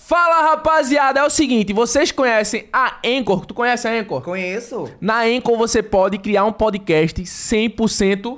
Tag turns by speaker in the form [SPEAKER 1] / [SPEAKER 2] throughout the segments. [SPEAKER 1] Fala rapaziada, é o seguinte, vocês conhecem a Anchor? Tu conhece a Anchor?
[SPEAKER 2] Conheço.
[SPEAKER 1] Na Anchor você pode criar um podcast 100%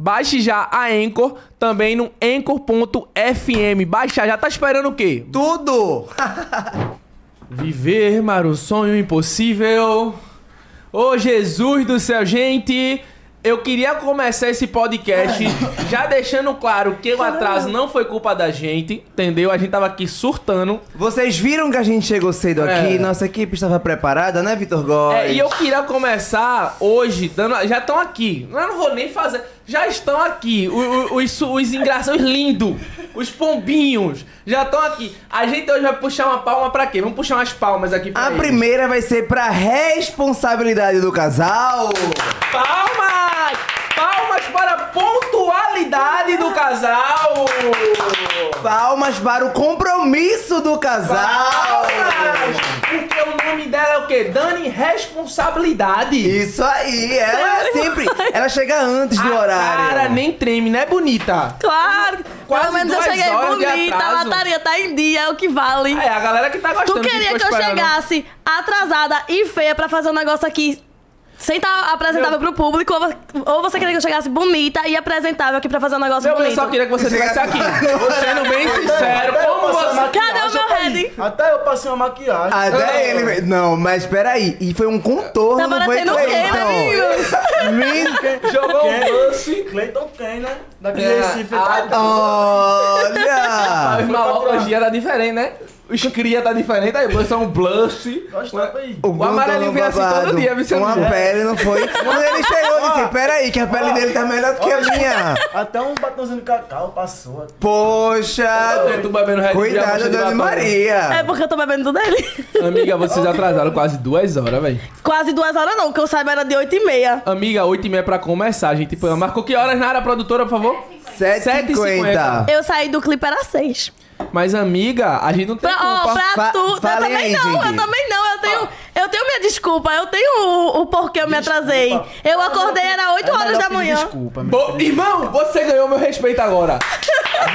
[SPEAKER 1] Baixe já a Anchor, também no anchor.fm. Baixa já, tá esperando o quê?
[SPEAKER 2] Tudo!
[SPEAKER 1] Viver, mar, um sonho impossível. Ô Jesus do céu, gente! Eu queria começar esse podcast já deixando claro que o atraso não foi culpa da gente, entendeu? A gente tava aqui surtando.
[SPEAKER 2] Vocês viram que a gente chegou cedo aqui,
[SPEAKER 1] É.
[SPEAKER 2] nossa equipe estava preparada, né, Vitor Góes?
[SPEAKER 1] É, e eu queria começar hoje dando. Já estão aqui. Eu não vou nem fazer. Já estão aqui. o- o- Os, su- os, engraçados lindos. Os pombinhos. Já estão aqui. A gente hoje vai puxar uma palma pra quê? Vamos puxar umas palmas aqui pra
[SPEAKER 2] A
[SPEAKER 1] eles.
[SPEAKER 2] primeira vai ser pra responsabilidade do casal.
[SPEAKER 1] Palmas! Palmas para a pontualidade do casal!
[SPEAKER 2] Palmas para o compromisso do casal.
[SPEAKER 1] Palmas! Porque o nome dela é o quê? Dani Responsabilidade.
[SPEAKER 2] Isso aí, ela é
[SPEAKER 1] Sério?
[SPEAKER 2] sempre. Ela chega antes do
[SPEAKER 1] a
[SPEAKER 2] horário.
[SPEAKER 1] cara nem treme, né, bonita?
[SPEAKER 3] Claro!
[SPEAKER 1] Quase
[SPEAKER 3] Pelo menos eu
[SPEAKER 1] duas
[SPEAKER 3] cheguei
[SPEAKER 1] horas de
[SPEAKER 3] bonita, a
[SPEAKER 1] atraso.
[SPEAKER 3] lataria tá em dia, é o que vale.
[SPEAKER 1] É, a galera que tá
[SPEAKER 3] tu
[SPEAKER 1] gostando.
[SPEAKER 3] queria
[SPEAKER 1] ficou
[SPEAKER 3] que eu
[SPEAKER 1] esperando.
[SPEAKER 3] chegasse atrasada e feia pra fazer um negócio aqui sem estar apresentável pro público, ou vo- ou você queria que eu chegasse bonita e apresentável aqui pra fazer um negócio
[SPEAKER 1] Meu, eu
[SPEAKER 3] bonito?
[SPEAKER 1] só queria que você tivesse aqui. Sendo bem sincero,
[SPEAKER 4] Até eu
[SPEAKER 1] como
[SPEAKER 4] passei uma
[SPEAKER 1] você.
[SPEAKER 3] Cadê o meu heading?
[SPEAKER 4] Até eu passei uma maquiagem.
[SPEAKER 2] Até ele. veio- Não, mas peraí. E foi um contorno,
[SPEAKER 3] Tá
[SPEAKER 2] não então. foi
[SPEAKER 3] parecendo o quê,
[SPEAKER 1] né,
[SPEAKER 3] menino?
[SPEAKER 2] menino?
[SPEAKER 1] Jogou um doce.
[SPEAKER 4] Cleiton tem, né? Daqui
[SPEAKER 1] É,
[SPEAKER 4] de Recife.
[SPEAKER 1] ah,
[SPEAKER 2] então,
[SPEAKER 4] tá?
[SPEAKER 1] A
[SPEAKER 2] Olha!
[SPEAKER 1] esmalologia tá diferente, né? Os cria tá diferente, aí você é um blush.
[SPEAKER 4] Gostava aí.
[SPEAKER 2] O, contorno
[SPEAKER 1] amarelinho vem assim todo
[SPEAKER 2] babado.
[SPEAKER 1] dia, viu, seu
[SPEAKER 2] Uma
[SPEAKER 1] menino?
[SPEAKER 2] pele não foi. Quando ele chegou, eu disse: peraí, que a pele dele tá melhor do que a minha.
[SPEAKER 4] Até um batonzinho de cacau passou.
[SPEAKER 2] Poxa!
[SPEAKER 1] Tu bebendo Red Bull e a
[SPEAKER 2] Cuidado,
[SPEAKER 1] mancha de
[SPEAKER 2] Dona
[SPEAKER 1] batom.
[SPEAKER 3] É
[SPEAKER 2] Maria!
[SPEAKER 3] porque eu tô bebendo do dele.
[SPEAKER 1] Amiga, vocês atrasaram quase duas horas, velho.
[SPEAKER 3] Quase duas horas não, o que eu saiba era de oito e meia.
[SPEAKER 1] Amiga, 8 e meia pra começar, a gente. Pô, Marcou que horas na área produtora, por favor?
[SPEAKER 2] 7,50.
[SPEAKER 3] Eu saí do clipe era seis.
[SPEAKER 1] Mas, amiga, a gente não tem
[SPEAKER 3] Pra, ó,
[SPEAKER 1] culpa.
[SPEAKER 3] pra
[SPEAKER 2] Fa-
[SPEAKER 3] tu. Eu
[SPEAKER 2] falem
[SPEAKER 3] também
[SPEAKER 2] aí,
[SPEAKER 3] não,
[SPEAKER 2] gente.
[SPEAKER 3] eu também não. Eu tenho, eu tenho minha desculpa, eu tenho o, o porquê eu me atrasei. Eu acordei, era 8 horas da manhã.
[SPEAKER 4] é Desculpa, meu.
[SPEAKER 1] Bo- Irmão, você ganhou meu respeito agora.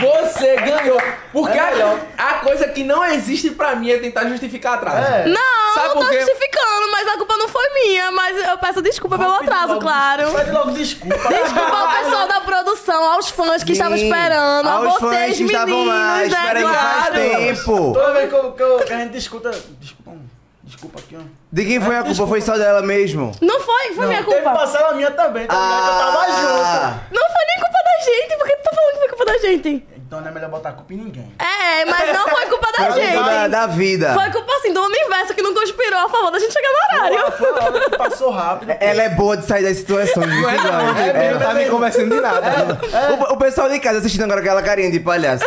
[SPEAKER 1] Você ganhou. Porque a- a, coisa que não existe pra mim é tentar justificar atraso.
[SPEAKER 4] É.
[SPEAKER 3] Não,
[SPEAKER 1] Sabe
[SPEAKER 3] eu
[SPEAKER 1] por
[SPEAKER 3] tô
[SPEAKER 1] quê?
[SPEAKER 3] justificando, mas a culpa não foi minha. Mas eu peço desculpa pelo atraso, claro.
[SPEAKER 4] Pede logo desculpa.
[SPEAKER 3] Desculpa ao pessoal da produção, aos fãs que
[SPEAKER 2] Sim,
[SPEAKER 3] estavam esperando, a
[SPEAKER 2] aos fãs
[SPEAKER 3] vocês,
[SPEAKER 2] que estavam
[SPEAKER 3] meninos,
[SPEAKER 2] lá,
[SPEAKER 3] né,
[SPEAKER 2] esperando faz
[SPEAKER 3] claro.
[SPEAKER 2] tempo.
[SPEAKER 4] Toda vez que, eu- que eu- que a gente escuta. Desculpa, hum, desculpa aqui, ó.
[SPEAKER 2] De quem foi a culpa? Foi só dela mesmo?
[SPEAKER 3] Não foi, foi é minha
[SPEAKER 4] Teve
[SPEAKER 3] culpa.
[SPEAKER 4] parcela minha também, tá ligado? Eu tava
[SPEAKER 2] Ah.
[SPEAKER 4] junto.
[SPEAKER 3] Não foi nem culpa da gente, por que tu tá falando que foi culpa da gente?
[SPEAKER 4] Então não é melhor botar culpa em ninguém.
[SPEAKER 3] É, mas não foi culpa da
[SPEAKER 2] Foi a culpa da,
[SPEAKER 3] gente.
[SPEAKER 2] da vida.
[SPEAKER 3] Foi culpa assim do universo que não conspirou a favor da gente chegar no horário.
[SPEAKER 4] Foi a hora que passou rápido.
[SPEAKER 2] Ela é boa de sair das situações, viu?
[SPEAKER 1] é,
[SPEAKER 2] Ela
[SPEAKER 1] não, é
[SPEAKER 2] não tá me conversando de nada. O, o pessoal de casa assistindo agora aquela carinha de palhaço.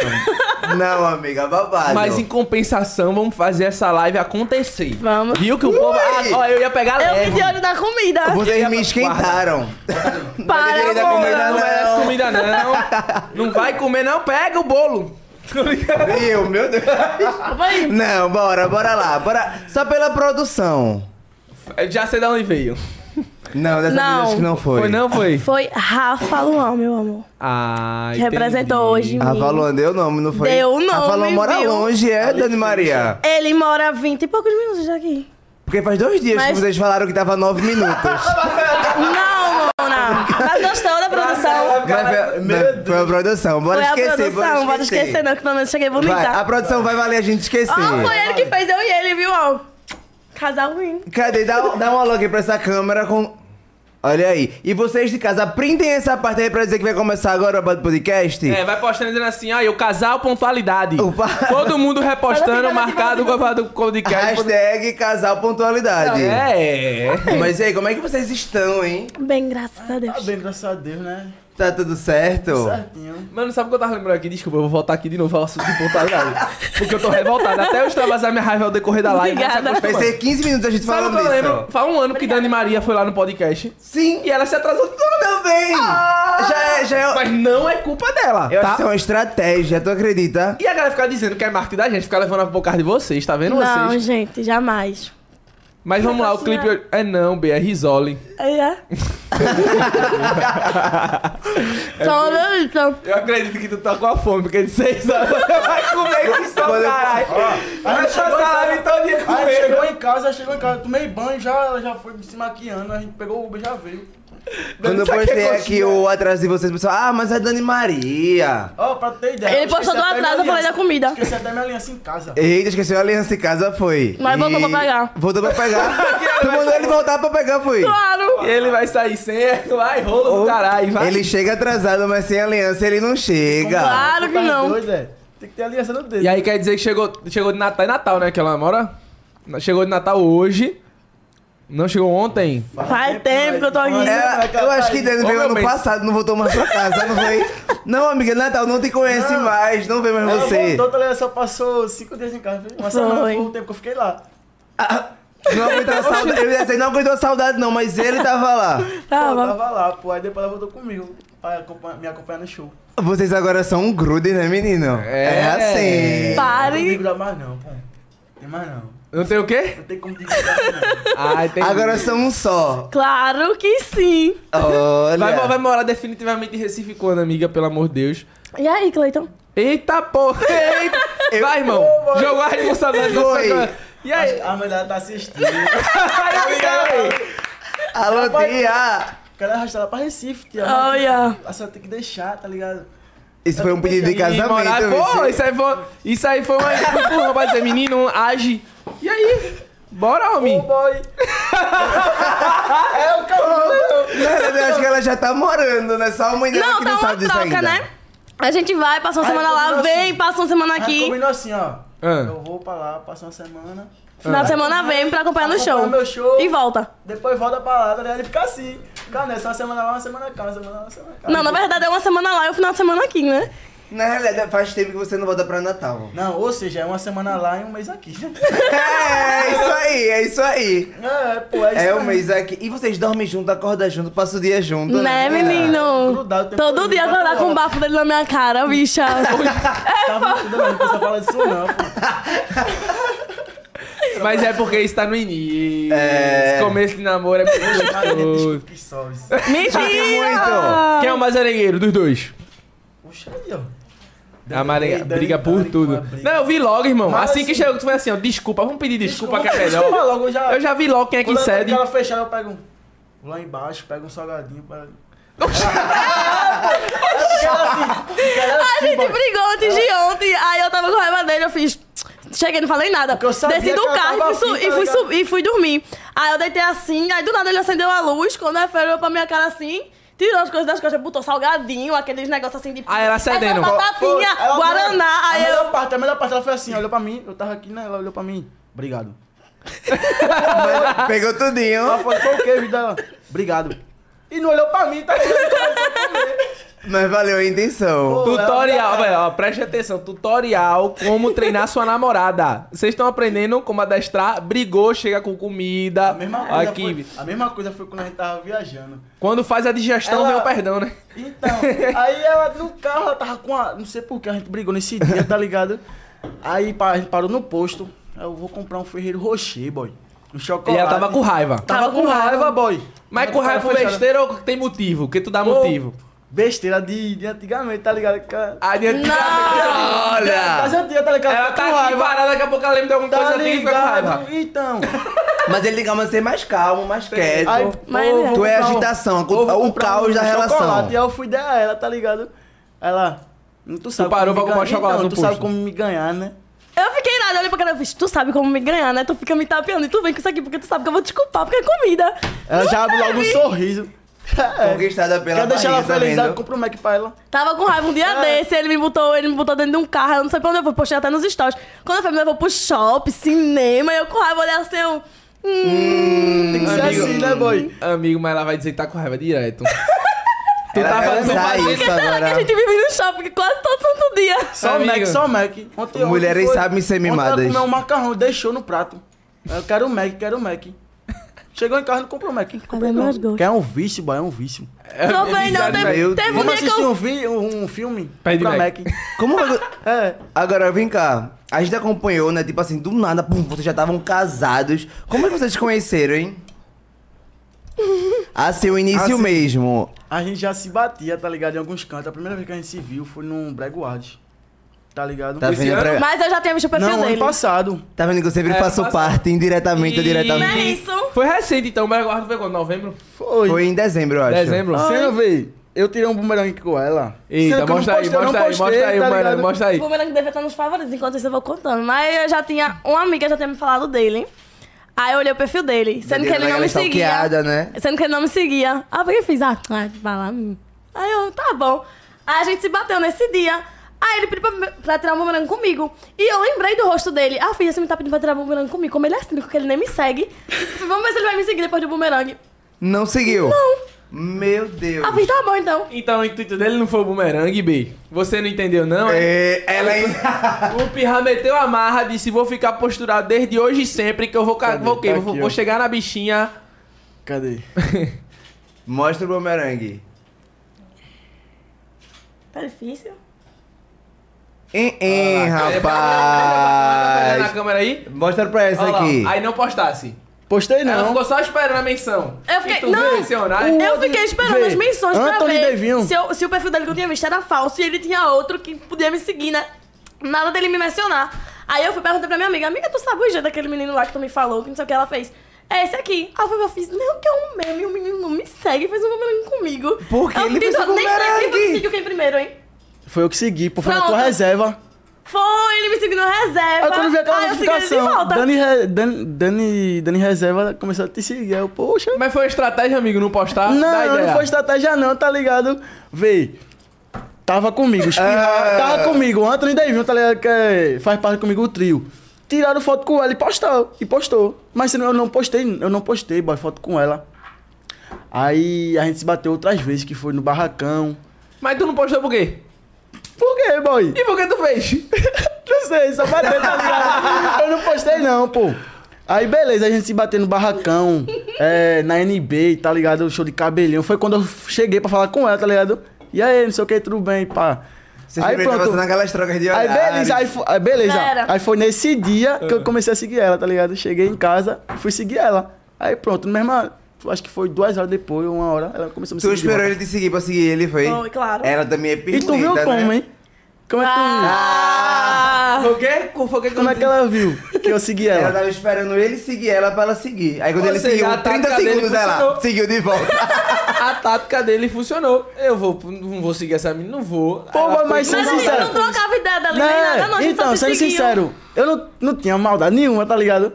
[SPEAKER 2] não, amiga, babado.
[SPEAKER 1] Mas em compensação, vamos fazer essa live acontecer.
[SPEAKER 3] Vamos.
[SPEAKER 1] Viu que o povo. Ah, ó, eu ia pegar
[SPEAKER 3] Eu
[SPEAKER 1] leve.
[SPEAKER 3] pedi olho da comida.
[SPEAKER 2] Vocês me esquentaram.
[SPEAKER 3] Para,
[SPEAKER 2] direito a
[SPEAKER 3] amor.
[SPEAKER 2] comida,
[SPEAKER 1] Não
[SPEAKER 2] Não.
[SPEAKER 1] merece comida, não. Não vai comer, não. Pega o bolo.
[SPEAKER 2] E eu, meu Deus.
[SPEAKER 3] Vai.
[SPEAKER 2] Não, bora, bora lá. Bora. Só pela produção.
[SPEAKER 1] Já sei de onde veio.
[SPEAKER 2] Não, dessa
[SPEAKER 3] Não.
[SPEAKER 2] vez acho que não foi.
[SPEAKER 1] Foi, não foi?
[SPEAKER 3] Foi Rafa Luan, meu amor.
[SPEAKER 1] Ah,
[SPEAKER 3] Que representou hoje.
[SPEAKER 2] A Valon Ah, deu o nome, não foi?
[SPEAKER 3] Deu o
[SPEAKER 2] A
[SPEAKER 3] nome,
[SPEAKER 2] Valon mora
[SPEAKER 3] viu?
[SPEAKER 2] longe, é, Dani Maria?
[SPEAKER 3] Ele mora 20 e poucos minutos daqui.
[SPEAKER 2] Porque faz dois dias que
[SPEAKER 3] Mas-
[SPEAKER 2] vocês falaram que tava nove minutos.
[SPEAKER 3] Não, Mona. Mas gostou da produção?
[SPEAKER 2] Mas foi, mas foi a produção, bora
[SPEAKER 3] Foi a
[SPEAKER 2] esquecer,
[SPEAKER 3] produção,
[SPEAKER 2] bora
[SPEAKER 3] é, pode esquecer ah, não, que pelo menos cheguei
[SPEAKER 2] Vai, a
[SPEAKER 3] bonita.
[SPEAKER 2] produção vai valer a gente esquecer.
[SPEAKER 3] Ó, foi ele que fez eu e ele, viu? ó. Casal ruim.
[SPEAKER 2] Cadê? Dá, um- dá um alô aqui pra essa câmera com. Olha aí. E vocês de casa, printem essa parte aí pra dizer que vai começar agora o Bad Podcast.
[SPEAKER 1] É, vai postando dizendo assim, aí o casal pontualidade.
[SPEAKER 2] Opa.
[SPEAKER 1] Todo mundo repostando,
[SPEAKER 3] Fala assim, fala assim,
[SPEAKER 1] marcado
[SPEAKER 3] fala assim,
[SPEAKER 1] o do podcast.
[SPEAKER 2] Hashtag casal pontualidade.
[SPEAKER 1] É.
[SPEAKER 2] Mas e aí, como é que vocês estão, hein?
[SPEAKER 3] Bem, graças a
[SPEAKER 4] Tá
[SPEAKER 3] Deus.
[SPEAKER 4] bem, graças a Deus, né?
[SPEAKER 2] Tá tudo certo?
[SPEAKER 4] Certinho.
[SPEAKER 1] Mano, sabe o que eu tava lembrando aqui? Desculpa, eu vou voltar aqui de novo falar sobre pontualidade. Porque eu tô revoltado. Até eu extravasar minha raiva ao decorrer da live.
[SPEAKER 3] Obrigada.
[SPEAKER 1] você acostuma.
[SPEAKER 2] Vai ser 15 minutos a gente
[SPEAKER 1] Sabe o
[SPEAKER 2] falando
[SPEAKER 1] que eu lembro?
[SPEAKER 2] disso.
[SPEAKER 1] Faz um ano que Dani Maria foi lá no podcast.
[SPEAKER 2] Sim,
[SPEAKER 1] E ela se atrasou toda.
[SPEAKER 2] também. Já é, já é...
[SPEAKER 1] Ah! Mas não é culpa dela,
[SPEAKER 2] Eu
[SPEAKER 1] tá?
[SPEAKER 2] acho que isso é uma estratégia, tu acredita?
[SPEAKER 1] E a galera fica dizendo que é marketing da gente, fica levando a boca de vocês, tá vendo
[SPEAKER 3] Não,
[SPEAKER 1] vocês?
[SPEAKER 3] gente, jamais.
[SPEAKER 1] Mas vamos lá, o clipe... É não, B, é Risoli.
[SPEAKER 3] Aí é. Só então. isso.
[SPEAKER 1] Eu acredito que tu tá com a fome, porque de seis horas você vai comer que só,
[SPEAKER 2] Quando eu-
[SPEAKER 1] caralho. Vai
[SPEAKER 4] chegou
[SPEAKER 1] passar então, a live todo dia
[SPEAKER 4] Aí a gente
[SPEAKER 1] comendo.
[SPEAKER 4] chegou em casa, aí chegou em casa, tomei banho, já, ela já foi se maquiando, a gente pegou o Uber e já veio.
[SPEAKER 2] Quando eu
[SPEAKER 1] Sabe que é
[SPEAKER 2] postei aqui
[SPEAKER 1] coxinha?
[SPEAKER 2] o atraso de vocês, o pessoal, ah, mas é Dani Maria.
[SPEAKER 4] Ó, pra ter ideia.
[SPEAKER 3] Ele
[SPEAKER 4] eu esqueci
[SPEAKER 3] postou do
[SPEAKER 4] é até minha
[SPEAKER 3] atraso, eu falei
[SPEAKER 4] aliança.
[SPEAKER 3] da comida.
[SPEAKER 4] Esqueci até minha aliança em casa.
[SPEAKER 2] Eita, esqueceu a aliança em casa, foi.
[SPEAKER 3] Mas voltou pra pegar.
[SPEAKER 2] Voltou pra
[SPEAKER 1] é
[SPEAKER 2] pegar. tu mandou ele voltar pra pegar, foi.
[SPEAKER 3] Claro.
[SPEAKER 1] E ele vai sair sem, vai, rolo
[SPEAKER 2] Ou-
[SPEAKER 1] do caralho, vai.
[SPEAKER 2] Ele chega atrasado, mas sem aliança ele não chega.
[SPEAKER 3] Claro
[SPEAKER 4] Tu
[SPEAKER 3] que
[SPEAKER 4] tá
[SPEAKER 3] não.
[SPEAKER 4] doido, é? Tem que ter aliança no dedo.
[SPEAKER 1] E aí quer dizer que chegou, chegou de Natal, é Natal, né, que ela mora? Chegou de Natal hoje, não chegou ontem.
[SPEAKER 3] Faz tempo que eu tô aqui.
[SPEAKER 2] É, eu acho que Dani
[SPEAKER 1] Ô,
[SPEAKER 2] veio
[SPEAKER 1] meu
[SPEAKER 2] ano
[SPEAKER 1] bem.
[SPEAKER 2] passado, não voltou mais pra casa, não foi? Não, amiga, Natal não te conhece
[SPEAKER 4] Não.
[SPEAKER 2] mais, não vê mais
[SPEAKER 4] Ela
[SPEAKER 2] você.
[SPEAKER 4] voltou, tá ligado? só passou cinco dias em casa. Mas
[SPEAKER 3] Foi.
[SPEAKER 4] não foi o tempo que eu fiquei lá.
[SPEAKER 2] Não aguentou a saudade. Ele disse, não aguentou a saudade, não, mas ele tava lá.
[SPEAKER 4] eu
[SPEAKER 3] Tava.
[SPEAKER 4] tava lá, pô. Aí depois ela voltou comigo pra acompanhar- me acompanhar no show.
[SPEAKER 2] Vocês agora são um grude, né, menino? É,
[SPEAKER 1] É.
[SPEAKER 2] assim.
[SPEAKER 4] Não tem
[SPEAKER 3] Pare.
[SPEAKER 4] como mais não, pô. Tem mais não.
[SPEAKER 1] Não tem o quê?
[SPEAKER 4] Não tem como desgrudar não.
[SPEAKER 1] Ah, entendi.
[SPEAKER 2] Agora são um só.
[SPEAKER 3] Claro que sim.
[SPEAKER 2] Olha.
[SPEAKER 1] Vai, vai morar definitivamente em Recife quando, amiga? Pelo amor de Deus.
[SPEAKER 3] E aí, Cleiton?
[SPEAKER 1] Eita porra! Eita.
[SPEAKER 2] Eu-
[SPEAKER 1] Vai, irmão! Jogou a responsabilidade na
[SPEAKER 2] Foi. tá
[SPEAKER 1] sua cara. E aí?
[SPEAKER 4] Acho que A mãe dela tá assistindo.
[SPEAKER 2] Alô,
[SPEAKER 4] Rapaz,
[SPEAKER 2] tia!
[SPEAKER 4] Quero arrastar ela pra Recife, tia.
[SPEAKER 3] Olha.
[SPEAKER 4] A senhora tem que deixar, tá ligado?
[SPEAKER 2] Esse foi um pedido de
[SPEAKER 1] E morar-
[SPEAKER 2] casamento,
[SPEAKER 1] Pô,
[SPEAKER 2] viu?
[SPEAKER 1] isso aí foi, isso aí foi uma empurrão pra dizer, menino, um age. E aí? Bora, homem.
[SPEAKER 4] Ô, boy. é o cabelo.
[SPEAKER 2] Não, Eu acho que ela já tá morando, né? Só a mãe dela
[SPEAKER 3] Não,
[SPEAKER 2] que
[SPEAKER 3] tá
[SPEAKER 2] não
[SPEAKER 3] uma
[SPEAKER 2] sabe disso ainda.
[SPEAKER 3] troca, né? A gente vai, passa uma
[SPEAKER 4] Aí
[SPEAKER 3] semana lá,
[SPEAKER 4] combinou
[SPEAKER 3] vem,
[SPEAKER 4] assim.
[SPEAKER 3] passa uma semana
[SPEAKER 4] A gente
[SPEAKER 3] aqui.
[SPEAKER 4] combinou assim, ó.
[SPEAKER 1] Ah.
[SPEAKER 4] Eu vou pra lá, passar uma semana.
[SPEAKER 3] Final de semana vem pra acompanhar no
[SPEAKER 4] Acompanha
[SPEAKER 3] show.
[SPEAKER 4] meu show.
[SPEAKER 3] E volta.
[SPEAKER 4] Depois volta pra lá, tá ligado? E fica assim. Fica nessa, uma semana lá, uma semana cá, uma semana lá, uma semana cá.
[SPEAKER 3] Não, na verdade é uma semana lá e o final de semana aqui, né?
[SPEAKER 2] Na realidade, faz tempo que você não volta pra Natal.
[SPEAKER 4] Não, ou seja, é uma semana lá e um mês aqui.
[SPEAKER 2] É, isso aí, é isso aí.
[SPEAKER 4] é, pô, é isso
[SPEAKER 2] É o
[SPEAKER 4] aí.
[SPEAKER 2] mês aqui. E vocês dormem junto, acordam junto, passam o dia junto.
[SPEAKER 3] né, menino?
[SPEAKER 4] grudado o tempo
[SPEAKER 3] Todo
[SPEAKER 4] todo,
[SPEAKER 3] dia
[SPEAKER 4] quatro
[SPEAKER 3] acordar com o
[SPEAKER 4] horas.
[SPEAKER 3] bafo dele na minha cara, bicha. É,
[SPEAKER 4] Tá muito não precisa falar disso não, pô.
[SPEAKER 1] Mas é porque está no início.
[SPEAKER 2] É.
[SPEAKER 1] Esse começo de namoro é
[SPEAKER 4] Ai, gente,
[SPEAKER 1] muito
[SPEAKER 4] desculpa, tipo que só isso.
[SPEAKER 2] muito. Ah.
[SPEAKER 3] Mentira!
[SPEAKER 1] Quem é o mais arengueiro dos dois?
[SPEAKER 4] Puxa aí, ó.
[SPEAKER 1] A Maria
[SPEAKER 4] Dani-
[SPEAKER 1] briga
[SPEAKER 4] Dani-
[SPEAKER 1] por
[SPEAKER 4] Dani com a
[SPEAKER 1] tudo.
[SPEAKER 4] briga.
[SPEAKER 1] Não, eu vi logo, irmão.
[SPEAKER 4] Mas
[SPEAKER 1] assim que
[SPEAKER 4] assim-
[SPEAKER 1] chegou, tu foi assim, ó, desculpa, vamos pedir desculpa, que é
[SPEAKER 4] Desculpa
[SPEAKER 1] melhor.
[SPEAKER 4] logo, eu já...
[SPEAKER 1] Eu já vi logo quem é que
[SPEAKER 4] Quando eu tô
[SPEAKER 2] tá
[SPEAKER 4] com
[SPEAKER 1] cede.
[SPEAKER 4] ela fechada, eu pego um... Vou lá embaixo, pego um salgadinho pra... assim,
[SPEAKER 3] A gente brigou antes de ontem, aí eu tava com raiva dele, eu fiz. Cheguei, não falei nada.
[SPEAKER 4] Porque eu sabia
[SPEAKER 3] Desci do
[SPEAKER 4] que ela
[SPEAKER 3] carro
[SPEAKER 4] tava
[SPEAKER 3] e fui, su-
[SPEAKER 4] afim,
[SPEAKER 3] e,
[SPEAKER 4] tá
[SPEAKER 3] fui
[SPEAKER 4] ligado?
[SPEAKER 3] subir, e fui dormir. Aí eu deitei assim, aí do nada ele acendeu a luz, quando a fera olhou pra minha cara assim, tirou as coisas das costas, botou salgadinho, aqueles negócios assim de.
[SPEAKER 1] Aí ela cedendo.
[SPEAKER 3] Essa batatinha,
[SPEAKER 4] Pô, ela-
[SPEAKER 3] guaraná,
[SPEAKER 4] a
[SPEAKER 3] aí eu.
[SPEAKER 4] melhor parte, a melhor parte, ela foi assim, olhou pra mim, eu tava aqui, né, ela olhou pra mim, obrigado.
[SPEAKER 3] ah!
[SPEAKER 2] Mas Pegou tudinho.
[SPEAKER 4] Ela falou, foi o quê, vida? Ela, Obrigado. E não olhou pra mim, tá
[SPEAKER 2] Mas valeu a intenção.
[SPEAKER 4] Pô,
[SPEAKER 1] Tutorial,
[SPEAKER 4] ela-
[SPEAKER 1] velho, ó, preste atenção. Tutorial como treinar sua namorada. Vocês estão aprendendo como adestrar, brigou, chega com comida.
[SPEAKER 4] A mesma, coisa
[SPEAKER 1] aqui.
[SPEAKER 4] foi, a mesma coisa foi quando a gente tava viajando.
[SPEAKER 1] Quando faz a digestão,
[SPEAKER 4] Ela-
[SPEAKER 1] vem o perdão, né?
[SPEAKER 4] Então, aí ela no carro, ela tava com a. Não sei por que a gente brigou nesse dia, tá ligado? Aí pa- a gente parou no posto. aí Eu vou comprar um Ferreiro Rocher, boy. Um chocolate.
[SPEAKER 1] E ela tava com raiva.
[SPEAKER 4] Tava,
[SPEAKER 3] Tava
[SPEAKER 4] com
[SPEAKER 3] com
[SPEAKER 4] raiva,
[SPEAKER 3] raiva.
[SPEAKER 4] boy.
[SPEAKER 1] Mas com raiva por
[SPEAKER 4] Fechada.
[SPEAKER 1] besteira ou tem motivo? Porque tu dá
[SPEAKER 4] Pô,
[SPEAKER 1] motivo.
[SPEAKER 4] Besteira de, de antigamente, tá ligado? Aquela-
[SPEAKER 1] Adianta.
[SPEAKER 4] Das
[SPEAKER 2] Olha!
[SPEAKER 4] antigas, tá
[SPEAKER 1] tá
[SPEAKER 4] ligado?
[SPEAKER 1] Ah. Ela
[SPEAKER 4] com
[SPEAKER 1] tá aqui
[SPEAKER 4] raiva.
[SPEAKER 1] parada, daqui a pouco ela lembra de alguma
[SPEAKER 4] Tá
[SPEAKER 1] coisa antiga e fica com raiva.
[SPEAKER 4] ligado? Então.
[SPEAKER 2] Mas ele tem que ser mais calmo, mais quieto.
[SPEAKER 4] Aí,
[SPEAKER 3] Mas-
[SPEAKER 4] pô, vou
[SPEAKER 2] Tu é
[SPEAKER 4] comprar um-
[SPEAKER 2] agitação,
[SPEAKER 4] vou
[SPEAKER 2] o
[SPEAKER 4] comprar
[SPEAKER 2] caos da relação.
[SPEAKER 4] um chocolate. E aí eu fui dar a ela, tá ligado? Ela. não Tu sabe
[SPEAKER 1] parou
[SPEAKER 4] como
[SPEAKER 1] pra
[SPEAKER 4] me
[SPEAKER 1] comprar
[SPEAKER 4] ganhar-
[SPEAKER 1] chocolate
[SPEAKER 4] Então,
[SPEAKER 1] no
[SPEAKER 4] Tu
[SPEAKER 1] posto.
[SPEAKER 4] sabe como me ganhar, né?
[SPEAKER 3] Eu fiquei nada, eu olhei pra cara e fiz, tu sabe como me ganhar, né? Tu fica me tapeando e tu vem com isso aqui porque tu sabe que eu vou te culpar porque é comida.
[SPEAKER 4] Ela já abre logo um sorriso. É.
[SPEAKER 2] Conquistada pela
[SPEAKER 4] Quer deixar ela
[SPEAKER 2] barriga, tá
[SPEAKER 4] feliz,
[SPEAKER 2] vendo?
[SPEAKER 4] ela compra um Mac pra ela.
[SPEAKER 3] Tava com raiva um dia
[SPEAKER 4] Ah.
[SPEAKER 3] desse, ele me botou, ele me botou dentro de um carro, eu não sei pra onde eu vou, postei até nos stories. Quando eu fui, me levou pro shopping, cinema, e eu com raiva olhei assim, eu. Hum,
[SPEAKER 4] Tem que ser
[SPEAKER 1] amigo. Hum,
[SPEAKER 4] assim, né, boy?
[SPEAKER 1] Amigo, mas ela vai dizer que tá com raiva direto. tu Tu
[SPEAKER 2] Ela-
[SPEAKER 1] tava
[SPEAKER 2] ela
[SPEAKER 1] tu
[SPEAKER 2] já
[SPEAKER 1] fazia-
[SPEAKER 2] isso
[SPEAKER 3] Por que será
[SPEAKER 2] agora.
[SPEAKER 3] que a gente vive no shopping quase todo santo dia?
[SPEAKER 4] Só o
[SPEAKER 1] Amigo.
[SPEAKER 4] Mac, só um o Mac. Ontem,
[SPEAKER 2] Mulheres sabem ser mimadas.
[SPEAKER 4] Ontem ela comeu um macarrão, deixou no prato. Eu quero o Mac, quero o Mac. Chegou em casa, não comprou o Mac. Comprei
[SPEAKER 3] meus
[SPEAKER 4] não.
[SPEAKER 3] gostos.
[SPEAKER 4] Que é um vício, boy, é um vício.
[SPEAKER 3] Também não,
[SPEAKER 2] bizarro, meu
[SPEAKER 3] teve,
[SPEAKER 1] É,
[SPEAKER 3] teve um
[SPEAKER 4] Vamos
[SPEAKER 3] dia que
[SPEAKER 4] assistir
[SPEAKER 3] eu...
[SPEAKER 4] um, vi- um, um filme?
[SPEAKER 1] Pede
[SPEAKER 4] Compra
[SPEAKER 1] Mac.
[SPEAKER 2] Como é. Agora vem cá. A gente acompanhou, né? Tipo assim, do nada, pum, vocês já estavam casados. Como é que vocês se conheceram, hein? Assim, o início
[SPEAKER 4] Assim.
[SPEAKER 2] mesmo.
[SPEAKER 4] A gente já se batia, tá ligado? Em alguns cantos. A primeira vez que a gente se viu foi num Breguard. Tá ligado?
[SPEAKER 2] Tá
[SPEAKER 4] Esse
[SPEAKER 2] vendo,
[SPEAKER 4] ano-
[SPEAKER 2] pra...
[SPEAKER 3] Mas eu já tinha visto o perfil
[SPEAKER 4] Não, ano
[SPEAKER 3] dele.
[SPEAKER 4] passado.
[SPEAKER 2] tá vendo que eu sempre
[SPEAKER 1] É,
[SPEAKER 2] faço
[SPEAKER 1] passa-
[SPEAKER 2] parte, indiretamente ou
[SPEAKER 1] E-
[SPEAKER 3] Não é
[SPEAKER 2] diretamente.
[SPEAKER 3] isso?
[SPEAKER 1] Foi recente então, o Berguardo foi quando? Novembro?
[SPEAKER 4] Foi.
[SPEAKER 2] Foi em dezembro, eu acho.
[SPEAKER 1] Dezembro?
[SPEAKER 4] Você não vê? Eu tirei um bumerangue com ela.
[SPEAKER 1] Eita,
[SPEAKER 4] Sendo que eu não
[SPEAKER 1] tá, mostra aí,
[SPEAKER 4] postei, eu não
[SPEAKER 1] mostra aí,
[SPEAKER 4] postei,
[SPEAKER 1] mostra aí,
[SPEAKER 4] tá
[SPEAKER 1] mano,
[SPEAKER 4] ligado?
[SPEAKER 1] mostra
[SPEAKER 3] O
[SPEAKER 1] aí.
[SPEAKER 3] bumerangue deve estar nos favoritos, enquanto isso eu vou contando. Mas eu já tinha... Uma amiga já tinha me falado dele. Aí eu olhei o perfil dele, sendo que ele não
[SPEAKER 2] Ela
[SPEAKER 3] me seguia.
[SPEAKER 2] stalkeada, né?
[SPEAKER 3] Sendo que ele não me seguia. Aí eu peguei e fiz, ah, vai vai lá. menino. Aí eu, tá bom. Aí a gente se bateu nesse dia. Aí ele pediu pra, pra tirar um bumerangue comigo. E eu lembrei do rosto dele. Ah, filha, você me tá pedindo pra tirar um bumerangue comigo. Como ele é cínico, que ele nem me segue. Eu falei, Vamos ver se ele vai me seguir depois do bumerangue.
[SPEAKER 2] Não seguiu?
[SPEAKER 3] Não.
[SPEAKER 2] Meu Deus.
[SPEAKER 3] Ah, filha, tá bom então.
[SPEAKER 1] Então o intuito dele não foi o bumerangue, B. Você não entendeu, não? é?
[SPEAKER 2] É, ela ainda.
[SPEAKER 1] O Pirra meteu a marra, disse: vou ficar posturado desde hoje e sempre, que eu vou. ca-
[SPEAKER 4] Cadê?
[SPEAKER 1] Vou, o quê?
[SPEAKER 4] Tá
[SPEAKER 1] vou,
[SPEAKER 4] aqui,
[SPEAKER 1] vou
[SPEAKER 4] ó.
[SPEAKER 1] chegar na bichinha.
[SPEAKER 4] Cadê?
[SPEAKER 2] Mostra o bumerangue.
[SPEAKER 3] Tá difícil.
[SPEAKER 2] Hein, hein,
[SPEAKER 1] É, Olha na
[SPEAKER 2] rapaz.
[SPEAKER 1] câmera aí.
[SPEAKER 2] Mostra pra essa
[SPEAKER 1] Olha lá,
[SPEAKER 2] aqui.
[SPEAKER 1] Aí não postasse.
[SPEAKER 4] Postei não.
[SPEAKER 1] Ela ficou só esperando a menção. Então,
[SPEAKER 3] Eu
[SPEAKER 1] E
[SPEAKER 3] fiquei.
[SPEAKER 1] tu
[SPEAKER 3] Não!
[SPEAKER 1] veio esse horário?
[SPEAKER 3] Eu fiquei esperando
[SPEAKER 4] Vê,
[SPEAKER 3] as menções pra
[SPEAKER 4] Anthony
[SPEAKER 3] ver
[SPEAKER 4] Devinho.
[SPEAKER 3] se, eu- se o perfil dele que eu tinha visto era falso e ele tinha outro que podia me seguir, né? Nada dele me mencionar. Aí eu fui perguntar pra minha amiga, amiga, tu sabe o jeito daquele menino lá que tu me falou, que não sei o que ela fez. É esse aqui. Aí eu fui- eu fiz, não, que é um meme, o menino não me segue, fez um bumerangue comigo.
[SPEAKER 2] Por que
[SPEAKER 3] Eu
[SPEAKER 2] ele
[SPEAKER 3] fiquei
[SPEAKER 2] fez
[SPEAKER 3] só-
[SPEAKER 2] um
[SPEAKER 3] Nem sei quem foi que
[SPEAKER 2] bumerangue?
[SPEAKER 3] seguiu quem primeiro, hein?
[SPEAKER 4] Foi eu que segui, pô. Foi na
[SPEAKER 3] Pronto.
[SPEAKER 4] tua reserva.
[SPEAKER 3] Foi, ele me seguiu no reserva.
[SPEAKER 4] Aí quando vi aquela
[SPEAKER 3] Ah, eu segui ele de
[SPEAKER 4] notificação,
[SPEAKER 3] volta.
[SPEAKER 4] Dani, Re- Dani, Dani, Dani Reserva começou a te seguir. Aí eu, poxa.
[SPEAKER 1] Mas foi uma estratégia, amigo, não postar? Dá
[SPEAKER 4] Não,
[SPEAKER 1] ideia.
[SPEAKER 4] não foi estratégia não, tá ligado? Vê. Tava comigo, espirra,
[SPEAKER 1] É.
[SPEAKER 2] Ah.
[SPEAKER 4] tava comigo, o Anthony Davinho, tá ligado? Que é- faz parte comigo o trio. Tiraram foto com ela e postou. E postou. Mas senão eu não postei, eu não postei, boy, foto com ela. Aí a gente se bateu outras vezes, que foi no barracão.
[SPEAKER 1] Mas tu não postou por quê?
[SPEAKER 4] Por quê, boy?
[SPEAKER 1] E por que tu fez?
[SPEAKER 4] Não sei, só bateu, tá ligado? Eu não postei não, pô. Aí beleza, a gente se bateu no barracão, é, na NB, tá ligado? O show de cabelhão. Foi quando eu cheguei pra falar com ela, tá ligado? E aí, não sei o que, tudo bem, pá.
[SPEAKER 2] Vocês
[SPEAKER 4] aí
[SPEAKER 2] lembram de
[SPEAKER 4] pronto.
[SPEAKER 2] você naquelas trocas de
[SPEAKER 4] Aí
[SPEAKER 2] olhares.
[SPEAKER 4] beleza, aí, fo- aí beleza.
[SPEAKER 3] Pera.
[SPEAKER 4] Aí foi nesse dia que eu comecei a seguir ela, tá ligado? Cheguei em casa, fui seguir ela. Aí pronto, minha irmã, acho que foi duas horas depois, uma hora, ela começou a me
[SPEAKER 2] Tu
[SPEAKER 4] seguir. de
[SPEAKER 2] esperou
[SPEAKER 4] volta.
[SPEAKER 2] ele te seguir pra seguir ele, foi?
[SPEAKER 3] Foi, claro.
[SPEAKER 2] Ela também é
[SPEAKER 4] E
[SPEAKER 2] pirulita,
[SPEAKER 4] tu viu como,
[SPEAKER 2] né?
[SPEAKER 4] hein? Como é que tu
[SPEAKER 3] Ah!
[SPEAKER 1] Foi o quê? Foi o quê que
[SPEAKER 4] Como é que ela viu que eu segui
[SPEAKER 2] Ela
[SPEAKER 4] ela?
[SPEAKER 2] tava esperando ele seguir ela pra ela seguir. Aí quando
[SPEAKER 1] Ou
[SPEAKER 2] ele
[SPEAKER 1] seja, a
[SPEAKER 2] seguiu, 30
[SPEAKER 1] tática dele
[SPEAKER 2] segundos ela
[SPEAKER 1] funcionou.
[SPEAKER 2] seguiu de volta.
[SPEAKER 1] A tática dele funcionou. Eu vou, não vou seguir essa menina, não vou.
[SPEAKER 4] Pô,
[SPEAKER 1] Ela
[SPEAKER 4] mas
[SPEAKER 1] foi-
[SPEAKER 3] Mas a gente
[SPEAKER 4] sincero.
[SPEAKER 3] não trocava ideia dali, nem
[SPEAKER 4] Né?
[SPEAKER 3] nada, não. A gente
[SPEAKER 4] então,
[SPEAKER 3] só se
[SPEAKER 4] sendo
[SPEAKER 3] seguiu.
[SPEAKER 4] sincero, eu não, não tinha maldade nenhuma, tá ligado?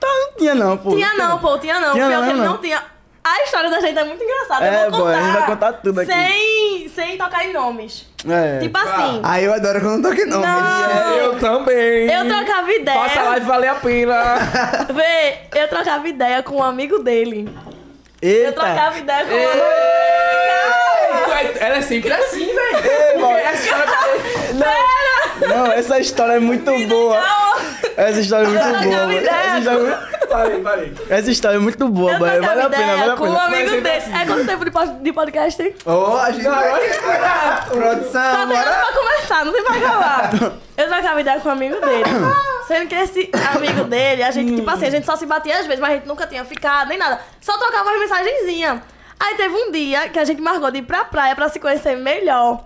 [SPEAKER 4] Tá, não tinha não, pô.
[SPEAKER 3] Tinha não, pô, tinha não.
[SPEAKER 4] Tinha
[SPEAKER 3] Pior
[SPEAKER 4] não,
[SPEAKER 3] que ele
[SPEAKER 4] não.
[SPEAKER 3] não tinha. A história da gente é muito engraçada.
[SPEAKER 4] É,
[SPEAKER 3] eu vou
[SPEAKER 4] boy,
[SPEAKER 3] contar.
[SPEAKER 4] a gente vai contar tudo aqui.
[SPEAKER 3] Sem, sem tocar em nomes.
[SPEAKER 4] É.
[SPEAKER 3] tipo assim.
[SPEAKER 2] Aí eu adoro quando toque não.
[SPEAKER 3] Não.
[SPEAKER 1] Eu também.
[SPEAKER 3] Eu trocava ideia.
[SPEAKER 1] Faça a live valer a pena.
[SPEAKER 4] Ah.
[SPEAKER 3] Vê, eu trocava ideia com um amigo dele. Eu
[SPEAKER 4] Eita.
[SPEAKER 3] trocava ideia com um amigo
[SPEAKER 1] Ei, Ela é sempre assim, velho. Essa história-
[SPEAKER 4] Não, essa história é muito
[SPEAKER 3] dele.
[SPEAKER 4] boa. Essa história é muito
[SPEAKER 3] Eu trocava
[SPEAKER 4] boa. boy.
[SPEAKER 3] ideia
[SPEAKER 4] Essa história, é
[SPEAKER 1] Parei, parei.
[SPEAKER 4] essa história é muito boa,
[SPEAKER 3] Eu
[SPEAKER 4] boy.
[SPEAKER 3] trocava
[SPEAKER 4] Vale a
[SPEAKER 3] ideia
[SPEAKER 4] pena, vale a
[SPEAKER 3] com um
[SPEAKER 4] pena.
[SPEAKER 1] Mas
[SPEAKER 3] amigo
[SPEAKER 1] sempre
[SPEAKER 3] dele.
[SPEAKER 1] assim.
[SPEAKER 3] É quanto tempo de, pod- de podcast tem?
[SPEAKER 2] Ô, a gente vai
[SPEAKER 3] Só
[SPEAKER 2] Produção,
[SPEAKER 3] tem
[SPEAKER 2] bora.
[SPEAKER 3] pra começar, não tem pra acabar. é? Eu trocava ideia com um amigo dele. Sendo que esse amigo dele, a gente, tipo assim, a gente só se batia às vezes, mas a gente nunca tinha ficado, nem nada. Só trocava as mensagenzinhas. Aí teve um dia que a gente marcou de ir pra praia pra se conhecer melhor.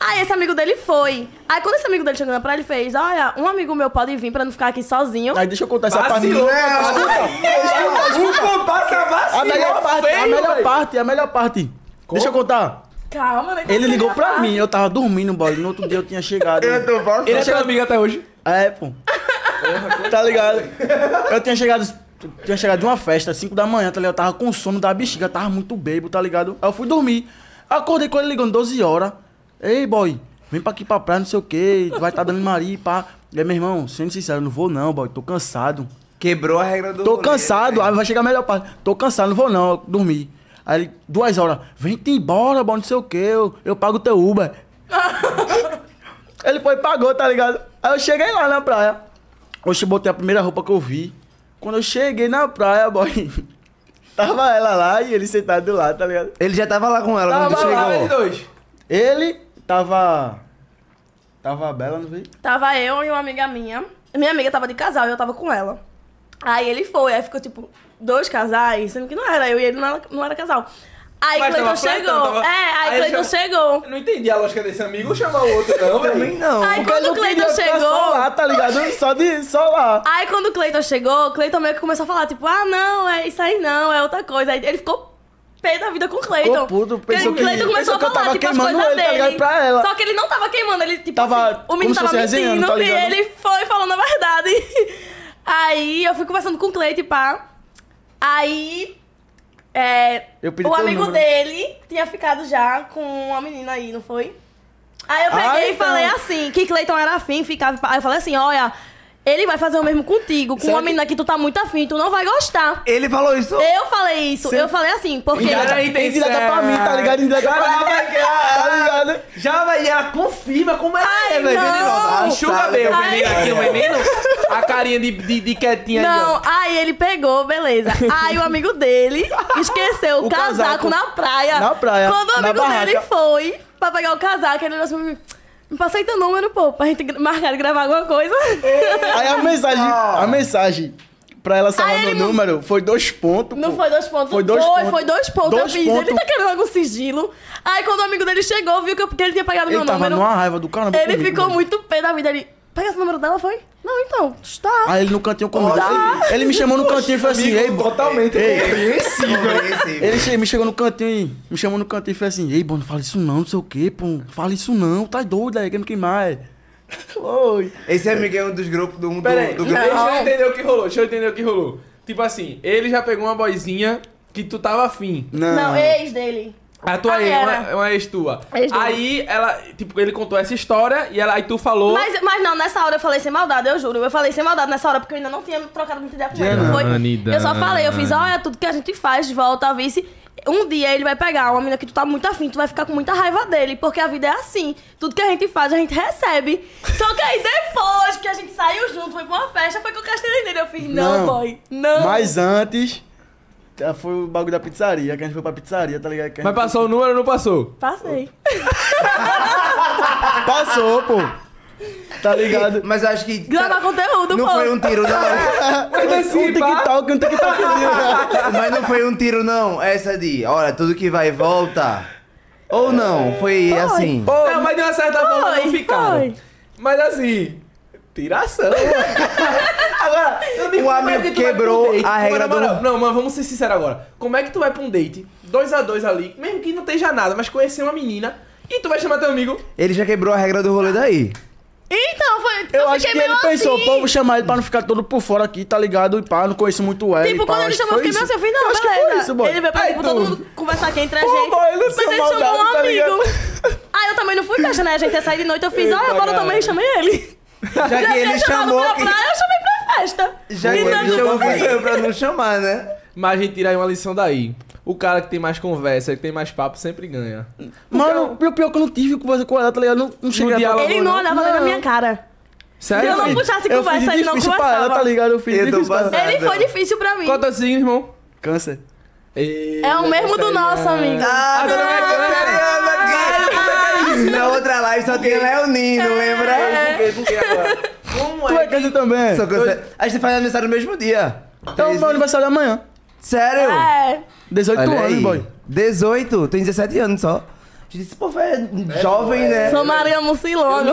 [SPEAKER 3] Aí esse amigo dele foi. Aí quando esse amigo dele chegou na praia, ele fez: Olha, um amigo meu pode vir pra não ficar aqui sozinho.
[SPEAKER 4] Aí deixa eu contar essa parte.
[SPEAKER 1] Vacilou.
[SPEAKER 2] O compasso
[SPEAKER 4] A melhor parte, a melhor parte, a melhor parte. Deixa eu contar.
[SPEAKER 3] Calma, né?
[SPEAKER 4] Ele ligou pra
[SPEAKER 3] Ah,
[SPEAKER 4] mim, eu tava dormindo, boy. No outro dia eu tinha chegado.
[SPEAKER 2] Eu tô passando.
[SPEAKER 1] Ele é teu amigo até hoje.
[SPEAKER 4] É, pô. tá ligado? Eu tinha chegado. Tinha chegado de uma festa, 5 da manhã, tá ligado? Eu tava com sono da bexiga, tava muito bebo, tá ligado? Aí eu fui dormir. Acordei com ele ligando 12 horas. Ei, boy, vem pra aqui pra praia, não sei o que, vai tá dando mari, pá. E aí, meu irmão, sendo sincero, eu não vou não, boy, tô cansado.
[SPEAKER 2] Quebrou a regra do
[SPEAKER 4] Tô
[SPEAKER 2] rolê,
[SPEAKER 4] cansado,
[SPEAKER 2] velho.
[SPEAKER 4] aí vai chegar a melhor parte. Tô cansado, não vou não, dormir. Aí ele, duas horas, vem-te embora, bom, não sei o quê, eu, eu pago teu Uber. ele foi e pagou, tá ligado? Aí eu cheguei lá na praia. Oxe, eu botei a primeira roupa que eu vi. Quando eu cheguei na praia, boy, tava ela lá e ele sentado do lado, tá ligado?
[SPEAKER 2] Ele já tava lá com ela
[SPEAKER 4] Tava
[SPEAKER 2] quando
[SPEAKER 1] Vai lá, eles
[SPEAKER 2] chegou.
[SPEAKER 1] dois.
[SPEAKER 4] Ele tava. Tava bela, não vi?
[SPEAKER 3] Tava eu e uma amiga minha. Minha amiga tava de casal e eu tava com ela. Aí ele foi, aí ficou tipo dois casais, sendo que não era, eu e ele não era, não era casal. Aí
[SPEAKER 1] Mas
[SPEAKER 3] Cleiton
[SPEAKER 1] tava
[SPEAKER 3] chegou.
[SPEAKER 1] flertando, tava-
[SPEAKER 3] É, aí,
[SPEAKER 1] Aí ele
[SPEAKER 3] Cleiton
[SPEAKER 1] chama-
[SPEAKER 3] chegou.
[SPEAKER 1] Eu não entendi a lógica desse amigo chamar o outro, não,
[SPEAKER 2] Também
[SPEAKER 1] velho.
[SPEAKER 2] não.
[SPEAKER 3] Ai,
[SPEAKER 4] Porque
[SPEAKER 3] quando
[SPEAKER 4] eu
[SPEAKER 3] o
[SPEAKER 4] não
[SPEAKER 3] Cleiton
[SPEAKER 4] queria ficar Só
[SPEAKER 3] chegou.
[SPEAKER 4] lá, tá ligado? Só de. Só lá.
[SPEAKER 3] Aí quando o Cleiton chegou, o Cleiton meio que começou a falar, tipo, ah, não, é isso aí não, é outra coisa. Aí ele ficou pé da vida com o Cleiton.
[SPEAKER 4] Ficou puto,
[SPEAKER 3] Porque
[SPEAKER 4] pensou
[SPEAKER 3] o
[SPEAKER 4] que-
[SPEAKER 3] Cleiton começou
[SPEAKER 4] pensou
[SPEAKER 3] a
[SPEAKER 4] que eu
[SPEAKER 3] falar,
[SPEAKER 4] tava
[SPEAKER 3] tipo, as
[SPEAKER 4] queimando
[SPEAKER 3] coisas
[SPEAKER 4] ele, tá
[SPEAKER 3] dele.
[SPEAKER 4] ligado, pra ela.
[SPEAKER 3] Só que ele não tava queimando, ele, tipo,
[SPEAKER 4] Tava
[SPEAKER 3] assim, o
[SPEAKER 4] como
[SPEAKER 3] menino
[SPEAKER 4] se
[SPEAKER 3] tava
[SPEAKER 4] fosse resenhando,
[SPEAKER 3] mentindo
[SPEAKER 4] tá
[SPEAKER 3] e
[SPEAKER 4] ligado?
[SPEAKER 3] ele foi falando a verdade. Aí eu fui conversando com o Cleiton, pá. Aí... é,
[SPEAKER 4] Eu pedi
[SPEAKER 3] o
[SPEAKER 4] teu
[SPEAKER 3] amigo
[SPEAKER 4] número.
[SPEAKER 3] dele tinha ficado já com uma menina aí, não foi? Aí eu peguei
[SPEAKER 4] Ah,
[SPEAKER 3] e falei
[SPEAKER 4] então.
[SPEAKER 3] assim, que Cleiton era afim, ficava. Aí eu falei assim, olha, ele vai fazer o mesmo contigo, com
[SPEAKER 4] Será
[SPEAKER 3] uma
[SPEAKER 4] que-
[SPEAKER 3] menina que tu tá muito afim, tu não vai gostar.
[SPEAKER 2] Ele falou isso?
[SPEAKER 3] Eu falei isso, eu falei assim, porque.
[SPEAKER 1] Cara, aí tem
[SPEAKER 4] Indireta pra mim, tá ligado? Indireta pra mim. Tá ligado?
[SPEAKER 1] Já vai, e ela confirma como ela
[SPEAKER 3] Ai,
[SPEAKER 1] é, velho.
[SPEAKER 3] não.
[SPEAKER 1] venenosa.
[SPEAKER 4] Ah,
[SPEAKER 1] Enxuga bem o
[SPEAKER 3] Ai.
[SPEAKER 1] menino aqui, o menino. A carinha de, de, de quietinha
[SPEAKER 3] Não,
[SPEAKER 1] ali,
[SPEAKER 3] aí ele pegou, beleza. Aí o amigo dele esqueceu o,
[SPEAKER 4] O
[SPEAKER 3] casaco,
[SPEAKER 4] casaco.
[SPEAKER 3] na praia.
[SPEAKER 4] Na praia,
[SPEAKER 3] Quando o
[SPEAKER 4] na
[SPEAKER 3] amigo
[SPEAKER 4] barraca.
[SPEAKER 3] dele foi pra pegar o casaco, ele olhou assim pra mim. Me passa aí teu número, pô, pra gente gra- marcar e gravar alguma coisa.
[SPEAKER 4] Aí a mensagem. A mensagem pra ela salvar
[SPEAKER 3] Ah. Aí
[SPEAKER 4] meu
[SPEAKER 3] ele mandou-
[SPEAKER 4] número foi dois pontos.
[SPEAKER 3] Não
[SPEAKER 4] pô.
[SPEAKER 3] foi dois pontos.
[SPEAKER 4] Foi dois
[SPEAKER 3] foi,
[SPEAKER 4] pontos.
[SPEAKER 3] foi dois pontos.
[SPEAKER 4] Dois
[SPEAKER 3] eu fiz.
[SPEAKER 4] pontos.
[SPEAKER 3] Ele tá querendo algum sigilo. Aí quando o amigo dele chegou, viu que, eu, que ele tinha pagado
[SPEAKER 4] Ele
[SPEAKER 3] meu
[SPEAKER 4] tava
[SPEAKER 3] número.
[SPEAKER 4] numa raiva do caramba.
[SPEAKER 3] Ele
[SPEAKER 4] comigo, né?
[SPEAKER 3] ficou
[SPEAKER 4] mano.
[SPEAKER 3] muito pé da vida. Ele, pega esse número dela, foi? Não, então, está.
[SPEAKER 4] Aí ele no cantinho comigo.
[SPEAKER 2] Olha.
[SPEAKER 4] Ele, ele me chamou no cantinho e falou assim: Ei,
[SPEAKER 1] ó.
[SPEAKER 4] bo-"
[SPEAKER 1] Totalmente.
[SPEAKER 2] Compreensível.
[SPEAKER 4] ele che- me chegou no cantinho e me chamou no cantinho e falou assim: Ei, Bono, fala isso não, não sei o quê, pô. Fala isso não, tá doido aí, quer me queimar. é." Oi.
[SPEAKER 2] Esse amigo é um dos grupos do, do,
[SPEAKER 1] Pera aí,
[SPEAKER 2] do grupo.
[SPEAKER 1] deixa
[SPEAKER 3] Não.
[SPEAKER 1] eu entender o que rolou, deixa eu entender o que rolou. Tipo assim, ele já pegou uma boizinha que tu tava afim.
[SPEAKER 4] Não.
[SPEAKER 3] Não, ex dele.
[SPEAKER 1] A tua
[SPEAKER 3] Ah,
[SPEAKER 1] ex,
[SPEAKER 3] era.
[SPEAKER 1] uma, uma ex tua.
[SPEAKER 3] Ex dele.
[SPEAKER 1] aí ela, tipo, ele contou essa história e ela, aí tu falou.
[SPEAKER 3] Mas, mas não, nessa hora eu falei sem maldade, eu juro. Eu falei sem maldade nessa hora, porque eu ainda não tinha trocado muita ideia com ele. não Foi,
[SPEAKER 1] Jananida.
[SPEAKER 3] eu só falei, eu fiz, olha, tudo que a gente faz de volta, vice. Um dia ele vai pegar uma menina que tu tá muito afim, tu vai ficar com muita raiva dele, porque a vida é assim. Tudo que a gente faz, a gente recebe. Só que aí depois que a gente saiu junto, foi pra uma festa, foi que eu castelei nele. Eu fiz, não,
[SPEAKER 4] Não.
[SPEAKER 3] boy, não.
[SPEAKER 4] Mas antes, tá, foi o bagulho da pizzaria, que a gente foi pra pizzaria, tá ligado? Que a
[SPEAKER 1] Mas
[SPEAKER 4] gente-
[SPEAKER 1] passou o número ou não passou?
[SPEAKER 3] Passei.
[SPEAKER 4] Passou, pô. Tá ligado?
[SPEAKER 2] Mas eu acho que.
[SPEAKER 3] Gravar conteúdo,
[SPEAKER 2] Não
[SPEAKER 3] pô.
[SPEAKER 2] foi um tiro, não.
[SPEAKER 1] Mas
[SPEAKER 4] um TikTok, um TikTokzinho.
[SPEAKER 2] Mas não foi um tiro, não. Essa de, olha, tudo que vai e volta. Ou não, foi assim.
[SPEAKER 1] Não, mas de uma certa forma
[SPEAKER 3] Foi,
[SPEAKER 1] não ficaram.
[SPEAKER 3] foi.
[SPEAKER 1] Mas assim, tiração. agora, eu
[SPEAKER 2] O
[SPEAKER 1] como é
[SPEAKER 2] amigo
[SPEAKER 1] que tu vai
[SPEAKER 2] quebrou
[SPEAKER 1] pra um date?
[SPEAKER 2] a regra
[SPEAKER 1] Mas, na moral,
[SPEAKER 2] do-
[SPEAKER 1] Não, mas vamos ser sinceros agora. Como é que tu vai pra um date, dois a dois ali, mesmo que não esteja nada, mas conhecer uma menina, e tu vai chamar teu amigo?
[SPEAKER 2] Ele já quebrou a regra do rolê daí.
[SPEAKER 3] Então, foi.
[SPEAKER 4] Eu,
[SPEAKER 3] fiquei
[SPEAKER 4] acho que ele
[SPEAKER 3] meio
[SPEAKER 4] pensou,
[SPEAKER 3] assim.
[SPEAKER 4] pô, vou chamar ele pra não ficar todo por fora aqui, tá ligado? E pá, não conheço muito ela.
[SPEAKER 3] Tipo,
[SPEAKER 4] e pá,
[SPEAKER 3] quando ele
[SPEAKER 4] acho que
[SPEAKER 3] chamou, eu fiquei
[SPEAKER 4] foi
[SPEAKER 3] meio assim, eu fiz, não,
[SPEAKER 4] Eu acho que
[SPEAKER 3] beleza.
[SPEAKER 4] foi isso, boy.
[SPEAKER 3] Ele veio pra
[SPEAKER 4] Aí
[SPEAKER 3] tipo,
[SPEAKER 4] tu-
[SPEAKER 3] todo mundo conversar aqui entre a
[SPEAKER 4] Pô,
[SPEAKER 3] gente.
[SPEAKER 4] boy, ele é
[SPEAKER 3] mas
[SPEAKER 4] seu
[SPEAKER 3] ele chamou um
[SPEAKER 4] maldade, tá
[SPEAKER 3] amigo.
[SPEAKER 4] ligado?
[SPEAKER 3] Aí eu também não fui festa, né? A gente ia sair de noite, eu fiz,
[SPEAKER 1] Eita,
[SPEAKER 3] olha, bora
[SPEAKER 1] galera.
[SPEAKER 3] também, chamei ele.
[SPEAKER 2] Já que
[SPEAKER 3] tinha
[SPEAKER 2] ele
[SPEAKER 3] chamado
[SPEAKER 2] chamou
[SPEAKER 3] pra
[SPEAKER 2] que-
[SPEAKER 3] praia, eu chamei pra festa.
[SPEAKER 2] Já que
[SPEAKER 3] e
[SPEAKER 2] ele
[SPEAKER 3] tanto-
[SPEAKER 2] chamou você pra não chamar, né?
[SPEAKER 1] Mas a gente tira aí uma lição daí. O cara que tem mais conversa, que tem mais papo, sempre ganha.
[SPEAKER 4] Mano, o pior que eu não tive conversa com ela, tá ligado? Não, não cheguei
[SPEAKER 1] diálogo.
[SPEAKER 2] né?
[SPEAKER 3] Ele não olhava nem na
[SPEAKER 4] Não.
[SPEAKER 3] minha cara.
[SPEAKER 1] Sério?
[SPEAKER 3] Eu não
[SPEAKER 1] filho?
[SPEAKER 3] puxava puxasse
[SPEAKER 4] Eu
[SPEAKER 3] conversa,
[SPEAKER 4] fiz
[SPEAKER 3] ele não
[SPEAKER 4] difícil pra ela,
[SPEAKER 3] conversava.
[SPEAKER 4] tá ligado? Eu fiz
[SPEAKER 2] Eu tô
[SPEAKER 4] difícil pra ela.
[SPEAKER 2] passando.
[SPEAKER 3] Ele foi difícil pra mim.
[SPEAKER 1] Qual é o teu signo, irmão?
[SPEAKER 4] Câncer.
[SPEAKER 1] Ei,
[SPEAKER 3] É o mesmo do
[SPEAKER 1] sério.
[SPEAKER 3] nosso, amigo.
[SPEAKER 2] Ah,
[SPEAKER 1] Agora vai
[SPEAKER 2] canceriano aqui. Na outra live só tem
[SPEAKER 3] É.
[SPEAKER 2] Leonino, lembra?
[SPEAKER 1] Por quê? Por quê agora? Como
[SPEAKER 4] Tu
[SPEAKER 1] é
[SPEAKER 4] é
[SPEAKER 1] que...
[SPEAKER 4] câncer também.
[SPEAKER 2] Sou cancer- A gente faz aniversário no mesmo dia.
[SPEAKER 4] É o
[SPEAKER 2] 13.
[SPEAKER 4] meu aniversário amanhã.
[SPEAKER 2] Sério?
[SPEAKER 3] É.
[SPEAKER 4] 18
[SPEAKER 2] Olha
[SPEAKER 4] anos,
[SPEAKER 2] aí.
[SPEAKER 4] boy.
[SPEAKER 2] 18, tem 17 anos só. A gente, Esse povo é jovem, né?
[SPEAKER 3] Sou Maria Mucilano.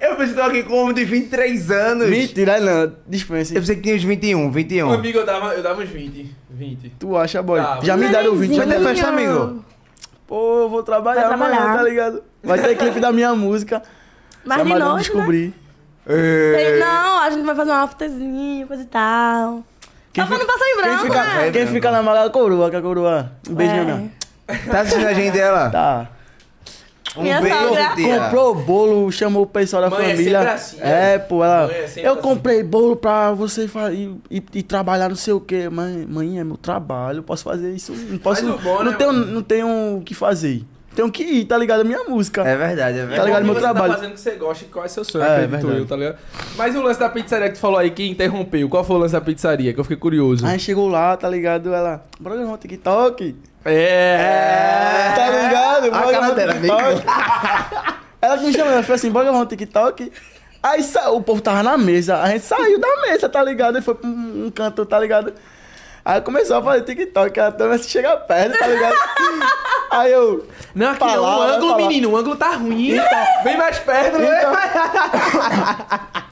[SPEAKER 2] Eu pensei que tava aqui com um homem de 23 anos.
[SPEAKER 4] Mentira, é não. Dispense.
[SPEAKER 2] Eu pensei que tinha uns 21, 21.
[SPEAKER 1] Um amigo, eu dava, eu dava uns 20. 20.
[SPEAKER 4] Tu acha, boy?
[SPEAKER 1] Tá,
[SPEAKER 4] Já me deram o vídeo.
[SPEAKER 2] um Vai
[SPEAKER 4] já
[SPEAKER 2] ter
[SPEAKER 4] me-
[SPEAKER 2] festa, amigo?
[SPEAKER 4] Pô, vou trabalhar,
[SPEAKER 3] Vai trabalhar.
[SPEAKER 4] amanhã, tá ligado? Vai ter clipe da minha música.
[SPEAKER 3] Mas de
[SPEAKER 4] Chamada
[SPEAKER 3] nós, né?
[SPEAKER 4] descobrir.
[SPEAKER 3] Ele, não, a gente vai fazer uma afterzinha, coisa e tal. Só pra não passar em branco,
[SPEAKER 4] fica,
[SPEAKER 3] né?
[SPEAKER 2] É
[SPEAKER 4] quem
[SPEAKER 2] branco.
[SPEAKER 4] fica na mala é a coroa, que a coroa. Um beijo,
[SPEAKER 3] É.
[SPEAKER 4] minha minha.
[SPEAKER 2] Tá assistindo a gente dela?
[SPEAKER 4] Tá.
[SPEAKER 3] Tá. Minha
[SPEAKER 2] beijo,
[SPEAKER 3] sogra.
[SPEAKER 2] tia.
[SPEAKER 4] Comprou o bolo, chamou o pessoal da
[SPEAKER 1] Mãe, é
[SPEAKER 4] família.
[SPEAKER 1] sempre assim,
[SPEAKER 4] é,
[SPEAKER 1] né?
[SPEAKER 4] pô, ela.
[SPEAKER 1] Mãe, é sempre
[SPEAKER 4] eu
[SPEAKER 1] assim."
[SPEAKER 4] comprei bolo pra você fa- e, e- e trabalhar não sei o quê. Mãe, mãe, é meu trabalho, eu posso fazer isso. Não posso.
[SPEAKER 1] o bom,
[SPEAKER 4] não,
[SPEAKER 1] né,
[SPEAKER 4] tenho,
[SPEAKER 1] mano?
[SPEAKER 4] não tenho o que fazer. Tenho que ir, tá ligado? É minha música.
[SPEAKER 2] É verdade, é
[SPEAKER 4] Tá
[SPEAKER 2] verdade.
[SPEAKER 4] ligado?
[SPEAKER 1] Porque
[SPEAKER 4] Meu
[SPEAKER 1] você
[SPEAKER 4] trabalho.
[SPEAKER 1] tá fazendo o que você gosta e qual é seu sonho,
[SPEAKER 4] É,
[SPEAKER 1] acredito
[SPEAKER 4] verdade.
[SPEAKER 1] eu, tá ligado? Mas o lance da pizzaria que tu falou aí, que interrompeu, qual foi o lance da pizzaria? Que eu fiquei curioso.
[SPEAKER 4] Aí chegou lá, tá ligado? Ela, bora gravar um TikTok.
[SPEAKER 1] É...
[SPEAKER 4] Tá ligado?
[SPEAKER 2] A
[SPEAKER 4] Bora
[SPEAKER 2] cara
[SPEAKER 4] gravar um
[SPEAKER 2] dela,
[SPEAKER 4] TikTok. Ela que me chamou, ela falou assim, bora gravar um TikTok. Aí sa- o povo tava na mesa, a gente saiu da mesa, tá ligado? E foi pra um, um canto, tá ligado? Aí começou a fazer TikTok, ela também se chega perto, tá ligado? Aí eu.
[SPEAKER 1] Não, aqui
[SPEAKER 4] Pra
[SPEAKER 1] não,
[SPEAKER 4] lá,
[SPEAKER 1] o
[SPEAKER 4] vai
[SPEAKER 1] ângulo,
[SPEAKER 4] pra lá.
[SPEAKER 1] menino, o ângulo tá ruim. Vem mais perto,
[SPEAKER 4] Então.
[SPEAKER 1] né?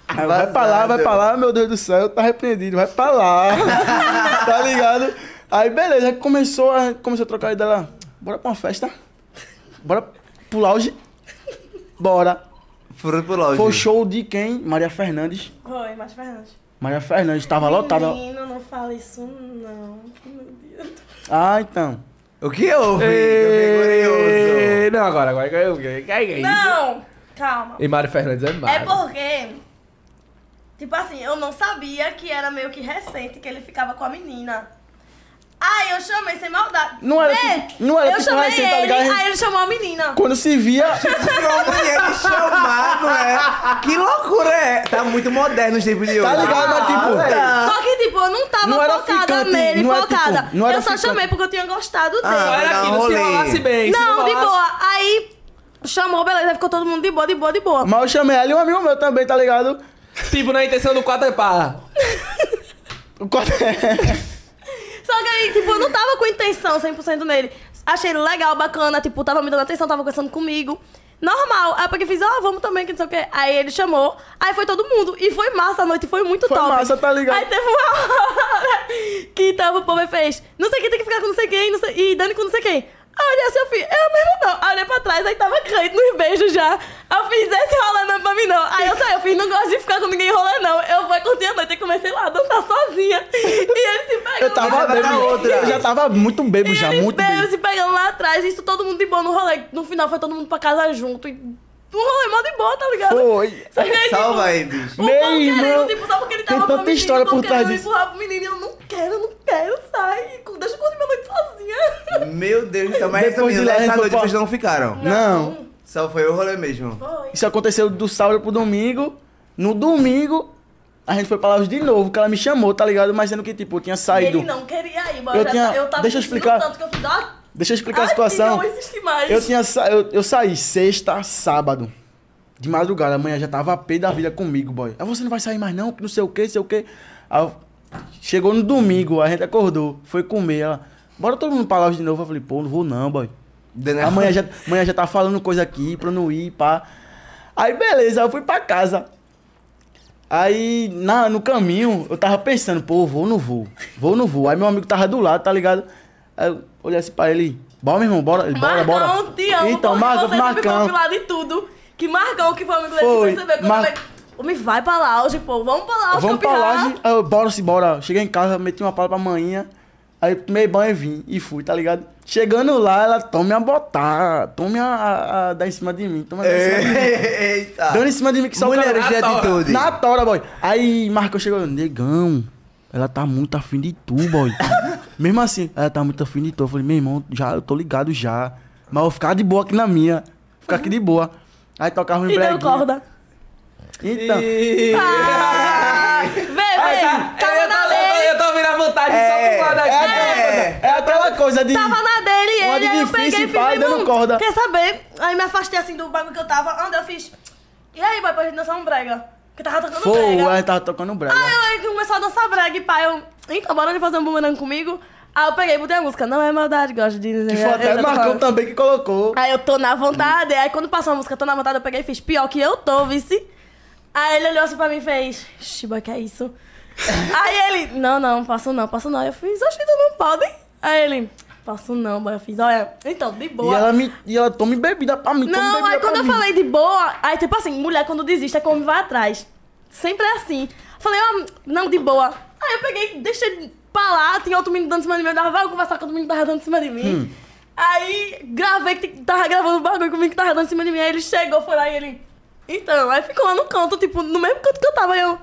[SPEAKER 4] Aí eu, vai pra lá, vai pra lá, meu Deus do céu, tá arrependido, vai pra lá. tá ligado? Aí beleza, aí começou a, começou a trocar ideia lá. Bora pra uma festa? Bora pro lounge? Bora.
[SPEAKER 2] Furo pro loja.
[SPEAKER 4] Foi o show de quem? Maria Fernandes.
[SPEAKER 3] Oi, Márcio Fernandes.
[SPEAKER 4] Maria Fernandes tava lotada.
[SPEAKER 3] Menino, não fala isso não. Meu Deus.
[SPEAKER 4] Ah, então.
[SPEAKER 2] O que houve? Eu fiquei curioso.
[SPEAKER 1] Ei, Não, agora, agora. agora, agora, agora, agora.
[SPEAKER 3] Não, calma.
[SPEAKER 1] é E Mário Fernandes é Mário.
[SPEAKER 3] É porque, tipo assim, eu não sabia que era meio que recente que ele ficava com a menina. Aí eu chamei sem maldade.
[SPEAKER 4] Não era
[SPEAKER 3] Vê,
[SPEAKER 4] que- não era
[SPEAKER 3] eu
[SPEAKER 4] que
[SPEAKER 3] chamei
[SPEAKER 4] recente, tá
[SPEAKER 3] ele,
[SPEAKER 4] ligado? A gente-
[SPEAKER 3] aí ele chamou a menina.
[SPEAKER 4] Quando se via.
[SPEAKER 2] Pra uma mulher me chamar, não é? Que loucura é? Tá muito moderno os tempos de hoje.
[SPEAKER 4] Tá ligado? Mas tipo.
[SPEAKER 2] Ah,
[SPEAKER 3] Só que, tipo, eu não tava
[SPEAKER 4] Não era
[SPEAKER 3] focada
[SPEAKER 4] ficante,
[SPEAKER 3] nele,
[SPEAKER 4] não era,
[SPEAKER 3] focada.
[SPEAKER 4] tipo, não era
[SPEAKER 3] eu só
[SPEAKER 4] ficante. Ah.
[SPEAKER 3] chamei porque eu tinha gostado dele.
[SPEAKER 1] Só
[SPEAKER 2] vai
[SPEAKER 1] era
[SPEAKER 2] dar um
[SPEAKER 1] aquilo, Ah, se
[SPEAKER 2] rolê.
[SPEAKER 1] rolasse bem. se
[SPEAKER 3] não, de
[SPEAKER 1] rolasse-
[SPEAKER 3] boa. Aí chamou, beleza, ficou todo mundo de boa, de boa, de boa.
[SPEAKER 4] Mas eu chamei ela e um amigo meu também, tá ligado?
[SPEAKER 1] Tipo, na intenção do quatro é pá.
[SPEAKER 4] O quarto-
[SPEAKER 3] Só que aí, tipo, eu não tava com intenção 100% nele. Achei ele legal, bacana, tipo, tava me dando atenção, tava conversando comigo. Normal. Aí eu peguei e fiz, ó, vamos também, que não sei o quê. Aí ele chamou, aí foi todo mundo. E foi massa a noite, foi muito
[SPEAKER 4] Foi
[SPEAKER 3] top.
[SPEAKER 4] massa, tá ligado?
[SPEAKER 3] Aí teve uma hora que tava o povo e fez, não sei quem tem que ficar com não sei quem, não sei, e Dani com não sei quem. Aí eu olhei assim, eu fiz, eu mesmo não. Aí eu olhei pra trás, aí tava crente nos beijos já. Aí Eu fiz, esse rolê não é pra mim não. Aí eu saí, eu fiz, não gosto de ficar com ninguém rolando não. Eu vou curtir a noite e comecei lá a dançar sozinha. E ele se pegou.
[SPEAKER 4] Eu tava
[SPEAKER 2] Vai dar
[SPEAKER 4] bêbado.
[SPEAKER 2] outra.
[SPEAKER 4] Eu já tava muito bêbado,
[SPEAKER 3] E
[SPEAKER 4] já,
[SPEAKER 3] eles
[SPEAKER 4] muito
[SPEAKER 3] bebem,
[SPEAKER 4] bêbado.
[SPEAKER 3] se pegando lá atrás, isso todo mundo de boa no rolê. No final foi todo mundo pra casa junto. E um rolê mó de boa, tá ligado?
[SPEAKER 4] Foi.
[SPEAKER 3] Só que aí, tipo,
[SPEAKER 2] Salva aí, bicho.
[SPEAKER 3] O
[SPEAKER 4] Meu
[SPEAKER 3] povo
[SPEAKER 4] irmão,
[SPEAKER 3] querendo, tipo, só porque ele
[SPEAKER 4] tem
[SPEAKER 3] tava com a
[SPEAKER 4] tanta
[SPEAKER 3] menina,
[SPEAKER 4] história
[SPEAKER 3] o povo
[SPEAKER 4] por trás
[SPEAKER 3] querendo
[SPEAKER 4] disso.
[SPEAKER 3] empurrar pro menino, e eu não quero, não quero, sai. Deixa eu curtir minha noite sozinha.
[SPEAKER 2] Meu Deus do céu, mas
[SPEAKER 4] Depois
[SPEAKER 2] resumindo,
[SPEAKER 4] de lá, a gente
[SPEAKER 2] nessa
[SPEAKER 4] foi
[SPEAKER 2] noite
[SPEAKER 4] pra-
[SPEAKER 2] vocês não ficaram.
[SPEAKER 4] Não.
[SPEAKER 2] Só foi o rolê mesmo.
[SPEAKER 3] Foi.
[SPEAKER 4] Isso aconteceu do sábado pro domingo. No domingo, a gente foi pra Laos de novo, que ela me chamou, tá ligado? Mas sendo que, tipo, eu tinha saído.
[SPEAKER 3] Ele não queria ir, mas
[SPEAKER 4] Eu
[SPEAKER 3] já
[SPEAKER 4] tinha-
[SPEAKER 3] tá- eu tava
[SPEAKER 4] deixa eu
[SPEAKER 3] insistindo
[SPEAKER 4] explicar.
[SPEAKER 3] tanto que eu fiz, ó,
[SPEAKER 4] Deixa eu explicar
[SPEAKER 3] ai,
[SPEAKER 4] a situação.
[SPEAKER 3] filho, não é existe mais.
[SPEAKER 4] Eu tinha sa... eu, eu saí sexta, sábado. De madrugada, amanhã já tava a pé da vida comigo, boy. Aí você não vai sair mais não, que não sei o que, sei o que. Aí eu- chegou no domingo, a gente acordou, foi comer. Ela, bora todo mundo pra lá de novo. Eu falei, pô, não vou não, boy.
[SPEAKER 2] Daniel-
[SPEAKER 4] Amanhã já, amanhã já tá falando coisa aqui pra eu não ir, pá. Aí beleza, eu fui pra casa. Aí na, no caminho eu tava pensando, pô, vou ou não vou? Vou ou não vou? Aí meu amigo tava do lado, tá ligado? Aí eu olhei assim pra ele, bora meu irmão, bora, ele, bora, bora.
[SPEAKER 3] Marcão, te amo,
[SPEAKER 4] então,
[SPEAKER 3] porque
[SPEAKER 4] Marcão,
[SPEAKER 3] você sempre foi pro
[SPEAKER 4] Marcão.
[SPEAKER 3] lado de tudo. Que Marcão, que foi amigo dele,
[SPEAKER 4] Foi,
[SPEAKER 3] que percebeu que
[SPEAKER 4] Mar-
[SPEAKER 3] eu falei, Homem, vai pra Lounge, pô, vamos pra Lounge,
[SPEAKER 4] Vamos pra
[SPEAKER 3] campear."
[SPEAKER 4] laje, aí eu, bora se bora. Cheguei em casa, meti uma pala pra manhã. Aí tomei banho e vim, e fui, tá ligado? Chegando lá, ela tome a botar, tome a, a, a dar em cima de mim, toma a dar em cima de
[SPEAKER 2] É.
[SPEAKER 4] mim.
[SPEAKER 2] Eita.
[SPEAKER 4] Dando em cima de mim que só o cara-
[SPEAKER 2] Mulheres de
[SPEAKER 1] Na tora.
[SPEAKER 2] atitude.
[SPEAKER 4] Na tora, boy. Aí Marcão chegou, negão, ela tá muito afim de tu, boy. Mesmo assim, ela tá muito afim de tu. Eu falei, meu irmão, já, eu tô ligado já. Mas eu vou ficar de boa aqui na minha. Ficar aqui de boa. Aí tocava um
[SPEAKER 3] E deu
[SPEAKER 4] breguinho.
[SPEAKER 3] corda.
[SPEAKER 4] Então,
[SPEAKER 1] E...
[SPEAKER 3] Tá, Ah, vê, vê, tava
[SPEAKER 1] tá, eu,
[SPEAKER 3] na
[SPEAKER 1] tô, eu, tô,
[SPEAKER 3] dele,
[SPEAKER 1] eu tô virando vontade só pro lado
[SPEAKER 4] é,
[SPEAKER 1] aqui.
[SPEAKER 4] aquela- é aquela coisa de...
[SPEAKER 3] tava na dele, e
[SPEAKER 4] Uma
[SPEAKER 3] ele,
[SPEAKER 4] de
[SPEAKER 3] aí eu
[SPEAKER 4] difícil,
[SPEAKER 3] peguei e
[SPEAKER 4] pai,
[SPEAKER 3] fiz, meu
[SPEAKER 4] dando
[SPEAKER 3] irmão,
[SPEAKER 4] corda.
[SPEAKER 3] quer saber? Aí me afastei assim do bagulho que eu tava, anda, eu fiz, e aí, boy, pra gente dançar um brega? Que tava tocando
[SPEAKER 4] Foi,
[SPEAKER 3] brega.
[SPEAKER 4] aí tava tocando brega.
[SPEAKER 3] Aí ele começou a dançar brega e pai, eu, então, bora ele fazer um bumerangue comigo? Aí eu peguei e botei a música, não é maldade, gosto de dizer.
[SPEAKER 4] Que foi
[SPEAKER 3] Eu
[SPEAKER 4] até
[SPEAKER 3] já tô
[SPEAKER 4] Marcão tá
[SPEAKER 3] falando.
[SPEAKER 4] também que colocou.
[SPEAKER 3] Aí eu tô na vontade. Aí quando passou a música, tô na vontade, eu peguei e fiz pior que eu tô, vice. Aí ele olhou assim pra mim e fez, Shiba, que é isso? Aí ele, não, não, posso não, posso não. Eu fiz, oxe, tu não pode? Aí ele, posso não, mas eu fiz, olha, então, de boa.
[SPEAKER 4] E ela, me, e ela tome bebida pra mim, tome
[SPEAKER 3] Não,
[SPEAKER 4] bebida
[SPEAKER 3] aí quando
[SPEAKER 4] pra
[SPEAKER 3] eu
[SPEAKER 4] mim.
[SPEAKER 3] falei de boa, aí tipo assim, mulher quando desiste é como vai atrás. Sempre é assim. Falei, ó, não, de boa.
[SPEAKER 4] Hum.
[SPEAKER 3] Aí eu peguei, deixei pra lá, tinha outro menino dando em cima de mim, eu dava, vai eu conversar com outro menino que tava dando em cima de mim. Aí gravei que tava gravando um bagulho comigo que tava dando em cima de mim. Aí ele chegou, foi lá e ele. Então, aí ficou lá no canto, tipo, no mesmo canto que eu tava. Aí eu.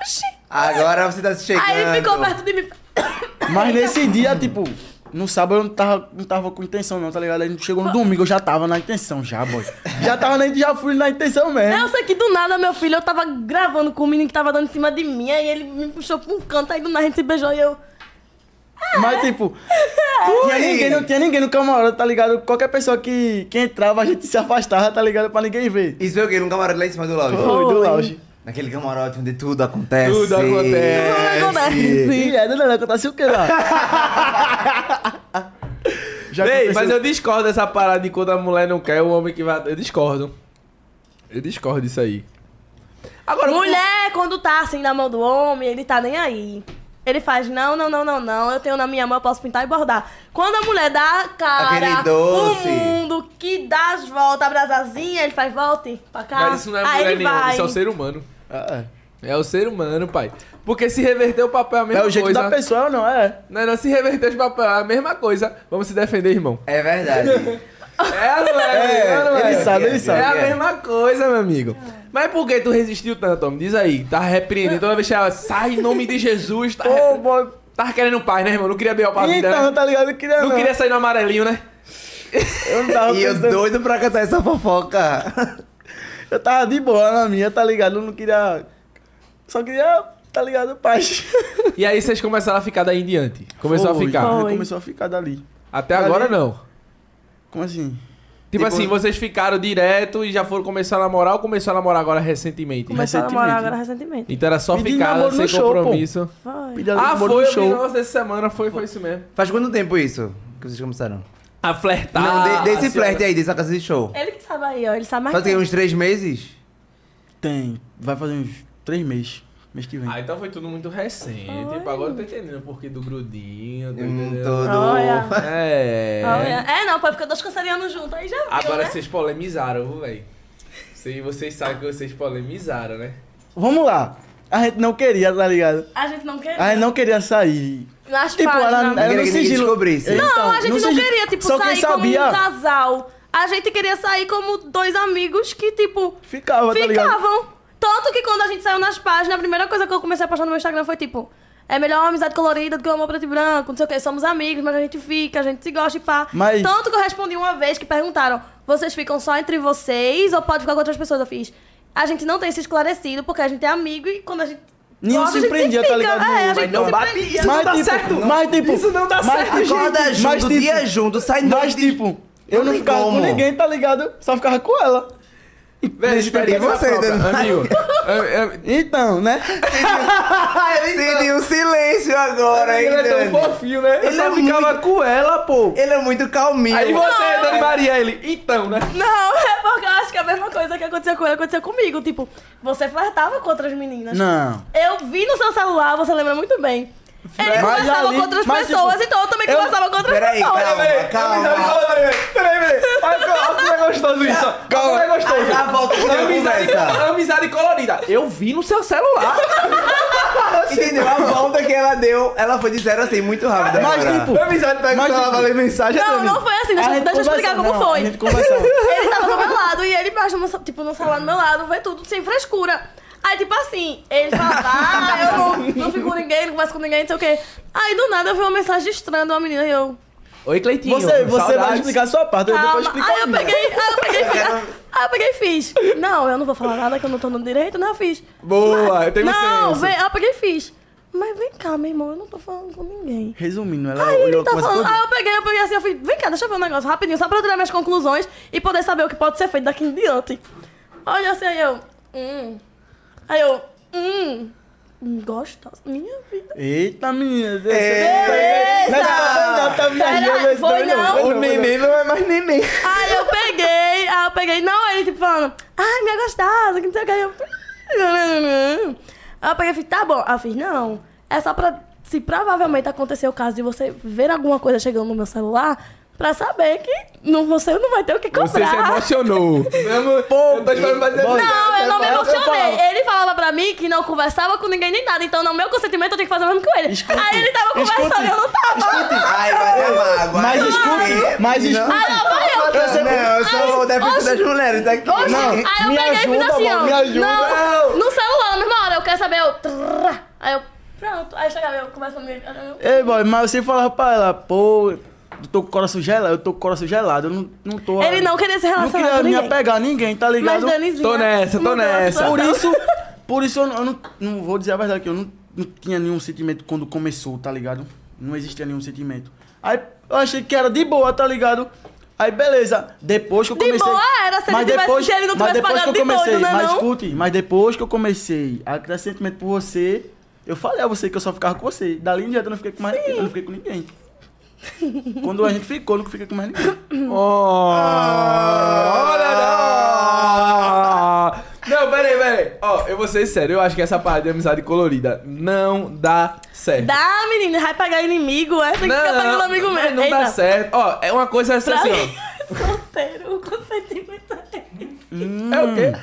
[SPEAKER 3] Oxi.
[SPEAKER 2] Agora você tá se chegando.
[SPEAKER 3] Aí ele ficou perto de mim.
[SPEAKER 4] Mas nesse dia, tipo, no sábado eu não tava, não tava com intenção, não, tá ligado? A gente chegou no domingo, eu já tava na intenção, já, boy. Já tava na, já fui na intenção mesmo.
[SPEAKER 3] Eu sei que do nada, meu filho, eu tava gravando com o menino que tava dando em cima de mim. Aí ele me puxou pra um canto, aí do nada a gente se beijou e eu.
[SPEAKER 4] Mas, tipo, tinha ninguém, não tinha ninguém no camarote, tá ligado? Qualquer pessoa que, que entrava, a gente se afastava, tá ligado? Pra ninguém ver.
[SPEAKER 2] Isso foi o quê? Num um camarote lá em cima do lobby.
[SPEAKER 4] Foi do lounge.
[SPEAKER 2] Naquele camarote onde tudo acontece.
[SPEAKER 1] Tudo acontece.
[SPEAKER 3] Tudo acontece.
[SPEAKER 4] Sim, é, não, não, não, acontece o quê lá? Já
[SPEAKER 1] Ei,
[SPEAKER 4] aconteceu-
[SPEAKER 1] mas eu discordo dessa parada de quando a mulher não quer, o homem que vai. Eu discordo. Eu discordo disso aí. Agora,
[SPEAKER 3] Mulher, quando tá assim na mão do homem, ele tá nem aí. Ele faz, não, não, não, não, não, eu tenho na minha mão, eu posso pintar e bordar. Quando a mulher dá a cara,
[SPEAKER 2] Aquele doce.
[SPEAKER 3] o mundo que dá as voltas, a brasazinha, ele faz, volte pra
[SPEAKER 4] tá-
[SPEAKER 3] cá.
[SPEAKER 1] Mas isso não é
[SPEAKER 3] aí
[SPEAKER 1] mulher
[SPEAKER 3] ele
[SPEAKER 1] nenhuma,
[SPEAKER 3] vai.
[SPEAKER 1] isso é o ser humano.
[SPEAKER 4] Ah,
[SPEAKER 1] É o ser humano, pai. Porque se reverter o papel é a
[SPEAKER 4] é.
[SPEAKER 1] mesma
[SPEAKER 4] É o jeito
[SPEAKER 1] coisa.
[SPEAKER 4] da pessoa, não, é.
[SPEAKER 1] Não, não, se reverter os papel é a mesma coisa. Vamos se defender, irmão.
[SPEAKER 2] É verdade.
[SPEAKER 1] É, não é?
[SPEAKER 4] É,
[SPEAKER 1] não
[SPEAKER 4] ele sabe, ele
[SPEAKER 1] É
[SPEAKER 4] sabe. É.
[SPEAKER 1] a mesma coisa, meu amigo. Mas por que tu resistiu tanto, homem? Diz aí. Tá repreendendo. Toda vez que ela sai em nome de Jesus, tá,
[SPEAKER 4] Ô,
[SPEAKER 1] repre...
[SPEAKER 4] boy.
[SPEAKER 1] tá querendo paz, né, irmão? Não queria bem pra vida,
[SPEAKER 4] Então,
[SPEAKER 1] né?
[SPEAKER 4] tá ligado? Eu queria
[SPEAKER 1] Não queria sair no amarelinho, né?
[SPEAKER 4] Eu não tava
[SPEAKER 2] e eu
[SPEAKER 4] pensando-
[SPEAKER 2] doido pra cantar essa fofoca.
[SPEAKER 4] Eu tava de boa na minha, tá ligado? Eu não queria. Só queria, tá ligado? Paz.
[SPEAKER 1] E aí vocês começaram a ficar daí em diante. Começou
[SPEAKER 4] Foi,
[SPEAKER 1] a ficar.
[SPEAKER 4] foi.
[SPEAKER 3] Foi.
[SPEAKER 4] Começou a ficar dali.
[SPEAKER 1] Até
[SPEAKER 4] Dali-
[SPEAKER 1] agora, não.
[SPEAKER 4] Como assim?
[SPEAKER 1] Tipo
[SPEAKER 2] Tipo-
[SPEAKER 1] assim, vocês ficaram direto e já foram começar a namorar ou começou a namorar agora recentemente?
[SPEAKER 3] Começou a namorar
[SPEAKER 4] recentemente.
[SPEAKER 3] agora recentemente.
[SPEAKER 1] Então era só
[SPEAKER 4] Pedi
[SPEAKER 1] ficar
[SPEAKER 4] namoro
[SPEAKER 1] sem
[SPEAKER 4] no show, pô.
[SPEAKER 1] compromisso.
[SPEAKER 3] Foi.
[SPEAKER 4] Pedi ali
[SPEAKER 1] Ah,
[SPEAKER 4] no
[SPEAKER 1] foi,
[SPEAKER 4] show.
[SPEAKER 1] show. dessa semana foi, foi isso mesmo.
[SPEAKER 2] Faz quanto tempo isso que vocês começaram?
[SPEAKER 1] A flertar.
[SPEAKER 2] não, de, desse
[SPEAKER 1] a
[SPEAKER 2] flerte aí, dessa casa de show.
[SPEAKER 3] Ele que sabe aí, ó, ele sabe mais.
[SPEAKER 2] Faz o quê?
[SPEAKER 3] que eu.
[SPEAKER 2] Uns três meses?
[SPEAKER 4] Tem. Vai fazer uns três meses. Mês que vem.
[SPEAKER 1] Ah, então foi tudo muito recente. Tipo, agora eu tô entendendo porque do grudinho. Tá
[SPEAKER 2] Eu não
[SPEAKER 1] entendendo?
[SPEAKER 2] tô
[SPEAKER 3] Olha.
[SPEAKER 2] um do...
[SPEAKER 1] É.
[SPEAKER 3] Olha, É, não, pô, porque eu tô cancerianos junto, aí já viu,
[SPEAKER 1] Agora
[SPEAKER 3] né?
[SPEAKER 1] vocês polemizaram, viu, velho. Sei, vocês sabem que vocês polemizaram, né?
[SPEAKER 4] Vamos lá. A gente não queria, tá ligado?
[SPEAKER 3] A gente não quer.
[SPEAKER 4] A gente não queria sair.
[SPEAKER 3] Nas
[SPEAKER 4] Tipo,
[SPEAKER 3] páginas.
[SPEAKER 4] ela, ela
[SPEAKER 2] queria
[SPEAKER 4] não
[SPEAKER 2] que ninguém
[SPEAKER 4] sigilo.
[SPEAKER 2] descobrisse.
[SPEAKER 4] Então,
[SPEAKER 3] Não, a gente não,
[SPEAKER 4] sigilo-
[SPEAKER 3] queria, tipo,
[SPEAKER 4] Só quem
[SPEAKER 3] sair como um
[SPEAKER 4] sabia
[SPEAKER 3] casal. A gente queria sair como dois amigos que, tipo,
[SPEAKER 4] ficava, tá ligado?
[SPEAKER 3] ficavam. Tanto que quando a gente saiu nas páginas, a primeira coisa que eu comecei a postar no meu Instagram foi, tipo, é melhor uma amizade colorida do que o amor preto e branco, não sei o quê. Somos amigos, mas a gente fica, a gente se gosta e pá.
[SPEAKER 4] Mas-
[SPEAKER 3] Tanto que eu respondi uma vez que perguntaram, vocês ficam só entre vocês ou pode ficar com outras pessoas? Eu fiz, a gente não tem se esclarecido porque a gente é amigo e quando a gente...
[SPEAKER 4] Ninguém
[SPEAKER 3] gosta,
[SPEAKER 4] se
[SPEAKER 3] a gente
[SPEAKER 4] prendia, tá
[SPEAKER 3] fica.
[SPEAKER 4] ligado?
[SPEAKER 3] É, a
[SPEAKER 4] Mas
[SPEAKER 3] gente
[SPEAKER 1] não
[SPEAKER 3] se
[SPEAKER 1] bate
[SPEAKER 3] prendia.
[SPEAKER 1] isso. não dá
[SPEAKER 4] tipo,
[SPEAKER 1] certo.
[SPEAKER 4] Mas, tipo,
[SPEAKER 1] Isso não dá
[SPEAKER 4] mas,
[SPEAKER 1] certo,
[SPEAKER 4] tipo,
[SPEAKER 2] Acorda junto,
[SPEAKER 4] mas, tipo,
[SPEAKER 2] dia junto, sai
[SPEAKER 4] Mas,
[SPEAKER 2] noite.
[SPEAKER 4] tipo, eu não
[SPEAKER 2] tem
[SPEAKER 4] ficava com
[SPEAKER 2] como.
[SPEAKER 4] ninguém, tá ligado? Só ficava com ela.
[SPEAKER 1] Velho, experiência
[SPEAKER 2] você,
[SPEAKER 1] própria.
[SPEAKER 2] Daniel?
[SPEAKER 1] Amigo, eu- eu-
[SPEAKER 4] Então, né?
[SPEAKER 2] Senti um silêncio agora, hein,
[SPEAKER 1] Ele é tão
[SPEAKER 2] Dani?
[SPEAKER 1] fofinho, né? Eu
[SPEAKER 2] Ele
[SPEAKER 4] Tá
[SPEAKER 1] só
[SPEAKER 2] é
[SPEAKER 1] ficava
[SPEAKER 2] muito-
[SPEAKER 1] com ela, pô.
[SPEAKER 2] Ele é muito calminho.
[SPEAKER 1] Aí você, Dani Maria, ele. Então, né?
[SPEAKER 3] Não, é porque eu acho que a mesma coisa que aconteceu com ele aconteceu comigo. Tipo, você flertava com outras meninas.
[SPEAKER 4] Não.
[SPEAKER 3] Eu vi no seu celular, você lembra muito bem. Ele
[SPEAKER 4] Mas
[SPEAKER 3] conversava
[SPEAKER 4] ali-
[SPEAKER 3] com outras
[SPEAKER 4] mas, tipo,
[SPEAKER 3] pessoas, então eu também
[SPEAKER 4] eu-
[SPEAKER 3] conversava com outras
[SPEAKER 2] Peraí,
[SPEAKER 3] pessoas.
[SPEAKER 2] calma, calma.
[SPEAKER 1] Peraí, peraí. Olha como é gostoso isso. ó. Olha como é gostoso.
[SPEAKER 2] Já volto pra
[SPEAKER 1] Amizade,
[SPEAKER 2] conversa.
[SPEAKER 1] amizade colorida. Eu vi no seu celular.
[SPEAKER 2] Entendeu? A volta que ela deu, ela foi de zero assim, muito rápida
[SPEAKER 4] Mas,
[SPEAKER 2] agora.
[SPEAKER 4] tipo,
[SPEAKER 1] amizade
[SPEAKER 4] Mas, tipo,
[SPEAKER 1] mensagem.
[SPEAKER 3] Não, não foi assim, deixa,
[SPEAKER 4] A gente
[SPEAKER 3] deixa eu explicar
[SPEAKER 4] conversava,
[SPEAKER 3] como
[SPEAKER 4] não,
[SPEAKER 3] foi.
[SPEAKER 4] a gente conversava.
[SPEAKER 3] Ele tava do meu lado e ele baixou, no, tipo, no celular do meu lado, vê tudo sem frescura. Aí, tipo assim, ele falava, ah, eu não, não fico com ninguém, não converso com ninguém, não sei o quê. Aí, do nada, eu vi uma mensagem estranha de uma menina e eu...
[SPEAKER 1] Oi, Cleitinho.
[SPEAKER 4] Você, você vai
[SPEAKER 1] Saudades.
[SPEAKER 4] explicar a sua parte, eu depois
[SPEAKER 3] Calma.
[SPEAKER 4] explico
[SPEAKER 3] Aí
[SPEAKER 4] a
[SPEAKER 3] eu
[SPEAKER 4] minha.
[SPEAKER 3] peguei, aí eu peguei, e fiz- aí eu peguei e fiz. Não, eu não vou falar nada que eu não tô no direito, né? Eu fiz.
[SPEAKER 1] Boa, eu tenho
[SPEAKER 3] Não,
[SPEAKER 1] senso.
[SPEAKER 3] vem, aí eu peguei e fiz. Mas vem cá, meu irmão, eu não tô falando com ninguém.
[SPEAKER 4] Resumindo, ela
[SPEAKER 3] Aí ele
[SPEAKER 4] olhou
[SPEAKER 3] tá
[SPEAKER 4] com as
[SPEAKER 3] falando.
[SPEAKER 4] coisas.
[SPEAKER 3] Aí eu peguei, eu peguei assim, eu falei, vem cá, deixa eu ver um negócio rapidinho, só pra eu tirar minhas conclusões e poder saber o que pode ser feito daqui em diante. Olha assim, aí eu. Hum. Aí eu. Hum. Gostosa. Minha vida.
[SPEAKER 4] Eita, menina.
[SPEAKER 3] Beleza!
[SPEAKER 4] tá
[SPEAKER 3] Pera, foi não.
[SPEAKER 4] O neném.
[SPEAKER 2] não é mais neném.
[SPEAKER 3] Aí eu peguei, aí eu peguei, não, ele tipo falando, ai, minha gostosa, que não sei o que. Aí eu, aí eu peguei e falei, tá bom. Aí eu fiz, não, é só pra, se provavelmente acontecer o caso de você ver alguma coisa chegando no meu celular, pra pra saber que não, você não vai ter o que comprar.
[SPEAKER 5] Você se emocionou.
[SPEAKER 1] Mesmo, eu tô esperando fazer
[SPEAKER 4] Bora.
[SPEAKER 3] Não, eu não me
[SPEAKER 4] Eu falo-
[SPEAKER 3] emocionei. Ele falava pra mim que não conversava com ninguém nem nada. Então, no meu consentimento, eu tinha que fazer o mesmo com ele.
[SPEAKER 4] Escute,
[SPEAKER 3] Aí ele tava conversando
[SPEAKER 4] escute,
[SPEAKER 3] e eu não tava.
[SPEAKER 2] Ai, vai ter mágoa.
[SPEAKER 4] Mas escute, mas escute.
[SPEAKER 3] Ah, não, foi eu.
[SPEAKER 4] Eu sei-
[SPEAKER 2] Não, eu sou o defensor
[SPEAKER 3] Oxe.
[SPEAKER 2] das mulheres aqui.
[SPEAKER 3] Oxi,
[SPEAKER 4] Não,
[SPEAKER 3] aí eu
[SPEAKER 4] me
[SPEAKER 3] peguei e fiz
[SPEAKER 4] ajuda,
[SPEAKER 3] assim,
[SPEAKER 4] amor,
[SPEAKER 3] ó.
[SPEAKER 4] me ajuda.
[SPEAKER 3] Não, no celular, na mesma hora, eu quero saber, eu... trrr, Aí eu, pronto. Aí chegava eu conversando com ele. eu-
[SPEAKER 4] Ei, boy, mas você falava pra ela, pô, eu tô com o coração gelado, eu tô com o coração gelado, eu não, não tô.
[SPEAKER 3] Ele não queria se
[SPEAKER 4] Não
[SPEAKER 3] relacionar
[SPEAKER 4] queria
[SPEAKER 3] com
[SPEAKER 4] me
[SPEAKER 3] ninguém.
[SPEAKER 4] apegar a ninguém, tá
[SPEAKER 3] Mas
[SPEAKER 4] ligado?
[SPEAKER 3] Danizinha...
[SPEAKER 5] Tô nessa, tô
[SPEAKER 3] mudou a
[SPEAKER 5] nessa.
[SPEAKER 3] situação.
[SPEAKER 4] Por isso, por isso eu, não, eu não, não vou dizer a verdade que eu não, não tinha nenhum sentimento quando começou, tá ligado? Não existia nenhum sentimento. Aí eu achei que era de boa, tá ligado? Aí beleza, depois que eu
[SPEAKER 3] De
[SPEAKER 4] comecei.
[SPEAKER 3] boa era, se ele
[SPEAKER 4] mas
[SPEAKER 3] tivesse-
[SPEAKER 4] depois,
[SPEAKER 3] se ele não
[SPEAKER 4] mas
[SPEAKER 3] tivesse
[SPEAKER 4] depois que
[SPEAKER 3] pagado
[SPEAKER 4] eu
[SPEAKER 3] de
[SPEAKER 4] comecei,
[SPEAKER 3] doido, né,
[SPEAKER 4] mas
[SPEAKER 3] não?
[SPEAKER 4] escute, mas depois que eu comecei a criar sentimento por você, eu falei a você que eu só ficava com você. Dali em diante eu não fiquei com mais ninguém, eu não fiquei com ninguém. Quando a gente ficou, eu não fiquei com mais ninguém.
[SPEAKER 5] Oh!
[SPEAKER 3] Ah!
[SPEAKER 5] Olha não! Não, peraí, peraí. Ó, eu vou ser sério, eu acho que essa parte de amizade colorida não dá certo.
[SPEAKER 3] Dá, menina, vai pagar inimigo, é? Tem que ficar pagando amigo
[SPEAKER 5] mas
[SPEAKER 3] mesmo.
[SPEAKER 5] não dá
[SPEAKER 3] Eita.
[SPEAKER 5] certo. Ó, é uma coisa assim,
[SPEAKER 3] Pra
[SPEAKER 5] ó.
[SPEAKER 3] mim, solteiro, o consentimento é esse.
[SPEAKER 5] É o quê?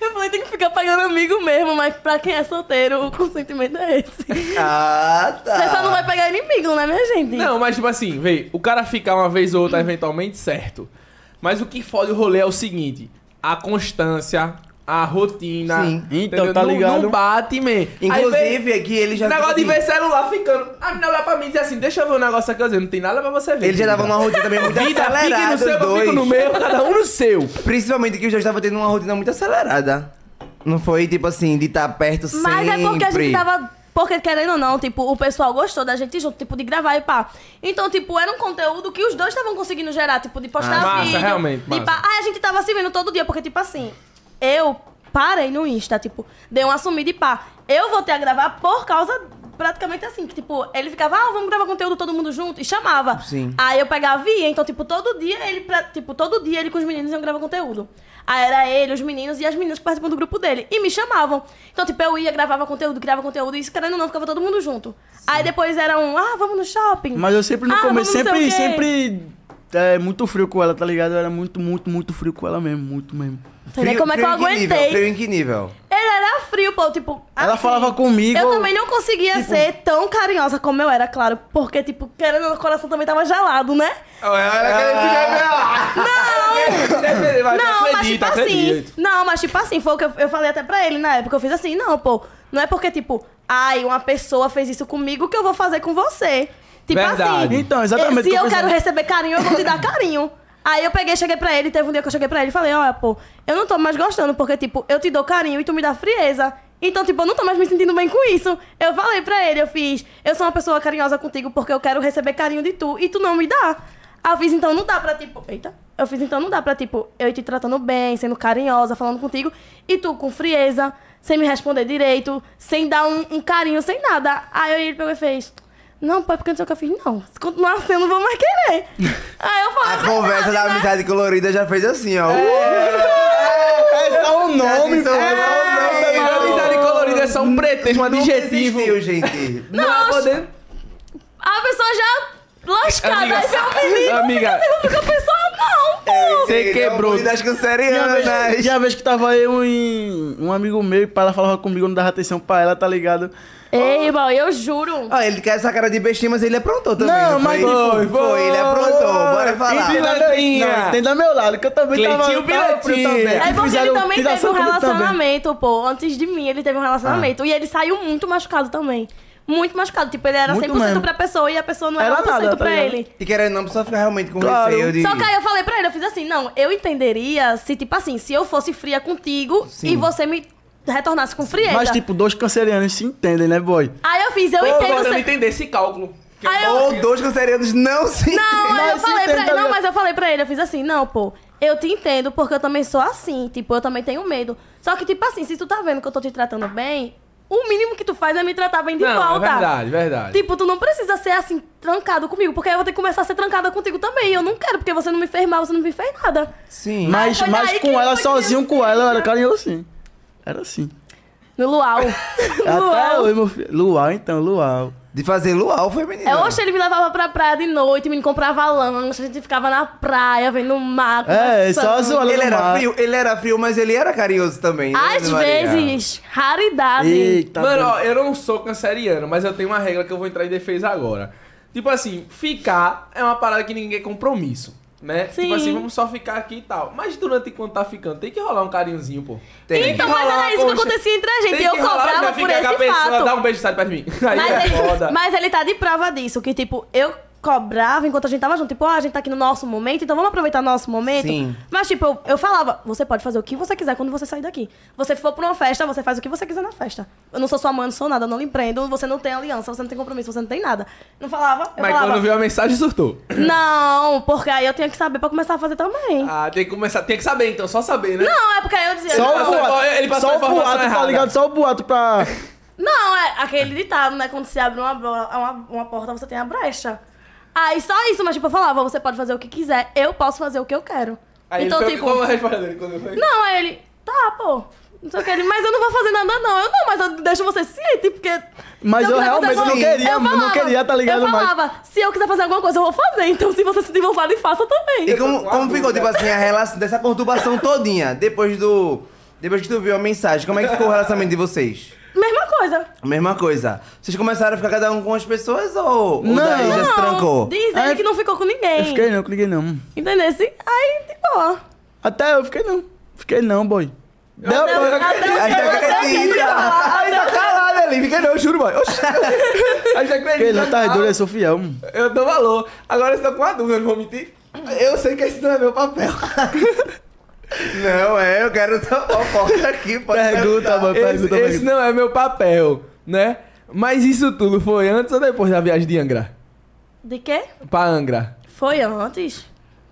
[SPEAKER 3] Eu falei, tem que ficar pagando amigo mesmo, mas pra quem é solteiro, o consentimento é esse.
[SPEAKER 2] Ah, tá.
[SPEAKER 3] Você só não vai pegar inimigo, né, minha gente?
[SPEAKER 5] Não, mas tipo assim, vê, o cara ficar uma vez ou outra eventualmente, certo. Mas o que fode o rolê é o seguinte: a constância, a rotina.
[SPEAKER 2] Sim.
[SPEAKER 5] entendeu?
[SPEAKER 4] Então, tá
[SPEAKER 5] Não-
[SPEAKER 4] ligado?
[SPEAKER 5] Não bate, man. Aí vê-
[SPEAKER 2] Inclusive, aqui ele
[SPEAKER 1] um
[SPEAKER 2] já. tipo assim,
[SPEAKER 5] negócio de ver celular ficando. A menina olha pra mim e diz assim: deixa eu ver um negócio aqui, eu dizer, não tem nada pra você ver.
[SPEAKER 2] Ele já
[SPEAKER 5] vida.
[SPEAKER 2] tava numa rotina também muito
[SPEAKER 5] Vida, fique
[SPEAKER 2] acelerada.
[SPEAKER 5] no
[SPEAKER 2] os
[SPEAKER 5] seu, eu fico
[SPEAKER 2] dois.
[SPEAKER 5] no meu, cada um no seu.
[SPEAKER 2] Principalmente que os dois estavam tendo uma rotina muito acelerada. Não foi, tipo assim, de estar perto sempre.
[SPEAKER 3] Mas é porque a gente tava. Porque querendo ou não, tipo, o pessoal gostou da gente junto, tipo, de gravar e pá. Então, tipo, era um conteúdo que os dois estavam conseguindo gerar, tipo, de postar
[SPEAKER 5] Ah, massa,
[SPEAKER 3] vídeo.
[SPEAKER 5] realmente,
[SPEAKER 3] de
[SPEAKER 5] massa.
[SPEAKER 3] pá. Aí a gente tava se vendo todo dia, porque, tipo assim, eu parei no Insta, tipo, dei um assumir de pá. Eu voltei a gravar por causa. Praticamente assim, que tipo, ele ficava, ah, vamos gravar conteúdo todo mundo junto, e chamava.
[SPEAKER 2] Sim.
[SPEAKER 3] Aí eu pegava e ia, então, tipo, todo dia ele, pra- tipo, todo dia ele com os meninos iam gravar conteúdo. Aí era ele, os meninos e as meninas que participam do grupo dele. E me chamavam. Então, tipo, eu ia, gravava conteúdo, criava conteúdo, e isso, querendo ou não, ficava todo mundo junto. Aí depois era um, ah, vamos no shopping.
[SPEAKER 4] Mas eu sempre no
[SPEAKER 3] Ah,
[SPEAKER 4] começo,
[SPEAKER 3] vamos não sei
[SPEAKER 4] sempre,
[SPEAKER 3] o quê.
[SPEAKER 4] sempre é, muito frio com ela, tá ligado? Eu era muito, muito, muito frio com ela mesmo, muito mesmo.
[SPEAKER 3] Sei nem como é que eu
[SPEAKER 2] frio em que nível?
[SPEAKER 3] aguentei.
[SPEAKER 2] Frio em que nível?
[SPEAKER 3] Ele era frio, pô, tipo.
[SPEAKER 4] Ela falava comigo.
[SPEAKER 3] Eu também não conseguia
[SPEAKER 2] Tipo,
[SPEAKER 3] ser tão carinhosa como eu era, claro. Porque, tipo, querendo, ou não, o coração também tava gelado, né?
[SPEAKER 5] Ah.
[SPEAKER 3] Não, mas tipo assim. Não, mas tipo assim, foi o que eu, eu falei até pra ele na época. Eu fiz assim, não, pô. Não é porque, tipo, ai, uma pessoa fez isso comigo que eu vou fazer com você. Tipo
[SPEAKER 5] Verdade.
[SPEAKER 3] assim.
[SPEAKER 4] Então, exatamente o
[SPEAKER 3] Se
[SPEAKER 4] que eu
[SPEAKER 3] eu quero
[SPEAKER 4] pensava.
[SPEAKER 3] receber carinho, eu vou te dar carinho. Aí eu peguei, cheguei pra ele, teve um dia que eu cheguei pra ele e falei, olha, pô, eu não tô mais gostando, porque, tipo, eu te dou carinho e tu me dá frieza. Então, tipo, eu não tô mais me sentindo bem com isso. Eu falei pra ele, eu fiz, eu sou uma pessoa carinhosa contigo porque eu quero receber carinho de tu e tu não me dá. Aí eu fiz, então não dá pra, tipo, eita. Eu fiz, então não dá pra, tipo, eu te tratando bem, sendo carinhosa, falando contigo, e tu com frieza, sem me responder direito, sem dar um, um carinho, sem nada. Aí ele pegou e fez, não, pai, porque não sei o que eu fiz. Não, se continuar assim, eu não vou mais querer. Aí eu falei,
[SPEAKER 2] A conversa
[SPEAKER 4] tá-
[SPEAKER 2] da amizade colorida já fez assim, ó.
[SPEAKER 4] É só o nome,
[SPEAKER 2] Essa é o nome,
[SPEAKER 5] A amizade colorida é só um pretexto, um
[SPEAKER 2] Nunca
[SPEAKER 5] adjetivo.
[SPEAKER 2] existiu, gente.
[SPEAKER 3] não,
[SPEAKER 5] Tá podendo-
[SPEAKER 3] a pessoa já lascada,
[SPEAKER 5] Amiga,
[SPEAKER 3] aí vem o menino,
[SPEAKER 5] amiga.
[SPEAKER 3] fica, você não fica pensando, não,
[SPEAKER 2] é
[SPEAKER 3] pô.
[SPEAKER 5] Você quebrou.
[SPEAKER 2] das
[SPEAKER 4] Tinha vez,
[SPEAKER 2] cancerianas.
[SPEAKER 4] tinha vez que tava eu e um amigo meu e pá, ela falava comigo, eu não dava atenção pra ela, tá ligado?
[SPEAKER 3] Ei, irmão, eu juro.
[SPEAKER 4] Ah,
[SPEAKER 2] Ó, ele quer essa cara de bestinha, mas ele aprontou também.
[SPEAKER 4] Não, mas
[SPEAKER 2] foi?
[SPEAKER 4] tipo,
[SPEAKER 2] foi, foi, ele aprontou. Bora falar.
[SPEAKER 5] Enfim,
[SPEAKER 4] Entenda-
[SPEAKER 5] Pilantinha.
[SPEAKER 4] não, Entenda meu lado, que eu também
[SPEAKER 5] Cleitinho
[SPEAKER 4] tava... tava
[SPEAKER 5] Pilantinha.
[SPEAKER 4] frio também.
[SPEAKER 5] É
[SPEAKER 3] É bom que ele
[SPEAKER 4] Fizeram
[SPEAKER 3] também teve
[SPEAKER 4] tiração
[SPEAKER 3] um
[SPEAKER 4] comigo também. Ah.
[SPEAKER 3] relacionamento, pô. Antes de mim, ele teve um relacionamento. E ele saiu muito machucado também. Muito machucado. Tipo, ele era
[SPEAKER 4] Muito
[SPEAKER 3] 100%
[SPEAKER 4] mesmo.
[SPEAKER 3] pra pessoa e a pessoa não era
[SPEAKER 4] Era
[SPEAKER 3] 100%
[SPEAKER 4] nada, tá
[SPEAKER 3] pra
[SPEAKER 4] ligado?
[SPEAKER 3] ele.
[SPEAKER 2] E querendo não, precisa ficar realmente com
[SPEAKER 4] Claro.
[SPEAKER 2] receio de...
[SPEAKER 3] Só que aí eu falei pra ele, eu fiz assim, não, eu entenderia se, tipo assim, se eu fosse fria contigo e você me retornasse com frieza.
[SPEAKER 4] Mas tipo, dois cancerianos se entendem, né, boy?
[SPEAKER 3] Aí eu fiz, eu
[SPEAKER 5] Tô
[SPEAKER 3] entendo.
[SPEAKER 5] tentando
[SPEAKER 3] se-
[SPEAKER 5] entender esse cálculo. Que
[SPEAKER 3] Aí eu-
[SPEAKER 2] Ou dois cancerianos não se...
[SPEAKER 3] Não, aí eu
[SPEAKER 4] Mas se
[SPEAKER 3] falei pra
[SPEAKER 4] entenda,
[SPEAKER 3] ele. Não,
[SPEAKER 4] né?
[SPEAKER 3] mas eu falei pra ele, eu fiz assim, não, pô. Eu te entendo porque eu também sou assim, tipo, eu também tenho medo. Só que, tipo assim, se tu tá vendo que eu tô te tratando bem, o mínimo que tu faz é me tratar bem de
[SPEAKER 5] Não,
[SPEAKER 3] volta.
[SPEAKER 5] é verdade, verdade.
[SPEAKER 3] Tipo, tu não precisa ser assim, trancado comigo, porque aí eu vou ter que começar a ser trancada contigo também. Eu não quero, porque você não me fez mal, você não me fez nada.
[SPEAKER 2] Sim.
[SPEAKER 4] Mas,
[SPEAKER 3] Ah, foi
[SPEAKER 4] mas
[SPEAKER 3] daí
[SPEAKER 4] com
[SPEAKER 3] que
[SPEAKER 4] ela,
[SPEAKER 3] foi que
[SPEAKER 4] sozinho
[SPEAKER 3] deu
[SPEAKER 4] com ela, eu era carinhoso sim. Era assim.
[SPEAKER 3] No luau. No
[SPEAKER 4] Até
[SPEAKER 3] luau.
[SPEAKER 4] hoje, meu filho. Luau, então, luau.
[SPEAKER 2] De fazer luau feminino.
[SPEAKER 3] É, oxe, ele me levava pra praia de noite, me comprava lancha, a gente ficava na praia, vendo o mar.
[SPEAKER 4] É, só
[SPEAKER 3] conversando.
[SPEAKER 4] zoando.
[SPEAKER 2] Ele era frio, ele era frio, mas ele era carinhoso também. né,
[SPEAKER 3] Às
[SPEAKER 2] Ana Maria?
[SPEAKER 3] vezes, raridade.
[SPEAKER 4] Eita,
[SPEAKER 1] Mano,
[SPEAKER 4] doido.
[SPEAKER 1] ó, eu não sou canceriano, mas eu tenho uma regra que eu vou entrar em defesa agora. Tipo assim, ficar é uma parada que ninguém quer compromisso, né?
[SPEAKER 3] Sim.
[SPEAKER 1] Tipo assim, vamos só ficar aqui e tal. Mas durante quando tá ficando, tem que rolar um carinhozinho, pô.
[SPEAKER 2] Tem.
[SPEAKER 3] Então,
[SPEAKER 1] que
[SPEAKER 3] mas
[SPEAKER 1] rolar,
[SPEAKER 3] era isso que
[SPEAKER 1] poxa.
[SPEAKER 3] acontecia entre a gente.
[SPEAKER 1] Tem
[SPEAKER 3] Eu
[SPEAKER 1] que rolar,
[SPEAKER 3] cobrava
[SPEAKER 1] né?
[SPEAKER 3] por
[SPEAKER 1] Fica com a
[SPEAKER 3] esse
[SPEAKER 1] pessoa,
[SPEAKER 3] fato.
[SPEAKER 1] Dá um beijo, sai perto de mim. Aí
[SPEAKER 3] Mas
[SPEAKER 1] é foda.
[SPEAKER 3] ele, mas ele tá de prova disso, que tipo, eu cobrava enquanto a gente tava junto. Tipo, ó, a gente tá aqui no nosso momento, então vamos aproveitar nosso momento.
[SPEAKER 2] Sim.
[SPEAKER 3] Mas tipo, eu, eu falava, você pode fazer o que você quiser quando você sair daqui. Você for pra uma festa, você faz o que você quiser na festa. Eu não sou sua mãe, eu não sou nada, eu não lhe prendo, você não tem aliança, você não tem compromisso, você não tem nada. Não falava, eu
[SPEAKER 1] Mas
[SPEAKER 3] falava,
[SPEAKER 1] quando viu a mensagem, surtou.
[SPEAKER 3] não, porque aí eu tinha que saber pra começar a fazer também.
[SPEAKER 1] Ah, tem que começar, tem que saber então, só saber, né?
[SPEAKER 3] Não, é porque aí eu dizia,
[SPEAKER 4] Só
[SPEAKER 1] passou
[SPEAKER 4] o
[SPEAKER 1] a
[SPEAKER 4] boato.
[SPEAKER 1] info- ele passou a
[SPEAKER 4] Só o
[SPEAKER 1] informação
[SPEAKER 4] boato, tá
[SPEAKER 1] errada.
[SPEAKER 4] ligado? Só o boato pra.
[SPEAKER 3] Não, é aquele ditado, né? Quando se abre uma, bro- uma, uma porta, você tem a brecha. Aí só isso, mas tipo, eu falava, você pode fazer o que quiser, eu posso fazer o que eu quero.
[SPEAKER 1] Aí
[SPEAKER 3] então,
[SPEAKER 1] ele foi,
[SPEAKER 3] tipo,
[SPEAKER 1] como a resposta dele quando eu falei?
[SPEAKER 3] não, aí ele, tá, pô. Não sei o que ele, mas eu não vou fazer nada, não. Eu não, mas eu deixo você ciente, porque.
[SPEAKER 4] Mas
[SPEAKER 3] se
[SPEAKER 4] eu
[SPEAKER 3] quiser fazer
[SPEAKER 4] realmente
[SPEAKER 3] alguma-
[SPEAKER 4] não queria,
[SPEAKER 3] eu
[SPEAKER 4] mano, não queria, tá ligado?
[SPEAKER 3] Eu
[SPEAKER 4] Mas-
[SPEAKER 3] falava, se eu quiser fazer alguma coisa, eu vou fazer. Então, se você sentir vontade, faça também.
[SPEAKER 2] E como,
[SPEAKER 1] com
[SPEAKER 2] como
[SPEAKER 1] uma
[SPEAKER 2] ficou,
[SPEAKER 1] dúvida.
[SPEAKER 2] tipo assim, a relação dessa perturbação todinha? Depois do. Depois que tu viu a mensagem, como é que ficou o relacionamento de vocês?
[SPEAKER 3] Mesma coisa.
[SPEAKER 2] A mesma coisa. Vocês começaram a ficar cada um com as pessoas ou, ou
[SPEAKER 4] Não.
[SPEAKER 2] daí já se
[SPEAKER 3] Não,
[SPEAKER 2] trancou?
[SPEAKER 3] Diz ele
[SPEAKER 4] Aí-
[SPEAKER 3] que não ficou com ninguém.
[SPEAKER 4] Eu fiquei não, eu cliquei não.
[SPEAKER 3] Entendeu? Aí, tipo, de boa.
[SPEAKER 4] Até eu fiquei não. Fiquei não, boy. Deu,
[SPEAKER 3] Até-
[SPEAKER 4] boy.
[SPEAKER 3] até-
[SPEAKER 2] A gente acredita!
[SPEAKER 3] "Ah,
[SPEAKER 2] A gente tá calado ali, fica não, eu juro, mano. Oxi.
[SPEAKER 1] Aí já acredita,
[SPEAKER 4] Fiquei não, tá
[SPEAKER 1] tá?
[SPEAKER 4] doido, eu sou fiel. mano.
[SPEAKER 1] Eu dou valor. Agora eu estou com uma dúvida, eu não vou mentir. Eu sei que esse não é meu papel.
[SPEAKER 2] Não, é, eu quero essa fofoca aqui, pode
[SPEAKER 4] Pergunta,
[SPEAKER 2] perguntar.
[SPEAKER 4] boy,
[SPEAKER 1] Esse,
[SPEAKER 4] pergunta.
[SPEAKER 1] esse
[SPEAKER 4] pergunta.
[SPEAKER 1] não é meu papel, né? Mas isso tudo foi antes ou depois da viagem de Angra?
[SPEAKER 3] De quê?
[SPEAKER 1] Pra Angra.
[SPEAKER 3] Foi antes.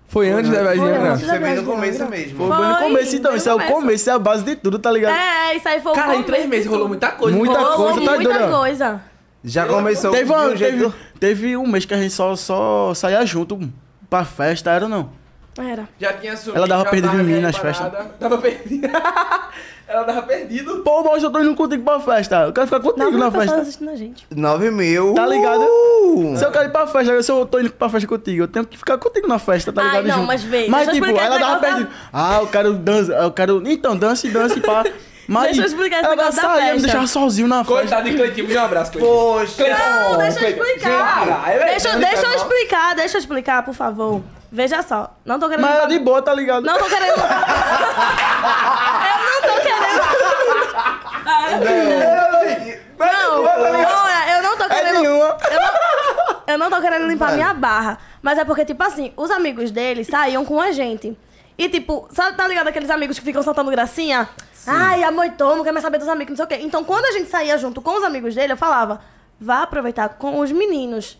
[SPEAKER 1] Foi antes da viagem
[SPEAKER 3] Foi
[SPEAKER 1] de
[SPEAKER 3] antes.
[SPEAKER 1] Angra?
[SPEAKER 2] Você veio no começo mesmo.
[SPEAKER 4] Foi no
[SPEAKER 3] Foi,
[SPEAKER 4] começo, então.
[SPEAKER 3] bem
[SPEAKER 4] Isso é o
[SPEAKER 3] começo.
[SPEAKER 4] começo, é a base de tudo, tá ligado?
[SPEAKER 3] É, isso aí foi o
[SPEAKER 1] Cara, em
[SPEAKER 3] começo
[SPEAKER 1] três
[SPEAKER 3] de
[SPEAKER 1] meses
[SPEAKER 3] tudo.
[SPEAKER 1] rolou muita coisa.
[SPEAKER 4] Muita
[SPEAKER 1] Rolou.
[SPEAKER 3] Rolou
[SPEAKER 4] coisa, tá
[SPEAKER 3] muita
[SPEAKER 4] doido.
[SPEAKER 3] coisa.
[SPEAKER 2] Já
[SPEAKER 1] Então,
[SPEAKER 2] começou
[SPEAKER 4] Teve,
[SPEAKER 2] de um
[SPEAKER 4] uma-
[SPEAKER 2] jeito-
[SPEAKER 4] teve, teve um mês que a gente só, só saía junto mano, pra festa, era ou não?
[SPEAKER 3] Era.
[SPEAKER 1] Já tinha subido.
[SPEAKER 4] Ela dava perdido em mim nas
[SPEAKER 1] Tava perdido. Ela dava perdido.
[SPEAKER 4] Pô, mas eu tô indo contigo pra festa. Eu quero ficar contigo
[SPEAKER 3] Nove
[SPEAKER 4] na
[SPEAKER 3] pessoas
[SPEAKER 4] festa.
[SPEAKER 3] tá assistindo a gente.
[SPEAKER 2] 9 mil.
[SPEAKER 4] um. Tá ligado?
[SPEAKER 1] Hum.
[SPEAKER 2] Uh!
[SPEAKER 4] Se eu quero ir pra festa, se eu tô indo pra festa contigo, eu tenho que ficar contigo na festa, tá
[SPEAKER 3] Ai,
[SPEAKER 4] ligado?
[SPEAKER 3] não,
[SPEAKER 4] junto.
[SPEAKER 3] mas vem,
[SPEAKER 4] Mas
[SPEAKER 3] deixa eu
[SPEAKER 4] tipo,
[SPEAKER 3] explicar
[SPEAKER 4] ela
[SPEAKER 3] esse
[SPEAKER 4] tava
[SPEAKER 3] negócio
[SPEAKER 4] perdida. Ah, eu quero dança, eu quero. Então, dance, dance, pá. Mas
[SPEAKER 3] Deixa eu explicar esse
[SPEAKER 4] ela
[SPEAKER 3] negócio da
[SPEAKER 4] saía, me
[SPEAKER 3] festa.
[SPEAKER 4] deixava sozinho na festa.
[SPEAKER 1] Coitado de Cleitinho, me dá um abraço, Cleitinho.
[SPEAKER 2] Poxa.
[SPEAKER 3] Não, deixa eu
[SPEAKER 1] Cleiton.
[SPEAKER 3] explicar.
[SPEAKER 1] Caralho, é
[SPEAKER 3] deixa, eu-
[SPEAKER 1] verdade,
[SPEAKER 3] deixa eu
[SPEAKER 1] não.
[SPEAKER 3] explicar, deixa eu explicar, por favor. Veja só. Não tô querendo.
[SPEAKER 4] Mas
[SPEAKER 1] é
[SPEAKER 4] era de boa, tá ligado?
[SPEAKER 3] Não tô querendo. eu não tô querendo. Ah, eu- Não, olha, eu não tô
[SPEAKER 4] É
[SPEAKER 3] querendo.
[SPEAKER 4] nenhuma.
[SPEAKER 3] Eu não, eu não tô querendo limpar minha barra. Mas é porque, tipo assim, os amigos dele saíam com a gente. E, tipo, sabe, tá ligado aqueles amigos que ficam soltando gracinha? Ai, amoitou, não quer mais saber dos amigos, não sei o quê. Então, quando a gente saía junto com os amigos dele, eu falava, vá aproveitar com os meninos.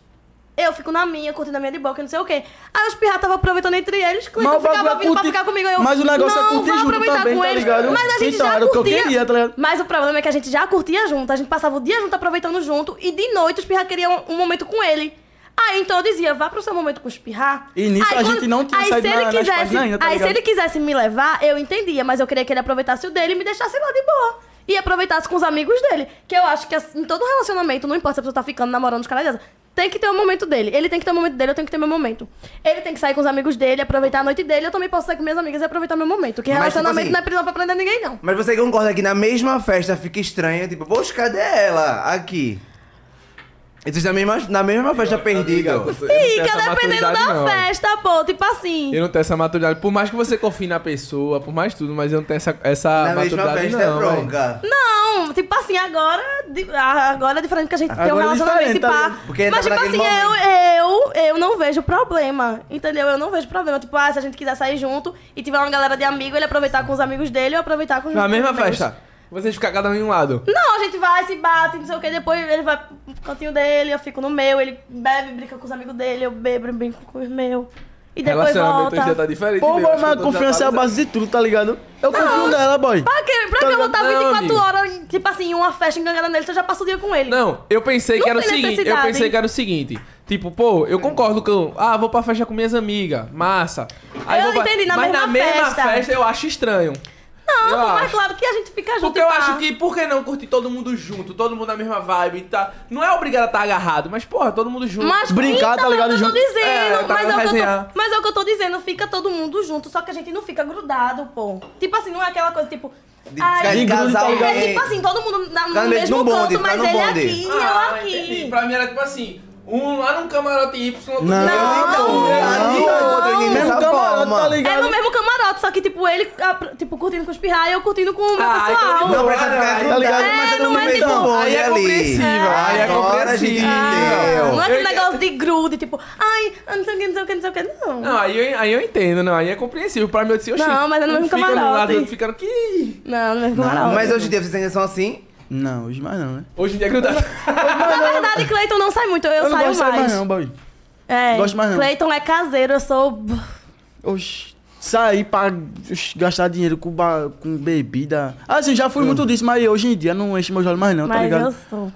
[SPEAKER 3] Eu fico na minha, curtindo a minha de boca, não sei o quê. Aí os pirratas estavam aproveitando entre eles,
[SPEAKER 4] Mas
[SPEAKER 3] Cleiton
[SPEAKER 4] o bagulho
[SPEAKER 3] ficava
[SPEAKER 4] é
[SPEAKER 3] vindo pra
[SPEAKER 4] curtir-
[SPEAKER 3] ficar comigo. Eu,
[SPEAKER 4] mas o negócio é
[SPEAKER 3] não,
[SPEAKER 4] curtir
[SPEAKER 3] vá
[SPEAKER 4] junto
[SPEAKER 3] aproveitar
[SPEAKER 4] também,
[SPEAKER 3] com
[SPEAKER 4] tá
[SPEAKER 3] eles.
[SPEAKER 4] ligado?
[SPEAKER 3] Mas a gente
[SPEAKER 4] Então,
[SPEAKER 3] já
[SPEAKER 4] era o que eu
[SPEAKER 3] curtia.
[SPEAKER 4] queria, tá ligado?
[SPEAKER 3] Mas o problema é que a gente já curtia junto, a gente passava o dia junto aproveitando junto e de noite os pirra queriam um momento com ele. Aí então eu dizia, vá pro seu momento com os pirra.
[SPEAKER 4] E nisso
[SPEAKER 3] aí,
[SPEAKER 4] a gente não tinha
[SPEAKER 3] aí,
[SPEAKER 4] saído
[SPEAKER 3] se
[SPEAKER 4] na-
[SPEAKER 3] ele
[SPEAKER 4] nas
[SPEAKER 3] quisesse,
[SPEAKER 4] páginas ainda, tá
[SPEAKER 3] Aí se
[SPEAKER 4] ligado?
[SPEAKER 3] ele quisesse me levar, eu entendia, mas eu queria que ele aproveitasse o dele e me deixasse lá de boa. E aproveitasse com os amigos dele. Que eu acho que assim, em todo relacionamento, não importa se a pessoa tá ficando, namorando, os caras, tem que ter o momento dele. Ele tem que ter o momento dele, eu tenho que ter meu momento. Ele tem que sair com os amigos dele, aproveitar a noite dele, eu também posso sair com minhas amigas e aproveitar meu momento. Que
[SPEAKER 2] Mas, tipo
[SPEAKER 3] relacionamento
[SPEAKER 2] assim,
[SPEAKER 3] não é prisão pra prender ninguém, não.
[SPEAKER 2] Mas você concorda que na mesma festa fica estranho, tipo, poxa, cadê ela? Aqui. E vocês na mesma, na mesma festa perdido.
[SPEAKER 1] tenho
[SPEAKER 3] Fica
[SPEAKER 1] essa
[SPEAKER 3] dependendo da
[SPEAKER 1] maturidade, não.
[SPEAKER 3] festa, pô. Tipo assim.
[SPEAKER 1] Eu não tenho essa maturidade. Por mais que você confie na pessoa, por mais tudo, mas eu não tenho essa, essa
[SPEAKER 2] na mesma
[SPEAKER 1] maturidade,
[SPEAKER 2] festa
[SPEAKER 1] não.
[SPEAKER 2] é
[SPEAKER 1] véi.
[SPEAKER 2] bronca.
[SPEAKER 3] Não, tipo assim, agora, di- a- agora é diferente que a gente tem um
[SPEAKER 4] Agora é
[SPEAKER 3] relacionamento
[SPEAKER 4] diferente, tá
[SPEAKER 3] pá.
[SPEAKER 4] ligado?
[SPEAKER 2] Porque
[SPEAKER 3] Mas,
[SPEAKER 2] tava
[SPEAKER 3] tipo assim,
[SPEAKER 2] naquele
[SPEAKER 3] eu, eu, eu não vejo problema, entendeu? Eu não vejo problema. Tipo, ah, se a gente quiser sair junto e tiver uma galera de amigo, ele aproveitar com os amigos dele, eu aproveitar com os
[SPEAKER 1] Na mesma
[SPEAKER 3] meus.
[SPEAKER 1] festa. Vocês ficam cada um em um lado.
[SPEAKER 3] Não, a gente vai, se bate, não sei o que, depois ele vai pro cantinho dele, eu fico no meu, ele bebe, brinca com os amigos dele, eu bebo, brinco com o meu. E depois
[SPEAKER 1] Relacionamento hoje já tá
[SPEAKER 3] volta.
[SPEAKER 1] diferente.
[SPEAKER 4] Pô,
[SPEAKER 1] meu.
[SPEAKER 4] boy,
[SPEAKER 1] Acho que
[SPEAKER 4] mas a
[SPEAKER 1] eu tô
[SPEAKER 4] confiança é a
[SPEAKER 1] desatualizado.
[SPEAKER 4] base de tudo, tá ligado? Eu confio nela, boy.
[SPEAKER 3] Pra que, pra que eu botar
[SPEAKER 1] Não,
[SPEAKER 3] 24
[SPEAKER 1] amigo.
[SPEAKER 3] horas, tipo assim, em uma festa enganada nele, se eu já passo o dia com ele?
[SPEAKER 1] Não, eu pensei
[SPEAKER 3] Não
[SPEAKER 1] que era o
[SPEAKER 3] tem
[SPEAKER 1] seguinte. Eu
[SPEAKER 3] necessidade,
[SPEAKER 1] pensei
[SPEAKER 3] hein?
[SPEAKER 1] que era o seguinte. Tipo, pô,
[SPEAKER 2] Hum.
[SPEAKER 1] eu concordo com. Ah, vou pra festa com minhas amigas. Massa.
[SPEAKER 3] Eu
[SPEAKER 1] vou pra-
[SPEAKER 3] entendi, na
[SPEAKER 1] mas na
[SPEAKER 3] mesma
[SPEAKER 1] mesma
[SPEAKER 3] festa.
[SPEAKER 1] festa eu acho estranho.
[SPEAKER 3] Não,
[SPEAKER 5] Eu
[SPEAKER 3] pô, mas
[SPEAKER 5] acho.
[SPEAKER 3] claro que a gente fica junto.
[SPEAKER 5] Porque
[SPEAKER 3] e
[SPEAKER 5] eu
[SPEAKER 3] pá.
[SPEAKER 5] acho que, por que não curtir todo mundo junto, todo mundo na mesma vibe, tá? Não é obrigado a estar agarrado, mas porra, todo mundo junto.
[SPEAKER 3] Mas,
[SPEAKER 4] Brincar,
[SPEAKER 3] então,
[SPEAKER 4] tá ligado,
[SPEAKER 3] É o que eu tô
[SPEAKER 4] junto.
[SPEAKER 3] dizendo,
[SPEAKER 5] É, tá
[SPEAKER 3] mas, é o que eu
[SPEAKER 5] resenhar.
[SPEAKER 3] tô, mas é o que eu tô dizendo, fica todo mundo junto, só que a gente não fica grudado, pô. Tipo assim, não é aquela coisa, tipo...
[SPEAKER 2] ficar em
[SPEAKER 4] de
[SPEAKER 2] casa,
[SPEAKER 4] grude, tá
[SPEAKER 2] alguém-
[SPEAKER 4] ligado?
[SPEAKER 3] é tipo assim, todo mundo na, no
[SPEAKER 2] Tá no
[SPEAKER 3] mesmo
[SPEAKER 2] bonde,
[SPEAKER 3] canto,
[SPEAKER 2] tá
[SPEAKER 3] mas
[SPEAKER 2] no
[SPEAKER 3] ele
[SPEAKER 2] bonde.
[SPEAKER 3] aqui e eu
[SPEAKER 5] Ah,
[SPEAKER 3] aqui.
[SPEAKER 5] entendi. Pra mim era tipo assim, um lá num camarote Y, outro
[SPEAKER 2] Não,
[SPEAKER 5] lá
[SPEAKER 2] não,
[SPEAKER 5] no-
[SPEAKER 2] não,
[SPEAKER 4] não.
[SPEAKER 2] outro, nem
[SPEAKER 4] Mesmo
[SPEAKER 2] dessa
[SPEAKER 4] camarote,
[SPEAKER 2] forma.
[SPEAKER 4] tá ligado?
[SPEAKER 3] É no mesmo camarote, só que tipo, ele ah, pr- tipo, curtindo com os pirra e eu curtindo com o meu
[SPEAKER 5] Ah, então
[SPEAKER 3] pessoal.
[SPEAKER 5] de
[SPEAKER 2] Não precisa ficar
[SPEAKER 4] Tá ligado?
[SPEAKER 2] grudado, mas
[SPEAKER 3] É,
[SPEAKER 2] é no
[SPEAKER 3] não é
[SPEAKER 2] mesmo
[SPEAKER 3] tipo-
[SPEAKER 2] bonde
[SPEAKER 5] Aí é
[SPEAKER 2] ali.
[SPEAKER 5] compreensível, aí é
[SPEAKER 2] Agora a gente
[SPEAKER 5] compreensível.
[SPEAKER 2] entendeu.
[SPEAKER 3] não é aquele
[SPEAKER 5] Eu-
[SPEAKER 3] negócio de grude, tipo, ai, ah, não sei o que, não sei o que, não sei o que, não.
[SPEAKER 5] Não, aí eu, aí eu entendo, não. Aí é compreensível. Pra mim, eu disse, oxi.
[SPEAKER 3] Não, mas é no
[SPEAKER 5] um
[SPEAKER 3] mesmo
[SPEAKER 5] fica num
[SPEAKER 3] camarote.
[SPEAKER 5] lado, outro fica no que...
[SPEAKER 3] Não, é no mesmo camarote.
[SPEAKER 2] Mas hoje em dia vocês ainda são assim?
[SPEAKER 4] Não, hoje mais não, né?
[SPEAKER 5] Hoje em dia é grudado.
[SPEAKER 3] Na verdade, Cleiton não sai muito, eu,
[SPEAKER 4] não
[SPEAKER 3] saio
[SPEAKER 4] gosto de sair
[SPEAKER 3] mais.
[SPEAKER 4] mais não, Babi.
[SPEAKER 3] É,
[SPEAKER 4] Gosto mais não.
[SPEAKER 3] Cleiton é caseiro, eu sou...
[SPEAKER 4] Oxi. Sair pra oxi, gastar dinheiro com, ba- com bebida. Assim, já
[SPEAKER 1] Hum.
[SPEAKER 4] fui muito disso, mas hoje em dia não enche meus olhos mais não, tá
[SPEAKER 3] mas
[SPEAKER 4] ligado?
[SPEAKER 3] eu sou...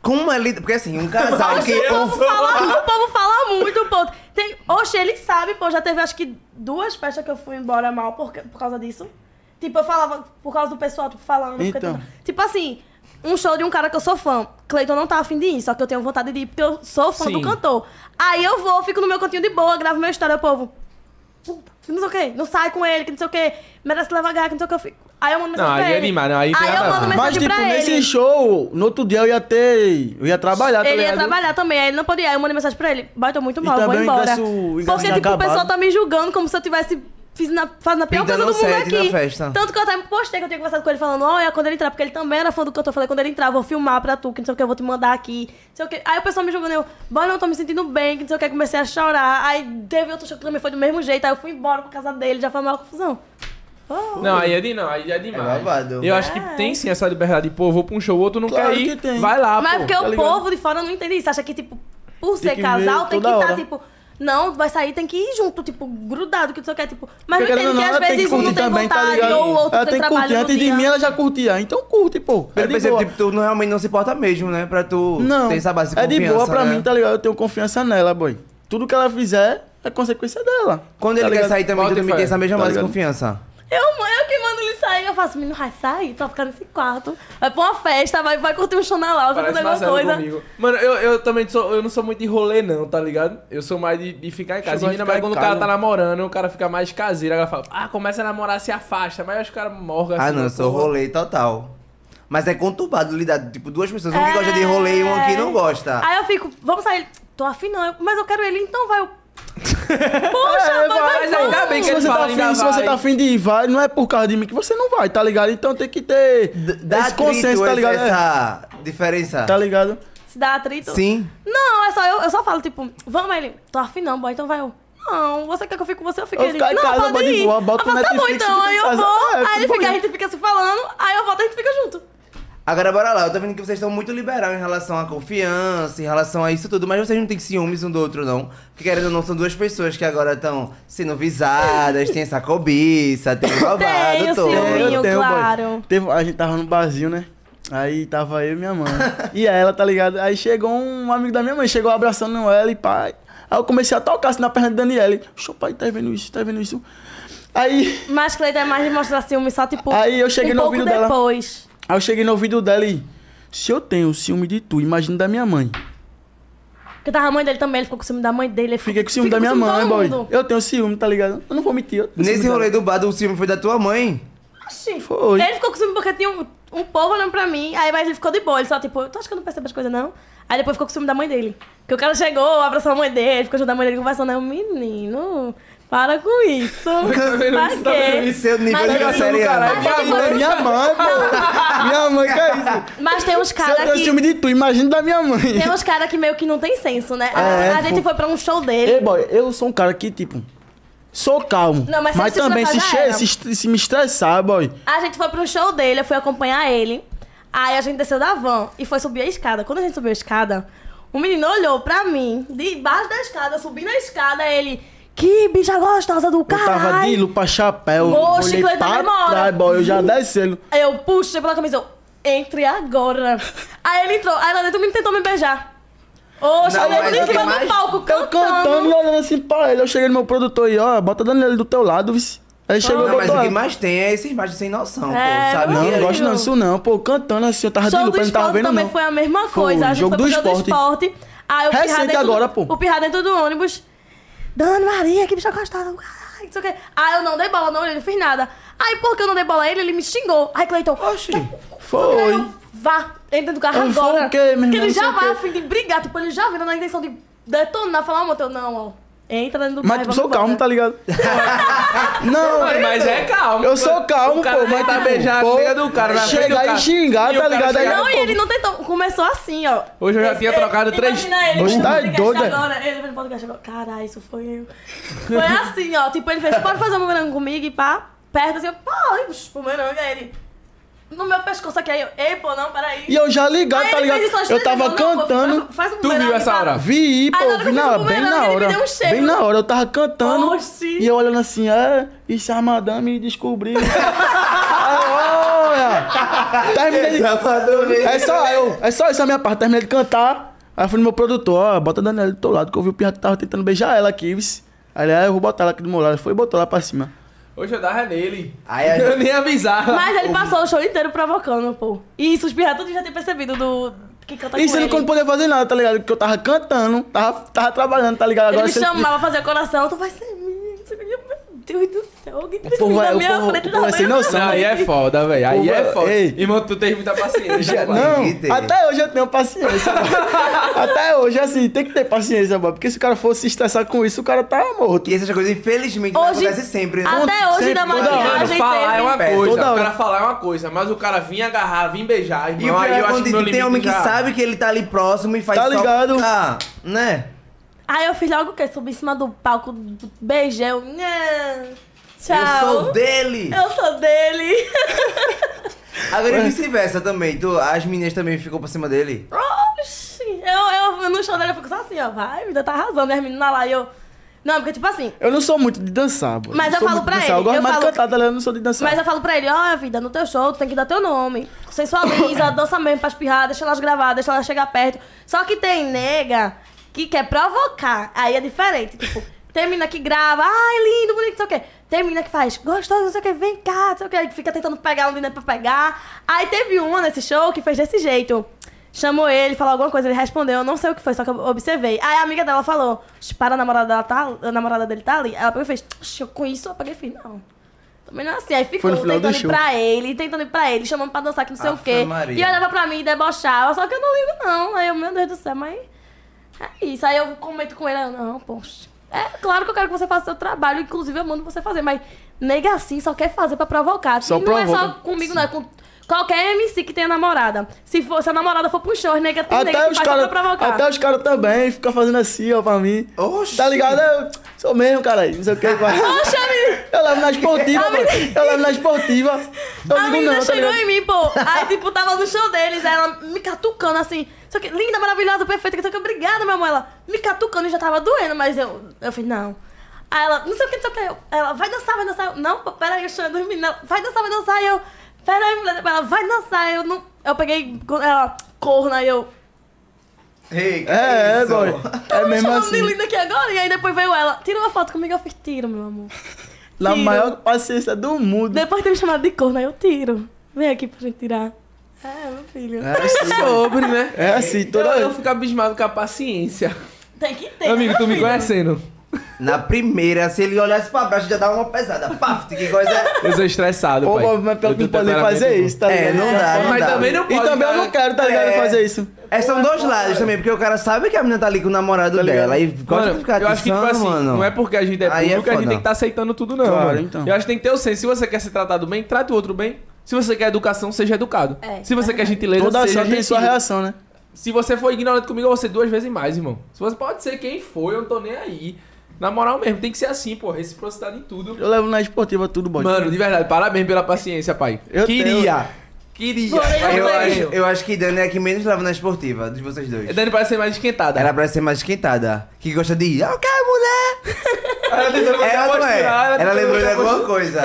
[SPEAKER 2] Como é lida? Porque assim, um casal que.
[SPEAKER 3] O povo fala, o povo fala muito, pô. Tem, oxe, ele sabe, pô, já teve acho que duas festas que eu fui embora mal por, ca- por causa disso. Tipo, eu falava por causa do pessoal, tipo, falando. porque
[SPEAKER 4] Então.
[SPEAKER 3] tudo- tipo assim, um show de um cara que eu sou fã. Cleiton não tá afim de ir, só que eu tenho vontade de ir, porque eu sou fã do
[SPEAKER 5] Sim.
[SPEAKER 3] cantor. Aí eu vou, fico no meu cantinho de boa, gravo minha história, o povo. Puta, não sei o quê, não sai com ele, que não sei o quê, merece levar garra, que não sei o que eu fico. Aí eu mando mensagem
[SPEAKER 5] Não,
[SPEAKER 3] pra
[SPEAKER 5] aí é
[SPEAKER 3] ele.
[SPEAKER 5] demais, não, aí tem
[SPEAKER 3] eu
[SPEAKER 5] nada a ver.
[SPEAKER 3] mando mensagem
[SPEAKER 4] Mas, tipo,
[SPEAKER 3] pra
[SPEAKER 4] nesse
[SPEAKER 3] ele
[SPEAKER 4] show, no outro dia eu ia ter. Eu ia trabalhar, tá
[SPEAKER 3] ele ia
[SPEAKER 4] ligado?
[SPEAKER 3] trabalhar também, aí ele não podia. Aí eu mandei mensagem pra ele, vai, tô muito mal,
[SPEAKER 4] E
[SPEAKER 3] vou
[SPEAKER 4] também o
[SPEAKER 3] embora.
[SPEAKER 4] ingresso- o ingresso
[SPEAKER 3] Porque,
[SPEAKER 4] já
[SPEAKER 3] tipo, o
[SPEAKER 4] acabado.
[SPEAKER 3] pessoal tá me julgando como se eu tivesse fiz na, faz na pior
[SPEAKER 2] Pintando
[SPEAKER 3] coisa do mundo
[SPEAKER 2] sede na
[SPEAKER 3] aqui.
[SPEAKER 2] festa.
[SPEAKER 3] Tanto que eu até me postei que eu tinha conversado com ele falando, olha, quando ele entrar, porque ele também era fã do cantor, eu falei, quando ele entrar, eu vou filmar pra tu, que não sei o que, eu vou te mandar aqui. não sei o que. Aí o pessoal me julgando, eu, bora, não tô me sentindo bem, que não sei o que, comecei a chorar. Aí teve outro show que também foi do mesmo jeito, aí eu fui embora pra casa dele, já foi uma confusão. Oh.
[SPEAKER 5] Não, aí é, de, não, aí é demais.
[SPEAKER 2] É babado.
[SPEAKER 5] Eu acho que tem sim essa liberdade. Pô, vou pra um show, outro não
[SPEAKER 4] Claro
[SPEAKER 5] quer ir.
[SPEAKER 4] que tem.
[SPEAKER 5] Vai lá,
[SPEAKER 3] Mas é
[SPEAKER 5] pô.
[SPEAKER 3] porque
[SPEAKER 5] tá
[SPEAKER 3] o
[SPEAKER 5] ligado?
[SPEAKER 3] povo de fora não entende isso. Acha que, tipo, por ser
[SPEAKER 4] que ver
[SPEAKER 3] casal, tem que
[SPEAKER 4] toda
[SPEAKER 3] estar,
[SPEAKER 4] hora.
[SPEAKER 3] tipo. Não, vai sair, tem que ir junto, tipo, grudado, que não sei o que, tipo. Mas não
[SPEAKER 4] Porque
[SPEAKER 3] entende
[SPEAKER 4] querendo
[SPEAKER 3] que
[SPEAKER 4] ou
[SPEAKER 3] às
[SPEAKER 4] não, ela
[SPEAKER 3] vezes um não tem vontade, ou o outro
[SPEAKER 4] tá ela
[SPEAKER 3] tem
[SPEAKER 4] tem que
[SPEAKER 3] trabalho.
[SPEAKER 4] curtir.
[SPEAKER 3] no
[SPEAKER 4] Antes de
[SPEAKER 3] dia.
[SPEAKER 4] mim ela já curtia. Então curte, pô. É
[SPEAKER 2] Eu
[SPEAKER 4] de
[SPEAKER 2] percebo,
[SPEAKER 4] boa.
[SPEAKER 2] tipo, tu não- realmente não se importa mesmo, né? Pra tu
[SPEAKER 4] Não.
[SPEAKER 2] ter essa base de
[SPEAKER 4] É de
[SPEAKER 2] confiança,
[SPEAKER 4] boa pra
[SPEAKER 2] né?
[SPEAKER 4] mim, tá ligado? Eu tenho confiança nela, boy. Tudo que ela fizer é consequência dela.
[SPEAKER 2] Quando
[SPEAKER 4] tá
[SPEAKER 2] ele quer
[SPEAKER 4] ligado?
[SPEAKER 2] sair também, tu
[SPEAKER 5] Bota
[SPEAKER 2] também
[SPEAKER 5] fé,
[SPEAKER 2] tem essa mesma
[SPEAKER 4] tá
[SPEAKER 2] base de
[SPEAKER 4] ligado?
[SPEAKER 2] confiança.
[SPEAKER 3] Eu, mãe, eu que mando ele sair. Eu faço, menino, vai sair, tu vai ficar nesse quarto. Vai pra uma festa, vai, vai curtir um show na
[SPEAKER 4] Tá
[SPEAKER 3] loja, vai
[SPEAKER 5] Parece
[SPEAKER 3] fazer
[SPEAKER 5] Marcelo
[SPEAKER 3] alguma coisa.
[SPEAKER 5] comigo. Mano, eu, eu também sou, eu não sou muito de rolê, não, tá ligado? Eu sou mais de, de ficar em casa.
[SPEAKER 4] Chegou
[SPEAKER 5] E
[SPEAKER 4] a
[SPEAKER 5] ainda
[SPEAKER 4] ficar
[SPEAKER 5] mais
[SPEAKER 4] em
[SPEAKER 5] quando o
[SPEAKER 4] casa.
[SPEAKER 5] cara tá namorando, o cara fica mais caseiro. Ela fala, ah, começa a namorar, se afasta. Mas eu acho que o cara morga
[SPEAKER 2] Ah,
[SPEAKER 5] assim,
[SPEAKER 4] tá
[SPEAKER 2] não,
[SPEAKER 5] né,
[SPEAKER 2] eu sou
[SPEAKER 5] porra.
[SPEAKER 2] rolê total. Mas é conturbado lidar, tipo, duas pessoas, um que
[SPEAKER 3] É.
[SPEAKER 2] gosta de rolê e um que não gosta.
[SPEAKER 3] Aí eu fico, vamos sair. Tô afim, não, eu- mas eu quero ele, então vai. eu- Poxa, vai,
[SPEAKER 4] É,
[SPEAKER 3] vai,
[SPEAKER 5] Mas ainda
[SPEAKER 3] vamos.
[SPEAKER 5] bem que
[SPEAKER 4] Se
[SPEAKER 5] ele
[SPEAKER 4] você,
[SPEAKER 5] fala,
[SPEAKER 4] tá
[SPEAKER 5] ainda
[SPEAKER 4] afim, se você
[SPEAKER 5] vai.
[SPEAKER 4] tá afim de ir, vai, não é por causa de mim que você não vai, tá ligado? Então tem que ter
[SPEAKER 2] Dá
[SPEAKER 4] esse
[SPEAKER 2] atrito,
[SPEAKER 4] consenso, tá ligado? É,
[SPEAKER 2] Essa diferença.
[SPEAKER 4] tá ligado?
[SPEAKER 3] Se dá atrito.
[SPEAKER 2] Sim.
[SPEAKER 3] Não, é só eu, eu só falo, tipo, vamos, aí ele. Tô afim não, boy, então vai eu. Não, você quer que eu fique com você? Eu fico
[SPEAKER 4] Eu
[SPEAKER 3] aí ele.
[SPEAKER 4] ficar em
[SPEAKER 3] Não,
[SPEAKER 4] casa,
[SPEAKER 3] pode
[SPEAKER 4] bota de
[SPEAKER 3] ir.
[SPEAKER 4] boa, bota
[SPEAKER 3] eu falo,
[SPEAKER 4] o
[SPEAKER 3] tá bom
[SPEAKER 4] Netflix,
[SPEAKER 3] então,
[SPEAKER 4] fica em
[SPEAKER 3] aí eu
[SPEAKER 4] casa.
[SPEAKER 3] vou.
[SPEAKER 4] É,
[SPEAKER 3] aí ele
[SPEAKER 4] fica
[SPEAKER 3] fica, a
[SPEAKER 4] bom.
[SPEAKER 3] gente fica se falando, aí eu volto, a gente fica junto.
[SPEAKER 2] Agora bora lá, eu tô vendo que vocês estão muito liberal em relação à confiança, em relação a isso tudo, mas vocês não têm ciúmes um do outro, não. Porque querendo ou não, são duas pessoas que agora estão sendo visadas, tem essa cobiça, tem o babado
[SPEAKER 3] Tenho
[SPEAKER 2] todo.
[SPEAKER 3] ciúminho. Filminho,
[SPEAKER 4] boy.
[SPEAKER 3] claro.
[SPEAKER 4] Teve, a gente tava no barzinho, né? Aí tava eu e minha mãe. e ela, tá ligado? Aí chegou um amigo da minha mãe, chegou abraçando ela e pai. Aí eu comecei a tocar assim na perna de Daniele. Xô, pai, tá vendo isso? Tá vendo isso? Aí,
[SPEAKER 3] Mas Cleiton é mais de mostrar ciúme só, tipo,
[SPEAKER 4] Aí eu cheguei
[SPEAKER 3] um
[SPEAKER 4] no
[SPEAKER 3] pouco
[SPEAKER 4] ouvido dela.
[SPEAKER 3] depois.
[SPEAKER 4] aí eu cheguei no ouvido dela e. Se eu tenho ciúme de tu, imagina da minha mãe.
[SPEAKER 3] Porque tava a mãe dele também, ele ficou com ciúme da mãe dele. Ele ficou-
[SPEAKER 4] Fiquei com ciúme
[SPEAKER 3] fica
[SPEAKER 4] da minha
[SPEAKER 3] ciúme de
[SPEAKER 4] mãe,
[SPEAKER 3] todo
[SPEAKER 4] boy.
[SPEAKER 3] mundo.
[SPEAKER 4] Eu tenho ciúme, tá ligado? Eu não vou mentir.
[SPEAKER 1] é
[SPEAKER 4] Eu tenho
[SPEAKER 2] Nesse
[SPEAKER 4] ciúme
[SPEAKER 2] rolê
[SPEAKER 4] dela.
[SPEAKER 2] do bado, o ciúme foi da tua mãe.
[SPEAKER 3] Oxi.
[SPEAKER 4] Foi.
[SPEAKER 3] Ele ficou com ciúme porque tinha um, um povo olhando pra mim, aí mas ele ficou de boa, ele só tipo, tu acha que eu não percebo as coisas não? Aí depois ficou com ciúme da mãe dele. Porque o cara chegou, abraçou a mãe dele, ficou junto da mãe dele conversando, aí o menino, para com isso. pra
[SPEAKER 5] isso, tá vendo
[SPEAKER 3] quê?
[SPEAKER 5] isso?
[SPEAKER 2] Seu nível
[SPEAKER 3] Mas um
[SPEAKER 2] de
[SPEAKER 3] ele-
[SPEAKER 2] seriedade.
[SPEAKER 3] Mas ele-
[SPEAKER 4] É minha mãe, pô. minha mãe, que é isso?
[SPEAKER 3] Mas tem uns
[SPEAKER 4] Se eu
[SPEAKER 3] caras
[SPEAKER 4] tenho um ciúme
[SPEAKER 3] que...
[SPEAKER 4] de tu, imagina da minha mãe.
[SPEAKER 3] Tem um uns caras que meio que não tem senso, né?
[SPEAKER 4] É,
[SPEAKER 3] a, a gente
[SPEAKER 4] pô.
[SPEAKER 3] foi pra um show dele.
[SPEAKER 4] Ei, boy, eu sou um cara que, tipo, sou calmo.
[SPEAKER 3] Não, mas
[SPEAKER 4] mas
[SPEAKER 3] se você
[SPEAKER 4] também se,
[SPEAKER 3] estressar, já
[SPEAKER 4] che-
[SPEAKER 3] era.
[SPEAKER 4] se, est- se me estressar, boy.
[SPEAKER 3] A gente foi pro show dele, eu fui acompanhar ele. Aí a gente desceu da van e foi subir a escada. Quando a gente subiu a escada, o menino olhou pra mim, debaixo da escada, subindo a escada, ele. Que bicha gostosa do
[SPEAKER 4] Eu tava de
[SPEAKER 3] caralho!
[SPEAKER 4] lupa chapéu.
[SPEAKER 3] Ô,
[SPEAKER 4] olhei
[SPEAKER 3] chiclete da
[SPEAKER 4] pra
[SPEAKER 3] demora. Uhum.
[SPEAKER 4] trás, boy. Eu já descendo.
[SPEAKER 3] Eu puxei pela camisa, eu, entre agora. aí ele entrou, aí lá dentro o menino tentou me beijar. Oxe,
[SPEAKER 2] Não, mas
[SPEAKER 3] eu lembro em
[SPEAKER 2] eu
[SPEAKER 3] cima
[SPEAKER 2] tenho
[SPEAKER 3] do
[SPEAKER 2] mais-
[SPEAKER 3] palco,
[SPEAKER 4] Eu
[SPEAKER 3] cantando.
[SPEAKER 4] cantando e olhando assim pra ele. Eu cheguei no meu produtor e, ó, bota Daniele do teu lado, vice. Aí chegou e
[SPEAKER 2] Não, mas
[SPEAKER 4] botou.
[SPEAKER 2] o que
[SPEAKER 4] ela.
[SPEAKER 2] mais tem é essas imagens sem noção,
[SPEAKER 3] É,
[SPEAKER 2] pô, sabe?
[SPEAKER 4] Não,
[SPEAKER 3] Meu
[SPEAKER 4] não gosto não
[SPEAKER 3] Deus.
[SPEAKER 4] disso não. Pô, cantando assim, eu tava de
[SPEAKER 3] Show do
[SPEAKER 4] lupa, eu não tava
[SPEAKER 3] esporte
[SPEAKER 4] vendo
[SPEAKER 3] também
[SPEAKER 4] não.
[SPEAKER 3] foi a mesma coisa.
[SPEAKER 4] Foi
[SPEAKER 3] a gente
[SPEAKER 4] jogo
[SPEAKER 3] foi
[SPEAKER 4] do
[SPEAKER 3] pro jogo do esporte. Aí o pirra
[SPEAKER 4] Recente
[SPEAKER 3] dentro
[SPEAKER 4] agora,
[SPEAKER 3] do,
[SPEAKER 4] pô.
[SPEAKER 3] O pirra dentro do ônibus. Dani Maria, que bicho acostada. Caralho, não sei o quê. Aí eu não dei bola, não, ele não fez nada. Aí porque eu não dei bola a ele, ele me xingou. Aí Cleiton,
[SPEAKER 2] Oxi.
[SPEAKER 4] Foi.
[SPEAKER 3] vá, entra do carro
[SPEAKER 4] Eu falo
[SPEAKER 3] agora.
[SPEAKER 4] o quê, meu irmão?
[SPEAKER 3] Porque ele
[SPEAKER 4] Não sei
[SPEAKER 3] já
[SPEAKER 4] o
[SPEAKER 3] vai
[SPEAKER 4] quê.
[SPEAKER 3] a fim de brigar, tipo, ele já vira na intenção de detonar, falar um montão. Não, ó. Entra dentro do
[SPEAKER 4] Mas
[SPEAKER 3] carro.
[SPEAKER 4] tipo, sou calmo, tá ligado? não,
[SPEAKER 1] Mas, é calmo.
[SPEAKER 4] eu sou calmo,
[SPEAKER 1] O cara
[SPEAKER 4] pô, mas
[SPEAKER 1] tá
[SPEAKER 4] tipo,
[SPEAKER 1] beijando a
[SPEAKER 4] pô,
[SPEAKER 1] nega do cara. na frente do
[SPEAKER 4] Chegar
[SPEAKER 1] cara.
[SPEAKER 4] e xingar,
[SPEAKER 1] E o
[SPEAKER 4] tá
[SPEAKER 1] cara
[SPEAKER 4] ligado? Aí
[SPEAKER 1] chegar-
[SPEAKER 3] Não, e ele não tentou. Começou assim, ó.
[SPEAKER 1] Hoje eu já tinha trocado três-
[SPEAKER 3] Imagina ele
[SPEAKER 4] Hoje
[SPEAKER 3] no
[SPEAKER 4] tá
[SPEAKER 3] podcast
[SPEAKER 1] né?
[SPEAKER 4] doida.
[SPEAKER 3] Agora, ele foi no podcast agora. Caralho, isso foi eu. Foi assim, ó. Tipo, ele fez, pode fazer um bumerangue comigo e pá. Perto assim, eu, pô, aí, psh, bumerangue. Aí ele, no meu pescoço aqui. Aí eu, ei, pô, não, peraí.
[SPEAKER 4] E eu já ligado,
[SPEAKER 3] Aí
[SPEAKER 4] tá
[SPEAKER 3] ele
[SPEAKER 4] ligado?
[SPEAKER 3] fez isso umas
[SPEAKER 4] Eu
[SPEAKER 3] três
[SPEAKER 4] tava
[SPEAKER 3] vezes, eu, não, pô,
[SPEAKER 4] cantando.
[SPEAKER 3] faz- faz um
[SPEAKER 1] Tu viu
[SPEAKER 3] bumerangue,
[SPEAKER 1] essa
[SPEAKER 3] pá.
[SPEAKER 1] hora?
[SPEAKER 4] Vi,
[SPEAKER 3] Aí na hora
[SPEAKER 4] pô,
[SPEAKER 3] que
[SPEAKER 4] vi
[SPEAKER 3] eu
[SPEAKER 4] na
[SPEAKER 3] fiz o
[SPEAKER 4] hora, bem
[SPEAKER 3] bumerangue,
[SPEAKER 4] na
[SPEAKER 3] ele me
[SPEAKER 4] hora.
[SPEAKER 3] deu um cheiro.
[SPEAKER 4] Bem na hora, eu tava cantando.
[SPEAKER 3] Oxi.
[SPEAKER 4] E eu olhando assim, é, e se a madame descobriu? Aí, Olha! Terminei de
[SPEAKER 2] Sábado mesmo.
[SPEAKER 4] É só eu, é só isso a minha parte. Terminei de cantar. Aí fui no meu produtor, ó, bota a Daniela do teu lado, que eu vi o pirra que tava tentando beijar ela aqui, vice. Aí ele, ah, eu vou botar ela aqui do meu lado. Ele Foi e botou lá pra cima.
[SPEAKER 1] Hoje eu dava nele.
[SPEAKER 2] Aí
[SPEAKER 4] é
[SPEAKER 2] a
[SPEAKER 1] Eu
[SPEAKER 2] gente...
[SPEAKER 1] nem avisava.
[SPEAKER 3] Mas ele passou o show inteiro provocando, pô. E isso, os pirra tudo já tem percebido do... Que canta
[SPEAKER 4] e
[SPEAKER 3] com
[SPEAKER 4] você não
[SPEAKER 3] ele.
[SPEAKER 4] quando podia fazer nada, tá ligado? Porque eu tava cantando, tava, tava trabalhando, tá ligado?
[SPEAKER 3] Ele me
[SPEAKER 4] você-
[SPEAKER 3] chamava pra fazer coração, tu vai ser minha, não sei o que, meu Deus do céu, alguém
[SPEAKER 4] O
[SPEAKER 3] precisa
[SPEAKER 4] povo vai-
[SPEAKER 3] da
[SPEAKER 4] o
[SPEAKER 3] minha
[SPEAKER 4] povo-
[SPEAKER 3] frente
[SPEAKER 4] o povo vai sem
[SPEAKER 3] manhã.
[SPEAKER 4] noção.
[SPEAKER 1] Não, aí é foda, velho. Aí
[SPEAKER 4] Pô,
[SPEAKER 1] é
[SPEAKER 4] vai-
[SPEAKER 1] foda.
[SPEAKER 4] ei.
[SPEAKER 1] Irmão, tu tens muita paciência. rapaz.
[SPEAKER 3] é
[SPEAKER 4] Não,
[SPEAKER 2] Tem que ter.
[SPEAKER 4] até hoje eu tenho paciência. mano. até hoje, assim, tem que ter paciência, mano. Porque se o cara for se estressar com isso, o cara tá morto.
[SPEAKER 2] E essas coisas, infelizmente,
[SPEAKER 3] Hoje-
[SPEAKER 2] acontecem sempre, né?
[SPEAKER 3] Até hoje
[SPEAKER 4] sempre,
[SPEAKER 3] na
[SPEAKER 4] toda
[SPEAKER 1] Mano,
[SPEAKER 3] maquiagem
[SPEAKER 1] falar é uma
[SPEAKER 3] teve.
[SPEAKER 2] Pé,
[SPEAKER 1] coisa,
[SPEAKER 4] toda
[SPEAKER 1] o cara
[SPEAKER 4] hora.
[SPEAKER 1] falar é uma coisa, mas o cara vir agarrar, vir beijar,
[SPEAKER 2] E o
[SPEAKER 1] irmão, aí
[SPEAKER 2] pior é
[SPEAKER 1] eu acho que meu
[SPEAKER 2] quando tem
[SPEAKER 1] limite
[SPEAKER 2] homem que
[SPEAKER 1] já-
[SPEAKER 2] sabe que ele tá ali próximo e faz
[SPEAKER 4] Tá
[SPEAKER 2] só-
[SPEAKER 4] ligado?
[SPEAKER 2] Ah, né?
[SPEAKER 3] Aí eu fiz logo o quê? Subi em cima do palco, do- beijei, eu... Nhã, Tchau.
[SPEAKER 2] Eu sou dele!
[SPEAKER 3] Eu sou dele.
[SPEAKER 4] É.
[SPEAKER 2] Agora e vice-versa também. Tu, as meninas também ficam por cima dele.
[SPEAKER 3] Oxi. Eu, eu no show dele eu fico só assim, ó, vai, ainda tá arrasando, e as meninas lá, e eu... Não, porque tipo assim,
[SPEAKER 4] Eu não sou muito de dançar, mano.
[SPEAKER 3] Mas eu
[SPEAKER 4] Não sou
[SPEAKER 3] falo
[SPEAKER 4] muito de
[SPEAKER 3] pra
[SPEAKER 4] dançar.
[SPEAKER 3] ele,
[SPEAKER 4] Eu gosto
[SPEAKER 3] eu
[SPEAKER 4] mais
[SPEAKER 3] falo-
[SPEAKER 4] de cantar, Daniela, eu não sou de dançar.
[SPEAKER 3] Mas eu falo pra ele, ó, vida, no teu show tu tem que dar teu nome. Sensualiza, dança mesmo pras pirradas, deixa elas gravar, deixa elas chegar perto. Só que tem nega que quer provocar. Aí é diferente, tipo, tem mina que grava, ai, lindo, bonito, não sei o quê. Tem mina que faz, gostoso, não sei o quê, vem cá, não sei o quê. Aí Fica tentando pegar onde não é pra pegar. Aí teve uma nesse show que fez desse jeito. Chamou ele, falou alguma coisa, ele respondeu, eu não sei o que foi, só que eu observei. Aí a amiga dela falou, "Oxe, para, a namorada, dela tá, a namorada dele tá ali. Ela pegou e fez, "Oxe, eu com isso, eu apaguei e fiz, não. Também não é assim, aí ficou
[SPEAKER 4] no final do
[SPEAKER 3] tentando ir
[SPEAKER 4] show.
[SPEAKER 3] pra ele, tentando ir pra ele, chamando pra dançar que não sei o
[SPEAKER 2] Ave
[SPEAKER 3] quê.
[SPEAKER 2] Maria.
[SPEAKER 3] E eu olhava pra mim e debochava, só que eu não ligo não. Aí eu, meu Deus do céu, mas é isso. Aí eu comento com ele, eu, não, poxa. É claro que eu quero que você faça o seu trabalho, inclusive eu mando você fazer, mas nega assim só quer fazer pra provocar.
[SPEAKER 4] Só
[SPEAKER 3] e não é só
[SPEAKER 4] provoca.
[SPEAKER 3] comigo, não, é com qualquer MC que tenha namorada. Se, for, se a namorada for pro show, nega tem nega
[SPEAKER 4] Até
[SPEAKER 3] que
[SPEAKER 4] os,
[SPEAKER 3] faz só
[SPEAKER 4] cara,
[SPEAKER 3] pra provocar.
[SPEAKER 4] até os caras também ficam fazendo assim, ó, pra mim.
[SPEAKER 2] Oxi.
[SPEAKER 4] Tá ligado? Eu sou mesmo, cara. Não sei o que.
[SPEAKER 3] Poxa, menina!
[SPEAKER 4] Eu levo na esportiva,
[SPEAKER 3] A
[SPEAKER 4] pô. Eu levo na esportiva. Eu
[SPEAKER 3] a
[SPEAKER 4] digo
[SPEAKER 3] menina
[SPEAKER 4] não, tá
[SPEAKER 3] chegou
[SPEAKER 4] ligado?
[SPEAKER 3] em mim, pô. Aí, tipo, tava no show deles, aí ela me catucando assim. Só que linda, maravilhosa, perfeita, que só que obrigada, meu amor. Ela me catucando e já tava doendo, mas eu, eu fiz, não. Aí ela, não sei o que, não sei o que. Eu- Ela, vai dançar, vai dançar. Eu, não, pô, peraí, eu chorando, dormi. Não, vai dançar, vai dançar. E eu, peraí, mulher. Ela, vai dançar. Eu não. Eu peguei, ela, corna, e eu. "Tá
[SPEAKER 2] Ei, que
[SPEAKER 4] É, é,
[SPEAKER 2] isso?
[SPEAKER 4] boy. É mesmo
[SPEAKER 3] chamando de
[SPEAKER 4] assim.
[SPEAKER 3] linda aqui agora. E aí depois veio ela, tira uma foto comigo. Eu fiz, tiro, meu amor.
[SPEAKER 4] Na
[SPEAKER 3] Tiro.
[SPEAKER 4] maior paciência do mundo.
[SPEAKER 3] Depois de me chamado de corna, eu tiro. Vem aqui pra gente tirar. É, meu filho.
[SPEAKER 4] É assim,
[SPEAKER 1] Sobre, né?
[SPEAKER 4] é assim
[SPEAKER 1] Eu,
[SPEAKER 4] toda
[SPEAKER 1] eu fico abismado com a paciência.
[SPEAKER 3] Tem que ter.
[SPEAKER 1] Amigo,
[SPEAKER 3] né,
[SPEAKER 1] tu me
[SPEAKER 3] filho?
[SPEAKER 1] conhecendo.
[SPEAKER 2] Na primeira, se ele olhasse pra baixo, já dava uma pesada. Paf, que coisa é.
[SPEAKER 1] Eu sou estressado,
[SPEAKER 4] Pô,
[SPEAKER 1] pai.
[SPEAKER 4] pô, mas pelo
[SPEAKER 1] Eu
[SPEAKER 4] que
[SPEAKER 1] tenho
[SPEAKER 4] poder
[SPEAKER 1] temperamento
[SPEAKER 4] fazer
[SPEAKER 1] bom.
[SPEAKER 4] isso, tá
[SPEAKER 2] É,
[SPEAKER 4] ligado?
[SPEAKER 2] não dá, não
[SPEAKER 1] Mas
[SPEAKER 2] dá.
[SPEAKER 1] também não
[SPEAKER 4] E
[SPEAKER 1] pode,
[SPEAKER 4] também eu não
[SPEAKER 1] cara.
[SPEAKER 4] quero, tá ligado?
[SPEAKER 2] É.
[SPEAKER 4] Fazer isso.
[SPEAKER 2] É, são dois lados também, porque o cara sabe que a menina tá ali com o namorado dela e gosta
[SPEAKER 1] Mano,
[SPEAKER 2] de ficar
[SPEAKER 1] eu acho que, tipo
[SPEAKER 2] atiçando,
[SPEAKER 1] assim,
[SPEAKER 2] mano.
[SPEAKER 1] não é porque a gente é
[SPEAKER 2] Aí é
[SPEAKER 1] público que a gente
[SPEAKER 2] foda.
[SPEAKER 1] tem que estar aceitando tudo, não.
[SPEAKER 4] Claro,
[SPEAKER 1] mano.
[SPEAKER 4] então.
[SPEAKER 1] Eu acho que tem que ter o senso. Se você quer ser tratado bem, trate o outro bem. Se você quer educação, seja educado.
[SPEAKER 3] É,
[SPEAKER 1] Se você quer gentileza,
[SPEAKER 4] Toda
[SPEAKER 1] seja
[SPEAKER 4] ação tem
[SPEAKER 1] gentil.
[SPEAKER 4] sua reação, né?
[SPEAKER 1] Se você for ignorante comigo, eu vou ser duas vezes mais, irmão. Se você pode ser quem for, eu não tô nem aí. Na moral mesmo, tem que ser assim, pô. Reciprocidade em tudo.
[SPEAKER 4] Eu levo na esportiva tudo, boy.
[SPEAKER 1] Mano, de verdade, parabéns pela paciência, pai.
[SPEAKER 4] Eu
[SPEAKER 1] queria. Queria.
[SPEAKER 3] Porém, eu
[SPEAKER 2] Eu,
[SPEAKER 1] Mas
[SPEAKER 2] acho,
[SPEAKER 1] eu-
[SPEAKER 2] eu acho que Dani é a que menos leva na esportiva, de vocês dois.
[SPEAKER 1] É Dani parece ser mais esquentada.
[SPEAKER 2] Ela parece ser mais esquentada. Que gosta de ir. Eu quero mulher!
[SPEAKER 1] Ela tentando botar
[SPEAKER 2] Ela não é.
[SPEAKER 1] postura,
[SPEAKER 2] Ela,
[SPEAKER 1] tentando
[SPEAKER 2] lembrou de
[SPEAKER 1] botar postura.
[SPEAKER 2] alguma coisa.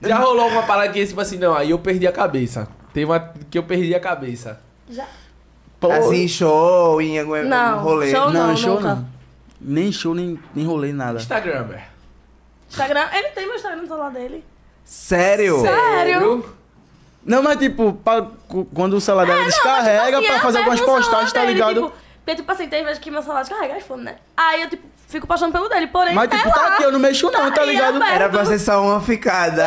[SPEAKER 1] Já rolou uma parada que é tipo assim, não, aí eu perdi a cabeça. Teve uma que eu perdi a cabeça.
[SPEAKER 3] Já.
[SPEAKER 4] Pô,
[SPEAKER 2] Assim, em show, em algum algum
[SPEAKER 3] Não,
[SPEAKER 2] rolê.
[SPEAKER 3] show-
[SPEAKER 4] Não,
[SPEAKER 3] Não,
[SPEAKER 4] show
[SPEAKER 3] nunca.
[SPEAKER 4] não. Nem show, nem, nem rolê, nada.
[SPEAKER 1] Instagramer.
[SPEAKER 3] Instagram. Ele tem meu Instagram no celular dele.
[SPEAKER 2] Sério?
[SPEAKER 3] Sério?
[SPEAKER 4] Não, mas tipo, pra- cu- quando o celular dela
[SPEAKER 3] É, não, mas, tipo
[SPEAKER 4] descarrega
[SPEAKER 3] assim,
[SPEAKER 4] pra
[SPEAKER 3] eu
[SPEAKER 4] fazer
[SPEAKER 3] pego
[SPEAKER 4] algumas
[SPEAKER 3] o celular
[SPEAKER 4] postagens, tá
[SPEAKER 3] dele,
[SPEAKER 4] ligado?
[SPEAKER 3] Tipo, porque, tipo assim, tem vezes que meu celular descarrega iPhone, né? Aí eu, tipo, fico postando pelo dele, porém.
[SPEAKER 4] Mas, tipo,
[SPEAKER 3] lá,
[SPEAKER 4] tá aqui, eu não mexo não, tá
[SPEAKER 3] aí
[SPEAKER 4] ligado?
[SPEAKER 3] aberto.
[SPEAKER 2] Era pra ser só uma ficada.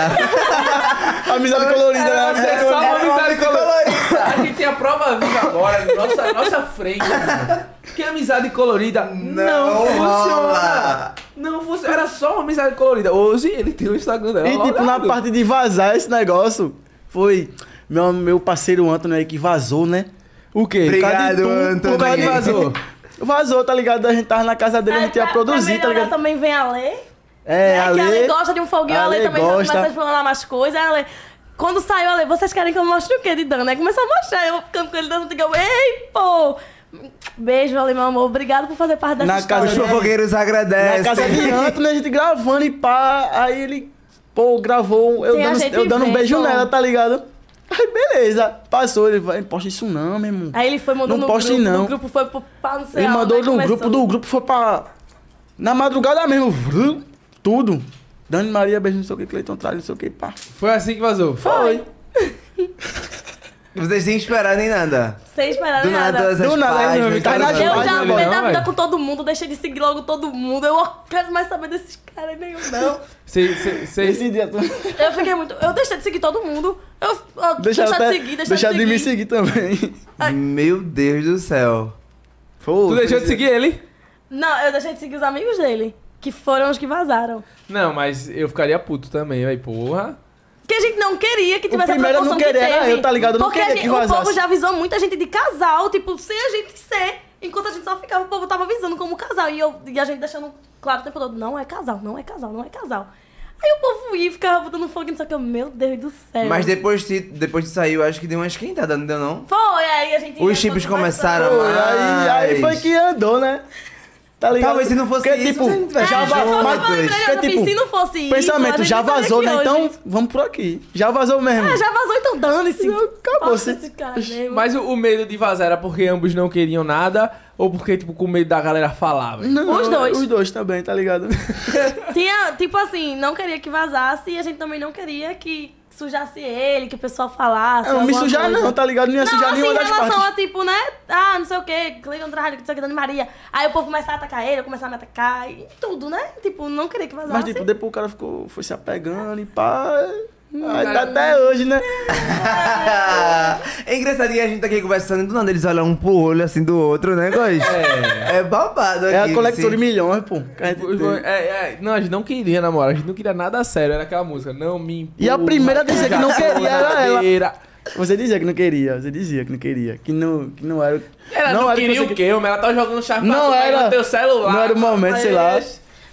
[SPEAKER 4] A amizade colorida, né?
[SPEAKER 1] Você é
[SPEAKER 4] Amizade
[SPEAKER 1] só
[SPEAKER 4] colorida.
[SPEAKER 1] uma amizade
[SPEAKER 2] Ficou
[SPEAKER 1] colorida.
[SPEAKER 2] colorido.
[SPEAKER 1] A gente tem a prova viva agora, na nossa, nossa frente. mano. Que amizade colorida não,
[SPEAKER 2] Não
[SPEAKER 1] funciona.
[SPEAKER 2] rola.
[SPEAKER 1] Não funciona. Era só uma amizade colorida. Hoje ele tem o Instagram dela.
[SPEAKER 4] E
[SPEAKER 1] lá
[SPEAKER 4] tipo, na
[SPEAKER 1] olhado.
[SPEAKER 4] parte de vazar esse negócio, foi meu, meu parceiro Antônio aí que vazou, né? O quê?
[SPEAKER 2] Obrigado,
[SPEAKER 4] Cadê tu?
[SPEAKER 2] Antônio.
[SPEAKER 4] Por causa de vazou. Vazou, tá ligado? A gente tava na casa dele, a
[SPEAKER 3] Aí
[SPEAKER 4] gente ia
[SPEAKER 3] pra-
[SPEAKER 4] produzir,
[SPEAKER 3] pra
[SPEAKER 4] tá
[SPEAKER 3] melhorar
[SPEAKER 4] ligado?
[SPEAKER 3] também vem a lei.
[SPEAKER 4] É,
[SPEAKER 3] né?
[SPEAKER 4] a
[SPEAKER 3] que a lei
[SPEAKER 4] Lê...
[SPEAKER 3] gosta de um foguinho, a
[SPEAKER 4] a
[SPEAKER 3] lei
[SPEAKER 4] Lê
[SPEAKER 3] também
[SPEAKER 4] gosta.
[SPEAKER 3] já começa a explorar mais coisas. aí A lei... Quando saiu a lei, vocês querem que eu mostre o quê de dano? Aí começou a mostrar, eu ficando com ele dançando, eu digo, ei, pô! Beijo, Ale, meu amor, obrigado por fazer parte dessa
[SPEAKER 4] Na
[SPEAKER 3] história. né?
[SPEAKER 2] Os
[SPEAKER 4] casa-
[SPEAKER 2] fofoqueiros
[SPEAKER 4] Na casa
[SPEAKER 2] agradecem.
[SPEAKER 4] de Antônio, a gente gravando e pá, aí ele, pô, gravou, eu,
[SPEAKER 3] Sim, a
[SPEAKER 4] dando,
[SPEAKER 3] gente
[SPEAKER 4] eu dando um
[SPEAKER 3] vê,
[SPEAKER 4] beijo
[SPEAKER 3] pô.
[SPEAKER 4] nela, tá ligado? Aí beleza, passou, ele vai, posta isso não, meu irmão.
[SPEAKER 3] Aí ele foi, mandou
[SPEAKER 4] Não
[SPEAKER 3] no
[SPEAKER 4] poste,
[SPEAKER 3] grupo,
[SPEAKER 4] não.
[SPEAKER 3] do grupo foi pro, pra não é sei
[SPEAKER 4] Ele
[SPEAKER 3] aonde,
[SPEAKER 4] mandou
[SPEAKER 3] aí
[SPEAKER 4] no
[SPEAKER 3] começou.
[SPEAKER 4] grupo, do grupo foi pra. Na madrugada mesmo, vrum, tudo. Dani Maria, beijo, não sei o que, Cleiton Tralho, não sei o que, pá.
[SPEAKER 5] Foi assim que vazou.
[SPEAKER 4] Foi.
[SPEAKER 2] Vocês nem esperaram nem nada.
[SPEAKER 3] Sem esperar
[SPEAKER 2] Do
[SPEAKER 3] nada.
[SPEAKER 2] nada, essas
[SPEAKER 4] Do nada,
[SPEAKER 2] páginas,
[SPEAKER 4] tá
[SPEAKER 2] todas
[SPEAKER 4] na
[SPEAKER 2] as
[SPEAKER 3] Eu
[SPEAKER 4] Mas
[SPEAKER 3] já
[SPEAKER 5] não é
[SPEAKER 3] mudei
[SPEAKER 5] legal,
[SPEAKER 3] da vida
[SPEAKER 5] velho.
[SPEAKER 3] com todo mundo, deixei de seguir logo todo mundo. Eu não quero mais saber desses caras nenhum, não.
[SPEAKER 5] Cê- cê- cê-
[SPEAKER 4] Esse dia tu.
[SPEAKER 3] Eu fiquei muito. Eu deixei de seguir todo mundo. Eu, eu deixei
[SPEAKER 4] Deixa até,
[SPEAKER 3] de seguir, deixei
[SPEAKER 4] deixa
[SPEAKER 3] de seguir.
[SPEAKER 4] me seguir também.
[SPEAKER 2] Meu Deus do céu.
[SPEAKER 4] Foi.
[SPEAKER 5] Tu deixou de seguir ele?
[SPEAKER 3] Não, eu deixei de seguir os amigos dele, que foram os que vazaram.
[SPEAKER 5] Não, mas eu ficaria puto também, véi, porra.
[SPEAKER 3] Que a gente não queria que tivesse a
[SPEAKER 4] primeiro eu não
[SPEAKER 3] proporção que
[SPEAKER 4] queria,
[SPEAKER 3] teve.
[SPEAKER 4] eu, tá ligado? Eu não
[SPEAKER 3] Porque
[SPEAKER 4] queria
[SPEAKER 3] a gente,
[SPEAKER 4] que vazasse.
[SPEAKER 3] o povo já avisou muita gente de casal, tipo, sem a gente ser. Enquanto a gente só ficava, o povo tava avisando como casal. E, eu, e a gente deixando claro o tempo todo, não é casal, não é casal, não é casal. Aí o povo ia e ficava botando fogo e só que eu, meu Deus do céu.
[SPEAKER 2] Mas depois de, depois de sair, eu acho que deu uma esquentada, não deu não?
[SPEAKER 3] Foi, aí a gente...
[SPEAKER 2] Os chips começaram
[SPEAKER 4] Foi,
[SPEAKER 2] a
[SPEAKER 4] aí, aí foi que andou, né? Tá ligado?
[SPEAKER 2] Talvez se não fosse
[SPEAKER 4] Porque,
[SPEAKER 2] isso,
[SPEAKER 4] tipo,
[SPEAKER 2] você não tivesse
[SPEAKER 4] já
[SPEAKER 3] É, Já
[SPEAKER 2] achado.
[SPEAKER 4] vazou,
[SPEAKER 2] Foi,
[SPEAKER 4] mas
[SPEAKER 2] foi, foi.
[SPEAKER 4] é tipo,
[SPEAKER 3] se não fosse isso, a
[SPEAKER 4] pensamento,
[SPEAKER 3] gente
[SPEAKER 4] já
[SPEAKER 3] estaria
[SPEAKER 4] vazou,
[SPEAKER 3] aqui
[SPEAKER 4] né?
[SPEAKER 3] hoje.
[SPEAKER 4] Então, vamos por aqui. Já vazou mesmo.
[SPEAKER 3] Ah, já vazou, então dane-se.
[SPEAKER 4] Acabou,
[SPEAKER 3] Nossa,
[SPEAKER 4] se-
[SPEAKER 3] esse cara mesmo.
[SPEAKER 5] Mas o, o medo de vazar era porque ambos não queriam nada ou porque, tipo, com medo da galera falar, véi?
[SPEAKER 4] Não,
[SPEAKER 3] Os
[SPEAKER 4] não,
[SPEAKER 3] dois.
[SPEAKER 4] Os dois também, tá ligado?
[SPEAKER 3] Tinha, tipo assim, não queria que vazasse e a gente também não queria que sujasse ele, que o pessoal falasse.
[SPEAKER 4] Não, me
[SPEAKER 3] alguma
[SPEAKER 4] sujar
[SPEAKER 3] coisa.
[SPEAKER 4] não, tá ligado? Não ia
[SPEAKER 3] Não,
[SPEAKER 4] sujar
[SPEAKER 3] assim,
[SPEAKER 4] nenhuma
[SPEAKER 3] em
[SPEAKER 4] das
[SPEAKER 3] relação
[SPEAKER 4] partes.
[SPEAKER 3] a tipo, né? Ah, não sei o que, Cleiton Tralho, não sei o que, Dani Maria. Aí o povo começar a atacar ele, eu começar a me atacar e tudo, né? Tipo, não queria que vazasse.
[SPEAKER 4] Mas, tipo, depois o cara ficou, foi se apegando e pá. Aí tá até hoje, né?
[SPEAKER 2] é engraçado que a gente tá aqui conversando e do nada eles olham um pro olho assim do outro, né, Góis? É. babado aqui.
[SPEAKER 4] É a coleção de
[SPEAKER 2] assim.
[SPEAKER 4] milhões, pô. que a gente
[SPEAKER 5] Os-
[SPEAKER 4] tem.
[SPEAKER 5] é, é, não, a gente não queria namorar, a gente não queria nada sério, era aquela música, não me
[SPEAKER 4] E a
[SPEAKER 5] empurra,
[SPEAKER 4] primeira a dizer que não
[SPEAKER 5] já
[SPEAKER 4] queria
[SPEAKER 5] tô na
[SPEAKER 4] era ela.
[SPEAKER 5] cadeira.
[SPEAKER 4] Você dizia que não queria, você dizia que não queria. Que não, que não era.
[SPEAKER 5] Ela não,
[SPEAKER 4] era
[SPEAKER 5] queria
[SPEAKER 4] você
[SPEAKER 5] o quê? Mas ela tava jogando chave
[SPEAKER 4] Não
[SPEAKER 5] pra tu,
[SPEAKER 4] era-
[SPEAKER 5] pegando teu celular.
[SPEAKER 4] não era o momento, sei lá.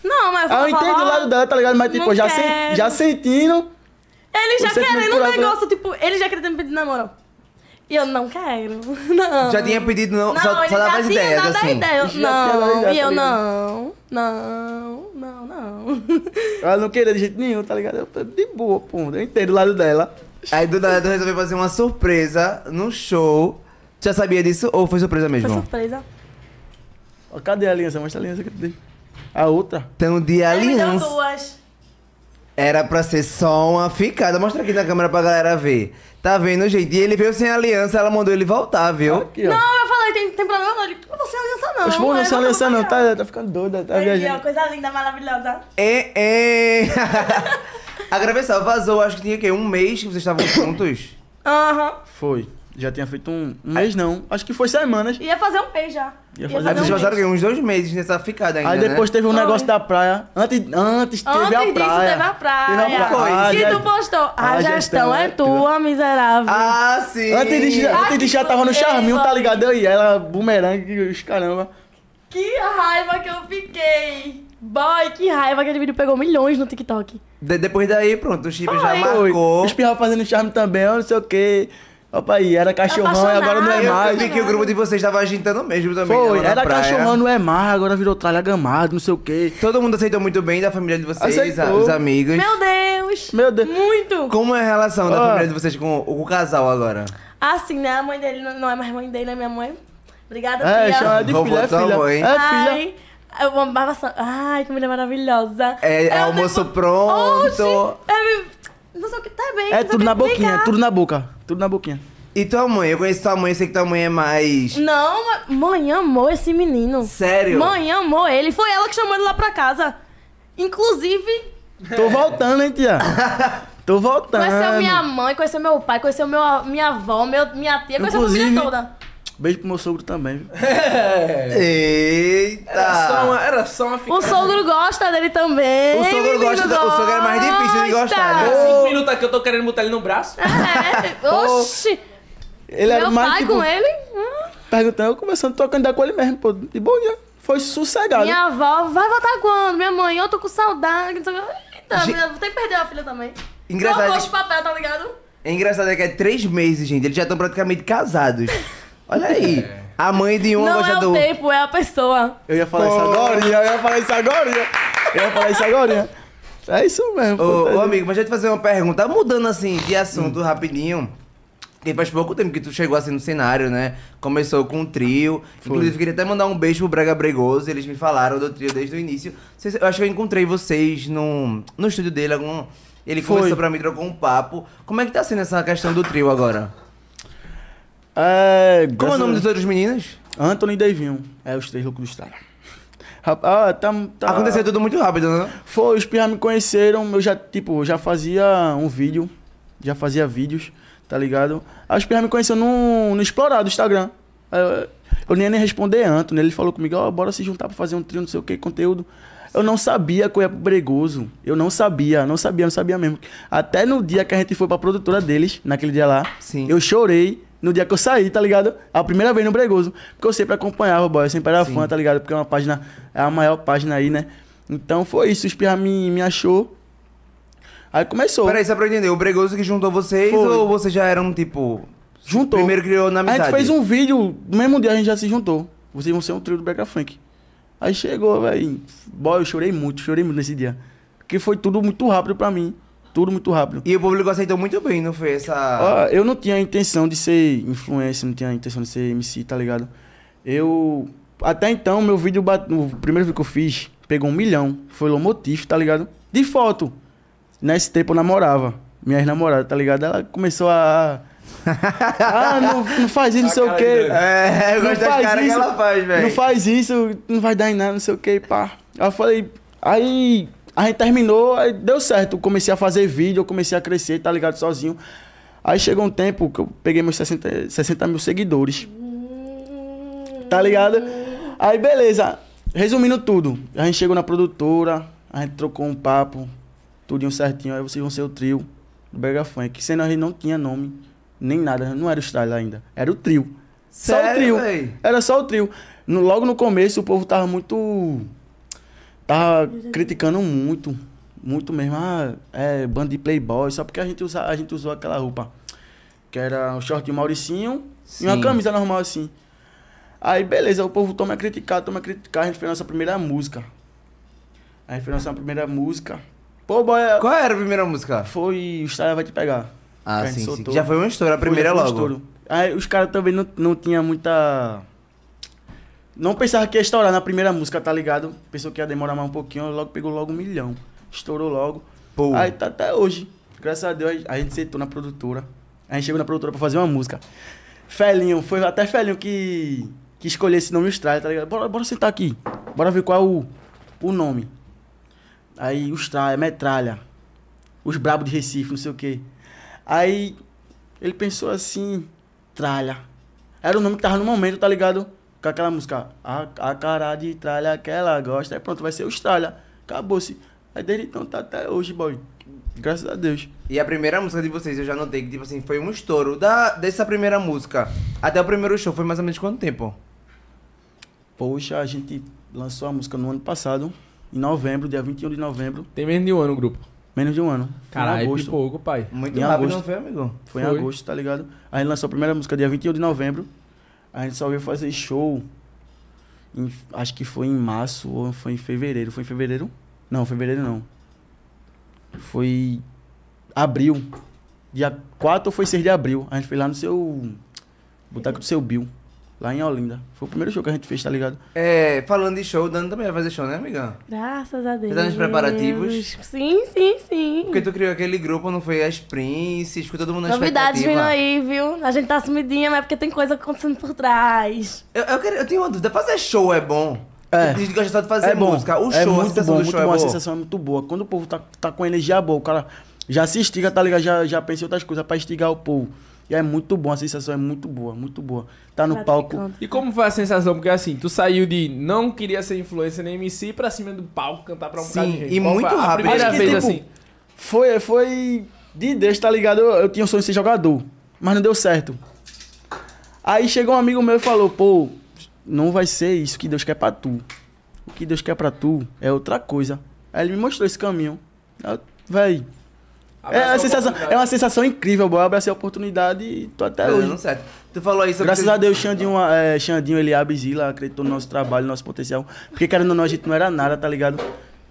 [SPEAKER 3] Não, mas eu
[SPEAKER 4] Ah,
[SPEAKER 3] falava,
[SPEAKER 4] eu entendo o lado dela, tá ligado? Mas, tipo,
[SPEAKER 3] não
[SPEAKER 4] já, sen-
[SPEAKER 3] quero.
[SPEAKER 4] já sentindo.
[SPEAKER 3] Ele já
[SPEAKER 4] O sentimento
[SPEAKER 3] querendo um
[SPEAKER 4] por ela-
[SPEAKER 3] negócio, tipo, ele já queria ter me pedido namoro. E eu não quero. Não.
[SPEAKER 2] Já tinha pedido, não, só,
[SPEAKER 3] ele
[SPEAKER 2] só dava
[SPEAKER 3] já
[SPEAKER 2] as
[SPEAKER 3] tinha
[SPEAKER 2] ideias,
[SPEAKER 3] dado a
[SPEAKER 2] assim.
[SPEAKER 3] ideia. Eu-
[SPEAKER 4] Já tinha dado a
[SPEAKER 3] Não,
[SPEAKER 4] ideia,
[SPEAKER 3] e
[SPEAKER 4] tá
[SPEAKER 3] eu
[SPEAKER 4] ligado?
[SPEAKER 3] não, não, não, não.
[SPEAKER 4] Ela não queria de jeito nenhum, tá ligado? Eu- De boa, pô. Eu entendo o lado dela.
[SPEAKER 2] Aí do nada eu resolvi fazer uma surpresa num show. Já sabia disso ou foi surpresa
[SPEAKER 3] Foi
[SPEAKER 2] mesmo?
[SPEAKER 3] Tá surpresa.
[SPEAKER 4] Ó, cadê a aliança? Mostra a aliança que eu te dei. A outra.
[SPEAKER 2] Então, de
[SPEAKER 3] Ele me deu
[SPEAKER 2] aliança.
[SPEAKER 3] duas.
[SPEAKER 2] Era pra ser só uma ficada. Mostra aqui na câmera pra galera ver. Tá vendo, gente? E ele veio sem aliança, ela mandou ele voltar, viu?
[SPEAKER 4] Aqui, ó.
[SPEAKER 3] Não, eu falei, tem, tem problema não. Ele, você não aliança não.
[SPEAKER 4] Os
[SPEAKER 3] Aí
[SPEAKER 4] não
[SPEAKER 3] eu
[SPEAKER 4] são
[SPEAKER 3] falei,
[SPEAKER 4] aliança não,
[SPEAKER 3] "Vai, vai".
[SPEAKER 4] tá, tá ficando doida, tá
[SPEAKER 3] Aí, ó,
[SPEAKER 4] viajando.
[SPEAKER 3] coisa linda, maravilhosa.
[SPEAKER 2] É, é. Agora, pessoal, vazou. Acho que tinha que um mês que vocês estavam juntos.
[SPEAKER 3] Aham.
[SPEAKER 4] Foi. Já tinha feito um, um mês, não. Acho que foi semanas.
[SPEAKER 3] Ia fazer um peixe já.
[SPEAKER 4] Ia fazer
[SPEAKER 2] Aí vocês
[SPEAKER 4] um mês.
[SPEAKER 2] vazaram o quê? uns dois meses nessa ficada ainda,
[SPEAKER 4] Aí depois
[SPEAKER 2] né?
[SPEAKER 4] teve um
[SPEAKER 3] Foi.
[SPEAKER 4] negócio da praia. Antes, antes teve
[SPEAKER 3] Antes
[SPEAKER 4] a
[SPEAKER 3] disso,
[SPEAKER 4] praia.
[SPEAKER 3] teve a praia.
[SPEAKER 4] Teve a
[SPEAKER 2] praia.
[SPEAKER 3] Que
[SPEAKER 4] Ah,
[SPEAKER 3] tu postou. A,
[SPEAKER 4] a
[SPEAKER 3] gestão,
[SPEAKER 4] gestão
[SPEAKER 3] é
[SPEAKER 4] é
[SPEAKER 3] tua, miserável.
[SPEAKER 2] Ah, sim!
[SPEAKER 4] um- Antes disso, já-
[SPEAKER 3] Ai,
[SPEAKER 4] antes disso já
[SPEAKER 3] que
[SPEAKER 4] tava no
[SPEAKER 3] problema.
[SPEAKER 4] charminho, tá ligado? Eu e ela, bumerangue, os caramba.
[SPEAKER 3] Que raiva que eu fiquei. Boy, que raiva. Aquele vídeo pegou milhões no TikTok.
[SPEAKER 2] De- depois daí, pronto, o chip já
[SPEAKER 3] Foi.
[SPEAKER 2] marcou.
[SPEAKER 4] Os pirra fazendo charme também, eu não sei o quê. Opa aí, era cachorrão e
[SPEAKER 3] Apaixonado.
[SPEAKER 4] agora não é
[SPEAKER 2] Aí eu- eu
[SPEAKER 4] mais.
[SPEAKER 2] vi que o grupo de vocês tava agitando mesmo também. né, lá
[SPEAKER 4] Foi,
[SPEAKER 2] na
[SPEAKER 4] era
[SPEAKER 2] praia.
[SPEAKER 4] cachorrão, não é mais, agora virou tralha gamado, não sei o quê.
[SPEAKER 2] Todo mundo aceitou muito bem da família de vocês, a-
[SPEAKER 4] Aceitou.
[SPEAKER 2] os amigos.
[SPEAKER 3] Meu Deus.
[SPEAKER 4] Meu Deus.
[SPEAKER 3] Muito.
[SPEAKER 2] Como é a relação da
[SPEAKER 4] Ó.
[SPEAKER 2] família de vocês com o, com o casal agora?
[SPEAKER 3] Assim, né? A mãe dele não não é mais né, mãe dele, é minha mãe. Obrigada,
[SPEAKER 4] É,
[SPEAKER 3] tia.
[SPEAKER 4] chama de
[SPEAKER 2] Roubou
[SPEAKER 4] filha, é
[SPEAKER 2] tua
[SPEAKER 4] filha.
[SPEAKER 2] mãe.
[SPEAKER 4] É filha.
[SPEAKER 3] Ai, Eu amava essa. Ai, comida maravilhosa.
[SPEAKER 2] É, é
[SPEAKER 3] Eu
[SPEAKER 2] almoço
[SPEAKER 3] devo-
[SPEAKER 2] pronto.
[SPEAKER 3] Oxi, é, não sei o que tá bem. não
[SPEAKER 4] É
[SPEAKER 3] sei o
[SPEAKER 4] tudo
[SPEAKER 3] que
[SPEAKER 4] na boquinha,
[SPEAKER 3] explicar.
[SPEAKER 4] tudo na boca. Tudo na boquinha.
[SPEAKER 2] E tua mãe? Eu conheço tua mãe, sei que tua mãe é mais.
[SPEAKER 3] Não, mas- mãe amou esse menino.
[SPEAKER 2] Sério?
[SPEAKER 3] Mãe amou ele. Foi ela que chamou ele lá pra casa. Inclusive,
[SPEAKER 4] Tô voltando, hein, tia? Tô voltando.
[SPEAKER 3] conheceu minha mãe, conheceu é meu pai, conheceu meu, minha avó, meu, minha tia, conheceu a
[SPEAKER 4] Inclusive-
[SPEAKER 3] família toda.
[SPEAKER 4] Beijo pro meu sogro também. viu?
[SPEAKER 5] é,
[SPEAKER 2] Eita!
[SPEAKER 4] é
[SPEAKER 5] Era só uma, é, era só uma
[SPEAKER 3] O
[SPEAKER 5] ficada.
[SPEAKER 3] sogro gosta dele também.
[SPEAKER 2] O sogro
[SPEAKER 3] menino
[SPEAKER 2] gosta da- o sogro é mais difícil de gostar, né?
[SPEAKER 3] gosta.
[SPEAKER 5] assim, Cinco minutos aqui, eu tô querendo botar ele no braço.
[SPEAKER 3] É, oxi.
[SPEAKER 4] Ele era
[SPEAKER 3] meu
[SPEAKER 4] mais,
[SPEAKER 3] pai
[SPEAKER 4] tipo,
[SPEAKER 3] com ele. hum.
[SPEAKER 4] perguntando, eu conversando, trocando ideia com ele mesmo, pô. De bom dia. Foi sossegado.
[SPEAKER 3] Minha avó, vai voltar quando? Minha mãe, eu tô com saudade. Não sei o que. Eita, minha- tem que perder a filha também.
[SPEAKER 2] Engraçado.
[SPEAKER 3] Trocou de papel, tá ligado?
[SPEAKER 2] É engraçado é que é três meses, gente. Eles já estão praticamente casados. Olha aí. A mãe de um
[SPEAKER 3] não
[SPEAKER 2] gosta
[SPEAKER 3] é
[SPEAKER 2] do
[SPEAKER 3] o tempo, é a pessoa.
[SPEAKER 4] É. Eu ia falar isso agora, eu ia falar isso agora. Eu ia falar isso agora. É isso mesmo. pô.
[SPEAKER 2] Ô, ô, amigo, mas deixa eu te fazer uma pergunta. Mudando assim de assunto
[SPEAKER 4] Hum.
[SPEAKER 2] rapidinho. Porque faz pouco tempo que tu chegou assim no cenário, né? Começou com um trio. Inclusive, queria até mandar um beijo pro Brega Bregoso. Eles me falaram do trio desde o início. Vocês- Eu acho que eu encontrei vocês no, no estúdio dele. Algum... Ele
[SPEAKER 4] Foi.
[SPEAKER 2] começou pra mim, trocou um papo. Como é que tá sendo essa questão do trio agora?
[SPEAKER 4] É,
[SPEAKER 2] Como é o nome dos
[SPEAKER 4] graças-
[SPEAKER 2] outros meninos?
[SPEAKER 4] Antônio e Devinho. É, os três loucos do estado. Rapaz, ah, tá, tá...
[SPEAKER 2] Aconteceu tudo muito rápido, né?
[SPEAKER 4] Foi, os pirra me conheceram, eu já, tipo, eu já fazia um vídeo, já fazia vídeos, tá ligado? Aí os pirra me conheceram no, no Explorar do Instagram. Aí Eu, eu nem ia nem responder Antônio, ele falou comigo, ó, bora se juntar pra fazer um trio, não sei o que, conteúdo. Eu não sabia que eu ia pro Bregoso, eu não sabia, não sabia, não sabia mesmo. Até no dia que a gente foi pra produtora deles, naquele dia lá,
[SPEAKER 2] Sim.
[SPEAKER 4] eu chorei no dia que eu saí, tá ligado? A primeira vez no Bregoso. Porque eu sempre acompanhava, boy. Eu sempre era fã, tá ligado? Porque é uma página, é a maior página aí, né? Então foi isso, o Espirra me, me achou. Aí começou.
[SPEAKER 2] Peraí, só pra eu entender, o Bregoso que juntou vocês
[SPEAKER 4] Foi.
[SPEAKER 2] ou vocês já eram, tipo...
[SPEAKER 4] juntou.
[SPEAKER 2] Primeiro criou na amizade?
[SPEAKER 4] A gente fez um vídeo, no mesmo dia a gente já se juntou. Vocês vão ser um trio do Breca Funk. Aí chegou, velho. Boy, eu chorei muito, chorei muito nesse dia. Porque foi tudo muito rápido pra mim. Tudo muito rápido.
[SPEAKER 2] E o público aceitou muito bem, não foi essa...
[SPEAKER 4] Ó, eu não tinha intenção de ser influencer, não tinha intenção de ser MC, tá ligado? Eu. Até então, meu vídeo. bate- O primeiro vídeo que eu fiz pegou um milhão. Foi Lomotif, tá ligado? De foto. Nesse tempo eu namorava. Minha ex-namorada, tá ligado? Ela começou a. ah, não, não faz isso, não sei o quê.
[SPEAKER 2] É, eu gosto das caras que ela faz, velho.
[SPEAKER 4] Não faz isso, não vai dar em nada, não sei o que, pá. Aí eu falei, aí a gente terminou, aí deu certo. Eu Comecei a fazer vídeo, eu comecei a crescer, tá ligado, sozinho. Aí chegou um tempo que eu peguei meus 60, 60 mil seguidores. Tá ligado? Aí beleza. Resumindo tudo, a gente chegou na produtora, a gente trocou um papo, tudinho certinho, aí vocês vão ser o trio do Brega Funk. Sendo a gente não tinha nome, nem nada, não era o style ainda, era o trio. só o
[SPEAKER 2] Sério,
[SPEAKER 4] trio.
[SPEAKER 2] véi?
[SPEAKER 4] Era só o trio. No- logo no começo o povo tava muito. Tava criticando muito. Muito mesmo. Ah, é bando de playboy. Só porque a gente, usa, a gente usou aquela roupa. Que era um short de Mauricinho e
[SPEAKER 2] Sim.
[SPEAKER 4] uma camisa normal assim. Aí beleza, o povo toma a criticar, toma a criticar. A gente fez nossa primeira música. A gente fez nossa primeira música. Pô, boy,
[SPEAKER 2] Qual era a primeira música?
[SPEAKER 4] foi. O Style vai te pegar.
[SPEAKER 2] Ah,
[SPEAKER 4] Que a gente
[SPEAKER 2] sim, sim.
[SPEAKER 4] soltou.
[SPEAKER 2] Já foi um estouro, a
[SPEAKER 4] Foi,
[SPEAKER 2] primeira
[SPEAKER 4] foi um
[SPEAKER 2] logo.
[SPEAKER 4] estouro. Aí os caras também não, não tinha muita. Não pensava que ia estourar na primeira música, tá ligado? Pensou que ia demorar mais um pouquinho, logo pegou logo um milhão. Estourou logo.
[SPEAKER 2] Pô.
[SPEAKER 4] Aí tá até hoje. Graças a Deus a gente sentou na produtora. A gente chegou na produtora pra fazer uma música. Felinho, foi até Felinho que, que escolheu esse nome Austrália, tá ligado? Bora, bora sentar aqui. Bora ver qual é o, o nome. Aí Austrália, metralha. Os brabos de Recife, não sei o quê. Aí ele pensou assim, tralha. Era o nome que tava no momento, tá ligado? Com aquela música, a, a cara de tralha que ela gosta. Aí pronto, vai ser Austrália. Acabou-se. Aí desde então tá até hoje, boy. Graças a Deus.
[SPEAKER 2] E a primeira música de vocês, eu já notei que, tipo assim, foi um estouro. Da, dessa primeira música até o primeiro show, foi mais ou menos quanto tempo?
[SPEAKER 4] Poxa, a gente lançou a música no ano passado, em novembro, dia 21 de novembro.
[SPEAKER 5] Tem menos de um ano o grupo.
[SPEAKER 4] Menos de um ano. Foi em
[SPEAKER 5] Caralho,
[SPEAKER 4] agosto.
[SPEAKER 5] pouco, pai.
[SPEAKER 2] Muito
[SPEAKER 4] Em
[SPEAKER 2] rápido,
[SPEAKER 4] agosto.
[SPEAKER 2] não foi, amigo?
[SPEAKER 5] Foi.
[SPEAKER 4] Foi, em agosto, tá ligado? A gente lançou a primeira música dia 21 de novembro. A gente só veio fazer show. em- acho que foi em março ou foi em fevereiro. Foi em fevereiro? Não, fevereiro não. Foi abril. Dia 4 ou foi 6 de abril. A gente foi lá no seu. Boteco do seu Bill. lá em Olinda. Foi o primeiro show que a gente fez, tá ligado?
[SPEAKER 2] É, falando de show, o Dano também vai fazer show, né, amigão?
[SPEAKER 3] Graças a Deus.
[SPEAKER 2] Tá nos preparativos?
[SPEAKER 3] Sim, sim, sim.
[SPEAKER 2] Porque tu criou aquele grupo, não foi as Princes, ficou todo mundo na
[SPEAKER 3] Novidades vindo
[SPEAKER 2] expectativa.
[SPEAKER 3] aí, viu? A gente tá sumidinha, mas é porque tem coisa acontecendo por trás.
[SPEAKER 2] Eu, eu, quero- eu tenho uma dúvida, fazer show é bom?
[SPEAKER 4] É.
[SPEAKER 2] A gente gosta só de fazer música. O
[SPEAKER 4] é
[SPEAKER 2] show, a
[SPEAKER 4] muito
[SPEAKER 2] sensação
[SPEAKER 4] bom,
[SPEAKER 2] do
[SPEAKER 4] muito
[SPEAKER 2] show
[SPEAKER 4] bom,
[SPEAKER 2] é
[SPEAKER 4] a
[SPEAKER 2] boa.
[SPEAKER 4] sensação é muito boa. Quando o povo tá, tá com energia boa, o cara já se estiga, tá ligado? Já, já pensa em outras coisas pra estigar o povo. E é muito bom, a sensação é muito boa, muito boa. Tá no palco.
[SPEAKER 3] Gratificante.
[SPEAKER 1] E como foi a sensação? Porque assim, tu saiu de não queria ser influencer nem MC pra cima do palco cantar pra um
[SPEAKER 2] Sim,
[SPEAKER 1] bocado de gente.
[SPEAKER 2] e
[SPEAKER 1] Qual
[SPEAKER 2] muito
[SPEAKER 1] foi
[SPEAKER 2] rápido.
[SPEAKER 1] A primeira
[SPEAKER 4] Acho que,
[SPEAKER 1] vez
[SPEAKER 4] tipo,
[SPEAKER 1] assim.
[SPEAKER 4] Foi, foi de Deus, tá ligado? Eu, eu tinha o sonho de ser jogador, mas não deu certo. Aí chegou um amigo meu e falou, pô, não vai ser isso que Deus quer pra tu. O que Deus quer pra tu é outra coisa. Aí ele me mostrou esse caminho. Aí eu, Véi, É,
[SPEAKER 1] abraçou
[SPEAKER 4] uma
[SPEAKER 1] a
[SPEAKER 4] sensação,
[SPEAKER 1] oportunidade.
[SPEAKER 4] é uma sensação incrível, boy. Eu abracei a oportunidade e tô até
[SPEAKER 2] Tá
[SPEAKER 4] É hoje.
[SPEAKER 2] dando certo. Tu falou aí sobre...
[SPEAKER 4] Graças
[SPEAKER 2] teus-
[SPEAKER 4] a Deus, Xandinho, é, Xandinho ele abre Zila, acreditou no nosso trabalho, no nosso potencial. Porque, querendo ou não, a gente não era nada, tá ligado?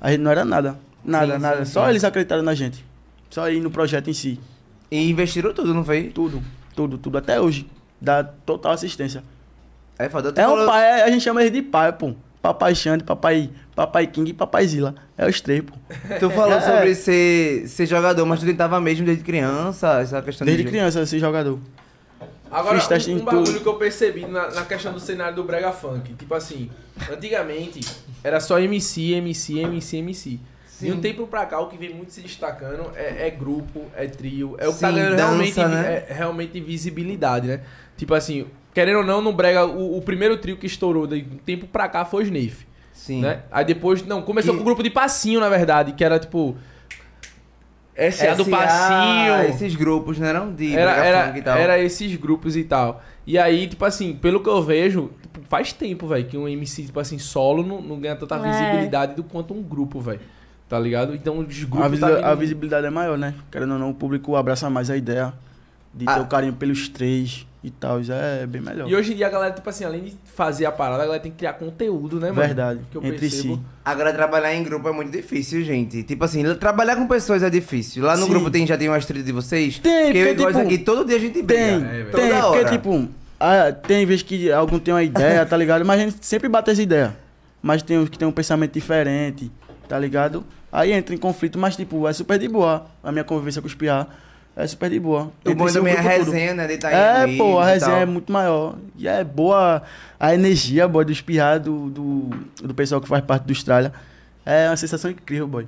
[SPEAKER 4] A gente não era nada. Nada,
[SPEAKER 2] Sim, sim,
[SPEAKER 4] nada. Só
[SPEAKER 2] sim.
[SPEAKER 4] eles acreditaram na gente. Só aí no projeto em si.
[SPEAKER 2] E investiram tudo, não foi?
[SPEAKER 4] Tudo, tudo, tudo. Até hoje. Dá total assistência.
[SPEAKER 2] É foda. Tu
[SPEAKER 4] É
[SPEAKER 2] falou-
[SPEAKER 4] um pai, é- a gente chama eles de pai, pô. Papai Xande, papai, papai King e papai Zila. É os três, pô.
[SPEAKER 2] Tu falou
[SPEAKER 4] É.
[SPEAKER 2] sobre ser, ser jogador, mas tu tentava mesmo desde criança, essa questão
[SPEAKER 4] Desde
[SPEAKER 2] de...
[SPEAKER 4] criança, esse jogador.
[SPEAKER 1] Agora,
[SPEAKER 4] Fiz teste
[SPEAKER 1] um,
[SPEAKER 4] em
[SPEAKER 1] um bagulho
[SPEAKER 4] tudo.
[SPEAKER 1] que eu percebi na, na questão do cenário do brega funk. Tipo assim, antigamente era só MC, MC, MC, MC. De um tempo pra cá, o que vem muito se destacando é, é grupo, é trio, é o que tá
[SPEAKER 2] Sim,
[SPEAKER 1] ganhando
[SPEAKER 2] dança,
[SPEAKER 1] realmente,
[SPEAKER 2] né?
[SPEAKER 1] é, realmente visibilidade, né? Tipo assim, querendo ou não, no brega, o, o primeiro trio que estourou de um tempo pra cá foi o Snafe.
[SPEAKER 2] Sim.
[SPEAKER 1] né? Aí depois, não, começou
[SPEAKER 2] Que-
[SPEAKER 1] com o grupo de passinho, na verdade, que era tipo... S.A. do
[SPEAKER 2] SA,
[SPEAKER 1] passinho,
[SPEAKER 2] Esses grupos, não eram? De
[SPEAKER 1] era,
[SPEAKER 2] brega
[SPEAKER 1] era,
[SPEAKER 2] funk e tal.
[SPEAKER 1] era esses grupos e tal. E aí, tipo assim, pelo que eu vejo, tipo, faz tempo, velho, que um MC, tipo assim, solo não, não ganha tanta
[SPEAKER 3] É.
[SPEAKER 1] visibilidade do quanto um grupo, velho. Tá ligado? Então os grupos.
[SPEAKER 4] A, visi-
[SPEAKER 1] tá vindo-
[SPEAKER 4] a visibilidade é maior, né? Querendo ou não, o público abraça mais a ideia de
[SPEAKER 2] Ah.
[SPEAKER 4] ter o carinho pelos três e tal. Isso é bem melhor.
[SPEAKER 1] E hoje em dia a galera, tipo assim, além de fazer a parada, a galera tem que criar conteúdo, né, mano?
[SPEAKER 4] Verdade.
[SPEAKER 1] Que eu
[SPEAKER 4] entre
[SPEAKER 1] percebo.
[SPEAKER 4] si.
[SPEAKER 2] Agora, trabalhar em grupo é muito difícil, gente. Tipo assim, trabalhar com pessoas é difícil. Lá no
[SPEAKER 4] Sim.
[SPEAKER 2] grupo tem, já tem umas trilhas de vocês?
[SPEAKER 4] Tem,
[SPEAKER 2] porque eu e
[SPEAKER 4] porque,
[SPEAKER 2] Góis
[SPEAKER 4] tipo,
[SPEAKER 2] aqui, todo dia a gente
[SPEAKER 4] Tem,
[SPEAKER 2] briga.
[SPEAKER 1] né, velho.
[SPEAKER 4] tem.
[SPEAKER 2] Toda
[SPEAKER 4] Porque,
[SPEAKER 2] hora.
[SPEAKER 4] tipo, ah, tem vezes que algum tem uma ideia, tá ligado? Mas a gente sempre bate essa ideia. Mas tem uns que tem um pensamento diferente, tá ligado? Aí entra em conflito, mas, tipo, é super de boa. A minha convivência com os piá é super de boa.
[SPEAKER 2] O
[SPEAKER 4] Entre
[SPEAKER 2] bom
[SPEAKER 4] si,
[SPEAKER 2] também é a
[SPEAKER 4] grupo todo.
[SPEAKER 2] resenha, né? De tá
[SPEAKER 4] É, pô, a resenha é
[SPEAKER 2] muito...
[SPEAKER 4] muito maior. E é boa a energia, boy, do espirrar do, do, do pessoal que faz parte do Estralha. É uma sensação incrível, boy.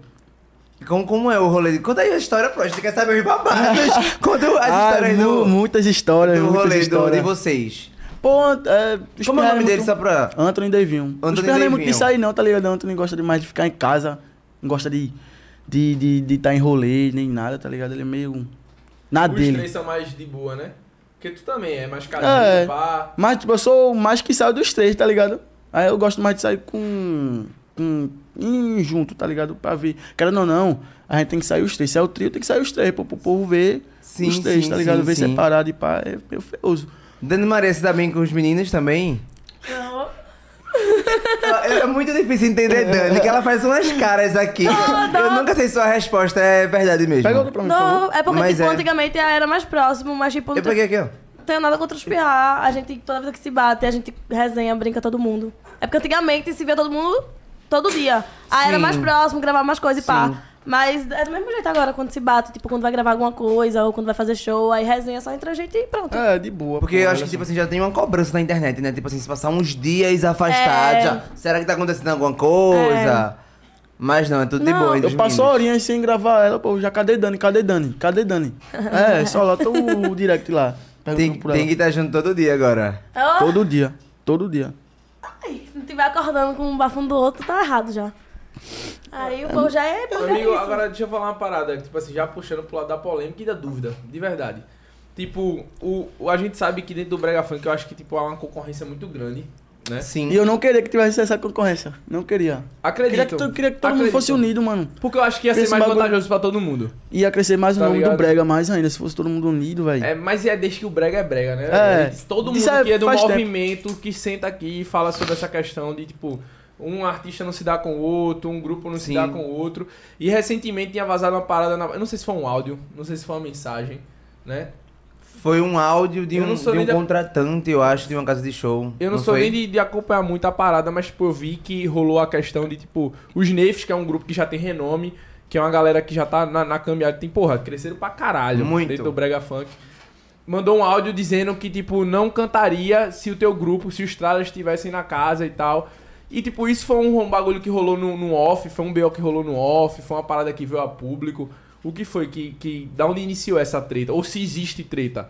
[SPEAKER 2] Como, como é o rolê? Conta aí a história, pô. A gente quer saber os babados. Conta as
[SPEAKER 4] Ah,
[SPEAKER 2] histórias aí
[SPEAKER 4] mu-
[SPEAKER 2] do,
[SPEAKER 4] Muitas histórias,
[SPEAKER 2] do
[SPEAKER 4] muitas
[SPEAKER 2] rolê do, de
[SPEAKER 4] histórias.
[SPEAKER 2] vocês.
[SPEAKER 4] Pô, é, os
[SPEAKER 2] Como é o
[SPEAKER 4] pirra
[SPEAKER 2] nome dele,
[SPEAKER 4] muito-
[SPEAKER 2] só pra...
[SPEAKER 4] Anthony Devinho.
[SPEAKER 2] Anthony
[SPEAKER 4] os pirra não é muito de
[SPEAKER 2] Devinho.
[SPEAKER 4] sair não, tá ligado? Anthony gosta demais de ficar em casa. Não gosta de estar de, de, de tá em rolê, nem nada, tá ligado? Ele é meio... Na
[SPEAKER 1] Os
[SPEAKER 4] dele.
[SPEAKER 1] três são mais de boa, né? Porque tu também é mais carinho,
[SPEAKER 4] É.
[SPEAKER 1] pá.
[SPEAKER 4] Mas, tipo, eu sou mais que saio dos três, tá ligado? Aí eu gosto mais de sair com. com. em junto, tá ligado? Pra ver. Querendo ou não, a gente tem que sair os três. Se é o trio, tem que sair os três, pô, pro povo ver
[SPEAKER 2] Sim,
[SPEAKER 4] os três,
[SPEAKER 2] sim,
[SPEAKER 4] tá ligado?
[SPEAKER 2] sim,
[SPEAKER 4] ver
[SPEAKER 2] sim.
[SPEAKER 4] separado e pá, é meio feioso.
[SPEAKER 2] Dani Maria se dá bem com os meninos também? É é muito difícil entender Dani, que ela faz umas caras aqui. Eu nunca sei se sua resposta é verdade mesmo.
[SPEAKER 4] Pega outra pra mim, por favor.
[SPEAKER 3] Não, é porque
[SPEAKER 2] Mas
[SPEAKER 3] tipo,
[SPEAKER 2] é.
[SPEAKER 3] antigamente era mais próximo, mas tipo, não
[SPEAKER 2] Eu
[SPEAKER 3] tem-
[SPEAKER 2] peguei aqui, ó.
[SPEAKER 3] não tenho nada contra os pirrar. A gente, toda vida que se bate, a gente resenha, brinca todo mundo. É porque antigamente se via todo mundo todo dia. Aí era
[SPEAKER 2] Sim.
[SPEAKER 3] mais próximo, gravar mais coisa e pá. Mas é do mesmo jeito agora, quando se bate, tipo, quando vai gravar alguma coisa ou quando vai fazer show, aí resenha só entre a gente e pronto.
[SPEAKER 4] É, de boa.
[SPEAKER 2] Porque
[SPEAKER 4] pô,
[SPEAKER 2] eu
[SPEAKER 4] olha
[SPEAKER 2] acho que,
[SPEAKER 4] só.
[SPEAKER 2] tipo assim, já tem uma cobrança na internet, né? Tipo assim, se passar uns dias afastado,
[SPEAKER 3] É.
[SPEAKER 2] já. Será que tá acontecendo alguma coisa? Mas não, é tudo de
[SPEAKER 3] Não.
[SPEAKER 2] boa. hein, dos
[SPEAKER 4] Eu passo
[SPEAKER 2] meninos.
[SPEAKER 4] horinhas sem gravar ela, pô, já cadê Dani? Cadê Dani? Cadê Dani? É, só lá, tô o direct lá.
[SPEAKER 2] Tem,
[SPEAKER 4] Perguntando por
[SPEAKER 2] tem que
[SPEAKER 4] ela.
[SPEAKER 2] estar junto todo dia agora.
[SPEAKER 3] Oh,
[SPEAKER 4] Todo dia. Todo dia.
[SPEAKER 3] ai, se não tiver acordando com um bafão do outro, tá errado já. Aí o povo já é.
[SPEAKER 1] Meu Amigo, agora deixa eu falar uma parada, tipo assim, já puxando pro lado da polêmica e da dúvida, de verdade. Tipo, o, o- a gente sabe que dentro do Brega Funk eu acho que tipo, há uma concorrência muito grande, né?
[SPEAKER 2] Sim.
[SPEAKER 4] E eu não queria que tivesse essa concorrência. Não queria. Queria
[SPEAKER 1] Acredito.
[SPEAKER 4] que, to- queria que todo mundo
[SPEAKER 1] Acredito.
[SPEAKER 4] fosse unido, mano.
[SPEAKER 1] Porque eu acho que ia ser
[SPEAKER 4] Esse
[SPEAKER 1] mais
[SPEAKER 4] bagulho-
[SPEAKER 1] vantajoso pra todo mundo.
[SPEAKER 4] Ia crescer mais
[SPEAKER 1] Tá
[SPEAKER 4] o nome
[SPEAKER 1] ligado?
[SPEAKER 4] do Brega mais ainda, se fosse todo mundo unido, velho.
[SPEAKER 1] É, mas é desde que o brega é brega, né?
[SPEAKER 4] É.
[SPEAKER 1] Todo mundo
[SPEAKER 4] Isso é-
[SPEAKER 1] que é do
[SPEAKER 4] faz tempo.
[SPEAKER 1] movimento, que senta aqui e fala sobre essa questão de, tipo, um artista não se dá com o outro, um grupo não se
[SPEAKER 2] Sim.
[SPEAKER 1] dá com o outro. E recentemente tinha vazado uma parada na... Eu não sei se foi um áudio, não sei se foi uma mensagem, né?
[SPEAKER 2] Foi um áudio de
[SPEAKER 1] Eu
[SPEAKER 2] um,
[SPEAKER 1] não sou
[SPEAKER 2] de um
[SPEAKER 1] nem da-
[SPEAKER 2] contratante, eu acho, de uma casa de show.
[SPEAKER 1] Eu não, sou
[SPEAKER 2] foi?
[SPEAKER 1] nem de, de acompanhar muito a parada, mas, tipo, eu vi que rolou a questão de, tipo, os Nefes, que é um grupo que já tem renome, que é uma galera que já tá na, na caminhada, tem, porra, cresceram pra caralho
[SPEAKER 2] Muito.
[SPEAKER 1] dentro do Brega Funk. Mandou um áudio dizendo que, tipo, não cantaria se o teu grupo, se os trailers estivessem na casa e tal. E, tipo, isso foi um, um bagulho que rolou no, no off, foi um BO que rolou no off, foi uma parada que veio a público. O que foi que, que. Da onde iniciou essa treta? Ou se existe treta?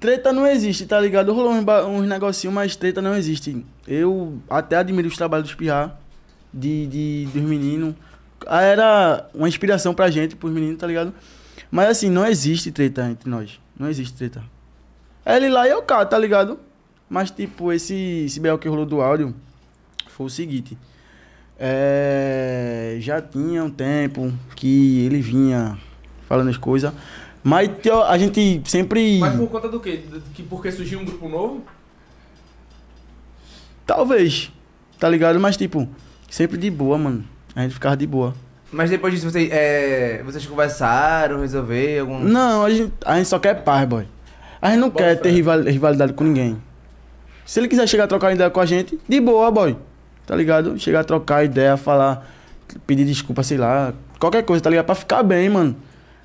[SPEAKER 4] Treta não existe, tá ligado? Rolou uns, ba- uns negocinhos, mas treta não existe. Eu até admiro os trabalhos dos pirra, de, de, dos meninos. Ah, Era uma inspiração pra gente, pros meninos, tá ligado? Mas assim, não existe treta entre nós. Não existe treta. Ele lá e eu cá, tá ligado? Mas tipo, esse, esse BL que rolou do áudio foi o seguinte. É, já tinha um tempo que ele vinha falando as coisas. Mas teo- a gente sempre.
[SPEAKER 1] Mas por conta do quê? Do- Que porque surgiu um grupo novo?
[SPEAKER 4] Talvez. Tá ligado? Mas, tipo, sempre de boa, mano. A gente ficava de boa.
[SPEAKER 2] Mas depois disso, vocês, é, vocês conversaram, resolveram algum...
[SPEAKER 4] Não, a gente, a gente só quer paz, boy. A gente não
[SPEAKER 1] Bota
[SPEAKER 4] quer
[SPEAKER 1] fé.
[SPEAKER 4] ter rival- rivalidade com ninguém. Se ele quiser chegar a trocar ideia com a gente, de boa, boy. Tá ligado? Chegar a trocar ideia, falar, pedir desculpa, sei lá. Qualquer coisa, tá ligado? Pra ficar bem, mano.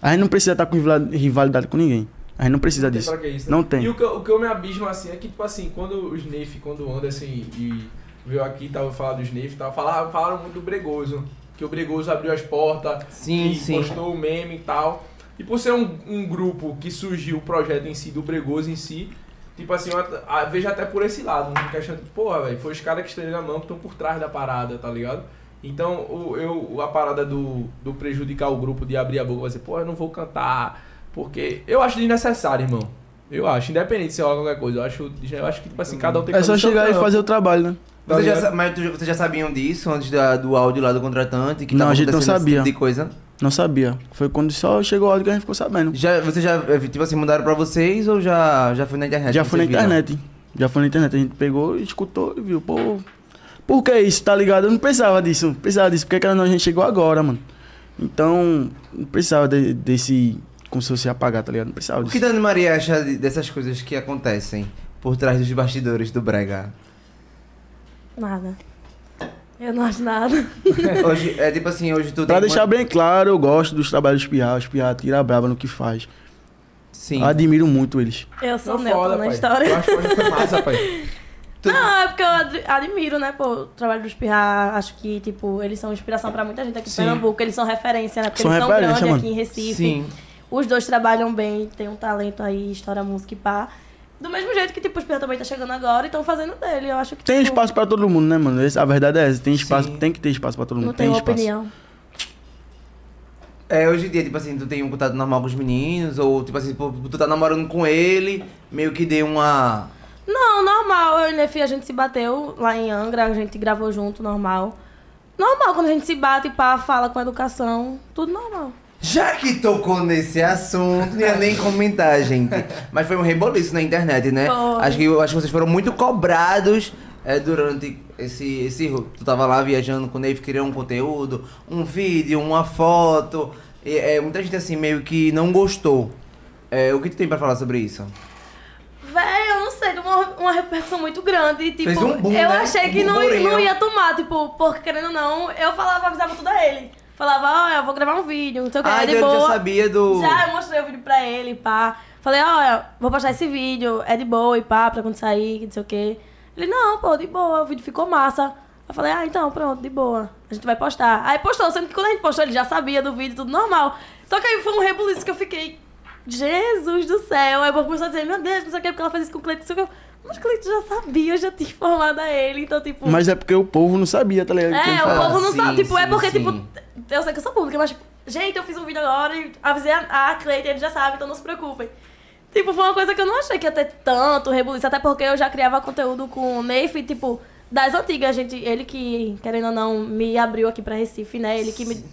[SPEAKER 4] A gente não precisa estar com rival- rivalidade com ninguém. A gente não precisa
[SPEAKER 1] Tem
[SPEAKER 4] disso.
[SPEAKER 1] pra que isso, né?
[SPEAKER 4] Não tem.
[SPEAKER 1] E o que, eu- o que eu me abismo assim é que, tipo assim, quando o Snape, quando o Anderson e, e veio aqui, tava falando do Snape, tava, falaram, falaram muito do Bregoso. Que o Bregoso abriu as portas,
[SPEAKER 2] Sim,
[SPEAKER 1] que
[SPEAKER 2] sim.
[SPEAKER 1] postou o meme e tal. E por ser um, um grupo que surgiu o projeto em si, do Bregoso em si, tipo assim, eu at- ah, vejo até por esse lado, um questão de, porra, velho, foi os caras que estrearam a mão que estão por trás da parada, tá ligado? Então, o, eu, a parada do, do prejudicar o grupo, de abrir a boca, dizer, porra, eu não vou cantar, porque eu acho desnecessário, irmão. Eu acho, independente se é qualquer coisa, eu acho, eu acho que, tipo assim, cada um tem que
[SPEAKER 4] É só
[SPEAKER 1] fazer o seu
[SPEAKER 4] chegar e
[SPEAKER 1] trampo,
[SPEAKER 4] fazer o trabalho, né?
[SPEAKER 1] tá
[SPEAKER 2] Vocês já,
[SPEAKER 1] ligado?
[SPEAKER 2] sa- mas tu- vocês já sabiam disso antes da- do áudio lá do contratante? Que
[SPEAKER 4] Não,
[SPEAKER 2] tava
[SPEAKER 4] a gente não
[SPEAKER 2] acontecendo esse tipo
[SPEAKER 4] sabia.
[SPEAKER 2] de coisa?
[SPEAKER 4] Não sabia. Foi quando só chegou o áudio que a gente ficou sabendo.
[SPEAKER 2] Já, vocês já, eh, tipo assim, mandaram pra vocês ou já, já foi na internet?
[SPEAKER 4] Já
[SPEAKER 2] que
[SPEAKER 4] foi na
[SPEAKER 2] vocês viram?
[SPEAKER 4] internet. hein? Já foi na internet. A gente pegou, escutou e viu. Pô, por que isso, tá ligado? Eu não precisava disso. Não precisava disso. Porque querendo ou não, a gente chegou agora, mano. Então, não precisava de- desse. Como se fosse apagar, tá ligado? Não precisava
[SPEAKER 2] O que
[SPEAKER 4] disso.
[SPEAKER 2] Dani Maria acha de- dessas coisas que acontecem por trás dos bastidores do Brega?
[SPEAKER 3] Nada. Eu não acho nada.
[SPEAKER 2] Hoje, é tipo assim, hoje tu
[SPEAKER 4] Pra
[SPEAKER 2] tem
[SPEAKER 4] deixar
[SPEAKER 2] uma-
[SPEAKER 4] bem claro, eu gosto dos trabalhos de Piá. Os Piá tira a braba no que faz.
[SPEAKER 2] Sim.
[SPEAKER 4] Admiro muito eles.
[SPEAKER 3] né? Eu sou
[SPEAKER 1] Não,
[SPEAKER 3] neutra
[SPEAKER 1] Tá foda,
[SPEAKER 3] na
[SPEAKER 1] pai. Eu
[SPEAKER 3] história.
[SPEAKER 1] acho que foi massa, pai.
[SPEAKER 3] Não, é porque eu ad- admiro, né, pô, o trabalho dos Pirra. Acho que, tipo, eles são inspiração pra muita gente aqui em
[SPEAKER 2] Sim.
[SPEAKER 3] Pernambuco. Eles são referência, né? Porque
[SPEAKER 4] São
[SPEAKER 3] eles são
[SPEAKER 4] referência,
[SPEAKER 3] grandes aqui
[SPEAKER 4] mano.
[SPEAKER 3] em Recife.
[SPEAKER 2] Sim.
[SPEAKER 3] Os dois trabalham bem, tem um talento aí, história, música e pá. Do mesmo jeito que, tipo, os Pirra também tá chegando agora e estão fazendo dele. Eu acho que,
[SPEAKER 4] Tem
[SPEAKER 3] tipo,
[SPEAKER 4] espaço pra todo mundo, né, mano? Esse- A verdade é essa. Tem espaço,
[SPEAKER 2] Sim.
[SPEAKER 4] tem que ter espaço pra todo mundo.
[SPEAKER 3] Não
[SPEAKER 4] tem
[SPEAKER 3] tenho
[SPEAKER 4] espaço.
[SPEAKER 3] opinião.
[SPEAKER 2] É, hoje em dia, tipo assim, tu tem um contato normal com os meninos, ou tipo assim, pô, tu tá namorando com ele, meio que deu uma.
[SPEAKER 3] Não, normal. Eu e Nefi, a gente se bateu lá em Angra, a gente gravou junto, normal. Normal, quando a gente se bate, pá, fala com educação, tudo normal.
[SPEAKER 2] Já que tocou nesse assunto, não ia nem comentar, gente. Mas foi um reboliço na internet, né?
[SPEAKER 3] Foi.
[SPEAKER 2] Acho que, acho que vocês foram muito cobrados é, durante esse, esse. ro- Tu tava lá viajando com o Neve, criando um conteúdo, um vídeo, uma foto. E, é, muita gente assim meio que não gostou. É, o que tu tem pra falar sobre isso?
[SPEAKER 3] Véi, eu não sei, deu uma, uma repercussão muito grande. e, Tipo,
[SPEAKER 2] Fez um boom,
[SPEAKER 3] eu
[SPEAKER 2] né?
[SPEAKER 3] achei
[SPEAKER 2] Um
[SPEAKER 3] que não,
[SPEAKER 2] burburinho.
[SPEAKER 3] não ia tomar, tipo, porque querendo ou não, eu falava, avisava tudo a ele. Falava, ó, eu vou gravar um vídeo, não sei o que,
[SPEAKER 2] ah,
[SPEAKER 3] é de
[SPEAKER 2] então eu já
[SPEAKER 3] boa.
[SPEAKER 2] sabia do.
[SPEAKER 3] Já, eu mostrei o vídeo pra ele, pá. Falei, olha, vou postar esse vídeo, é de boa e pá, pra quando sair, que não sei o quê. Ele, não, pô, de boa, o vídeo ficou massa. Eu falei, ah, então, pronto, de boa. A gente vai postar. Aí postou, sendo que quando a gente postou, ele já sabia do vídeo, tudo normal. Só que aí foi um rebuliço que eu fiquei, Jesus do céu. Aí o povo começou a dizer, meu Deus, não sei o que, porque ela fez isso com o Cleiton, não sei o que. Mas o Cleiton já sabia, eu já tinha informado a ele, então, tipo...
[SPEAKER 4] Mas é porque o povo não sabia, tá ligado? Quem
[SPEAKER 3] É, o
[SPEAKER 4] fala.
[SPEAKER 3] povo não
[SPEAKER 2] sim,
[SPEAKER 3] sabe. Tipo, é
[SPEAKER 2] sim,
[SPEAKER 3] porque,
[SPEAKER 2] sim.
[SPEAKER 3] tipo, eu sei que eu sou pública, mas, tipo, gente, eu fiz um vídeo agora e avisei a, a Cleiton, eles já sabem, então não se preocupem. Tipo, foi uma coisa que eu não achei que ia ter tanto rebuliço, até porque eu já criava conteúdo com o Neif, tipo, das antigas, gente. Ele que, querendo ou não, me abriu aqui pra Recife, né? Ele que me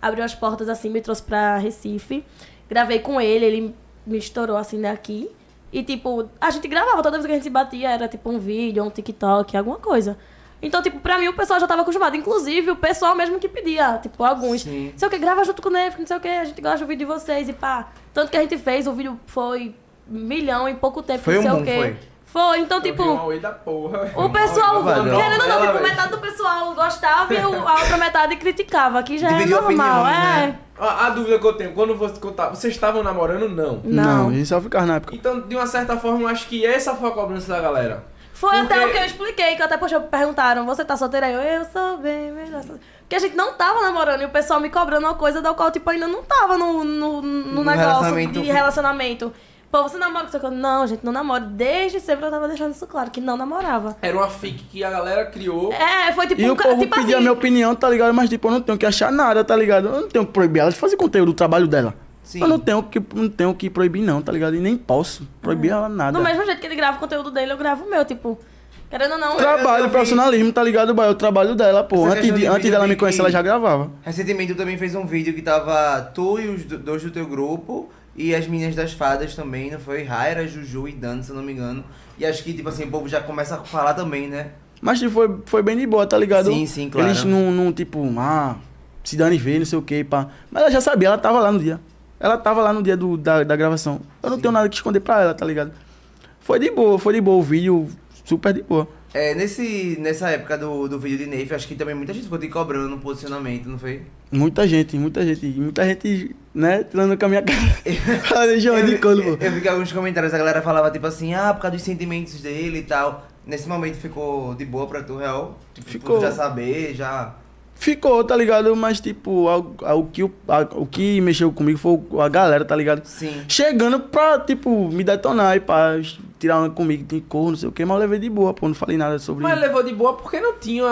[SPEAKER 3] abriu as portas, assim, me trouxe pra Recife. Gravei com ele, ele me estourou, assim, daqui. E, tipo, a gente gravava, toda vez que a gente se batia, era, tipo, um vídeo, um TikTok, alguma coisa. Então, tipo, pra mim o pessoal já tava acostumado. Inclusive, o pessoal mesmo que pedia, tipo, alguns.
[SPEAKER 2] Sim.
[SPEAKER 3] Não sei o que, grava junto com o Neve, não sei o que, a gente gosta do vídeo de vocês e pá. Tanto que a gente fez, o vídeo foi milhão em pouco tempo,
[SPEAKER 2] Foi
[SPEAKER 3] não sei
[SPEAKER 2] um
[SPEAKER 3] o
[SPEAKER 2] boom,
[SPEAKER 3] quê.
[SPEAKER 2] foi.
[SPEAKER 3] Foi, então,
[SPEAKER 5] Eu vi uma
[SPEAKER 3] tipo,
[SPEAKER 5] Oi da porra.
[SPEAKER 3] o pessoal,
[SPEAKER 2] Vai, vai,
[SPEAKER 3] querendo ou não,
[SPEAKER 5] vai,
[SPEAKER 3] tipo,
[SPEAKER 5] vai.
[SPEAKER 3] metade do pessoal gostava e o- a outra metade criticava, que já é
[SPEAKER 2] Dividiu
[SPEAKER 3] normal,
[SPEAKER 2] opiniões,
[SPEAKER 3] é.
[SPEAKER 2] né?
[SPEAKER 5] A, a dúvida que eu tenho, quando você contava, vocês estavam namorando? Não.
[SPEAKER 4] Não,
[SPEAKER 3] Não.
[SPEAKER 4] isso eu ficar na época.
[SPEAKER 5] Então, de uma certa forma, eu acho que essa foi a cobrança da galera.
[SPEAKER 3] Foi até
[SPEAKER 5] Porque-
[SPEAKER 3] o que eu expliquei, que até poxa, perguntaram, você tá solteira? Eu, eu sou bem, melhor solteira. Porque a gente não tava namorando e o pessoal me cobrando uma coisa da qual, tipo, ainda não tava no, no, no negócio
[SPEAKER 2] relacionamento.
[SPEAKER 3] de relacionamento. Pô, você namora com seu cara? Não, gente, não namoro. Desde sempre eu tava deixando isso claro, que não namorava.
[SPEAKER 5] Era uma fic que a galera criou.
[SPEAKER 3] É, foi tipo...
[SPEAKER 4] E
[SPEAKER 3] um
[SPEAKER 4] o
[SPEAKER 3] ca-
[SPEAKER 4] povo
[SPEAKER 3] tipo
[SPEAKER 4] pedia a
[SPEAKER 3] assim,
[SPEAKER 4] minha opinião, tá ligado? Mas, tipo, eu não tenho que achar nada, tá ligado? Eu não tenho que proibir ela de fazer conteúdo do trabalho dela.
[SPEAKER 2] Sim.
[SPEAKER 4] Eu não tenho, que, não tenho que proibir, não, tá ligado? E nem posso
[SPEAKER 2] É.
[SPEAKER 4] proibir ela nada.
[SPEAKER 3] Do mesmo jeito que ele grava o conteúdo dele, eu gravo o meu, tipo... Querendo ou não...
[SPEAKER 4] Trabalho, profissionalismo, tá ligado? boy? É o trabalho dela, pô.
[SPEAKER 2] Essa
[SPEAKER 4] Antes,
[SPEAKER 2] questão
[SPEAKER 4] de,
[SPEAKER 2] de
[SPEAKER 4] antes
[SPEAKER 2] vídeo
[SPEAKER 4] dela me
[SPEAKER 2] tem que-
[SPEAKER 4] conhecer, ela já gravava.
[SPEAKER 2] Recentemente tu também fez um vídeo que tava tu e os do- dois do teu grupo e as meninas das fadas também, não foi? Raira, Juju e Dani, se eu não me engano. E acho que, tipo assim, o povo já começa a falar também, né?
[SPEAKER 4] Mas tipo, foi, foi bem de boa, tá ligado?
[SPEAKER 2] Sim, sim, claro.
[SPEAKER 4] Eles não, não tipo, ah, se dane ver, não sei o que, pá. Mas ela já sabia, ela tava lá no dia. Ela tava lá no dia do, da, da gravação. Eu não tenho nada que esconder pra ela, tá ligado? Foi de boa, foi de boa o vídeo, super de boa.
[SPEAKER 2] É, nesse, nessa época do, do vídeo de Neif, acho que também muita gente ficou te cobrando no posicionamento, não foi?
[SPEAKER 4] Muita gente, muita gente, muita gente, né, tirando com a minha cara. Olha, João de colo,
[SPEAKER 2] eu,
[SPEAKER 4] pô.
[SPEAKER 2] eu vi que alguns comentários a galera falava, tipo assim, ah, por causa dos sentimentos dele e tal. Nesse momento ficou de boa pra tu, real? Tipo,
[SPEAKER 4] Ficou.
[SPEAKER 2] Tu já saber, já...
[SPEAKER 4] Ficou, tá ligado? Mas, tipo, a- a- o, que, o- a- o que mexeu comigo foi a galera, tá ligado?
[SPEAKER 2] Sim.
[SPEAKER 4] Chegando pra, tipo, me detonar e pra tirar uma comigo, tem cor, não sei o que, mas eu levei de boa, pô, não falei nada sobre
[SPEAKER 5] Mas
[SPEAKER 4] isso.
[SPEAKER 5] levou de boa porque não tinha.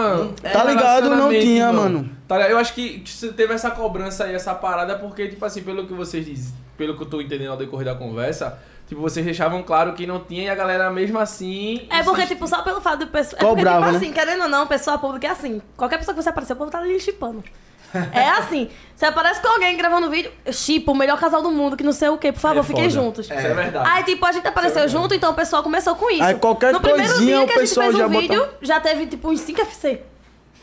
[SPEAKER 5] é,
[SPEAKER 4] Tá ligado? Não tinha, mano.
[SPEAKER 5] Tá ligado? Eu acho que se teve essa cobrança aí, essa parada, porque, tipo assim, pelo que vocês dizem, pelo que eu tô entendendo ao decorrer da conversa, tipo, vocês deixavam claro que não tinha e a galera mesmo assim.
[SPEAKER 3] É porque, tipo, só pelo fato do pessoal. É porque,
[SPEAKER 4] Cobrava,
[SPEAKER 3] tipo
[SPEAKER 4] né?
[SPEAKER 3] assim, querendo ou não, pessoa pública é assim. Qualquer pessoa que você aparecer, o povo tá ali chipando. É assim. Você aparece com alguém gravando vídeo, chipa, o melhor casal do mundo, que não sei o quê, por favor, fiquem juntos.
[SPEAKER 5] Isso é verdade. é
[SPEAKER 3] Aí, tipo, a gente apareceu junto, então o pessoal começou com isso.
[SPEAKER 4] Aí, qualquer
[SPEAKER 3] no primeiro
[SPEAKER 4] coisinha,
[SPEAKER 3] dia
[SPEAKER 4] o
[SPEAKER 3] que a gente
[SPEAKER 4] pessoal
[SPEAKER 3] fez o
[SPEAKER 4] já
[SPEAKER 3] vídeo,
[SPEAKER 4] botava.
[SPEAKER 3] já teve, tipo, uns 5 FC.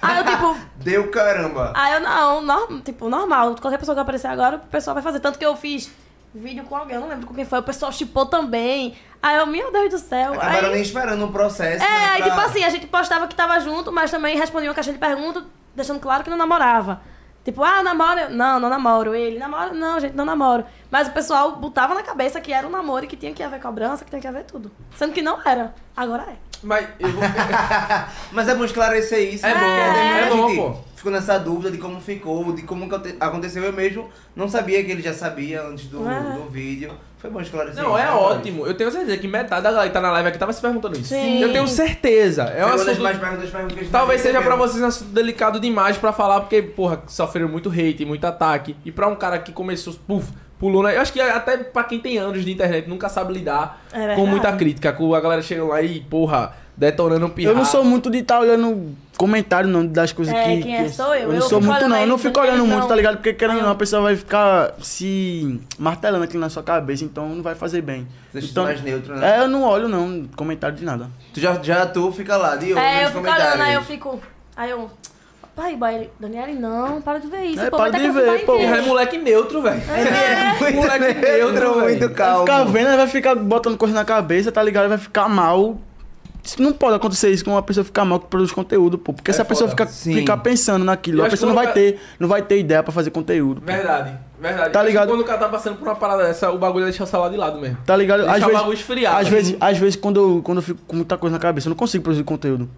[SPEAKER 3] Aí eu, tipo,
[SPEAKER 2] Deu caramba.
[SPEAKER 3] ah, eu não, norm- tipo, normal. Qualquer pessoa que aparecer agora, o pessoal vai fazer. Tanto que eu fiz vídeo com alguém, eu não lembro com quem foi, o pessoal chipou também. Aí eu, meu Deus do céu.
[SPEAKER 2] Acabaram
[SPEAKER 3] Ah, aí...
[SPEAKER 2] nem esperando um processo. né,
[SPEAKER 3] É, aí
[SPEAKER 2] pra-
[SPEAKER 3] tipo assim, a gente postava que tava junto, mas também respondia uma caixinha de perguntas, deixando claro que não namorava. Tipo, ah, namoro? Eu- Não, não namoro. Ele, namora? Não, gente, não namoro. Mas o pessoal botava na cabeça que era um namoro e que tinha que haver cobrança, que tinha que haver tudo. Sendo que não era. Agora é.
[SPEAKER 5] Mas eu vou.
[SPEAKER 2] Mas é bom esclarecer isso.
[SPEAKER 5] É
[SPEAKER 2] porque
[SPEAKER 5] bom,
[SPEAKER 2] a
[SPEAKER 5] é
[SPEAKER 2] gente
[SPEAKER 5] bom, pô.
[SPEAKER 2] Ficou nessa dúvida de como ficou, de como que aconte- aconteceu. Eu mesmo não sabia que ele já sabia antes do,
[SPEAKER 3] É.
[SPEAKER 2] do vídeo. Foi bom esclarecer
[SPEAKER 5] Não,
[SPEAKER 2] isso,
[SPEAKER 5] é
[SPEAKER 2] né,
[SPEAKER 5] ótimo. Eu tenho certeza que metade da galera que tá na live aqui tava se perguntando isso.
[SPEAKER 3] Sim.
[SPEAKER 5] Eu tenho certeza. É
[SPEAKER 2] Foi
[SPEAKER 5] um
[SPEAKER 2] uma das
[SPEAKER 5] assunto-
[SPEAKER 2] mais perguntas, perguntas que a gente
[SPEAKER 5] Talvez
[SPEAKER 2] recebeu.
[SPEAKER 5] seja pra vocês um assunto delicado demais pra falar, porque, porra, sofreram muito hate, muito ataque. E pra um cara que começou, puf, pulou, né? Eu acho que até pra quem tem anos de internet, nunca sabe lidar
[SPEAKER 3] É verdade.
[SPEAKER 5] com muita crítica. Com a galera chegando lá e, porra, detonando um pirra.
[SPEAKER 4] Eu não sou muito de estar olhando comentário, não, das coisas
[SPEAKER 3] É, quem
[SPEAKER 4] que... que
[SPEAKER 3] é? Sou eu.
[SPEAKER 4] não
[SPEAKER 3] Eu
[SPEAKER 4] sou
[SPEAKER 3] fico
[SPEAKER 4] muito,
[SPEAKER 3] olhando
[SPEAKER 4] não. Eu não
[SPEAKER 3] aí,
[SPEAKER 4] fico olhando
[SPEAKER 3] não.
[SPEAKER 4] muito, tá ligado? Porque, querendo
[SPEAKER 3] Aí
[SPEAKER 4] ou
[SPEAKER 3] eu-
[SPEAKER 4] não, a pessoa vai ficar se martelando aqui na sua cabeça, então não vai fazer bem.
[SPEAKER 2] Deixa
[SPEAKER 4] então,
[SPEAKER 2] tudo mais neutro, né?
[SPEAKER 4] É, eu não olho, não, comentário de nada.
[SPEAKER 2] Tu já, já tu fica lá, de olho
[SPEAKER 3] é, eu
[SPEAKER 2] nos
[SPEAKER 3] fico olhando, aí eu
[SPEAKER 2] comentários.
[SPEAKER 3] fico. Aí eu. Pai, boy, ele, Daniele, não, para de ver isso.
[SPEAKER 4] É,
[SPEAKER 3] pô,
[SPEAKER 4] para
[SPEAKER 3] vai
[SPEAKER 4] de
[SPEAKER 3] ter que
[SPEAKER 4] ver,
[SPEAKER 3] acertar
[SPEAKER 4] pô.
[SPEAKER 5] Pirra é
[SPEAKER 3] inteiro.
[SPEAKER 5] moleque neutro, velho.
[SPEAKER 3] né?
[SPEAKER 2] É,
[SPEAKER 5] Moleque
[SPEAKER 2] muito
[SPEAKER 5] neutro,
[SPEAKER 2] neutro,
[SPEAKER 5] velho.
[SPEAKER 2] muito
[SPEAKER 4] Vai
[SPEAKER 2] calmo.
[SPEAKER 4] ficar vendo, ela vai ficar botando coisa na cabeça, tá ligado? Vai ficar mal. Isso não pode acontecer isso com uma pessoa ficar mal que produz conteúdo, pô. Porque se a pessoa fica,
[SPEAKER 2] Sim.
[SPEAKER 4] ficar pensando naquilo,
[SPEAKER 5] É Eu
[SPEAKER 4] a
[SPEAKER 5] acho
[SPEAKER 4] pessoa
[SPEAKER 5] que
[SPEAKER 4] não vai,
[SPEAKER 5] quando
[SPEAKER 4] ter, não vai ter ideia pra fazer conteúdo. pô.
[SPEAKER 5] Verdade, verdade.
[SPEAKER 4] Tá
[SPEAKER 5] Acho que
[SPEAKER 4] ligado?
[SPEAKER 5] Quando o cara tá passando por uma parada dessa, o bagulho é deixar o celular de lado mesmo.
[SPEAKER 4] Tá ligado?
[SPEAKER 5] Deixar
[SPEAKER 4] Às
[SPEAKER 5] o bagulho
[SPEAKER 4] vezes,
[SPEAKER 5] esfriar.
[SPEAKER 4] às vezes, às vezes quando, eu, quando eu fico com muita coisa na cabeça, eu não consigo produzir conteúdo.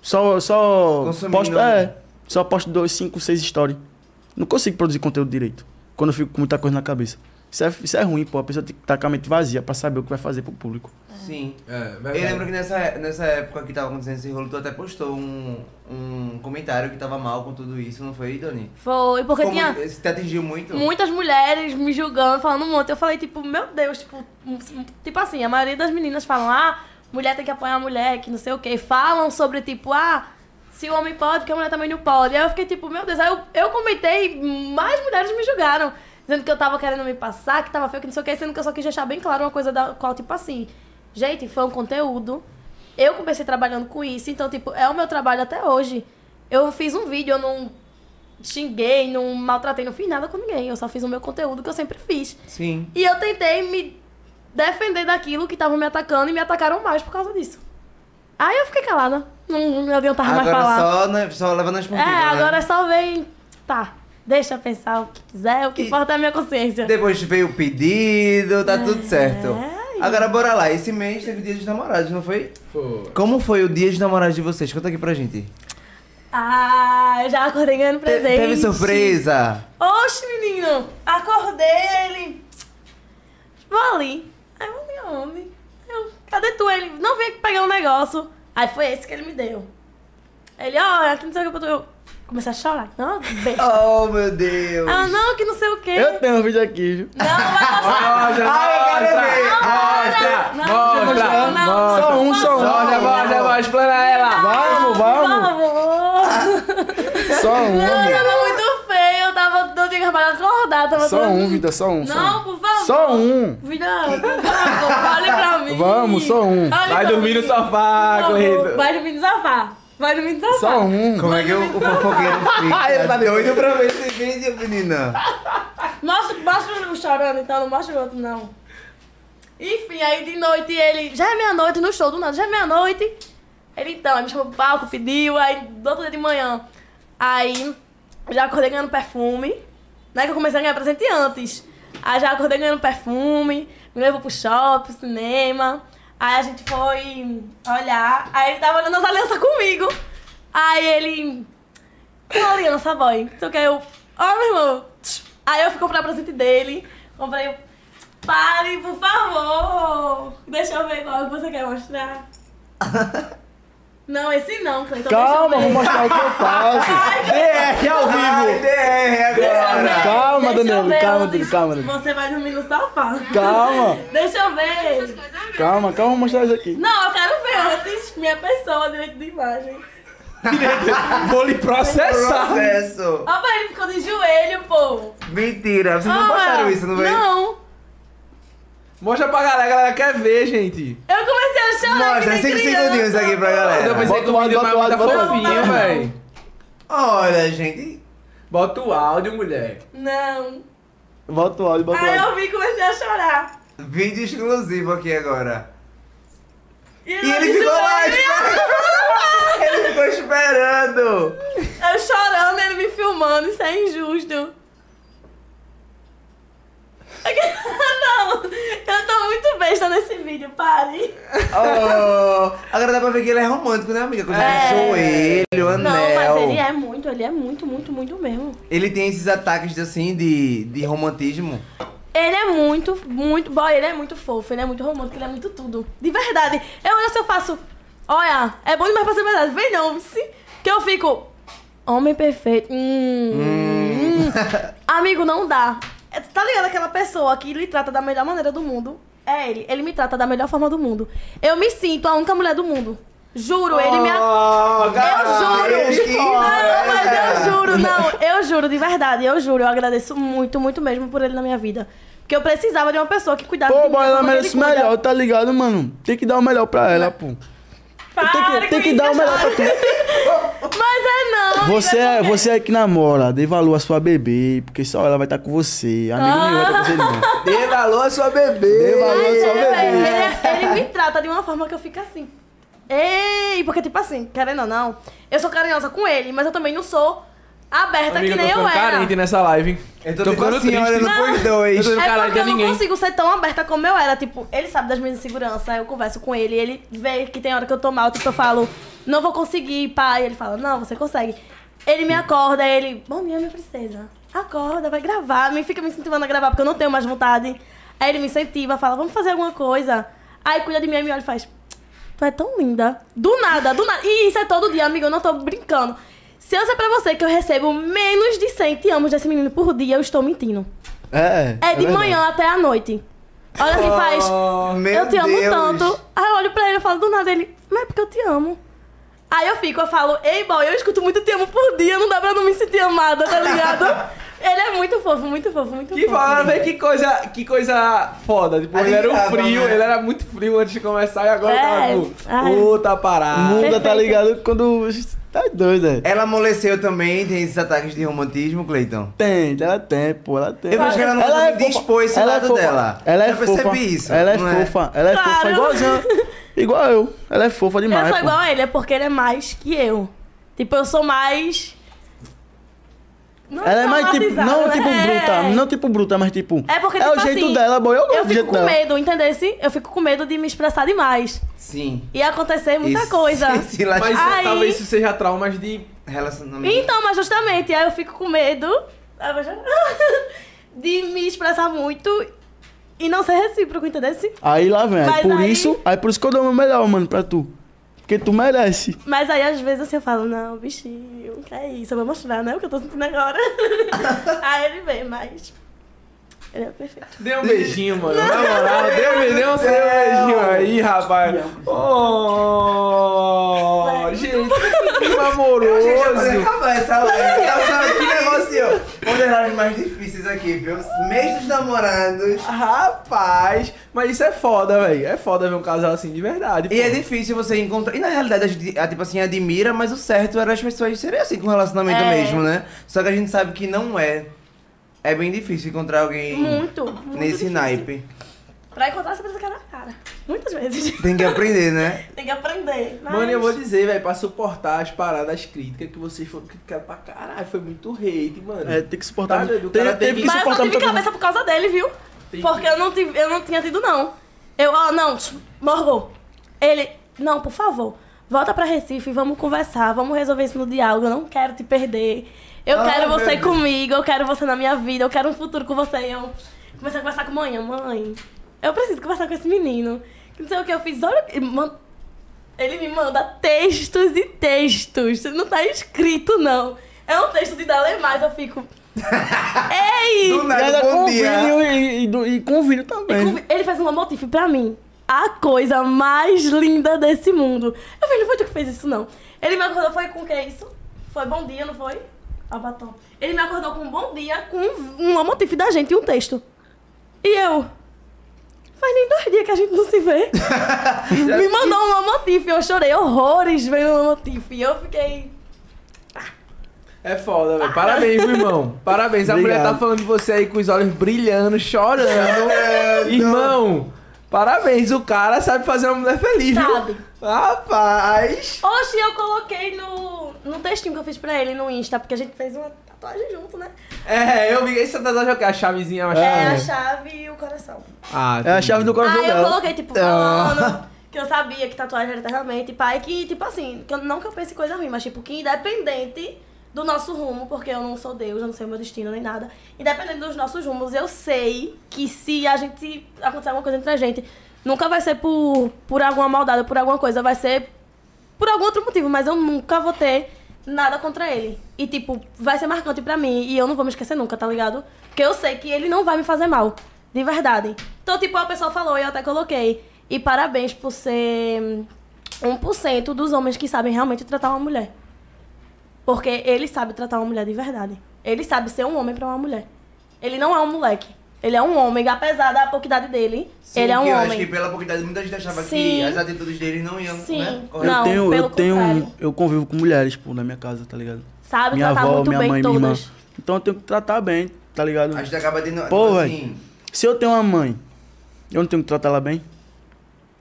[SPEAKER 4] Só, só
[SPEAKER 2] Consumindo,
[SPEAKER 4] posto,
[SPEAKER 2] né?
[SPEAKER 4] é, só posto dois, cinco, seis stories. Não consigo produzir conteúdo direito quando eu fico com muita coisa na cabeça. Isso é, isso é ruim, pô. A pessoa tem que estar com a mente vazia pra saber o que vai fazer pro público.
[SPEAKER 2] Sim.
[SPEAKER 5] É, verdade.
[SPEAKER 2] Eu lembro que nessa, nessa época que tava acontecendo esse rolo, tu até postou um, um comentário que tava mal com tudo isso, não foi, Dani?
[SPEAKER 3] Foi, porque
[SPEAKER 2] Ficou
[SPEAKER 3] tinha.
[SPEAKER 2] muito- Te atingiu muito?
[SPEAKER 3] muitas mulheres me julgando, falando um monte. Eu falei, tipo, meu Deus, tipo, um- tipo assim, a maioria das meninas falam, ah, mulher tem que apoiar a mulher, que não sei o quê. Falam sobre, tipo, ah, se o homem pode, que a mulher também não pode. Aí eu fiquei, tipo, meu Deus, aí eu, eu comentei, mais mulheres me julgaram, dizendo que eu tava querendo me passar, que tava feio, que não sei o quê, sendo que eu só quis deixar bem claro uma coisa da qual, tipo assim, gente, foi um conteúdo. Eu comecei trabalhando com isso, então, tipo, é o meu trabalho até hoje. Eu fiz um vídeo, eu não xinguei, não maltratei, não fiz nada com ninguém. Eu só fiz o meu conteúdo que eu sempre fiz.
[SPEAKER 2] Sim.
[SPEAKER 3] E eu tentei me defender daquilo que estavam me atacando e me atacaram mais por causa disso. Aí eu fiquei calada. Não, não adiantava mais falar.
[SPEAKER 2] Agora só, né, só levando as
[SPEAKER 3] É,
[SPEAKER 2] pontinhas, né?
[SPEAKER 3] agora só vem. Tá, deixa eu pensar o que quiser, o que
[SPEAKER 2] E-
[SPEAKER 3] importa é a minha consciência.
[SPEAKER 2] Depois veio o pedido,
[SPEAKER 3] É.
[SPEAKER 2] tá tudo certo.
[SPEAKER 3] e-
[SPEAKER 2] Agora bora lá, esse mês teve dia dos namorados, não foi?
[SPEAKER 5] Pô,
[SPEAKER 2] Como foi o dia dos namorados de vocês? Conta aqui pra gente.
[SPEAKER 3] Ah, eu já acordei ganhando
[SPEAKER 2] Te-
[SPEAKER 3] presente.
[SPEAKER 2] Teve surpresa?
[SPEAKER 3] Oxe, menino! Acordei ele. Vou ali. Aí eu falei, onde? Eu, cadê tu? Ele, não vem aqui pegar um negócio. Aí foi esse que ele me deu. Ele, ó, aqui não sei o que eu tô. Eu comecei a chorar. Não, beijo.
[SPEAKER 2] Oh, meu Deus.
[SPEAKER 3] Ah, não, que não sei o quê.
[SPEAKER 4] Eu tenho um vídeo aqui, viu?
[SPEAKER 3] Não, não vai passar.
[SPEAKER 1] Mostra,
[SPEAKER 2] Ah, eu quero ver.
[SPEAKER 4] Ah,
[SPEAKER 1] mostra, mostra,
[SPEAKER 3] Não, não,
[SPEAKER 1] mostra,
[SPEAKER 3] não,
[SPEAKER 1] mostra.
[SPEAKER 4] tá. Só um, só um.
[SPEAKER 1] Mostra, mostra, mostra, né, explana ela.
[SPEAKER 4] Vamos, vamos.
[SPEAKER 3] Vamos.
[SPEAKER 4] Só um,
[SPEAKER 3] Não, eu
[SPEAKER 4] amigo.
[SPEAKER 3] tava muito feio, eu tava, não tinha acabado de acordar, tava
[SPEAKER 4] Só
[SPEAKER 3] todo-
[SPEAKER 4] um, vida, só um. só
[SPEAKER 3] Não,
[SPEAKER 4] um.
[SPEAKER 3] por favor.
[SPEAKER 4] Só um.
[SPEAKER 3] Vida, por favor, olhe pra mim.
[SPEAKER 4] Vamos, só um.
[SPEAKER 3] Olhe
[SPEAKER 1] Vai
[SPEAKER 3] pra
[SPEAKER 1] dormir no
[SPEAKER 3] mim.
[SPEAKER 1] sofá,
[SPEAKER 3] Por favor,
[SPEAKER 1] Cleiton.
[SPEAKER 3] Vai dormir no sofá. Vai dormir no sofá.
[SPEAKER 4] Só um.
[SPEAKER 2] Como é que o, o fofoqueiro fica? ele tá doido pra ver esse vídeo, menina.
[SPEAKER 3] Mostra, mostra o chorando, então, não mostra o outro, não. Enfim, aí de noite ele. Já é meia-noite no show do nada, já é meia-noite. Ele então, aí me chamou pro palco, pediu, aí do outro dia de manhã. Aí já acordei ganhando perfume. Né? Que eu comecei a ganhar presente antes. Aí já acordei ganhando perfume, me levou pro shopping, pro cinema. Aí a gente foi olhar. Aí ele tava olhando as alianças comigo. Aí ele. Qual aliança, boy? Então que eu. Ó, meu irmão. tch. Aí eu fui comprar presente dele. Comprei. um- Pare, por favor. Deixa eu ver qual que você quer mostrar. não, esse não, Cleiton.
[SPEAKER 4] Calma, vou
[SPEAKER 3] deixa eu ver.
[SPEAKER 4] mostrar o que eu faço.
[SPEAKER 1] é
[SPEAKER 4] DR ao
[SPEAKER 2] Ai,
[SPEAKER 4] vivo.
[SPEAKER 2] DR
[SPEAKER 3] Deixa eu
[SPEAKER 2] agora.
[SPEAKER 3] ver.
[SPEAKER 4] Calma,
[SPEAKER 3] Deixa eu
[SPEAKER 4] Danilo,
[SPEAKER 3] ver
[SPEAKER 4] calma,
[SPEAKER 3] onde
[SPEAKER 4] Danilo, calma, Danilo.
[SPEAKER 3] Você vai dormir no sofá.
[SPEAKER 4] Calma,
[SPEAKER 3] Deixa eu ver.
[SPEAKER 4] calma, calma, vou mostrar isso aqui.
[SPEAKER 3] Não, eu quero ver antes minha pessoa, direito de imagem.
[SPEAKER 1] Vou lhe processar.
[SPEAKER 2] Processo.
[SPEAKER 3] Ó, pra ele ficou de joelho, pô.
[SPEAKER 2] Mentira, vocês não
[SPEAKER 3] Ó,
[SPEAKER 2] postaram isso, não foi?
[SPEAKER 3] Ah, Não.
[SPEAKER 1] Mostra pra galera, a galera quer ver, gente.
[SPEAKER 3] Eu comecei a chorar.
[SPEAKER 2] Mostra,
[SPEAKER 3] que nem
[SPEAKER 2] 5
[SPEAKER 3] criança.
[SPEAKER 2] segundinhos aqui pra
[SPEAKER 1] Eu
[SPEAKER 2] galera.
[SPEAKER 1] pensei
[SPEAKER 4] Bota
[SPEAKER 1] que
[SPEAKER 4] o
[SPEAKER 1] É, o
[SPEAKER 4] áudio,
[SPEAKER 1] vídeo mais
[SPEAKER 4] bota o
[SPEAKER 1] tá
[SPEAKER 4] áudio, bota o
[SPEAKER 1] fofinho,
[SPEAKER 3] áudio.
[SPEAKER 1] véi.
[SPEAKER 2] Olha, gente.
[SPEAKER 1] Bota o áudio, mulher.
[SPEAKER 3] Não.
[SPEAKER 4] Bota o áudio, bota o
[SPEAKER 3] Aí
[SPEAKER 4] áudio.
[SPEAKER 3] eu vi e comecei a chorar.
[SPEAKER 2] Vídeo exclusivo aqui agora. E
[SPEAKER 3] lá
[SPEAKER 2] ele
[SPEAKER 3] de
[SPEAKER 2] ficou lá tipo,
[SPEAKER 3] joelho,
[SPEAKER 2] esperando. Ele ficou esperando.
[SPEAKER 3] Eu chorando, ele me filmando, isso é injusto. Não, eu tô muito besta nesse vídeo, pare.
[SPEAKER 2] Oh, agora dá pra ver que ele é romântico, né, amiga? Coisa
[SPEAKER 3] É.
[SPEAKER 2] de joelho, anel.
[SPEAKER 3] Não, mas ele é muito, ele é muito, muito, muito mesmo.
[SPEAKER 2] Ele tem esses ataques de, assim de, de romantismo.
[SPEAKER 3] Ele é muito, muito. Boy, ele é muito fofo, ele é muito romântico, ele é muito tudo. De verdade. Eu olho se eu faço. Olha, é bom demais pra ser verdade. Vem não, se, que eu fico. Homem perfeito. Hum, hum. Amigo, não dá. É, Tá ligado aquela pessoa que lhe trata da melhor maneira do mundo? É ele. Ele me trata da melhor forma do mundo. Eu me sinto a única mulher do mundo. Juro, ele me. a-
[SPEAKER 2] Oh,
[SPEAKER 3] Eu juro! Não,
[SPEAKER 4] É.
[SPEAKER 3] mas eu juro, não. Eu juro, de verdade, eu juro. Eu agradeço muito, muito mesmo por ele na minha vida. Porque eu precisava de uma pessoa que cuidasse
[SPEAKER 4] Pô,
[SPEAKER 3] de mim.
[SPEAKER 4] boy, ela
[SPEAKER 3] como ele
[SPEAKER 4] merece o
[SPEAKER 3] cuida.
[SPEAKER 4] melhor, tá ligado, mano? Tem que dar o melhor pra ela, pô. Tem
[SPEAKER 3] Para
[SPEAKER 4] que, tem
[SPEAKER 3] com
[SPEAKER 4] que
[SPEAKER 3] isso,
[SPEAKER 4] dar o
[SPEAKER 3] eu
[SPEAKER 4] melhor
[SPEAKER 3] choro.
[SPEAKER 4] pra tu.
[SPEAKER 3] Mas é não. amiga,
[SPEAKER 4] Você é,
[SPEAKER 3] porque-
[SPEAKER 4] você é que namora, dê valor à sua bebê, porque só ela vai estar com você. Amigo nenhum vai estar com você,
[SPEAKER 3] Ah.
[SPEAKER 4] não.
[SPEAKER 2] Dê valor à sua bebê.
[SPEAKER 4] Dê valor à
[SPEAKER 3] Mas
[SPEAKER 4] sua
[SPEAKER 3] é, velho,
[SPEAKER 4] bebê.
[SPEAKER 3] ele, ele me trata de uma forma que eu fico assim. Ei, porque tipo assim, querendo ou não, eu sou carinhosa com ele, mas eu também não sou aberta
[SPEAKER 1] Amiga,
[SPEAKER 3] que
[SPEAKER 1] eu tô
[SPEAKER 3] nem eu é.
[SPEAKER 1] ficando
[SPEAKER 3] era.
[SPEAKER 1] carente nessa live, hein?
[SPEAKER 2] Eu tô, ficando assim,
[SPEAKER 1] triste.
[SPEAKER 2] olhando
[SPEAKER 3] Não.
[SPEAKER 2] por dois.
[SPEAKER 1] Eu tô-
[SPEAKER 3] É
[SPEAKER 1] caralho
[SPEAKER 3] porque
[SPEAKER 1] de
[SPEAKER 3] eu não
[SPEAKER 1] ninguém.
[SPEAKER 3] consigo ser tão aberta como eu era. Tipo, ele sabe das minhas inseguranças, eu converso com ele, ele vê que tem hora que eu tô mal, tipo, eu falo, não vou conseguir, pai. Ele fala, não, você consegue. Ele me acorda, ele, bom dia, minha princesa. Acorda, vai gravar, me fica me incentivando a gravar porque eu não tenho mais vontade. Aí ele me incentiva, fala, vamos fazer alguma coisa. Aí cuida de mim, aí me olha e faz, tu é tão linda. Do nada, do nada. E isso é todo dia, amigo, eu não tô brincando. Se eu disser pra você que eu recebo menos de 100 te amos desse menino por dia, eu estou mentindo.
[SPEAKER 4] É.
[SPEAKER 3] É de
[SPEAKER 4] verdade.
[SPEAKER 3] manhã até a noite. Olha assim, faz.
[SPEAKER 2] Oh, meu
[SPEAKER 3] eu te amo
[SPEAKER 2] Deus.
[SPEAKER 3] tanto. Aí eu olho pra ele e falo do nada, ele, mas é porque eu te amo. Aí eu fico, eu falo, ei, boy, eu escuto muito te amo por dia, não dá pra não me sentir amada, tá ligado? Ele é muito fofo, muito fofo, muito
[SPEAKER 1] Que
[SPEAKER 3] fofo.
[SPEAKER 1] fora, velho, que coisa, que coisa foda. Tipo, ele era um
[SPEAKER 2] Admirável,
[SPEAKER 1] frio,
[SPEAKER 2] né?
[SPEAKER 1] ele era muito frio antes de começar e agora
[SPEAKER 3] É,
[SPEAKER 1] tá
[SPEAKER 3] ai.
[SPEAKER 1] com outra parada.
[SPEAKER 4] Muda, tá
[SPEAKER 3] Perfeito.
[SPEAKER 4] ligado? Quando. Tá doido, é.
[SPEAKER 2] Ela amoleceu também, tem esses ataques de romantismo, Cleiton.
[SPEAKER 4] Tem, ela tem, pô, ela tem.
[SPEAKER 2] Eu vejo que ela não
[SPEAKER 4] é
[SPEAKER 2] consegue
[SPEAKER 4] fofa.
[SPEAKER 2] dispor esse
[SPEAKER 4] Ela é
[SPEAKER 2] lado
[SPEAKER 4] fofa.
[SPEAKER 2] dela.
[SPEAKER 4] Ela é
[SPEAKER 2] Eu
[SPEAKER 4] fofa.
[SPEAKER 2] percebi isso,
[SPEAKER 4] Ela é
[SPEAKER 2] não é?
[SPEAKER 4] fofa. Ela é fofa,
[SPEAKER 3] Claro.
[SPEAKER 4] igualzinha. Igual eu. Ela é fofa demais.
[SPEAKER 3] Eu sou
[SPEAKER 4] pô.
[SPEAKER 3] igual a ele, é porque ele é mais que eu. Tipo, eu sou mais. Não
[SPEAKER 4] Ela é mais tipo. Não
[SPEAKER 3] traumatizada,
[SPEAKER 4] tipo
[SPEAKER 3] é.
[SPEAKER 4] bruta. Não tipo bruta, mas tipo.
[SPEAKER 3] É porque,
[SPEAKER 4] É o
[SPEAKER 3] tipo
[SPEAKER 4] jeito
[SPEAKER 3] assim,
[SPEAKER 4] dela, boy. Eu gosto
[SPEAKER 3] Eu
[SPEAKER 4] do jeito
[SPEAKER 3] fico com
[SPEAKER 4] dela.
[SPEAKER 3] medo, entendeu? Eu fico com medo de me expressar demais.
[SPEAKER 2] Sim.
[SPEAKER 3] E acontecer muita
[SPEAKER 2] Isso-
[SPEAKER 3] coisa.
[SPEAKER 2] Esse lado
[SPEAKER 5] Mas
[SPEAKER 3] Ai.
[SPEAKER 5] talvez isso seja traumas de.
[SPEAKER 2] relacionamento.
[SPEAKER 3] Então, mas justamente, aí eu fico com medo Ah, vou chorar. de me expressar muito e não ser recíproco, entendeu?
[SPEAKER 4] Aí lá vem. Aí
[SPEAKER 3] Mas
[SPEAKER 4] por
[SPEAKER 3] aí-
[SPEAKER 4] isso. Aí por isso que eu dou o meu melhor, mano, pra tu. Porque tu merece.
[SPEAKER 3] Mas aí às vezes assim, eu falo, não, bichinho, que é isso? Eu vou mostrar, né? O que eu tô sentindo agora. aí ele vem, mas. Ele é perfeito.
[SPEAKER 5] Dê um beijinho, mano. Na moral, dê um beijinho, dê um
[SPEAKER 2] Não.
[SPEAKER 5] beijinho aí, rapaz. Oh, gente, que clima
[SPEAKER 2] Eu achei que já podia
[SPEAKER 5] amoroso.
[SPEAKER 2] acabar essa live. Eu só- Que negócio, ó. Uma das lives mais difíceis aqui, viu? Mês dos namorados.
[SPEAKER 5] Rapaz, mas isso é foda, velho. É foda ver um casal assim de verdade.
[SPEAKER 2] E é
[SPEAKER 5] pô.
[SPEAKER 2] difícil você encontrar. E na realidade, a gente, a, tipo assim, admira, mas o certo era as pessoas serem assim com relacionamento
[SPEAKER 3] É.
[SPEAKER 2] mesmo, né? Só que a gente sabe que não é. É bem difícil encontrar alguém
[SPEAKER 3] Muito, muito.
[SPEAKER 2] nesse
[SPEAKER 3] difícil.
[SPEAKER 2] naipe.
[SPEAKER 3] Pra encontrar, você precisa cara na cara. Muitas vezes.
[SPEAKER 2] Tem que aprender, né?
[SPEAKER 3] Tem que aprender. Mas...
[SPEAKER 5] Mano, eu vou dizer, velho, pra suportar as paradas críticas que vocês foram criticados pra caralho. Foi muito hate, mano.
[SPEAKER 4] É, tem que suportar.
[SPEAKER 5] Tá doido, o
[SPEAKER 4] Tem-
[SPEAKER 5] cara tem
[SPEAKER 4] teve
[SPEAKER 5] que-
[SPEAKER 4] que
[SPEAKER 3] Mas eu
[SPEAKER 4] suportar
[SPEAKER 3] só tive
[SPEAKER 4] muita coisa.
[SPEAKER 3] cabeça por causa dele, viu? Porque eu não, tive, eu não tinha tido, não. Eu, ó, não, morgou. Ele, não, por favor, volta pra Recife, vamos conversar, vamos resolver isso no diálogo, eu não quero te perder. Eu
[SPEAKER 2] Ah,
[SPEAKER 3] quero
[SPEAKER 2] meu
[SPEAKER 3] você
[SPEAKER 2] Deus.
[SPEAKER 3] comigo, eu quero você na minha vida, eu quero um futuro com você. E eu comecei a conversar com a mãe, mãe, eu preciso conversar com esse menino. Que Não sei o que eu fiz, olha... e man- Ele me manda textos e textos, não tá escrito, não. É um texto de Dalemais, eu fico... Ei!
[SPEAKER 2] Do
[SPEAKER 4] E ainda
[SPEAKER 2] nada, bom dia.
[SPEAKER 4] convínio e, e, do- e convínio também.
[SPEAKER 3] Inclusive, Ele fez um motif pra mim. A coisa mais linda desse mundo. Eu falei, não foi tu que fez isso, não. Ele me acordou, foi com o que é isso? Foi bom dia, não foi? Ah, batom. Ele me acordou com um bom dia, com um- um motif da gente e um texto. E eu... Faz nem dois dias que a gente não se vê. me mandou um motif, eu chorei horrores vendo o motif. E eu fiquei...
[SPEAKER 5] É foda, velho. Parabéns, meu irmão. Parabéns. A mulher
[SPEAKER 4] Obrigado.
[SPEAKER 5] tá falando de você aí com os olhos brilhando, chorando.
[SPEAKER 4] É,
[SPEAKER 5] irmão, parabéns. O cara sabe fazer uma mulher feliz,
[SPEAKER 3] Sabe.
[SPEAKER 5] viu? Rapaz.
[SPEAKER 3] Oxe, eu coloquei no, no textinho que eu fiz pra ele no Insta, porque a gente fez uma tatuagem junto, né?
[SPEAKER 5] É, eu vi. Esse tatuagem é o quê? A chavezinha,
[SPEAKER 1] Ah.
[SPEAKER 5] uma
[SPEAKER 3] É
[SPEAKER 5] chave?
[SPEAKER 3] a chave e o coração.
[SPEAKER 5] Ah,
[SPEAKER 4] É a chave do Ah. coração
[SPEAKER 3] Aí eu
[SPEAKER 4] dela.
[SPEAKER 3] coloquei, tipo,
[SPEAKER 2] Ah.
[SPEAKER 3] falando que eu sabia que tatuagem era eternamente, pai, que, tipo assim, que eu, não que eu pense coisa ruim, mas tipo, que independente do nosso rumo, porque eu não sou Deus, eu não sei o meu destino nem nada, independente dos nossos rumos, eu sei que se a gente, se acontecer alguma coisa entre a gente, nunca vai ser por, por alguma maldade ou por alguma coisa, vai ser por algum outro motivo, mas eu nunca vou ter nada contra ele. E, tipo, vai ser marcante pra mim e eu não vou me esquecer nunca, tá ligado? Porque eu sei que ele não vai me fazer mal. De verdade. Então, tipo, a pessoa falou e eu até coloquei. E parabéns por ser hum, 1% dos homens que sabem realmente tratar uma mulher. Porque ele sabe tratar uma mulher de verdade. Ele sabe ser um homem pra uma mulher. Ele não é um moleque. Ele é um homem, apesar da pouca idade dele.
[SPEAKER 2] Sim,
[SPEAKER 3] ele é um
[SPEAKER 2] que eu
[SPEAKER 3] homem.
[SPEAKER 2] acho que pela oportunidade muita gente achava que
[SPEAKER 3] Sim.
[SPEAKER 2] as atitudes deles não iam,
[SPEAKER 3] Sim.
[SPEAKER 2] né?
[SPEAKER 4] Eu
[SPEAKER 3] Não,
[SPEAKER 4] tenho,
[SPEAKER 3] pelo
[SPEAKER 4] eu tenho, um,
[SPEAKER 3] contrário.
[SPEAKER 4] eu convivo com mulheres, pô, na minha casa, tá ligado?
[SPEAKER 3] Sabe
[SPEAKER 4] minha
[SPEAKER 3] tratar
[SPEAKER 4] avó,
[SPEAKER 3] muito
[SPEAKER 4] minha
[SPEAKER 3] bem
[SPEAKER 4] mãe,
[SPEAKER 3] todas.
[SPEAKER 4] minha irmã. Então eu tenho que tratar bem, tá ligado?
[SPEAKER 2] A gente acaba tendo,
[SPEAKER 4] Pô,
[SPEAKER 2] tipo
[SPEAKER 4] velho.
[SPEAKER 2] assim,
[SPEAKER 4] Se eu tenho uma mãe, eu não tenho que tratar ela bem.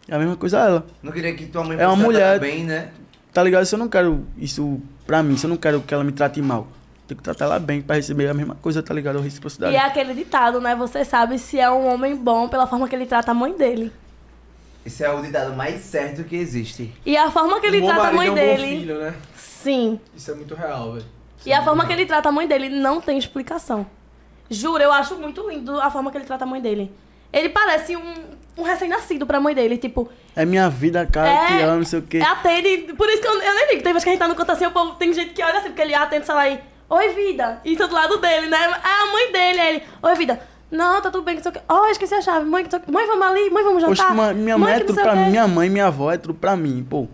[SPEAKER 4] É a mesma coisa ela,
[SPEAKER 2] não queria que tua mãe
[SPEAKER 4] É uma
[SPEAKER 2] fosse tratada
[SPEAKER 4] mulher.
[SPEAKER 2] bem, né?
[SPEAKER 4] tá ligado? Se eu não quero isso pra mim, se eu não quero que ela me trate mal, eu tenho que tratar ela bem pra receber a mesma coisa, tá ligado? A reciprocidade.
[SPEAKER 3] E é aquele ditado, né? Você sabe se é um homem bom pela forma que ele trata a mãe dele.
[SPEAKER 2] Esse é o ditado mais certo que existe.
[SPEAKER 3] E a forma que ele
[SPEAKER 5] bom
[SPEAKER 3] trata a
[SPEAKER 5] marido
[SPEAKER 3] mãe
[SPEAKER 5] é um bom
[SPEAKER 3] dele.
[SPEAKER 5] filho, né?
[SPEAKER 3] Sim.
[SPEAKER 5] Isso é muito real, velho.
[SPEAKER 3] E a forma que ele trata a mãe dele não tem explicação. Juro, eu acho muito lindo a forma que ele trata a mãe dele. Ele parece um, um recém-nascido pra mãe dele, tipo.
[SPEAKER 4] É minha vida, cara, eu te amo, não sei o quê.
[SPEAKER 3] É atende. Por isso que eu, eu nem ligo. Tem vezes que a gente tá no canto assim, o povo tem gente que olha assim, porque ele atende, sei lá, e. Oi, vida. E tá do lado dele, né? É a mãe dele, aí ele. Oi, vida. Não, tá tudo bem, que não sei o quê. Oh, esqueci a chave. Mãe, que não sei o quê. Mãe, vamos ali. Mãe, vamos
[SPEAKER 4] Poxa,
[SPEAKER 3] jantar.
[SPEAKER 4] ma- minha mãe, é
[SPEAKER 3] que não
[SPEAKER 4] tudo
[SPEAKER 3] sei o
[SPEAKER 4] pra
[SPEAKER 3] quê."
[SPEAKER 4] mim, minha mãe, minha avó é tudo pra mim, pô.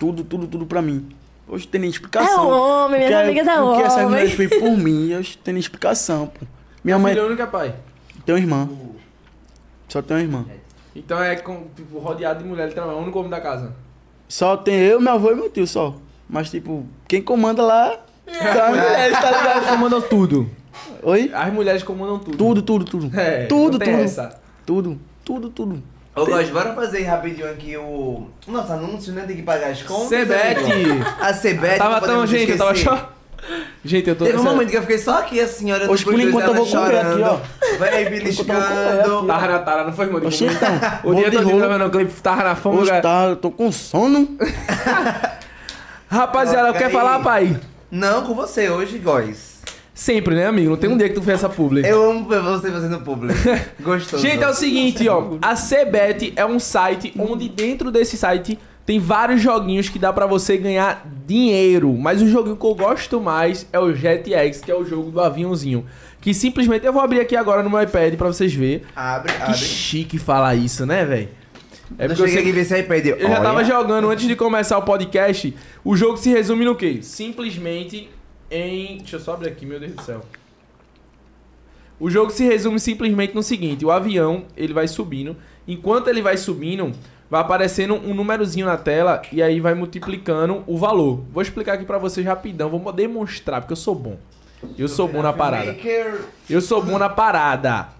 [SPEAKER 4] Tudo, tudo, tudo pra mim. Hoje tem nem explicação.
[SPEAKER 3] É homem, minhas
[SPEAKER 4] O que é-
[SPEAKER 3] amigas é
[SPEAKER 4] O que essa
[SPEAKER 3] homem.
[SPEAKER 4] mulher fez por mim, hoje tem nem explicação, pô. Minha mãe
[SPEAKER 1] Filho único é pai.
[SPEAKER 4] tem uma irmã. Só tem uma irmã.
[SPEAKER 1] Então é com, tipo, rodeado de mulher, ele
[SPEAKER 5] É
[SPEAKER 1] trabalha, o único homem da casa.
[SPEAKER 4] Só tem eu, meu avô e meu tio só. Mas, tipo, quem comanda lá são É. as mulheres, tá ligado?
[SPEAKER 1] Comandam tudo.
[SPEAKER 4] Oi?
[SPEAKER 1] As mulheres comandam tudo.
[SPEAKER 4] Tudo, tudo, tudo.
[SPEAKER 1] É,
[SPEAKER 4] tudo,
[SPEAKER 1] não tem
[SPEAKER 4] tudo.
[SPEAKER 1] essa.
[SPEAKER 4] Tudo, tudo, tudo.
[SPEAKER 2] Ô, Góis, bora fazer rapidinho aqui o. Nossa, anúncio, né? Tem que pagar as contas.
[SPEAKER 1] Sebete.
[SPEAKER 2] amigo. A Cebet.
[SPEAKER 1] Tava tão, gente, eu tava só. Gente, eu tô.
[SPEAKER 2] Teve um
[SPEAKER 1] essa-
[SPEAKER 2] momento que eu fiquei só aqui, assim, olhando
[SPEAKER 4] Hoje,
[SPEAKER 2] pros
[SPEAKER 4] por
[SPEAKER 2] dois,
[SPEAKER 4] enquanto, eu
[SPEAKER 2] ela
[SPEAKER 4] vou comprar aqui,
[SPEAKER 2] chorando. Vai beliscando.
[SPEAKER 1] Tava na tara, não foi, mano?
[SPEAKER 4] Oxi, então.
[SPEAKER 1] O
[SPEAKER 4] Vou
[SPEAKER 1] dia
[SPEAKER 4] de
[SPEAKER 1] todo
[SPEAKER 4] rolo.
[SPEAKER 1] tava no clipe, tava na fome,
[SPEAKER 4] Hoje
[SPEAKER 1] cara.
[SPEAKER 4] tá, eu tô com sono.
[SPEAKER 1] Rapaziada,
[SPEAKER 2] Coloca
[SPEAKER 1] quer
[SPEAKER 2] aí.
[SPEAKER 1] falar, pai?
[SPEAKER 2] Não, com você hoje, Góis.
[SPEAKER 1] Sempre, né, amigo? Não tem um dia que tu fez essa publi.
[SPEAKER 2] Eu amo ver você fazendo público. Gostoso.
[SPEAKER 1] Gente, é o seguinte, ó. A Cebet é um site onde dentro desse site tem vários joguinhos que dá pra você ganhar dinheiro. Mas o joguinho que eu gosto mais é o JetX, que é o jogo do aviãozinho. Que simplesmente eu vou abrir aqui agora no meu iPad pra vocês verem.
[SPEAKER 2] Abre,
[SPEAKER 1] Que
[SPEAKER 2] abre.
[SPEAKER 1] chique falar isso, né, velho? É
[SPEAKER 2] eu
[SPEAKER 1] porque eu
[SPEAKER 2] cheguei
[SPEAKER 1] sei
[SPEAKER 2] aqui ver se aí perdeu.
[SPEAKER 1] Eu já tava
[SPEAKER 2] Olha.
[SPEAKER 1] jogando antes de começar o podcast. O jogo se resume no quê? Simplesmente em. Deixa eu só abrir aqui, meu Deus do céu. O jogo se resume simplesmente no seguinte: o avião ele vai subindo. Enquanto ele vai subindo, vai aparecendo um númerozinho na tela e aí vai multiplicando o valor. Vou explicar aqui pra vocês rapidão, vou demonstrar porque eu sou bom. Eu sou bom na parada.
[SPEAKER 2] Maker.
[SPEAKER 1] Eu sou bom na parada.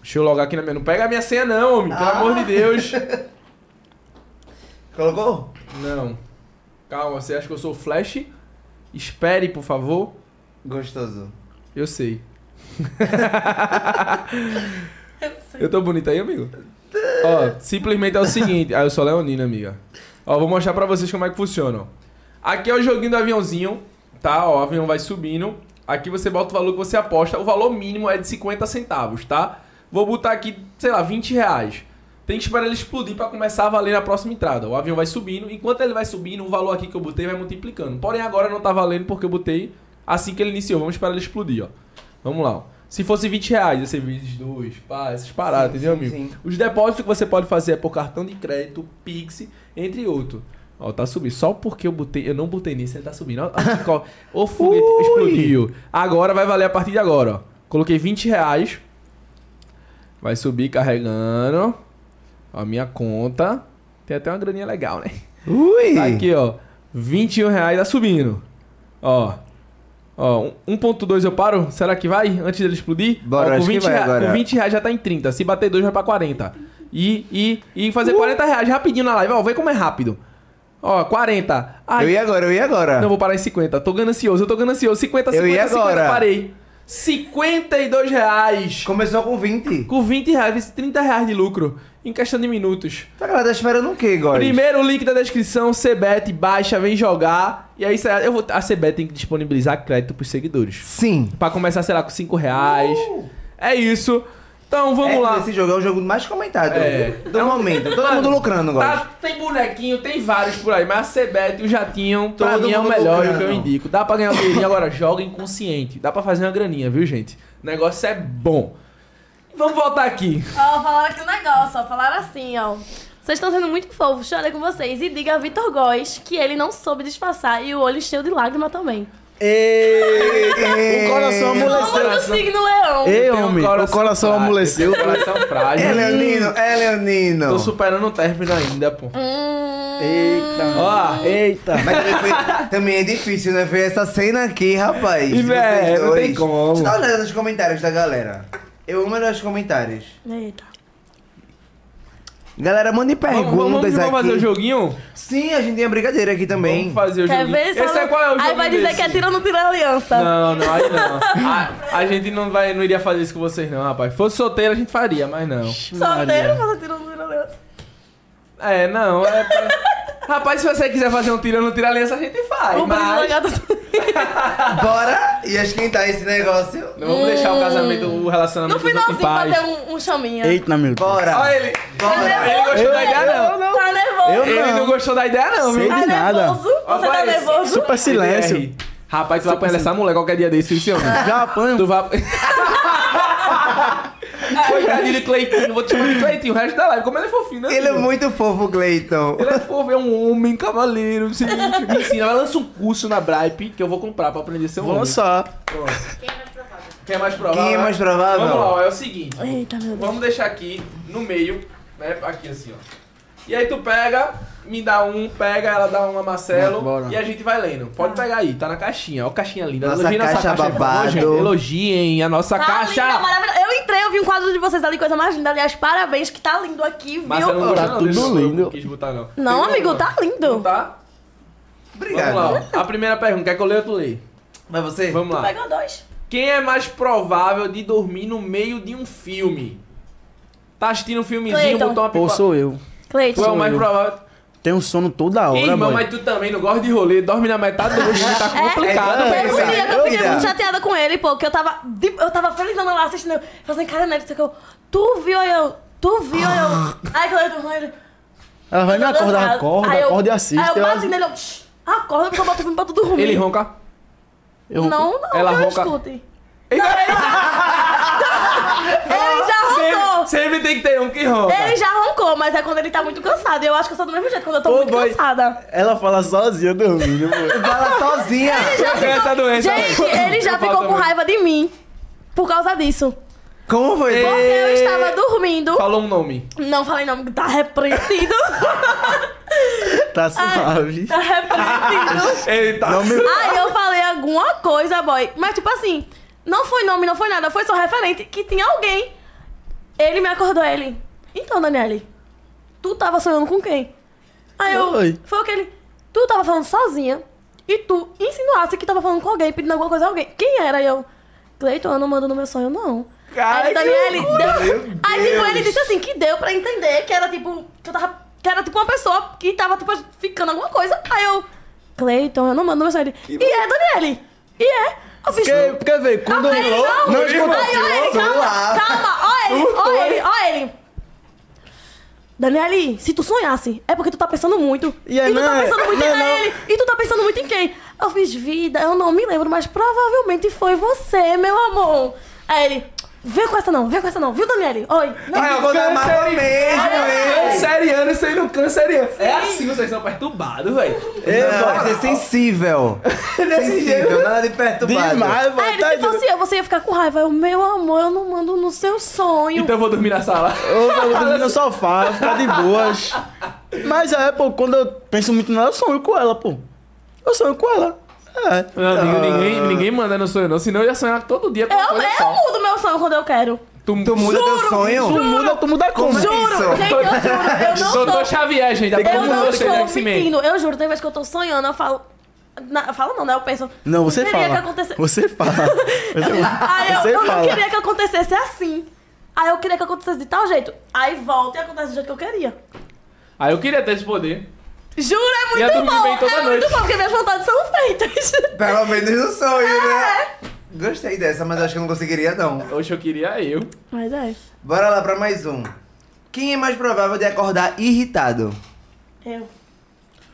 [SPEAKER 1] Deixa eu logar aqui na minha. Não pega a minha senha, não, homem. Pelo
[SPEAKER 2] Ah.
[SPEAKER 1] amor de Deus.
[SPEAKER 2] Colocou?
[SPEAKER 1] Não. Calma, você acha que eu sou o Flash? Espere, por favor.
[SPEAKER 2] Gostoso.
[SPEAKER 1] Eu sei. eu tô bonito aí, amigo? Ó, simplesmente é o seguinte. Ah, eu sou Leonina, amiga. Ó, vou mostrar pra vocês como é que funciona, ó. Aqui é o joguinho do aviãozinho, tá? Ó, o avião vai subindo. Aqui você bota o valor que você aposta. O valor mínimo é de 50 centavos, tá? Vou botar aqui, sei lá, 20 reais. Tem que esperar ele explodir pra começar a valer na próxima entrada. O avião vai subindo. Enquanto ele vai subindo, o valor aqui que eu botei vai multiplicando. Porém, agora não tá valendo porque eu botei assim que ele iniciou. Vamos esperar ele explodir, ó. Vamos lá, ó. Se fosse 20 reais, ia ser vezes 2, pá, essas paradas,
[SPEAKER 2] Sim,
[SPEAKER 1] entendeu,
[SPEAKER 2] sim,
[SPEAKER 1] amigo?
[SPEAKER 2] sim.
[SPEAKER 1] Os depósitos que você pode fazer é por cartão de crédito, Pix, entre outros. Ó, tá subindo. Só porque eu botei, eu não botei nisso, ele tá subindo. Ó, ó, qual- o foguete explodiu. Agora vai valer a partir de agora, ó. Coloquei 20 reais. Vai subir carregando. Ó, minha conta. Tem até uma graninha legal, né?
[SPEAKER 2] Ui!
[SPEAKER 1] Tá aqui, ó. 21 reais tá subindo. Ó. Ó, um- 1.2 eu paro? Será que vai? Antes dele explodir?
[SPEAKER 2] Bora,
[SPEAKER 1] ó, com
[SPEAKER 2] acho que vai
[SPEAKER 1] rea-
[SPEAKER 2] agora.
[SPEAKER 1] Com 20 reais já tá em 30. Se bater 2 vai pra 40. E, e, e fazer
[SPEAKER 2] Uh.
[SPEAKER 1] 40 reais rapidinho na live. Ó, vê como é rápido. Ó, 40.
[SPEAKER 2] Eu
[SPEAKER 1] Ai,
[SPEAKER 2] ia agora, eu ia agora.
[SPEAKER 1] não, vou parar em 50. Tô ganancioso, eu tô ganancioso. 50, 50,
[SPEAKER 2] Eu ia
[SPEAKER 1] 50,
[SPEAKER 2] agora.
[SPEAKER 1] parei. 52 reais.
[SPEAKER 2] Começou com 20.
[SPEAKER 1] Com 20 reais, 30 reais de lucro. Em questão de minutos.
[SPEAKER 2] Tá, galera, tá esperando o quê, Góis?
[SPEAKER 1] Primeiro link da descrição, Cebet, baixa, vem jogar. E aí, sei lá, eu vou, a Cebet tem que disponibilizar crédito pros seguidores.
[SPEAKER 2] Sim.
[SPEAKER 1] Pra começar, sei lá, com 5 reais. É isso. Então, vamos
[SPEAKER 2] Uh! É,
[SPEAKER 1] lá.
[SPEAKER 2] Esse jogo é o jogo mais comentado
[SPEAKER 1] É.
[SPEAKER 2] do momento. Todo mundo lucrando agora.
[SPEAKER 1] Tá, tem bonequinho, tem vários por aí, mas a Cebet e o Jatinho, pra
[SPEAKER 2] Todo
[SPEAKER 1] mim, é o
[SPEAKER 2] mundo
[SPEAKER 1] melhor e o
[SPEAKER 2] lucrando.
[SPEAKER 1] que eu indico. Dá pra ganhar um dinheirinho, agora joga inconsciente. Dá pra fazer uma graninha, viu, gente? O negócio é bom. Vamos voltar aqui.
[SPEAKER 3] Ó, falaram aqui um negócio, ó. Falaram assim, ó. Vocês estão sendo muito fofos, chorei com vocês. E diga a Vitor Góes que ele não soube disfarçar e o olho encheu de lágrima também.
[SPEAKER 1] Tá
[SPEAKER 2] É.
[SPEAKER 4] O coração amoleceu.
[SPEAKER 3] Como do signo leão.
[SPEAKER 4] Ei,
[SPEAKER 1] Eu tenho um
[SPEAKER 4] homem, o coração
[SPEAKER 1] frágil,
[SPEAKER 4] amoleceu.
[SPEAKER 1] eu tenho um Coração frágil.
[SPEAKER 2] É Leonino, é Leonino.
[SPEAKER 1] Tô superando o término ainda, pô.
[SPEAKER 3] Hum,
[SPEAKER 4] Eita.
[SPEAKER 1] Ó,
[SPEAKER 4] Eita.
[SPEAKER 2] Mas também, foi- também é difícil, né? Ver essa cena aqui, rapaz.
[SPEAKER 1] E,
[SPEAKER 2] de vocês
[SPEAKER 1] véi, não
[SPEAKER 2] dois.
[SPEAKER 1] tem como.
[SPEAKER 2] Deixa eu dar uma olhada nos comentários da galera. Eu amo olhar os comentários.
[SPEAKER 3] Eita.
[SPEAKER 2] Galera, mandem perguntas
[SPEAKER 1] Vamos, vamos, vamos
[SPEAKER 2] aqui.
[SPEAKER 1] fazer o joguinho?
[SPEAKER 2] Sim, a gente tem a brincadeira aqui também.
[SPEAKER 1] Vamos fazer o
[SPEAKER 3] Quer
[SPEAKER 1] joguinho.
[SPEAKER 3] ver? Só
[SPEAKER 1] Esse é
[SPEAKER 3] não-
[SPEAKER 1] qual é o jogo
[SPEAKER 3] Aí vai dizer
[SPEAKER 1] desse?
[SPEAKER 3] que é tira ou não tira a aliança.
[SPEAKER 1] Não, não, aí não. A, a gente não, vai, não iria fazer isso com vocês, não, rapaz. Se fosse solteiro, a gente faria, mas não.
[SPEAKER 3] Solteiro, você tira ou não tira a aliança.
[SPEAKER 1] É, não, é. pra- Rapaz, se você quiser fazer um tiro ou não tira aliança, a gente faz.
[SPEAKER 3] O brilho da
[SPEAKER 1] Mas
[SPEAKER 3] gata...
[SPEAKER 2] Bora e esquentar esse negócio.
[SPEAKER 1] não vamos deixar o casamento, o relacionamento
[SPEAKER 3] No
[SPEAKER 1] dos outros
[SPEAKER 3] finalzinho um-
[SPEAKER 1] em
[SPEAKER 3] vai ter
[SPEAKER 1] paz.
[SPEAKER 3] um, um chaminha.
[SPEAKER 4] Eita, meu Deus.
[SPEAKER 2] Bora.
[SPEAKER 1] Olha ele.
[SPEAKER 2] Bora.
[SPEAKER 1] Ele gostou da ideia, não.
[SPEAKER 3] Tá nervoso.
[SPEAKER 4] Eu
[SPEAKER 1] Ele não gostou da ideia, não, viu? é
[SPEAKER 4] Sei
[SPEAKER 3] Tá
[SPEAKER 4] de nada.
[SPEAKER 3] nervoso? Você tá
[SPEAKER 1] Rapaz,
[SPEAKER 3] nervoso?
[SPEAKER 4] Super silêncio.
[SPEAKER 1] BR. Rapaz, tu vai apanhar essa mulher qualquer dia desse, viu, homem?
[SPEAKER 4] Já apanho.
[SPEAKER 1] Tu vai. Coitadinho de Cleitinho, vou te chamar de Cleitinho o resto da live. Como ele é fofinho, né?
[SPEAKER 2] Ele é
[SPEAKER 1] filho?
[SPEAKER 2] muito fofo, Cleiton.
[SPEAKER 1] Ele é fofo, é um homem, cavaleiro. Você me ensina. Vai lança um curso na Bripe que eu vou comprar pra aprender a ser um
[SPEAKER 4] Vou
[SPEAKER 1] homem.
[SPEAKER 4] lançar.
[SPEAKER 6] Quem é mais provável?
[SPEAKER 1] Quem é mais provável?
[SPEAKER 2] Quem é mais provável?
[SPEAKER 1] Vamos lá, ó, é o seguinte.
[SPEAKER 3] Eita, meu Deus.
[SPEAKER 1] Vamos deixar aqui no meio, né? Aqui assim, ó. E aí tu pega, me dá um, pega, ela dá uma Marcelo
[SPEAKER 4] Bora.
[SPEAKER 1] e a gente vai lendo. Pode pegar aí, tá na caixinha. Ó, caixinha linda.
[SPEAKER 2] Nossa
[SPEAKER 1] Elogiem
[SPEAKER 2] caixa
[SPEAKER 1] aí, por favor,
[SPEAKER 2] babado.
[SPEAKER 1] gente. Elogiem a nossa
[SPEAKER 3] Tá
[SPEAKER 1] caixa.
[SPEAKER 3] linda, maravilhosa. Eu entrei, eu vi um quadro de vocês ali, coisa mais linda. Aliás, parabéns, que tá lindo aqui, viu?
[SPEAKER 1] Marcelo não
[SPEAKER 4] Tá
[SPEAKER 1] gostou, não,
[SPEAKER 4] tudo
[SPEAKER 1] deixa eu- eu
[SPEAKER 4] lindo.
[SPEAKER 1] Não quis botar, não.
[SPEAKER 3] Não, amigo, tá
[SPEAKER 1] Não
[SPEAKER 3] lindo.
[SPEAKER 1] tá?
[SPEAKER 2] Obrigado.
[SPEAKER 1] Vamos lá, ó. A primeira pergunta, quer que eu leia ou tu leia?
[SPEAKER 2] Mas você?
[SPEAKER 1] Vamos lá.
[SPEAKER 3] Pegou dois.
[SPEAKER 1] Quem é mais provável de dormir no meio de um filme? Tá assistindo um filmezinho,
[SPEAKER 3] Cleiton.
[SPEAKER 1] botou uma
[SPEAKER 4] Pô,
[SPEAKER 1] pipoca.
[SPEAKER 4] sou eu.
[SPEAKER 1] Tu
[SPEAKER 3] Cleiton.
[SPEAKER 1] é o mais
[SPEAKER 4] eu.
[SPEAKER 1] provável.
[SPEAKER 4] Tenho sono toda hora, é
[SPEAKER 1] Ei, irmão,
[SPEAKER 4] mano.
[SPEAKER 1] mas tu também não gosta de rolê, dorme na metade do filme, tá complicado.
[SPEAKER 2] é,
[SPEAKER 1] velho.
[SPEAKER 3] Teve um dia que eu fiquei
[SPEAKER 2] Doida.
[SPEAKER 3] muito chateada com ele, pô, que eu tava. de- Eu tava felizona lá assistindo, eu fazendo cara nele, só que eu. Tu viu aí eu. Tu viu aí eu. Aí que eu tô com ele.
[SPEAKER 4] Ela vai me
[SPEAKER 3] eu tô
[SPEAKER 4] acordar,
[SPEAKER 3] cansada.
[SPEAKER 4] acorda,
[SPEAKER 3] Aí eu-
[SPEAKER 4] acorda e assiste.
[SPEAKER 3] Aí eu
[SPEAKER 4] ela-
[SPEAKER 3] bati nele, eu. "Shh, Acorda, porque eu boto o filme pra tu dormir.
[SPEAKER 1] Ele ronca. um
[SPEAKER 4] eu-
[SPEAKER 3] Não, não,
[SPEAKER 1] Ela
[SPEAKER 3] que eu
[SPEAKER 1] ronca.
[SPEAKER 3] escute. Ele já roncou.
[SPEAKER 1] Sempre, sempre tem que ter um que ronca.
[SPEAKER 3] Ele já roncou, mas é quando ele tá muito cansado. E eu acho que eu sou do mesmo jeito, quando eu tô
[SPEAKER 4] Ô,
[SPEAKER 3] muito
[SPEAKER 4] boy.
[SPEAKER 3] cansada.
[SPEAKER 4] Ela fala sozinha dormindo, pô.
[SPEAKER 2] Fala sozinha.
[SPEAKER 1] Eu tenho essa doença. né?
[SPEAKER 3] Gente, ele já
[SPEAKER 1] é Eu
[SPEAKER 3] ficou
[SPEAKER 1] falo
[SPEAKER 3] com
[SPEAKER 1] também.
[SPEAKER 3] raiva de mim. Por causa disso.
[SPEAKER 2] Como foi?
[SPEAKER 3] Porque eu estava dormindo.
[SPEAKER 1] Falou um nome.
[SPEAKER 3] Não falei nome, tá repreendido.
[SPEAKER 4] Tá suave.
[SPEAKER 3] tá repreendido.
[SPEAKER 1] Eita.
[SPEAKER 4] Não me...
[SPEAKER 3] Aí eu falei alguma coisa, boy. Mas tipo assim, não foi nome, não foi nada, foi só referente que tinha alguém. Ele me acordou, ele. Então, Daniele, tu tava sonhando com quem? Aí eu.
[SPEAKER 4] Oi.
[SPEAKER 3] Foi aquele. Tu tava falando sozinha e tu insinuasse que tava falando com alguém, pedindo alguma coisa a alguém. Quem era? Aí eu. Cleiton, eu não mando no meu sonho, não.
[SPEAKER 2] Cara,
[SPEAKER 3] aí, Daniele, deu...
[SPEAKER 2] Meu
[SPEAKER 3] aí tipo,
[SPEAKER 2] Deus.
[SPEAKER 3] ele disse assim que deu pra entender que era tipo. Que, eu tava, que era tipo uma pessoa que tava, tipo, ficando alguma coisa. Aí eu. Cleiton, eu não mando no meu sonho. Ele, E é, Daniele? E é? Eu fiz.
[SPEAKER 4] Porque, porque vê, quando...
[SPEAKER 3] Aí ele, não,
[SPEAKER 4] Não,
[SPEAKER 3] aí, olha ele, calma, calma, ó ele, ó ele, ó ele. Daniele, se tu sonhasse, é porque tu tá pensando muito.
[SPEAKER 4] E aí,
[SPEAKER 3] tu tá
[SPEAKER 4] não,
[SPEAKER 3] pensando muito
[SPEAKER 4] não,
[SPEAKER 3] em
[SPEAKER 4] não.
[SPEAKER 3] ele. E tu tá pensando muito em quem? Eu fiz vida, eu não me lembro, mas provavelmente foi você, meu amor. Aí ele, vem com essa não, vem com essa não, viu, Daniele? Oi. Não,
[SPEAKER 2] Ah, eu vou dar mata mesmo, hein?
[SPEAKER 1] Canceriano sendo canceriano. É assim, vocês são perturbados, velho.
[SPEAKER 4] Eu,
[SPEAKER 2] Não, você é sensível.
[SPEAKER 1] é
[SPEAKER 2] sensível, nada de perturbado.
[SPEAKER 4] Demais, tá
[SPEAKER 3] Aí
[SPEAKER 4] mano.
[SPEAKER 3] ele, se fosse eu, você ia ficar com raiva. Eu, meu amor, eu não mando no seu sonho.
[SPEAKER 1] Então eu vou dormir na sala.
[SPEAKER 4] Eu vou dormir no sofá, ficar de boas. Mas é, pô, quando eu penso muito nela, eu sonho com ela, pô. Eu sonho com ela. É.
[SPEAKER 1] Meu amigo, ninguém, ninguém manda no sonho, não. Senão eu ia sonhar todo dia com uma
[SPEAKER 3] eu,
[SPEAKER 1] coisa
[SPEAKER 3] eu
[SPEAKER 1] só.
[SPEAKER 3] mudo meu sonho quando eu quero.
[SPEAKER 1] Tu,
[SPEAKER 2] Tu muda teu sonho?
[SPEAKER 4] Tu muda, tu muda como?
[SPEAKER 2] Juro.
[SPEAKER 3] Juro,
[SPEAKER 2] Isso.
[SPEAKER 3] gente, eu juro. Eu não
[SPEAKER 1] Doutor
[SPEAKER 3] tô
[SPEAKER 1] Xavier, gente.
[SPEAKER 3] Eu
[SPEAKER 1] Aponta
[SPEAKER 3] não
[SPEAKER 1] você né? no
[SPEAKER 3] estou
[SPEAKER 1] X-Men.
[SPEAKER 3] mentindo, eu juro, tem vez que eu tô sonhando, eu falo. Na, eu falo não, né? Eu penso.
[SPEAKER 4] Não, você
[SPEAKER 3] não
[SPEAKER 4] fala.
[SPEAKER 3] queria que acontecesse.
[SPEAKER 4] Você fala. Você fala.
[SPEAKER 3] Aí eu,
[SPEAKER 4] você
[SPEAKER 3] eu não
[SPEAKER 4] fala.
[SPEAKER 3] queria que acontecesse assim. Aí eu queria que acontecesse de tal jeito. Aí volta e acontece do jeito que eu queria.
[SPEAKER 1] Aí eu queria ter esse poder.
[SPEAKER 3] Juro, é
[SPEAKER 1] Ia
[SPEAKER 3] muito
[SPEAKER 1] dormir
[SPEAKER 3] bom.
[SPEAKER 1] bem toda
[SPEAKER 3] é
[SPEAKER 1] noite.
[SPEAKER 3] muito bom, porque minhas vontades são feitas.
[SPEAKER 2] Pelo menos no sonho, né? Gostei dessa, mas acho que eu não conseguiria, não.
[SPEAKER 1] Hoje eu queria eu.
[SPEAKER 3] Mas é.
[SPEAKER 2] Bora lá pra mais um. Quem é mais provável de acordar irritado?
[SPEAKER 3] Eu.
[SPEAKER 2] É,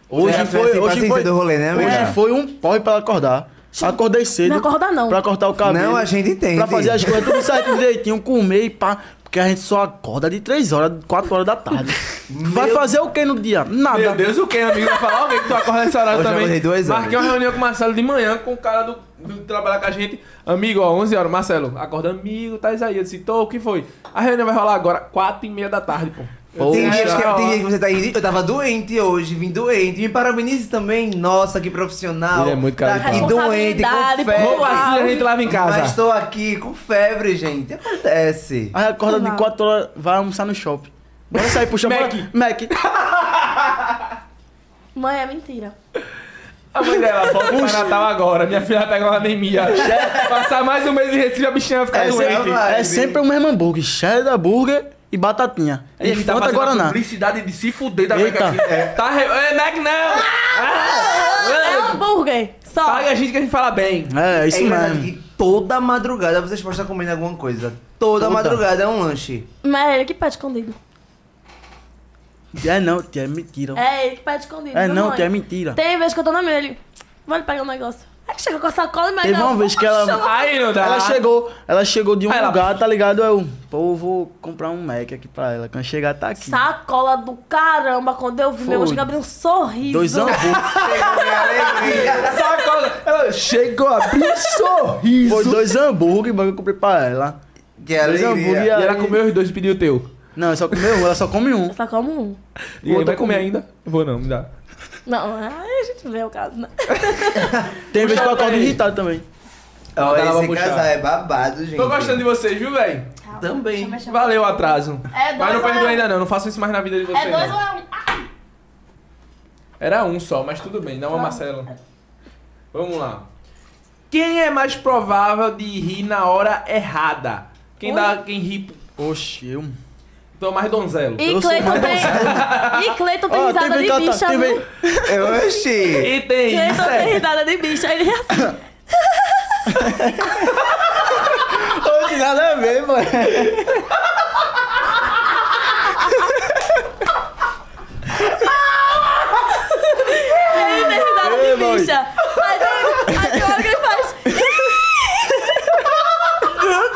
[SPEAKER 4] Hoje
[SPEAKER 2] assim,
[SPEAKER 4] foi, hoje
[SPEAKER 2] paciência
[SPEAKER 4] foi,
[SPEAKER 2] do rolê, né, amiga?
[SPEAKER 4] hoje foi um porre pra ela acordar. Acordei cedo.
[SPEAKER 3] Não acorda, não.
[SPEAKER 4] Pra cortar o cabelo.
[SPEAKER 2] Não, a gente entende.
[SPEAKER 4] Pra fazer as coisas tudo certo direitinho, comer e pá. Porque a gente só acorda de 3 horas, 4 horas da tarde. Vai fazer o que no dia? Nada.
[SPEAKER 1] Meu Deus, o que, amigo? Vai falar alguém que tá tu acorda nessa hora
[SPEAKER 2] Hoje eu
[SPEAKER 1] também.
[SPEAKER 2] acordei duas horas.
[SPEAKER 1] Marquei uma reunião com o Marcelo de manhã, com o cara do, do que trabalha com a gente. Amigo, ó, 11 horas. Marcelo, acorda, amigo, tá aí. Eu disse, tô, o que foi? A reunião vai rolar agora, 4 e meia da tarde, pô. Eu
[SPEAKER 2] Tem
[SPEAKER 1] disse,
[SPEAKER 2] dias, que,
[SPEAKER 1] "Ah,
[SPEAKER 2] tem
[SPEAKER 1] ó."
[SPEAKER 2] dias que você tá irritado. Eu tava doente hoje, vim doente. Me parabenize também. Nossa, que profissional.
[SPEAKER 1] Ele é muito cara de
[SPEAKER 2] Tá aqui
[SPEAKER 3] pau.
[SPEAKER 2] doente, com
[SPEAKER 3] Responsabilidade,
[SPEAKER 2] febre.
[SPEAKER 1] Ou assim a gente lava em casa.
[SPEAKER 2] Mas tô aqui com febre, gente. Acontece.
[SPEAKER 4] Aí acorda
[SPEAKER 3] Vamos
[SPEAKER 4] de
[SPEAKER 3] lá.
[SPEAKER 4] 4 horas, vai almoçar no shopping. Bora sair pro shopping.
[SPEAKER 1] Mac.
[SPEAKER 4] Mac.
[SPEAKER 3] Mãe, é mentira.
[SPEAKER 1] A mãe dela, volta pra Natal agora. Minha filha vai pegar uma anemia. Passar mais um mês em Recife, a bichinha vai ficar
[SPEAKER 4] É,
[SPEAKER 1] doente.
[SPEAKER 4] sempre,
[SPEAKER 2] vai,
[SPEAKER 4] é
[SPEAKER 2] viu?
[SPEAKER 4] sempre o mesmo hambúrguer. Cheddar, hambúrguer e batatinha. E
[SPEAKER 1] tá
[SPEAKER 4] Fanta
[SPEAKER 1] fazendo a
[SPEAKER 4] Guaraná.
[SPEAKER 1] publicidade de se fuder da
[SPEAKER 4] Eita.
[SPEAKER 1] Mac aqui. Tá re... É, Mac não! Ah!
[SPEAKER 3] É
[SPEAKER 2] Ah!
[SPEAKER 3] hambúrguer. Só.
[SPEAKER 1] Paga a gente que a gente fala bem.
[SPEAKER 4] É,
[SPEAKER 2] É
[SPEAKER 4] isso
[SPEAKER 2] engraçado
[SPEAKER 4] mesmo.
[SPEAKER 2] que toda madrugada vocês podem estar comendo alguma coisa. Toda,
[SPEAKER 4] Toda.
[SPEAKER 2] madrugada é um lanche.
[SPEAKER 3] Mas é ele que pede escondido.
[SPEAKER 4] É não, tia, é mentira.
[SPEAKER 3] É ele que pede escondido.
[SPEAKER 4] É
[SPEAKER 3] viu,
[SPEAKER 4] não,
[SPEAKER 3] mãe?
[SPEAKER 4] tia, é mentira.
[SPEAKER 3] Tem vez que eu tô na minha, ele. Vou lhe pegar um negócio. É que chegou com a sacola e me
[SPEAKER 4] Teve uma vez que ela.
[SPEAKER 1] Aí não dá.
[SPEAKER 4] Ela chegou, ela chegou de um
[SPEAKER 1] Aí ela-
[SPEAKER 4] lugar, tá ligado? Eu, pô, eu vou comprar um Mac aqui pra ela. Quando chegar, tá aqui.
[SPEAKER 3] Sacola do caramba, quando eu vi, meu
[SPEAKER 4] Foi.
[SPEAKER 3] rosto abriu um sorriso.
[SPEAKER 4] Dois hambúrgueres.
[SPEAKER 1] Sacola. Ela chegou, abriu um sorriso.
[SPEAKER 4] Foi dois hambúrgueres, mas eu comprei pra ela.
[SPEAKER 2] Que
[SPEAKER 1] é um
[SPEAKER 4] Dois hambúrgueres.
[SPEAKER 2] alegria.
[SPEAKER 1] E ela
[SPEAKER 4] aí-
[SPEAKER 1] comeu os dois e pediu o teu.
[SPEAKER 4] Não, ela só comeu um, ela só come um.
[SPEAKER 3] Só como um.
[SPEAKER 1] E ele
[SPEAKER 4] Outra
[SPEAKER 1] vai comer
[SPEAKER 4] comida.
[SPEAKER 1] ainda? Vou não, me dá.
[SPEAKER 3] Não, aí a gente vê o caso, né?
[SPEAKER 4] Tem vezes que eu
[SPEAKER 1] Puxa
[SPEAKER 4] acordo
[SPEAKER 1] bem.
[SPEAKER 4] irritado também.
[SPEAKER 2] Ó,
[SPEAKER 1] Dá pra
[SPEAKER 2] esse
[SPEAKER 1] puxar.
[SPEAKER 2] casal é babado, gente.
[SPEAKER 1] Tô gostando de vocês, viu, velho?
[SPEAKER 2] Também.
[SPEAKER 1] Valeu o atraso.
[SPEAKER 3] É
[SPEAKER 1] Mas não
[SPEAKER 3] dois
[SPEAKER 1] perdoa
[SPEAKER 3] ou é
[SPEAKER 1] ainda não, não faço isso mais na vida de vocês.
[SPEAKER 3] É dois
[SPEAKER 1] não.
[SPEAKER 3] ou é um? Ah,
[SPEAKER 1] Era um só, mas tudo bem, dá uma Marcelo. Vamos lá. Quem é mais provável de rir na hora errada? Quem
[SPEAKER 3] Oi?
[SPEAKER 1] dá. Quem ri.
[SPEAKER 4] Oxi, eu.
[SPEAKER 1] Então é mais donzelo.
[SPEAKER 3] E
[SPEAKER 4] Eu sou
[SPEAKER 3] Cleiton tem. E Cleiton tem
[SPEAKER 4] Ó,
[SPEAKER 3] risada
[SPEAKER 4] teve
[SPEAKER 3] de bicha,
[SPEAKER 4] teve-
[SPEAKER 3] viu?
[SPEAKER 2] Oxi!
[SPEAKER 1] E tem
[SPEAKER 3] Cleiton
[SPEAKER 1] isso.
[SPEAKER 3] tem
[SPEAKER 1] É.
[SPEAKER 3] risada de bicha, ele é assim.
[SPEAKER 4] Oxi, nada a ver, mano.
[SPEAKER 3] Ele tem risada
[SPEAKER 4] Ei,
[SPEAKER 3] de
[SPEAKER 4] boy.
[SPEAKER 3] bicha. Aí tem- aí tem hora que ele faz.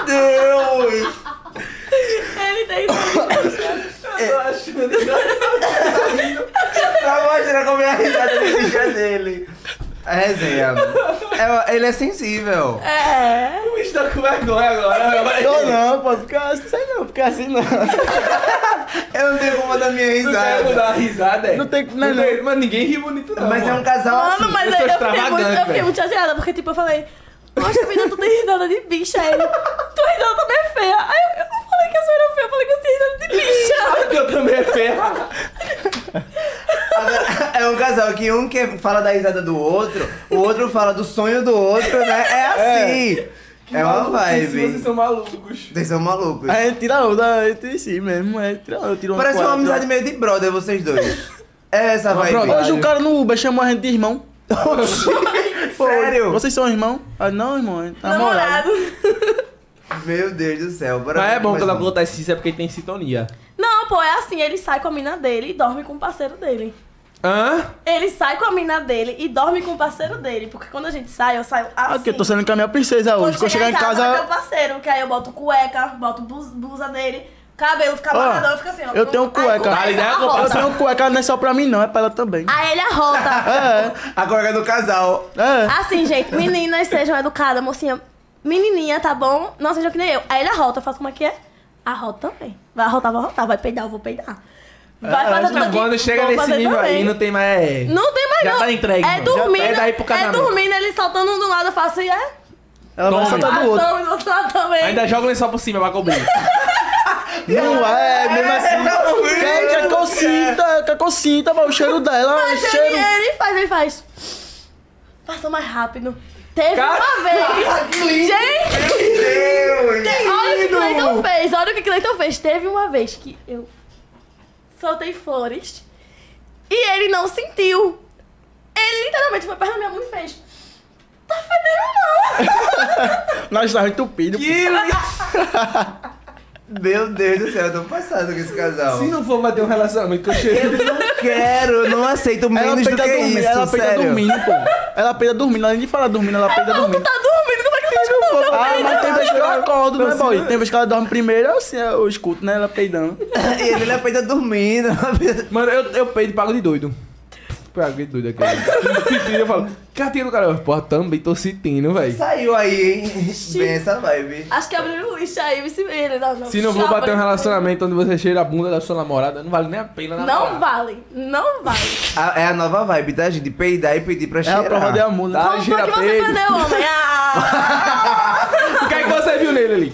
[SPEAKER 2] Deus!
[SPEAKER 3] Ele tem risada de bicha.
[SPEAKER 2] Tá mostrando como é a risada de bicha dele. A resenha. É, ele é sensível.
[SPEAKER 3] É.
[SPEAKER 1] O bicho tá com vergonha agora.
[SPEAKER 4] Tô não, pô, fica assim, sei não, fica assim não.
[SPEAKER 2] Eu não tenho como dar minha
[SPEAKER 1] Tu quer
[SPEAKER 2] risada.
[SPEAKER 1] mudar a risada? é?
[SPEAKER 4] Não tem- não, não.
[SPEAKER 1] tem- Mas ninguém ri bonito, não.
[SPEAKER 2] Mas é
[SPEAKER 1] mano.
[SPEAKER 2] um casal
[SPEAKER 3] Mano,
[SPEAKER 2] assim.
[SPEAKER 3] mas
[SPEAKER 1] eu
[SPEAKER 3] eu,
[SPEAKER 1] sou
[SPEAKER 3] eu fiquei muito,
[SPEAKER 1] extravagante,
[SPEAKER 3] eu fiquei
[SPEAKER 1] velho.
[SPEAKER 3] muito chateada, porque tipo, eu falei, poxa, menina, tu tem risada de bicha, aí ele, tua risada também é feia. Aí eu, eu não falei que a sua era feia, eu falei que eu tenho risada de bicha.
[SPEAKER 1] Porque eu também é ferra.
[SPEAKER 2] Agora, É um casal que um quer, fala da risada do outro, o outro fala do sonho do outro, né? É assim. É, uma vibe.
[SPEAKER 1] Vocês são malucos.
[SPEAKER 2] Vocês são malucos.
[SPEAKER 4] Aí tira onda, eu tiro si mesmo, é, tira onda, tira onda.
[SPEAKER 2] Parece uma
[SPEAKER 4] quadra.
[SPEAKER 2] amizade meio de brother, vocês dois. É essa
[SPEAKER 1] Uma
[SPEAKER 2] vibe.
[SPEAKER 1] brother.
[SPEAKER 4] Hoje um cara no Uber chamou a gente de irmão.
[SPEAKER 2] Sério?
[SPEAKER 4] Vocês são irmão? Ah, não, irmão, a gente tá namorado.
[SPEAKER 3] Namorado.
[SPEAKER 2] Meu Deus do céu. Bora
[SPEAKER 1] Mas é bom
[SPEAKER 2] mais
[SPEAKER 1] que ela
[SPEAKER 2] um.
[SPEAKER 1] conta isso, é porque tem sintonia.
[SPEAKER 3] Não, pô, é assim, ele sai com a mina dele e dorme com o parceiro dele.
[SPEAKER 1] Hã?
[SPEAKER 3] Ele sai com a mina dele e dorme com o parceiro dele, porque quando a gente sai, eu saio assim.
[SPEAKER 4] Ah, porque eu tô saindo com a minha princesa hoje. Quando chegar em
[SPEAKER 3] é meu
[SPEAKER 4] casa.
[SPEAKER 3] parceiro, que aí eu boto cueca, boto bus- blusa dele, cabelo fica
[SPEAKER 4] Ó,
[SPEAKER 3] amarradão, eu fico assim, ó.
[SPEAKER 4] eu tenho
[SPEAKER 3] Aí
[SPEAKER 4] cueca.
[SPEAKER 3] começa
[SPEAKER 1] Vale, né?
[SPEAKER 3] a
[SPEAKER 1] Vou
[SPEAKER 4] Eu
[SPEAKER 3] roça.
[SPEAKER 4] tenho cueca, não é só pra mim, não, é pra ela também.
[SPEAKER 3] Aí ele arrota.
[SPEAKER 4] É,
[SPEAKER 2] A colega do casal.
[SPEAKER 4] é.
[SPEAKER 3] Assim, gente, meninas sejam educadas, mocinha. Menininha, tá bom? Não sejam que nem eu. Aí ele arrota, eu faço como é que é? Arrota também. Vai arrotar, vai arrotar. Vai peidar, eu vou peidar. Vai fazer tudo
[SPEAKER 1] Mas
[SPEAKER 3] aqui.
[SPEAKER 1] quando Ah, tá chega
[SPEAKER 3] vou
[SPEAKER 1] nesse
[SPEAKER 3] fazer
[SPEAKER 1] nível
[SPEAKER 3] também.
[SPEAKER 1] aí, não tem mais. é.
[SPEAKER 3] Não tem mais
[SPEAKER 1] Já
[SPEAKER 3] não.
[SPEAKER 1] tá entregue,
[SPEAKER 3] É
[SPEAKER 1] mano. Já
[SPEAKER 3] dormindo,
[SPEAKER 1] pega aí pro
[SPEAKER 3] é
[SPEAKER 1] casamento.
[SPEAKER 3] dormindo, ele saltando um do lado, eu faço e é...
[SPEAKER 4] Ela vai
[SPEAKER 1] Toma. tá
[SPEAKER 4] soltar do outro.
[SPEAKER 3] Saltando do outro lado também.
[SPEAKER 1] Ainda joga o lençol por cima pra cobrir.
[SPEAKER 4] Não é, mesmo
[SPEAKER 2] não,
[SPEAKER 4] assim. Quer quer que eu sinta, quer é que eu sinta, mas o cheiro
[SPEAKER 1] tá
[SPEAKER 4] dela, o
[SPEAKER 3] Mas é ele,
[SPEAKER 4] cheiro.
[SPEAKER 3] ele faz, ele faz. Passa mais rápido. Teve
[SPEAKER 1] Cara-
[SPEAKER 3] uma vez. Gente!
[SPEAKER 2] Deus.
[SPEAKER 3] Te- Olha o que Cleiton fez, olha o que Cleiton fez. Teve uma vez que eu soltei flores e ele não sentiu. Ele literalmente foi perto da minha mão e fez. Tá fedendo
[SPEAKER 4] Nós estávamos entupidos.
[SPEAKER 2] Meu Deus do céu, eu tô passado com esse casal.
[SPEAKER 1] Se não for bater um relacionamento com o cheiro.
[SPEAKER 2] Quero, não aceito
[SPEAKER 4] Ela
[SPEAKER 2] menos do
[SPEAKER 4] peida
[SPEAKER 2] que é
[SPEAKER 4] dormindo,
[SPEAKER 2] isso,
[SPEAKER 4] ela peida
[SPEAKER 2] sério.
[SPEAKER 4] dormindo, pô. Ela peida dormindo, além de falar dormindo, ela peida
[SPEAKER 3] não! Não, tu
[SPEAKER 4] dormindo.
[SPEAKER 3] tá dormindo, como é que tu tá escutando?
[SPEAKER 4] Ah, mas tem vez que eu acordo, né,
[SPEAKER 1] Não,
[SPEAKER 4] boy?
[SPEAKER 1] sim.
[SPEAKER 4] Tem vez que ela dorme primeiro, eu, assim, eu escuto, né? Ela peidando.
[SPEAKER 2] E ele,
[SPEAKER 3] é
[SPEAKER 2] ele peida dormindo.
[SPEAKER 1] Mano, eu, eu peido e pago de doido. Pago de doido aqui. Sentindo, eu falo, cartinha do cara. Eu, Porra, também tô sentindo, velho.
[SPEAKER 2] Saiu aí, hein? Bem essa vibe.
[SPEAKER 3] Ah. Acho que abriu o lixo aí, vice ele. Não, não,
[SPEAKER 1] Se não for
[SPEAKER 3] já
[SPEAKER 1] bater um
[SPEAKER 3] abriu.
[SPEAKER 1] relacionamento onde você cheira a bunda da sua namorada, não vale nem a pena namorar.
[SPEAKER 3] Não vale, não vale.
[SPEAKER 2] A- é a nova vibe, tá, gente? Peidar e pedir pra
[SPEAKER 4] É
[SPEAKER 2] cheirar.
[SPEAKER 4] a prova de amor, né?
[SPEAKER 1] Tá. Ah,
[SPEAKER 3] Como foi
[SPEAKER 1] gira
[SPEAKER 3] que você
[SPEAKER 1] peido.
[SPEAKER 3] perdeu, homem? Ah,
[SPEAKER 1] O que é que você viu nele ali?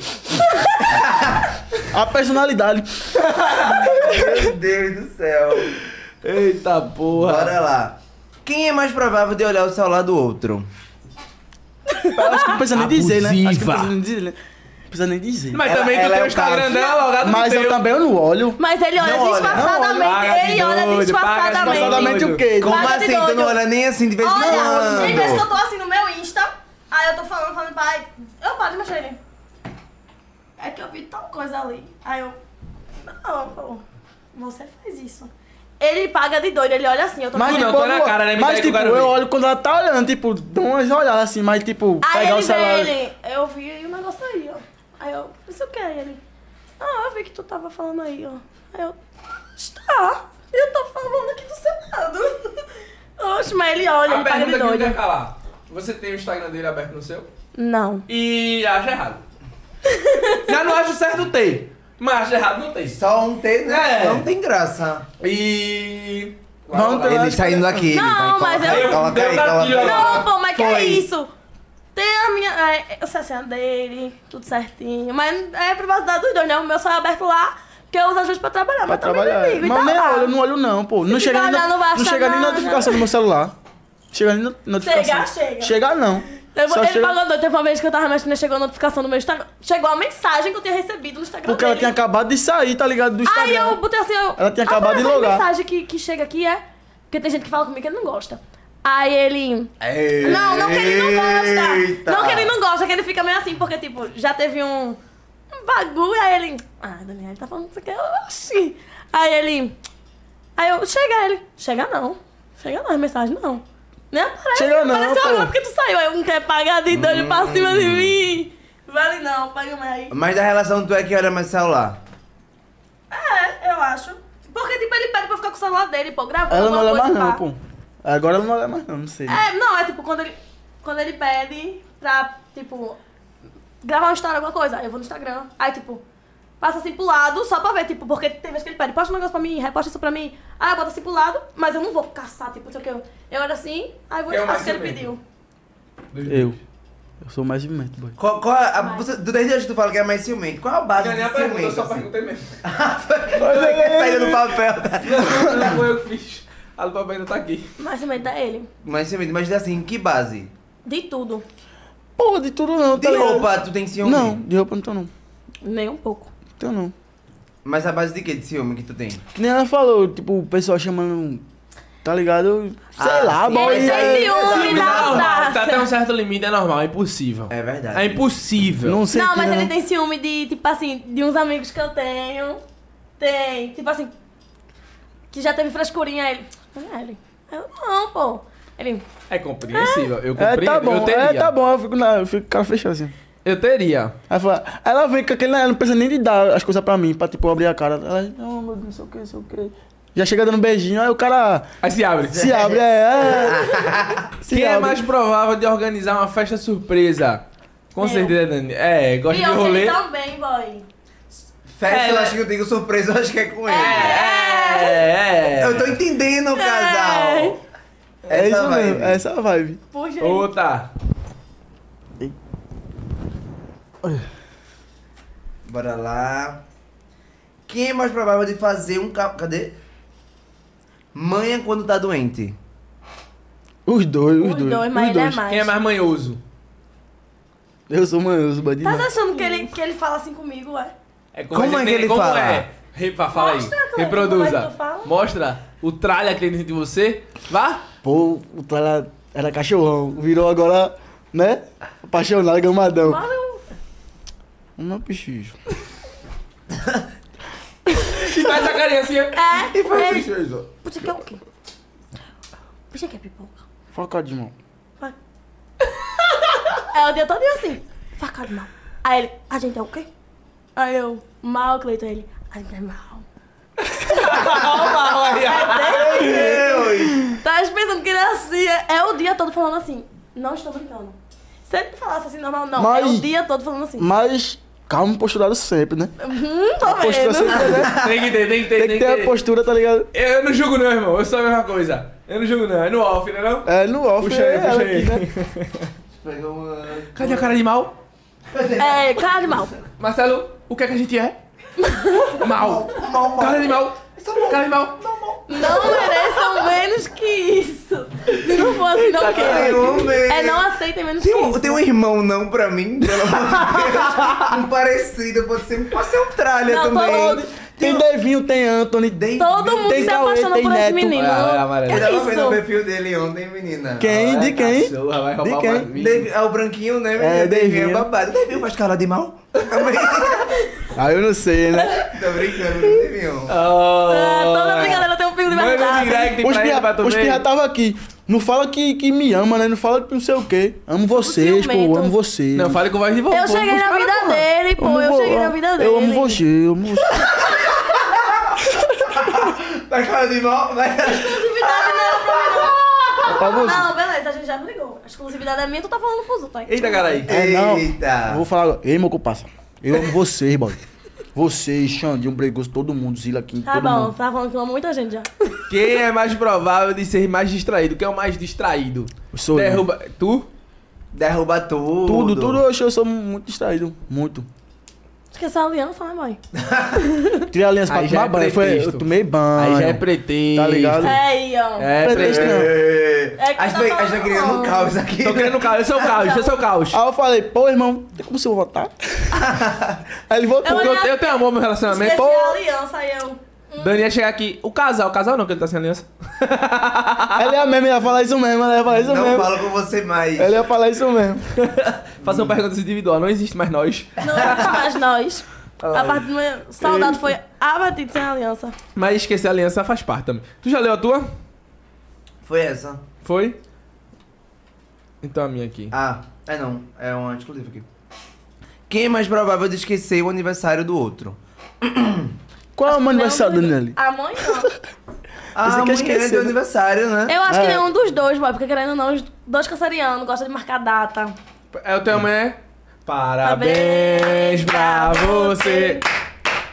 [SPEAKER 4] A personalidade.
[SPEAKER 2] Meu Deus do céu.
[SPEAKER 1] Eita porra.
[SPEAKER 2] Bora lá. Quem é mais provável de olhar o celular do outro?
[SPEAKER 4] Eu acho que não precisa nem dizer, né? Acho que
[SPEAKER 1] Abusiva.
[SPEAKER 4] não precisa nem dizer, né? Não precisa nem dizer.
[SPEAKER 1] Mas
[SPEAKER 2] Ela-
[SPEAKER 1] também tu
[SPEAKER 2] ela
[SPEAKER 1] tem
[SPEAKER 2] é
[SPEAKER 1] o
[SPEAKER 2] o
[SPEAKER 1] Instagram
[SPEAKER 2] caso.
[SPEAKER 1] dela logado no
[SPEAKER 4] Mas eu
[SPEAKER 1] teu.
[SPEAKER 4] também eu não olho.
[SPEAKER 3] Mas ele olha
[SPEAKER 2] Não olha, não
[SPEAKER 3] disfarçadamente.
[SPEAKER 1] olha. Paga de
[SPEAKER 3] ele olha
[SPEAKER 1] doido, paga de
[SPEAKER 3] disfarçadamente.
[SPEAKER 1] doido.
[SPEAKER 4] Exatamente o quê?
[SPEAKER 2] Como
[SPEAKER 3] Nada de
[SPEAKER 2] assim? Tu
[SPEAKER 3] doido.
[SPEAKER 2] não olha nem assim de vez em
[SPEAKER 3] Olha, tem vezes que eu
[SPEAKER 2] quando?
[SPEAKER 3] tô assim no meu Insta, aí eu tô falando, falando, pai, eu paro de mexer ele. É que eu vi tal coisa ali. Aí eu, não, pô, você faz isso. Ele paga de doido, ele olha assim, eu tô
[SPEAKER 4] Mas,
[SPEAKER 1] Tu
[SPEAKER 3] aqui.
[SPEAKER 1] não,
[SPEAKER 4] tipo,
[SPEAKER 1] tu olha
[SPEAKER 4] eu-
[SPEAKER 1] a cara, né? Me
[SPEAKER 4] mas,
[SPEAKER 1] dá aí que eu
[SPEAKER 4] tipo,
[SPEAKER 1] quero ver.
[SPEAKER 4] eu olho quando ela tá olhando, tipo, dou umas olhadas assim, mas, tipo,
[SPEAKER 3] Aí
[SPEAKER 4] pegar
[SPEAKER 3] ele
[SPEAKER 4] o celular.
[SPEAKER 3] vê ele, eu vi o negócio aí, ó. Aí eu, isso o que é ele? Ah, eu vi que tu tava falando aí, ó. Aí eu, está, eu tô falando aqui do seu lado. Oxe, mas ele olha,
[SPEAKER 5] A
[SPEAKER 3] ele paga de
[SPEAKER 5] pergunta que não quer
[SPEAKER 3] doido.
[SPEAKER 5] calar. Você tem o Instagram dele aberto no seu?
[SPEAKER 3] Não.
[SPEAKER 5] E acha errado. Já não acho certo ter. Mas acho errado não ter.
[SPEAKER 2] Só um T não,
[SPEAKER 5] É.
[SPEAKER 2] não tem graça.
[SPEAKER 5] E.
[SPEAKER 4] Vamos
[SPEAKER 5] Vai, vai.
[SPEAKER 4] ter-
[SPEAKER 2] Ele está indo aqui.
[SPEAKER 3] Não,
[SPEAKER 2] então,
[SPEAKER 3] mas
[SPEAKER 2] coloca aí,
[SPEAKER 3] eu-
[SPEAKER 2] Coloca
[SPEAKER 5] Deu
[SPEAKER 2] aí,
[SPEAKER 5] gatilho
[SPEAKER 2] coloca aí.
[SPEAKER 5] agora.
[SPEAKER 3] Não, pô, mas que
[SPEAKER 2] Foi.
[SPEAKER 3] é isso? Tem a minha. É, eu sei assim, a dele, tudo certinho. Mas é privacidade dos dois, né? O meu só é aberto lá, que eu uso às vezes pra trabalhar,
[SPEAKER 4] Pra
[SPEAKER 3] mas também
[SPEAKER 4] trabalhar. é.
[SPEAKER 3] não ligo. e
[SPEAKER 4] Mas
[SPEAKER 3] tá
[SPEAKER 4] nem
[SPEAKER 3] lá.
[SPEAKER 4] olho, eu não olho não, pô. Não
[SPEAKER 3] Se
[SPEAKER 4] chega,
[SPEAKER 3] ficar
[SPEAKER 4] nem,
[SPEAKER 3] olhando, não vai
[SPEAKER 4] não
[SPEAKER 3] achar
[SPEAKER 4] chega nem
[SPEAKER 3] nada.
[SPEAKER 4] notificação do meu celular. Chega nem no- notificação.
[SPEAKER 3] Chega, chega.
[SPEAKER 4] Chega não.
[SPEAKER 3] Teve-
[SPEAKER 4] Só
[SPEAKER 3] ele
[SPEAKER 4] chega-
[SPEAKER 3] pagou doido. Teve uma vez que eu tava mexendo, né? chegou a notificação no meu Instagram. Chegou a mensagem que eu tinha recebido no Instagram.
[SPEAKER 4] Porque ela tinha
[SPEAKER 3] dele.
[SPEAKER 4] acabado de sair, tá ligado? Do Instagram.
[SPEAKER 3] Aí eu botei assim. Eu,
[SPEAKER 4] Ela tinha acabado de
[SPEAKER 3] "Aparece
[SPEAKER 4] logar."
[SPEAKER 3] A mensagem que, que chega aqui é. Porque tem gente que fala comigo que ele não gosta. Aí ele. Não, não que ele não gosta.
[SPEAKER 2] Eita.
[SPEAKER 3] Não que ele não gosta, que ele fica meio assim, porque, tipo, já teve um, um bagulho, aí ele. Ah, Daniel, ele tá falando que você quer. Oxi. Aí ele. Aí eu, chega ele. Chega não. Chega não, as mensagens não. Nem aparece.
[SPEAKER 4] Chega não,
[SPEAKER 3] Apareceu
[SPEAKER 4] pô. Hum.
[SPEAKER 3] agora porque tu saiu. Aí um quer pagar de doido pra cima de mim. Vale não, paga mais aí.
[SPEAKER 2] Mas da relação tu é que olha mais celular.
[SPEAKER 3] É, eu acho. Porque, tipo, ele pede pra eu ficar com o celular dele, pô, gravando.
[SPEAKER 4] Ela não
[SPEAKER 3] alguma
[SPEAKER 4] olha mais
[SPEAKER 3] coisa,
[SPEAKER 4] não,
[SPEAKER 3] pá.
[SPEAKER 4] pô. Agora ela não olha mais não, não sei.
[SPEAKER 3] É, não, é tipo quando ele, quando ele pede pra, tipo, gravar uma história, alguma coisa. Aí eu vou no Instagram. Aí, tipo, passa assim pro lado só pra ver, tipo, porque tem vezes que ele pede, posta um negócio pra mim, reposta isso pra mim. Aí eu boto assim pro lado, mas eu não vou caçar, tipo, não sei o que. Eu, eu olho assim, aí vou
[SPEAKER 5] Eu
[SPEAKER 3] e faço o que ele
[SPEAKER 5] mais
[SPEAKER 3] pediu.
[SPEAKER 4] Eu. Eu sou mais jumento, boy.
[SPEAKER 2] Qual, qual a, a, você, desde hoje tu fala que é mais ciumento. Qual a base
[SPEAKER 5] Já nem a
[SPEAKER 2] de
[SPEAKER 5] pergunta, eu
[SPEAKER 2] ciumento?
[SPEAKER 5] só
[SPEAKER 2] assim?
[SPEAKER 5] perguntei mesmo.
[SPEAKER 2] é Saiu tá do papel. tá?
[SPEAKER 5] Não foi eu que fiz. A do papai não tá aqui.
[SPEAKER 3] Mas o medo é ele.
[SPEAKER 2] Mas ciumento, mas assim, que base?
[SPEAKER 3] De tudo.
[SPEAKER 4] Pô, de tudo não, tá
[SPEAKER 2] De
[SPEAKER 4] ligado?
[SPEAKER 2] roupa assim, tu tem ciúme?
[SPEAKER 4] Não, de roupa não tô não.
[SPEAKER 3] Nem um pouco.
[SPEAKER 4] Tô não.
[SPEAKER 2] Mas a base de que de ciúme que tu tem?
[SPEAKER 4] Que nem ela falou, tipo, o pessoal chamando. Tá ligado? Sei
[SPEAKER 2] Ah,
[SPEAKER 4] lá,
[SPEAKER 2] sim.
[SPEAKER 4] boy. é.
[SPEAKER 3] Ele
[SPEAKER 2] aí,
[SPEAKER 3] tem É, ciúme
[SPEAKER 2] exato,
[SPEAKER 3] da
[SPEAKER 2] normal,
[SPEAKER 3] audácia.
[SPEAKER 1] tá até um certo limite, é normal, é impossível.
[SPEAKER 2] É verdade.
[SPEAKER 1] É impossível.
[SPEAKER 4] Não sei.
[SPEAKER 3] Não,
[SPEAKER 4] que
[SPEAKER 3] mas ele tem ciúme de, tipo assim, de uns amigos que eu tenho. Tem, tipo assim, que já teve frescurinha, ele. "Ah, Ele. Eu não, pô. Ele.
[SPEAKER 1] É compreensível, eu
[SPEAKER 4] É,
[SPEAKER 1] compreendo.
[SPEAKER 4] tá
[SPEAKER 1] eu
[SPEAKER 4] bom,
[SPEAKER 1] teria.
[SPEAKER 4] é, tá bom. Eu fico, na, eu fico com o cara fechado assim.
[SPEAKER 1] Eu teria.
[SPEAKER 4] Aí fala, aí ela vem com aquele, ela não precisa nem de dar as coisas pra mim, pra tipo abrir a cara. Ela, não, meu Deus, não sei o que, não sei o que. Já chega dando beijinho, aí o cara
[SPEAKER 1] Aí se abre.
[SPEAKER 4] se abre, é. é se
[SPEAKER 1] Quem é
[SPEAKER 4] abre.
[SPEAKER 1] mais provável de organizar uma festa surpresa? Com
[SPEAKER 3] Eu.
[SPEAKER 1] certeza, Dani. É, gosta de
[SPEAKER 3] Pior que
[SPEAKER 1] rolê.
[SPEAKER 3] ele também, boy.
[SPEAKER 2] Festa,
[SPEAKER 1] É,
[SPEAKER 2] eu
[SPEAKER 1] mas-
[SPEAKER 2] acho que eu digo surpresa, eu acho que é com ele.
[SPEAKER 1] É, é.
[SPEAKER 2] Eu tô entendendo o casal.
[SPEAKER 4] É isso
[SPEAKER 2] vai.
[SPEAKER 4] mesmo, é essa a vibe.
[SPEAKER 3] Puxa aí.
[SPEAKER 1] Outra.
[SPEAKER 2] Bora lá. Quem é mais provável de fazer um ca... Cadê? Manha quando tá doente.
[SPEAKER 4] Os dois, os,
[SPEAKER 3] Os
[SPEAKER 4] dois.
[SPEAKER 3] dois, mas
[SPEAKER 4] os
[SPEAKER 3] ele é
[SPEAKER 4] dois.
[SPEAKER 3] mais.
[SPEAKER 1] Quem é mais manhoso?
[SPEAKER 4] Eu sou manhoso, bandido.
[SPEAKER 3] Tá achando que ele, que ele fala assim comigo, ué?
[SPEAKER 1] É
[SPEAKER 2] Como é que ele
[SPEAKER 1] como
[SPEAKER 2] fala?
[SPEAKER 1] É? Repa, fala
[SPEAKER 3] Mostra,
[SPEAKER 1] aí.
[SPEAKER 3] Cleiton, como é que
[SPEAKER 1] Reproduza.
[SPEAKER 3] tu fala?
[SPEAKER 1] Mostra o tralha que tem dentro de você. Vá.
[SPEAKER 4] Pô, o Tala era cachorrão, virou agora, né? Apaixonado, gamadão.
[SPEAKER 3] Mas eu-
[SPEAKER 4] Uma pichicho.
[SPEAKER 1] E assim. faz a carinha assim. ó.
[SPEAKER 3] É, ele.
[SPEAKER 2] Isso.
[SPEAKER 3] Puxa, que é o quê? Puxa, que é pipoca.
[SPEAKER 4] Focado de mão.
[SPEAKER 3] Vai. É o dia todo eu assim, facado mal. Aí ele, a gente é o quê? Aí eu, mal, Cleiton. Ele, a gente é mal. Tava pensando que ele é assim, é- é o dia todo falando assim, não estou brincando. Se ele falasse assim normal, não, é
[SPEAKER 4] Mas-
[SPEAKER 3] o dia todo falando assim.
[SPEAKER 4] Mas, calma, posturado sempre, né?
[SPEAKER 3] Hum, tô
[SPEAKER 4] Postura
[SPEAKER 3] vendo.
[SPEAKER 4] sempre, né?
[SPEAKER 1] Tem que ter, tem que ter,
[SPEAKER 4] Tem que ter a postura, tá ligado?
[SPEAKER 1] Eu, eu não julgo não, irmão. Eu sou a mesma coisa. Eu não julgo não. É no off, né não?
[SPEAKER 4] É, no off,
[SPEAKER 1] Puxa
[SPEAKER 4] é
[SPEAKER 1] aí, puxa
[SPEAKER 4] ela
[SPEAKER 1] aí.
[SPEAKER 4] aqui, né?
[SPEAKER 2] Pegou uma...
[SPEAKER 1] Cadê a cara de mal?
[SPEAKER 3] É, cara de mal.
[SPEAKER 1] Marcelo, o que é que a gente é? mal.
[SPEAKER 2] Mal,
[SPEAKER 1] Cara de mal.
[SPEAKER 2] é
[SPEAKER 1] Cara de mal.
[SPEAKER 3] Não mereçam menos que isso. Se não for assim,
[SPEAKER 2] Tá
[SPEAKER 3] não quero.
[SPEAKER 2] Eu amei.
[SPEAKER 3] É, não aceitem menos
[SPEAKER 2] Tem
[SPEAKER 3] que
[SPEAKER 2] um,
[SPEAKER 3] isso.
[SPEAKER 2] tem um irmão não pra mim, pelo amor de Deus. Um parecido, pode ser, pode ser um tralha
[SPEAKER 3] Não, todo
[SPEAKER 2] também.
[SPEAKER 3] mundo-
[SPEAKER 4] Tem Devinho, tem Anthony.
[SPEAKER 2] Dei-
[SPEAKER 3] Todo mundo
[SPEAKER 4] Tem
[SPEAKER 3] se
[SPEAKER 4] Cauê,
[SPEAKER 3] apaixona
[SPEAKER 4] tem
[SPEAKER 3] por esse
[SPEAKER 4] Neto.
[SPEAKER 3] menino.
[SPEAKER 1] Ah, é, amarelo.
[SPEAKER 2] Eu
[SPEAKER 3] Que
[SPEAKER 2] tava vendo o
[SPEAKER 3] isso?
[SPEAKER 2] perfil dele ontem, menina.
[SPEAKER 4] Quem? De quem?
[SPEAKER 1] Cachorra, vai roubar
[SPEAKER 4] De
[SPEAKER 1] o
[SPEAKER 4] quem?
[SPEAKER 1] bagulho.
[SPEAKER 2] Dave- é o branquinho, né? menina?
[SPEAKER 4] É,
[SPEAKER 2] Davinho
[SPEAKER 4] Davinho.
[SPEAKER 2] é babado. Davinho faz cara de mal? Também.
[SPEAKER 4] Ah, eu não sei, né?
[SPEAKER 2] Tô brincando, né, Davinho.
[SPEAKER 1] Ah,
[SPEAKER 3] Ah, toda brincadeira tem um pingo de
[SPEAKER 1] Manda um
[SPEAKER 3] verdade.
[SPEAKER 1] direct
[SPEAKER 4] Os
[SPEAKER 1] pra ele pra
[SPEAKER 4] pirra,
[SPEAKER 1] tu
[SPEAKER 4] os pirra
[SPEAKER 1] ver.
[SPEAKER 4] tava aqui. Não fala que, que me ama, né? Não fala que não sei o quê. Amo vocês, pô.
[SPEAKER 3] ciumento.
[SPEAKER 4] Amo vocês.
[SPEAKER 1] Não, fale com voz de vovô.
[SPEAKER 3] Eu cheguei na vida dele, pô. Eu
[SPEAKER 4] vo-
[SPEAKER 3] cheguei na vida dele.
[SPEAKER 4] Eu amo você, eu amo você.
[SPEAKER 2] Na cara de mal, na cara de...
[SPEAKER 3] Exclusividade não era pra mim,
[SPEAKER 4] É pra
[SPEAKER 3] não.
[SPEAKER 4] você.
[SPEAKER 3] Não, beleza, a gente já brigou. A exclusividade é minha, tu tá falando pros outros.
[SPEAKER 1] Eita, cara aí.
[SPEAKER 4] É, não.
[SPEAKER 2] Eita.
[SPEAKER 4] Eu vou falar agora. Ei, meu comparsa. Eu amo vocês, boy. Vocês, Xandinho, Bregoso, todo mundo, Zila aqui,
[SPEAKER 3] Tá
[SPEAKER 4] todo
[SPEAKER 3] bom,
[SPEAKER 4] mundo.
[SPEAKER 3] tá falando que eu amo muita gente já.
[SPEAKER 1] Quem é mais provável de ser mais distraído? Quem é o mais distraído?
[SPEAKER 4] Eu sou eu.
[SPEAKER 1] Derruba. Tu?
[SPEAKER 2] Derruba tudo.
[SPEAKER 4] Tudo, tudo, eu, acho- eu sou muito distraído. Muito.
[SPEAKER 3] Esqueceu a aliança, né, mãe?
[SPEAKER 4] Tirei a aliança pra
[SPEAKER 1] Aí já
[SPEAKER 4] tomar
[SPEAKER 1] é
[SPEAKER 4] banho. Foi,
[SPEAKER 1] pretexto.
[SPEAKER 4] eu tomei banho.
[SPEAKER 1] Aí já é pretexto.
[SPEAKER 4] Ah, Tá ligado?
[SPEAKER 3] É aí, ó.
[SPEAKER 1] É
[SPEAKER 4] Pretexto,
[SPEAKER 1] pretexto.
[SPEAKER 4] não.
[SPEAKER 2] É,
[SPEAKER 3] É que
[SPEAKER 2] a gente
[SPEAKER 3] tá
[SPEAKER 2] tá, a gente tá
[SPEAKER 3] falando
[SPEAKER 2] criando um
[SPEAKER 3] mal.
[SPEAKER 2] caos aqui.
[SPEAKER 1] Tô querendo caos, esse é o caos, esse é o caos.
[SPEAKER 4] Aí eu falei, pô, irmão, tem como você votar? Aí ele votou.
[SPEAKER 1] Porque eu, eu tenho amor no meu
[SPEAKER 3] Esqueci
[SPEAKER 1] relacionamento.
[SPEAKER 3] a
[SPEAKER 1] Pô,
[SPEAKER 3] aliança aí, eu.
[SPEAKER 1] Dani ia chegar aqui. O casal, o casal não, que ele tá sem aliança.
[SPEAKER 4] Ela ia mesmo, ela ia falar isso mesmo, ela ia falar isso
[SPEAKER 2] Não
[SPEAKER 4] mesmo.
[SPEAKER 2] falo com você mais.
[SPEAKER 4] Ela ia falar isso mesmo.
[SPEAKER 1] Fazer uma pergunta individual, não existe mais nós.
[SPEAKER 3] Não existe mais nós. A parte do meu saudade foi abatido sem aliança.
[SPEAKER 1] Mas esquecer a aliança faz parte também. Tu já leu a tua?
[SPEAKER 2] Foi essa?
[SPEAKER 1] Foi? Então a minha aqui.
[SPEAKER 2] Ah, é não. É uma exclusiva aqui. Quem é mais provável de esquecer o aniversário do outro?
[SPEAKER 4] Qual é o meu aniversário,
[SPEAKER 3] Não,
[SPEAKER 4] Daniele?
[SPEAKER 3] A mãe não.
[SPEAKER 2] Ah,
[SPEAKER 4] Você quer
[SPEAKER 2] mulher
[SPEAKER 4] esquecer,
[SPEAKER 2] é teu
[SPEAKER 4] né?
[SPEAKER 2] aniversário, né?
[SPEAKER 3] Eu acho que
[SPEAKER 4] É.
[SPEAKER 3] nenhum dos dois, boy, porque querendo ou não, os dois cancerianos gostam de marcar data.
[SPEAKER 1] É o teu amanhã. Parabéns pra você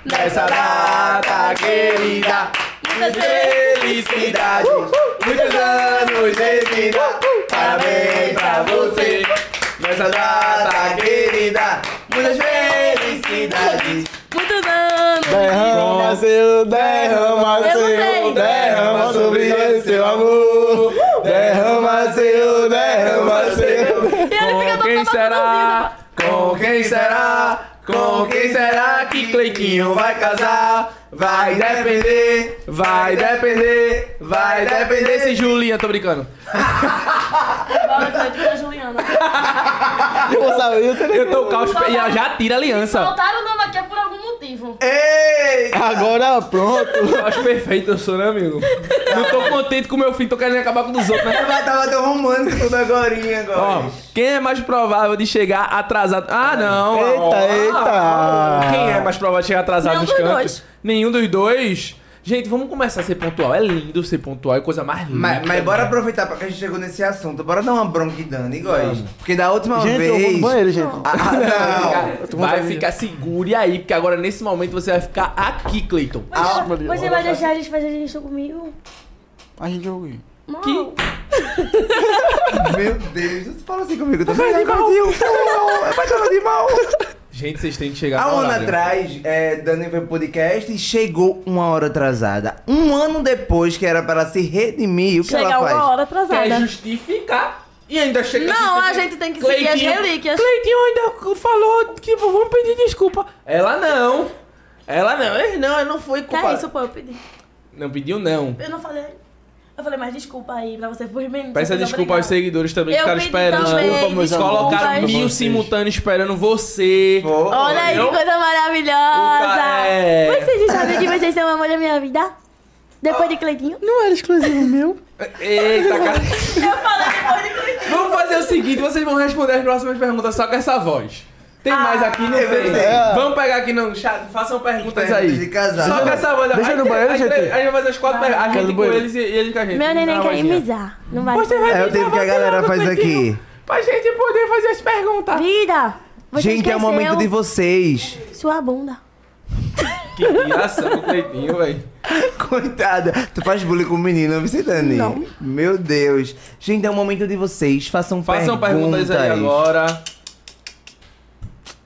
[SPEAKER 1] nessa data querida.
[SPEAKER 3] Muitas vezes.
[SPEAKER 1] Felicidade, muitos anos de vida. Parabéns pra você nessa data querida.
[SPEAKER 2] Muitas felicidades.
[SPEAKER 3] Muitos anos.
[SPEAKER 4] Derrama seu, derrama
[SPEAKER 3] Eu
[SPEAKER 4] seu,
[SPEAKER 3] sei.
[SPEAKER 4] derrama sobre ele seu amor. Derrama seu, derrama seu.
[SPEAKER 3] E ele
[SPEAKER 1] Com
[SPEAKER 3] fica todo
[SPEAKER 1] quem
[SPEAKER 3] todo
[SPEAKER 1] será? Com quem será? Com quem será que Cleitinho vai casar? Vai depender, vai depender, vai depender se Julinha, tô brincando.
[SPEAKER 3] Bora, foi tudo da Juliana.
[SPEAKER 4] Eu vou saber, eu sei.
[SPEAKER 1] Eu tô caos e ela já tira a aliança.
[SPEAKER 3] Soltaram o nome aqui é por algum motivo.
[SPEAKER 2] Ei!
[SPEAKER 4] Agora pronto.
[SPEAKER 1] Eu acho perfeito, eu sou, né, amigo? Não tô contente com meu filho, tô querendo acabar com os outros, né?
[SPEAKER 2] Ela tava tão romântico tudo agorinha agora.
[SPEAKER 1] Ó, quem é mais provável de chegar atrasado? Ah, não.
[SPEAKER 4] Eita,
[SPEAKER 1] Ah,
[SPEAKER 4] eita.
[SPEAKER 1] Quem é mais provável de chegar atrasado
[SPEAKER 3] Nenhum
[SPEAKER 1] nos
[SPEAKER 3] dos
[SPEAKER 1] cantos?
[SPEAKER 3] dois.
[SPEAKER 1] Nenhum dos dois? Gente, vamos começar a ser pontual. É lindo ser pontual, é coisa mais linda.
[SPEAKER 2] Mas, mas bora aproveitar pra que a gente chegou nesse assunto. Bora dar uma bronca em Dani, góis. Porque da última
[SPEAKER 4] Gente, eu vou
[SPEAKER 2] vez.
[SPEAKER 4] no banheiro, gente.
[SPEAKER 2] Ah, não.
[SPEAKER 1] Cara, vai ficar segure aí, porque agora nesse momento você vai ficar aqui, Cleiton.
[SPEAKER 4] Ah,
[SPEAKER 3] Mas você vai deixar a gente fazer isso comigo?
[SPEAKER 4] A gente jogou.
[SPEAKER 3] Não.
[SPEAKER 2] Meu Deus, não se fala assim comigo. Tá vendo? É bacana de mal.
[SPEAKER 1] Gente, vocês têm que chegar
[SPEAKER 2] Há
[SPEAKER 1] no
[SPEAKER 2] um ano
[SPEAKER 1] horário.
[SPEAKER 2] atrás, é, Dani foi pro podcast e chegou uma hora atrasada. Um ano depois que era pra ela se redimir, o que
[SPEAKER 3] Chegar
[SPEAKER 2] ela faz?
[SPEAKER 3] uma hora
[SPEAKER 1] Quer
[SPEAKER 3] atrasada.
[SPEAKER 1] É justificar e ainda chega
[SPEAKER 3] Não,
[SPEAKER 1] justificar.
[SPEAKER 3] a gente tem que seguir as
[SPEAKER 1] Cleitinho-
[SPEAKER 3] relíquias.
[SPEAKER 1] Cleitinho ainda falou que vamos pedir desculpa. Ela não. Ela não. Ei, Não, ela não foi
[SPEAKER 3] Que
[SPEAKER 1] culpa.
[SPEAKER 3] é isso, pô, eu pedi.
[SPEAKER 1] Não pediu, não.
[SPEAKER 3] Eu não falei. Eu falei, mas desculpa aí pra você por mim.
[SPEAKER 1] Peça desculpa aos seguidores também que
[SPEAKER 3] Eu
[SPEAKER 1] ficaram
[SPEAKER 3] pedi
[SPEAKER 1] esperando.
[SPEAKER 3] também,
[SPEAKER 4] meus amores.
[SPEAKER 1] Colocaram
[SPEAKER 3] desculpas.
[SPEAKER 1] mil
[SPEAKER 4] Vocês.
[SPEAKER 1] simultâneos esperando você.
[SPEAKER 2] Foi.
[SPEAKER 3] Olha aí, que
[SPEAKER 1] Entendeu?
[SPEAKER 3] coisa
[SPEAKER 1] O
[SPEAKER 3] maravilhosa!
[SPEAKER 1] ca- é.
[SPEAKER 3] Vocês sabem que vocês são o amor da minha vida? Depois de Cleitinho?
[SPEAKER 4] Não era exclusivo meu.
[SPEAKER 1] Eita, cara.
[SPEAKER 3] Eu falei depois de Cleitinho.
[SPEAKER 1] Vamos fazer o seguinte, vocês vão responder as próximas perguntas só com essa voz. Tem
[SPEAKER 3] Ah.
[SPEAKER 1] mais aqui? Não
[SPEAKER 4] É
[SPEAKER 2] eu
[SPEAKER 1] tem.
[SPEAKER 4] sei.
[SPEAKER 1] Vamos pegar aqui no chat, façam perguntas
[SPEAKER 2] Perguntas
[SPEAKER 1] aí.
[SPEAKER 2] de casal.
[SPEAKER 1] Só com essa voz.
[SPEAKER 4] Deixa
[SPEAKER 1] Aí
[SPEAKER 4] no
[SPEAKER 1] tem-
[SPEAKER 4] banheiro,
[SPEAKER 1] aí
[SPEAKER 4] gente.
[SPEAKER 1] tem- Aí vai fazer as quatro perguntas. A
[SPEAKER 4] Quer
[SPEAKER 1] gente
[SPEAKER 4] no
[SPEAKER 1] com
[SPEAKER 4] banheiro?
[SPEAKER 1] eles e e eles com a gente. é.
[SPEAKER 3] Meu neném quer imizar. Não vai.
[SPEAKER 1] Você vai
[SPEAKER 2] É o
[SPEAKER 1] me dar
[SPEAKER 2] tempo que
[SPEAKER 1] uma
[SPEAKER 2] a galera
[SPEAKER 1] tirada,
[SPEAKER 2] faz
[SPEAKER 1] Cleitinho,
[SPEAKER 2] aqui.
[SPEAKER 1] Pra gente poder fazer as perguntas.
[SPEAKER 3] Vida! Você
[SPEAKER 2] Gente, é o momento de vocês.
[SPEAKER 3] Sua bunda.
[SPEAKER 1] Que graça do Cleitinho, velho.
[SPEAKER 2] Coitada, tu faz bullying com o menino, não é, Dani?
[SPEAKER 3] Não.
[SPEAKER 2] Meu Deus. Gente, é o momento de vocês. Façam,
[SPEAKER 1] Façam
[SPEAKER 2] perguntas.
[SPEAKER 1] perguntas aí agora.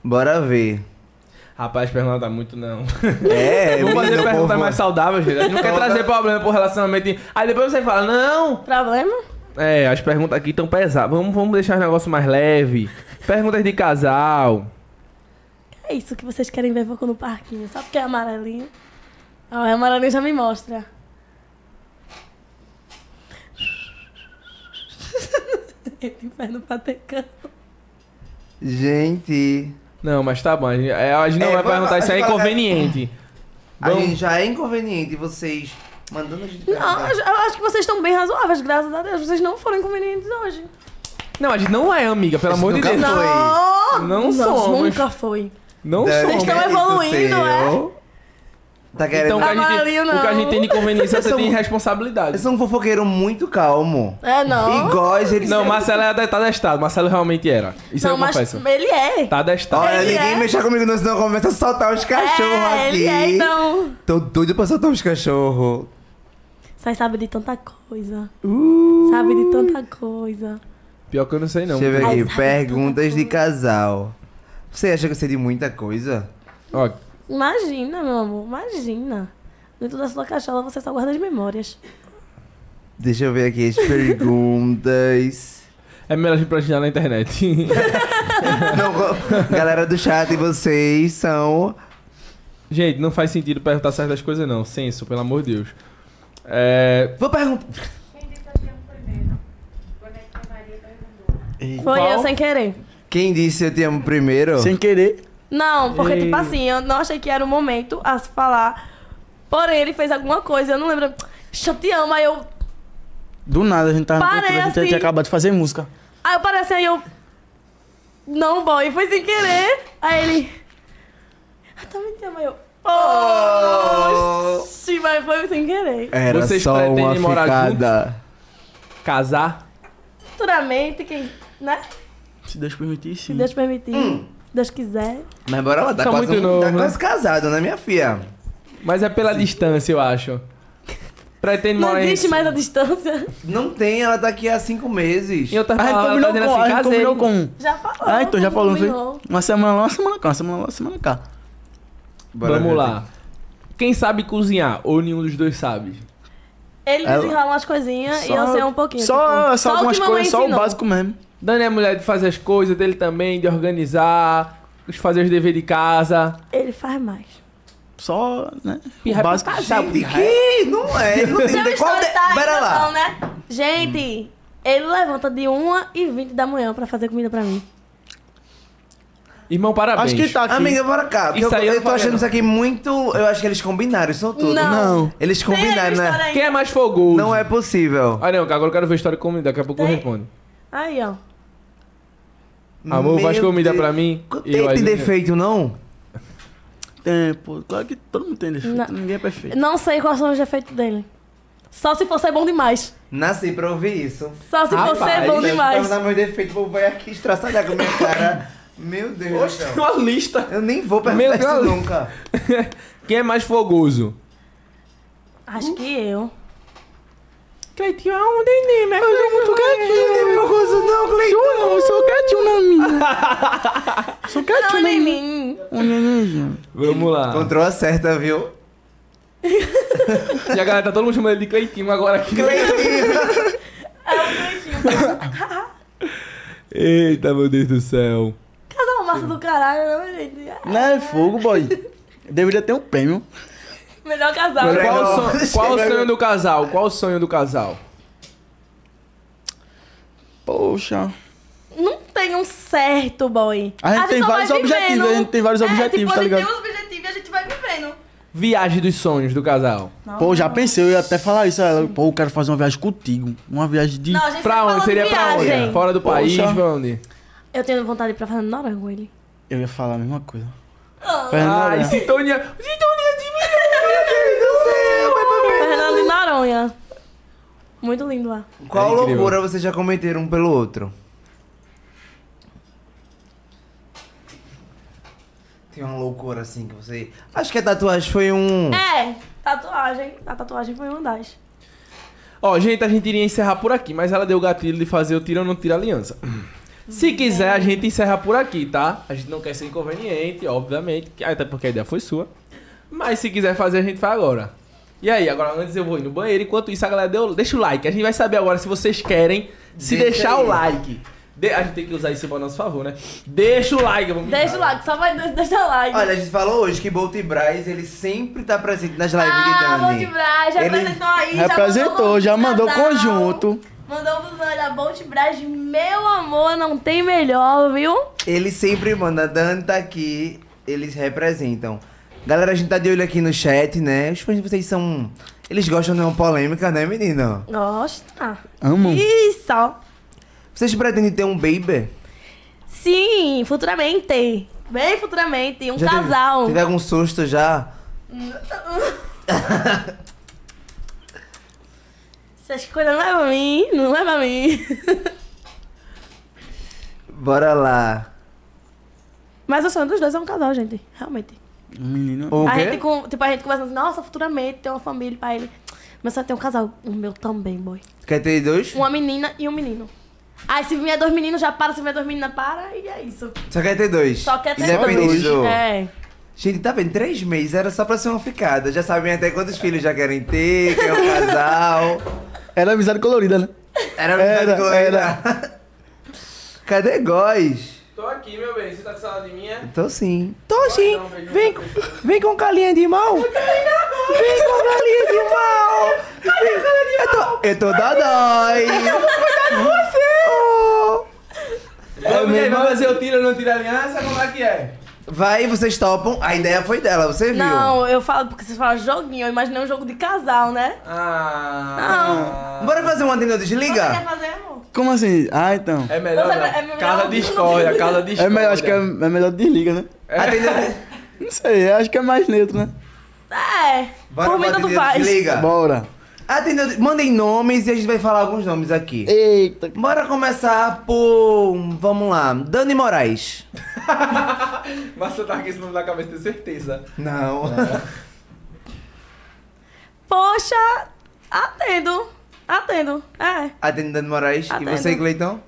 [SPEAKER 2] Bora ver.
[SPEAKER 1] Rapaz, pergunta tá muito não.
[SPEAKER 2] É,
[SPEAKER 1] Vamos fazer
[SPEAKER 2] menino, o
[SPEAKER 1] perguntas
[SPEAKER 2] povo-
[SPEAKER 1] mais saudáveis, gente. A gente não quer trazer problema pro relacionamento. de- Aí depois você fala, não,
[SPEAKER 3] Problema?
[SPEAKER 1] É, as perguntas aqui estão pesadas. Vamos, vamos deixar o negócio mais leve. Perguntas de casal.
[SPEAKER 3] É isso que vocês querem ver Voco no parquinho. Só porque é amarelinho. Ah, é amarelinho já me mostra. Ele inferno patecando.
[SPEAKER 2] Gente.
[SPEAKER 1] Não, mas tá bom. A gente, é, a gente não
[SPEAKER 2] É,
[SPEAKER 1] vai
[SPEAKER 2] vamos-
[SPEAKER 1] perguntar isso
[SPEAKER 2] a
[SPEAKER 1] aí, é
[SPEAKER 2] gente vai-
[SPEAKER 1] inconveniente.
[SPEAKER 2] A
[SPEAKER 1] Vamos-
[SPEAKER 2] gente já é inconveniente vocês Mandando a gente
[SPEAKER 3] Não,
[SPEAKER 2] perguntar.
[SPEAKER 3] eu eu acho que vocês estão bem razoáveis, graças a Deus. Vocês não foram inconvenientes hoje.
[SPEAKER 1] Não, a gente não é amiga, pelo
[SPEAKER 2] Acho
[SPEAKER 1] amor de
[SPEAKER 2] que
[SPEAKER 1] Deus.
[SPEAKER 2] nunca foi.
[SPEAKER 3] Não,
[SPEAKER 1] Não
[SPEAKER 3] nós
[SPEAKER 1] somos.
[SPEAKER 3] Nunca foi.
[SPEAKER 1] Não
[SPEAKER 2] Deve
[SPEAKER 1] somos.
[SPEAKER 2] que
[SPEAKER 3] estão
[SPEAKER 2] é isso,
[SPEAKER 3] evoluindo, é?
[SPEAKER 2] seu? Tá querendo...
[SPEAKER 1] Então, o que, a gente,
[SPEAKER 3] Avario, não.
[SPEAKER 1] o que a gente tem de conveniência, você
[SPEAKER 2] sou-
[SPEAKER 1] tem responsabilidade.
[SPEAKER 2] Eu sou um fofoqueiro muito calmo.
[SPEAKER 3] É,
[SPEAKER 2] E
[SPEAKER 3] não.
[SPEAKER 2] gosta de...
[SPEAKER 1] Não, Marcelo é- tá testado. Marcelo realmente era. Isso
[SPEAKER 3] não,
[SPEAKER 1] eu
[SPEAKER 3] mas
[SPEAKER 1] confesso.
[SPEAKER 3] ele é.
[SPEAKER 1] Tá testado.
[SPEAKER 2] Olha,
[SPEAKER 3] Ele
[SPEAKER 2] ninguém
[SPEAKER 3] é.
[SPEAKER 2] mexer comigo não, senão começa a soltar os cachorros
[SPEAKER 3] é,
[SPEAKER 2] aqui.
[SPEAKER 3] ele é, então.
[SPEAKER 2] Tô doido pra soltar os cachorros.
[SPEAKER 3] Vocês sabem de tanta coisa. Uh. Sabe de tanta coisa.
[SPEAKER 1] Pior que eu não sei, não.
[SPEAKER 2] Deixa eu ver
[SPEAKER 3] Ai,
[SPEAKER 2] aqui.
[SPEAKER 3] sabe
[SPEAKER 2] Perguntas
[SPEAKER 3] tanta
[SPEAKER 2] de
[SPEAKER 3] coisa.
[SPEAKER 2] casal. Você acha que eu sei de muita coisa?
[SPEAKER 1] Ó,
[SPEAKER 3] Imagina, meu amor, imagina. Dentro da sua cachola você só guarda as memórias.
[SPEAKER 2] Deixa eu ver aqui as perguntas.
[SPEAKER 1] é melhor a gente plagiar na internet.
[SPEAKER 2] Não, go- galera do chat, e vocês são.
[SPEAKER 1] gente, não faz sentido perguntar certas coisas, não. Senso, pelo amor de Deus. É...
[SPEAKER 2] Vou perguntar.
[SPEAKER 1] Qual?
[SPEAKER 3] Foi eu sem querer.
[SPEAKER 2] Quem disse eu te amo primeiro?
[SPEAKER 4] Sem querer.
[SPEAKER 3] Não, porque,
[SPEAKER 1] Ei.
[SPEAKER 3] tipo assim, eu não achei que era o momento a se falar. Porém, ele fez alguma coisa, eu não lembro. "Xa, Eu te amo, aí eu.
[SPEAKER 4] Do nada a gente tava
[SPEAKER 3] Parece-
[SPEAKER 4] A gente tinha acabado de fazer música.
[SPEAKER 3] Aí eu pareci, aí eu. Não, boy, foi sem querer. Aí ele. "Ah, Eu também te amo, aí eu.
[SPEAKER 2] Oh!
[SPEAKER 3] Oxi, mas foi sem querer.
[SPEAKER 2] Era
[SPEAKER 1] Vocês
[SPEAKER 2] só
[SPEAKER 1] pretendem
[SPEAKER 2] uma
[SPEAKER 1] morar
[SPEAKER 2] ficada.
[SPEAKER 1] Casar?
[SPEAKER 3] Futuramente, quem. Né?
[SPEAKER 4] Se Deus permitir,
[SPEAKER 3] Se
[SPEAKER 4] sim.
[SPEAKER 3] Deus permitir,
[SPEAKER 1] Hum.
[SPEAKER 3] se Deus quiser.
[SPEAKER 2] Mas bora lá, tá,
[SPEAKER 1] Tá
[SPEAKER 2] quase,
[SPEAKER 1] muito
[SPEAKER 2] um-
[SPEAKER 1] novo,
[SPEAKER 2] tá
[SPEAKER 1] né?
[SPEAKER 2] quase casado, né, minha filha?
[SPEAKER 1] Mas é pela distância, eu acho. Pretende
[SPEAKER 3] Não
[SPEAKER 1] morar em...
[SPEAKER 3] existe mais a distância.
[SPEAKER 2] Não tem, ela tá aqui há cinco meses.
[SPEAKER 1] Em outra
[SPEAKER 4] A gente
[SPEAKER 1] palavra,
[SPEAKER 4] Ah, combinou
[SPEAKER 1] tá dizendo
[SPEAKER 4] com, um,
[SPEAKER 1] assim,
[SPEAKER 4] a gente
[SPEAKER 1] casei.
[SPEAKER 4] combinou com.
[SPEAKER 3] Já falou.
[SPEAKER 4] Ah, então já falou, não foi?
[SPEAKER 3] combinou.
[SPEAKER 4] Uma semana lá, uma semana cá, uma semana lá, uma semana cá.
[SPEAKER 2] Bora
[SPEAKER 1] Vamos
[SPEAKER 2] ver.
[SPEAKER 1] lá. Quem sabe cozinhar? Ou nenhum dos dois sabe?
[SPEAKER 3] Ele
[SPEAKER 4] Ela-
[SPEAKER 3] desenrola umas coisinhas e eu sei um pouquinho.
[SPEAKER 4] É. Só,
[SPEAKER 3] tipo,
[SPEAKER 4] só
[SPEAKER 3] o
[SPEAKER 4] algumas
[SPEAKER 3] que mamãe
[SPEAKER 4] coisas, só o
[SPEAKER 3] ensinou.
[SPEAKER 4] básico mesmo.
[SPEAKER 1] Dani é mulher de fazer as coisas, dele também, de organizar, de fazer os deveres de casa.
[SPEAKER 3] Ele faz mais.
[SPEAKER 4] Só, né? O
[SPEAKER 1] Pirra
[SPEAKER 3] é
[SPEAKER 1] pra
[SPEAKER 4] básico.
[SPEAKER 2] Gente, Tá, que não é, ele não tem
[SPEAKER 3] Seu
[SPEAKER 2] de qual
[SPEAKER 3] story
[SPEAKER 2] de...
[SPEAKER 3] tá aí,
[SPEAKER 2] Pera
[SPEAKER 3] então,
[SPEAKER 2] lá.
[SPEAKER 3] né? Gente, ele levanta de 1h20 da manhã pra fazer comida pra mim.
[SPEAKER 1] Irmão, parabéns.
[SPEAKER 4] Acho que tá aqui.
[SPEAKER 2] Amiga, bora cá. porque
[SPEAKER 1] Isso
[SPEAKER 2] eu,
[SPEAKER 1] aí eu
[SPEAKER 2] eu
[SPEAKER 1] não
[SPEAKER 2] tô
[SPEAKER 1] faria,
[SPEAKER 2] achando
[SPEAKER 1] não.
[SPEAKER 2] isso aqui muito. Eu acho que eles combinaram, isso tudo.
[SPEAKER 3] Não. Não.
[SPEAKER 2] Eles
[SPEAKER 3] Tem
[SPEAKER 2] combinaram,
[SPEAKER 3] história
[SPEAKER 2] né?
[SPEAKER 3] aí?
[SPEAKER 1] Quem é mais fogoso?
[SPEAKER 2] Não é possível.
[SPEAKER 1] Ah, não, agora eu quero ver história de comida, daqui a pouco eu
[SPEAKER 3] Tem.
[SPEAKER 1] respondo.
[SPEAKER 3] Aí, ó.
[SPEAKER 1] Amor, faz
[SPEAKER 2] Meu
[SPEAKER 1] comida
[SPEAKER 2] Deus.
[SPEAKER 1] pra mim.
[SPEAKER 2] Tem,
[SPEAKER 1] e eu
[SPEAKER 2] tem
[SPEAKER 1] ajudo.
[SPEAKER 2] defeito, não?
[SPEAKER 4] Tempo. Claro que todo mundo tem defeito.
[SPEAKER 3] Não.
[SPEAKER 4] Ninguém é perfeito.
[SPEAKER 3] Não sei quais são os defeitos dele. Só se for ser bom demais.
[SPEAKER 2] Nasci pra ouvir isso.
[SPEAKER 3] Só se for
[SPEAKER 1] Rapaz,
[SPEAKER 3] ser bom
[SPEAKER 4] né?
[SPEAKER 1] isso é
[SPEAKER 3] demais.
[SPEAKER 2] Pra dar meus defeitos, o povo vai aqui estraçalhar com a minha cara. Meu Deus do
[SPEAKER 1] Oxe, tem
[SPEAKER 2] céu.
[SPEAKER 1] uma lista.
[SPEAKER 2] Eu nem vou
[SPEAKER 1] Meu
[SPEAKER 2] perguntar isso
[SPEAKER 1] Deus.
[SPEAKER 2] nunca.
[SPEAKER 1] Quem é mais fogoso?
[SPEAKER 3] Acho que eu.
[SPEAKER 1] Cleitinho, onde nem, né? Eu sou muito
[SPEAKER 2] Não tem
[SPEAKER 1] quietinho.
[SPEAKER 2] fogoso não, Cleiton.
[SPEAKER 4] Eu sou quietinho na minha. sou
[SPEAKER 3] Não,
[SPEAKER 4] quietinho na minha.
[SPEAKER 3] neném.
[SPEAKER 4] Um nenenzinho.
[SPEAKER 1] Vamos lá.
[SPEAKER 2] Encontrou a certa, viu?
[SPEAKER 1] E a galera tá todo mundo chamando ele de Cleitinho agora aqui. Eita, meu Deus do céu.
[SPEAKER 3] Casal massa do caralho, né, gente? É,
[SPEAKER 4] Não é fogo, boy. Deveria ter um prêmio.
[SPEAKER 3] Melhor casal.
[SPEAKER 2] Melhor-
[SPEAKER 1] Qual, o
[SPEAKER 2] Chegou.
[SPEAKER 1] sonho, qual o
[SPEAKER 2] Chegou.
[SPEAKER 1] sonho do casal? Qual o sonho do casal?
[SPEAKER 4] Poxa.
[SPEAKER 3] Não tem um certo, boy.
[SPEAKER 4] A gente tem
[SPEAKER 3] só vai
[SPEAKER 4] vários objetivos,
[SPEAKER 3] vivendo.
[SPEAKER 4] a gente tem vários
[SPEAKER 3] É,
[SPEAKER 4] objetivos,
[SPEAKER 3] tipo,
[SPEAKER 4] tá ligado?
[SPEAKER 3] A gente tem uns objetivos e a gente vai vivendo.
[SPEAKER 1] Viagem dos sonhos do casal.
[SPEAKER 3] Não,
[SPEAKER 4] Pô, já pensei, eu ia até falar isso. a ela. Pô, eu quero fazer uma viagem contigo. Uma viagem de.
[SPEAKER 3] Não, a gente tá
[SPEAKER 1] Pra
[SPEAKER 3] falando
[SPEAKER 1] onde?
[SPEAKER 3] de
[SPEAKER 1] Seria pra
[SPEAKER 3] viagem.
[SPEAKER 1] onde? Fora do
[SPEAKER 4] Poxa.
[SPEAKER 1] país, pra onde?
[SPEAKER 3] Eu tenho vontade de ir pra Fernanda com ele.
[SPEAKER 4] Eu ia falar a mesma coisa.
[SPEAKER 2] Ah,
[SPEAKER 3] Ah.
[SPEAKER 2] É,
[SPEAKER 4] né?
[SPEAKER 1] Ai,
[SPEAKER 4] Fernanda,
[SPEAKER 1] Ah, sintonia. Sintonia de
[SPEAKER 3] Fernando e Naronha. Muito lindo lá.
[SPEAKER 2] Qual
[SPEAKER 1] É incrível.
[SPEAKER 2] loucura vocês já cometeram um pelo outro? Tem uma loucura assim que você. Acho que a tatuagem foi um.
[SPEAKER 4] Hum.
[SPEAKER 3] É, tatuagem. A tatuagem foi uma das.
[SPEAKER 1] Ó, gente, a gente iria encerrar por aqui, mas ela deu o gatilho de fazer o tira ou não tira aliança. Se quiser, a gente encerra por aqui, tá? A gente não quer ser inconveniente, obviamente, que- até porque a ideia foi sua. Mas se quiser fazer, a gente faz agora. E aí, agora antes eu vou ir no banheiro, enquanto isso a galera deu, deixa o like. A gente vai saber agora se vocês querem se
[SPEAKER 2] Deixa
[SPEAKER 1] deixar
[SPEAKER 2] aí.
[SPEAKER 1] o like. De- a gente tem que usar isso para nosso favor, né? Deixa o like, vamos
[SPEAKER 3] Deixa o like, só vai deixar o like.
[SPEAKER 2] Olha, a gente falou hoje que Bolt e Braz, ele sempre tá presente nas lives
[SPEAKER 3] ah,
[SPEAKER 2] de
[SPEAKER 3] Bolt
[SPEAKER 2] Dani.
[SPEAKER 3] Braz, já
[SPEAKER 2] Ele
[SPEAKER 3] apresentou aí.
[SPEAKER 4] representou, já mandou
[SPEAKER 3] casal,
[SPEAKER 4] conjunto.
[SPEAKER 3] Mandou pro olha, Bolt Braz, meu amor, não tem melhor, viu?
[SPEAKER 2] Ele sempre manda, Dani tá aqui, eles representam. Galera, a gente tá de olho aqui no chat, né? Os fãs de vocês são. Eles gostam de uma polêmica, né, menino?
[SPEAKER 3] Gosta.
[SPEAKER 4] Amo.
[SPEAKER 3] Isso.
[SPEAKER 2] Vocês pretendem ter um baby?
[SPEAKER 3] Sim, futuramente. Bem futuramente. Um
[SPEAKER 2] Já teve-
[SPEAKER 3] casal.
[SPEAKER 2] Teve algum susto já?
[SPEAKER 3] Essas coisas não é pra mim. Não é pra mim.
[SPEAKER 2] Bora lá.
[SPEAKER 3] Mas o sonho dos dois é um casal, gente. Realmente.
[SPEAKER 4] Um menino.
[SPEAKER 2] O
[SPEAKER 3] a
[SPEAKER 2] quê?
[SPEAKER 3] gente com, Tipo, a gente conversando assim, nossa, futuramente ter uma família pra ele. Mas só tem um casal. O meu também, boy.
[SPEAKER 2] Quer ter dois?
[SPEAKER 3] Uma menina e um menino. Aí se vier dois meninos, já para. Se vier dois meninas, para. E é isso.
[SPEAKER 2] Só quer ter dois.
[SPEAKER 3] Só quer ter
[SPEAKER 2] Independente
[SPEAKER 3] dois.
[SPEAKER 2] do-
[SPEAKER 3] É.
[SPEAKER 2] Gente, tá vendo? Três meses era só pra ser uma ficada. Já sabem até quantos filhos já querem ter, que é um casal.
[SPEAKER 4] Era amizade colorida, né?
[SPEAKER 2] Era
[SPEAKER 4] Era,
[SPEAKER 2] era, era. Cadê Góis?
[SPEAKER 1] Tô aqui, meu bem. Você tá com saudade de mim, é?
[SPEAKER 2] Tô sim. Tô sim.
[SPEAKER 1] não, beijo,
[SPEAKER 2] Vem,
[SPEAKER 1] não,
[SPEAKER 2] com- vem com galinha de mão. Vem com galinha de mão. Vem- Eu tô, eu tô dodói. Eu vou cuidar de você.
[SPEAKER 1] Vamos aí, vai fazer o tiro ou não tira a aliança? Como é que é?
[SPEAKER 2] Vai, vocês topam. A ideia foi dela, você viu.
[SPEAKER 3] Não, eu falo porque vocês falam joguinho. Eu imaginei um jogo de casal, né?
[SPEAKER 1] Ah.
[SPEAKER 2] Bora fazer uma de não
[SPEAKER 3] Você quer
[SPEAKER 2] desliga?
[SPEAKER 3] fazer, amor?
[SPEAKER 4] Como assim? Ah, então.
[SPEAKER 1] É melhor.
[SPEAKER 3] Você-
[SPEAKER 1] não.
[SPEAKER 3] é melhor
[SPEAKER 1] Casa de
[SPEAKER 3] não-
[SPEAKER 1] história, casa de
[SPEAKER 4] É
[SPEAKER 1] história.
[SPEAKER 4] melhor, acho que é, é melhor desliga, né?
[SPEAKER 2] Atendendo-
[SPEAKER 4] Não sei, acho que é mais neutro, né?
[SPEAKER 3] É.
[SPEAKER 2] Bora
[SPEAKER 3] por mim,
[SPEAKER 2] uma
[SPEAKER 3] tanto
[SPEAKER 2] de não
[SPEAKER 3] faz.
[SPEAKER 2] desliga.
[SPEAKER 4] Bora.
[SPEAKER 2] Atendendo, mandem nomes e a gente vai falar alguns nomes aqui.
[SPEAKER 4] É. Eita.
[SPEAKER 2] Bora começar por. Vamos lá. Dani Moraes.
[SPEAKER 1] Mas você tá com esse nome na cabeça, tenho certeza.
[SPEAKER 2] Não.
[SPEAKER 3] Poxa, atendo. Atendo. É.
[SPEAKER 2] Atende Dani Moraes. E
[SPEAKER 3] Atendo.
[SPEAKER 2] você, Cleiton?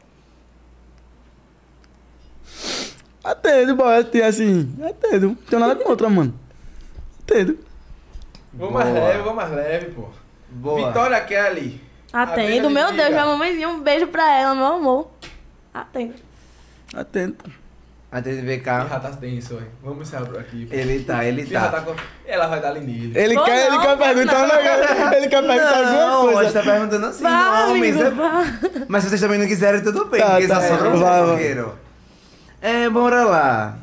[SPEAKER 4] Atendo, bora, tem assim. Atendo. Não tenho nada contra, mano. Atendo.
[SPEAKER 1] Vou mais
[SPEAKER 2] Boa.
[SPEAKER 1] leve, vou mais leve, pô.
[SPEAKER 2] Boa.
[SPEAKER 1] Vitória Kelly.
[SPEAKER 3] Atendo.
[SPEAKER 1] Atenda,
[SPEAKER 3] Ah, Meu
[SPEAKER 1] desliga.
[SPEAKER 3] Deus, minha mamãezinha, um beijo pra ela, meu amor. Atendo.
[SPEAKER 4] Atendo, pô.
[SPEAKER 2] Atende
[SPEAKER 1] Ih,
[SPEAKER 2] VK.
[SPEAKER 1] já tá tenso, hein? Vamos encerrar por aqui.
[SPEAKER 2] Ele tá, ele
[SPEAKER 1] Ih, já tá
[SPEAKER 2] tá.
[SPEAKER 1] com... Ela vai dar ali nele.
[SPEAKER 4] Ele
[SPEAKER 3] Vou
[SPEAKER 4] quer,
[SPEAKER 3] não,
[SPEAKER 4] ele quer
[SPEAKER 3] vou
[SPEAKER 4] perguntar,
[SPEAKER 3] não.
[SPEAKER 4] né? Ele quer perguntar alguma
[SPEAKER 2] Não, a gente
[SPEAKER 4] coisa.
[SPEAKER 2] tá perguntando assim,
[SPEAKER 3] Vá,
[SPEAKER 2] nomes.
[SPEAKER 3] amigo,
[SPEAKER 2] é-
[SPEAKER 3] vá.
[SPEAKER 2] Mas se vocês também não quiserem, tudo bem.
[SPEAKER 4] Tá,
[SPEAKER 2] porque esse
[SPEAKER 4] tá,
[SPEAKER 2] assunto
[SPEAKER 4] é,
[SPEAKER 2] não
[SPEAKER 4] vai, vai.
[SPEAKER 2] corriqueiro. É, bora lá.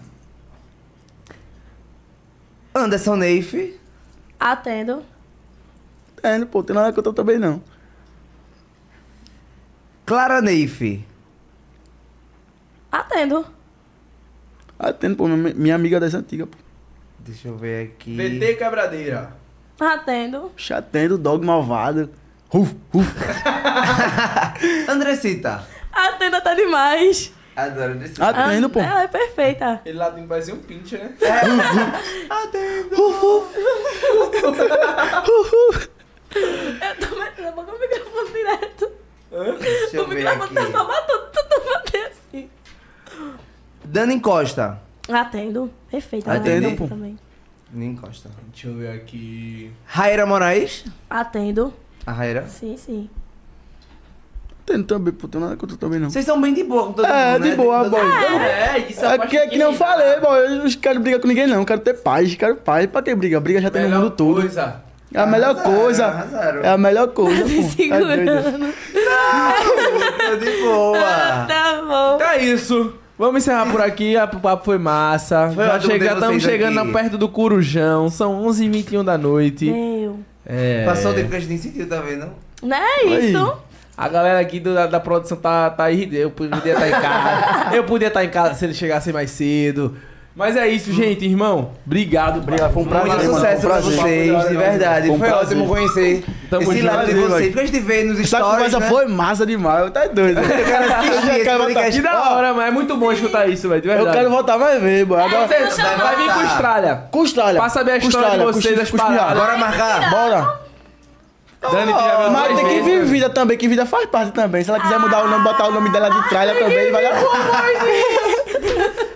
[SPEAKER 2] Anderson Neif.
[SPEAKER 3] Atendo.
[SPEAKER 4] Atendo, Tá pô, tem nada contra também, não.
[SPEAKER 2] Clara Neif.
[SPEAKER 3] Atendo.
[SPEAKER 4] Atendo, Tá pô, minha minha amiga das antigas, pô.
[SPEAKER 2] Deixa eu ver aqui.
[SPEAKER 1] VT Quebradeira.
[SPEAKER 3] Atendo.
[SPEAKER 4] Oxe, Atendo, tá dog malvado. Ruf, ruf.
[SPEAKER 2] Andressita.
[SPEAKER 3] Atendo até demais.
[SPEAKER 2] Adoro Andressita.
[SPEAKER 4] Atendo, pô.
[SPEAKER 3] Ela é perfeita.
[SPEAKER 1] Ele lá dentro parecia um pincher, né?
[SPEAKER 2] Atendo.
[SPEAKER 3] Eu tô metendo a boca no microfone direto.
[SPEAKER 2] Deixa eu
[SPEAKER 3] o
[SPEAKER 2] ver
[SPEAKER 3] microfone tá só
[SPEAKER 2] aqui.
[SPEAKER 3] batendo, tudo batendo assim.
[SPEAKER 2] Dani Costa.
[SPEAKER 3] Atendo. Perfeita.
[SPEAKER 2] Atendo,
[SPEAKER 3] Atendo
[SPEAKER 4] pô.
[SPEAKER 3] também.
[SPEAKER 2] Dani Costa.
[SPEAKER 1] Deixa eu ver aqui.
[SPEAKER 2] Raira Moraes.
[SPEAKER 3] Atendo.
[SPEAKER 2] A Raira.
[SPEAKER 3] Sim, sim.
[SPEAKER 4] Atendo Tá também, pô, tem nada contra também, não.
[SPEAKER 2] Vocês são bem de boa com todo
[SPEAKER 4] É,
[SPEAKER 2] mundo,
[SPEAKER 4] de
[SPEAKER 2] né?
[SPEAKER 4] boa,
[SPEAKER 2] Todo-
[SPEAKER 4] boy.
[SPEAKER 1] É, isso
[SPEAKER 4] É que, é que nem eu falei, bom, eu não quero brigar com ninguém, não. Quero ter paz, quero paz. Pra que briga? Briga já tem no mundo todo.
[SPEAKER 1] Coisa.
[SPEAKER 4] É a melhor
[SPEAKER 2] Arrasaram,
[SPEAKER 4] coisa.
[SPEAKER 2] arrasaram.
[SPEAKER 4] É a melhor coisa.
[SPEAKER 3] Tá se
[SPEAKER 4] pô. Tá doido.
[SPEAKER 3] segurando.
[SPEAKER 2] Tô de boa.
[SPEAKER 3] Tá bom.
[SPEAKER 1] Então é isso. Vamos encerrar por aqui. A- O papo foi massa.
[SPEAKER 2] Foi
[SPEAKER 1] Já
[SPEAKER 2] ótimo ter
[SPEAKER 1] chega- Estamos
[SPEAKER 2] vocês
[SPEAKER 1] chegando
[SPEAKER 2] aqui.
[SPEAKER 1] perto do Corujão. São 11h21 da noite.
[SPEAKER 3] Meu.
[SPEAKER 1] É.
[SPEAKER 2] Passou o tempo que a gente nem sentiu, tá vendo?
[SPEAKER 3] Não é isso?
[SPEAKER 1] A galera aqui do- da, da produção tá, tá irri- Eu podia estar em casa. eu podia estar em casa se eles chegassem mais cedo. Mas é isso, gente, irmão. Obrigado, obrigado. Foi um
[SPEAKER 2] Muito
[SPEAKER 1] prazer, mano.
[SPEAKER 2] sucesso
[SPEAKER 4] Foi um
[SPEAKER 2] pra
[SPEAKER 4] prazer.
[SPEAKER 2] vocês, de verdade.
[SPEAKER 4] Foi um
[SPEAKER 2] Foi
[SPEAKER 4] prazer.
[SPEAKER 2] ótimo conhecer
[SPEAKER 1] Tamo
[SPEAKER 2] esse
[SPEAKER 1] junto.
[SPEAKER 2] lado de
[SPEAKER 4] Prazer,
[SPEAKER 2] vocês.
[SPEAKER 4] velho.
[SPEAKER 2] Porque a gente vê nos
[SPEAKER 4] Essa
[SPEAKER 2] stories,
[SPEAKER 4] conversa
[SPEAKER 2] né?
[SPEAKER 4] foi massa demais, tá doido.
[SPEAKER 2] Eu quero assistir esse
[SPEAKER 1] Que
[SPEAKER 2] podcast.
[SPEAKER 1] da hora, mas é muito bom escutar isso, velho. de
[SPEAKER 4] Eu
[SPEAKER 1] verdade.
[SPEAKER 4] quero voltar mais ver, bora. Agora,
[SPEAKER 1] Você vai,
[SPEAKER 2] voltar.
[SPEAKER 1] vir pro Austrália.
[SPEAKER 4] Custralha.
[SPEAKER 1] Pra saber a história de vocês, as paradas.
[SPEAKER 2] Bora marcar?
[SPEAKER 4] Bora.
[SPEAKER 1] Dani, tu já veio
[SPEAKER 4] Mas
[SPEAKER 1] duas
[SPEAKER 4] tem que
[SPEAKER 1] vezes,
[SPEAKER 4] vir
[SPEAKER 1] velho.
[SPEAKER 4] vida também, que vida faz parte também. Se ela quiser mudar o nome, botar o nome dela de tralha também, vai dar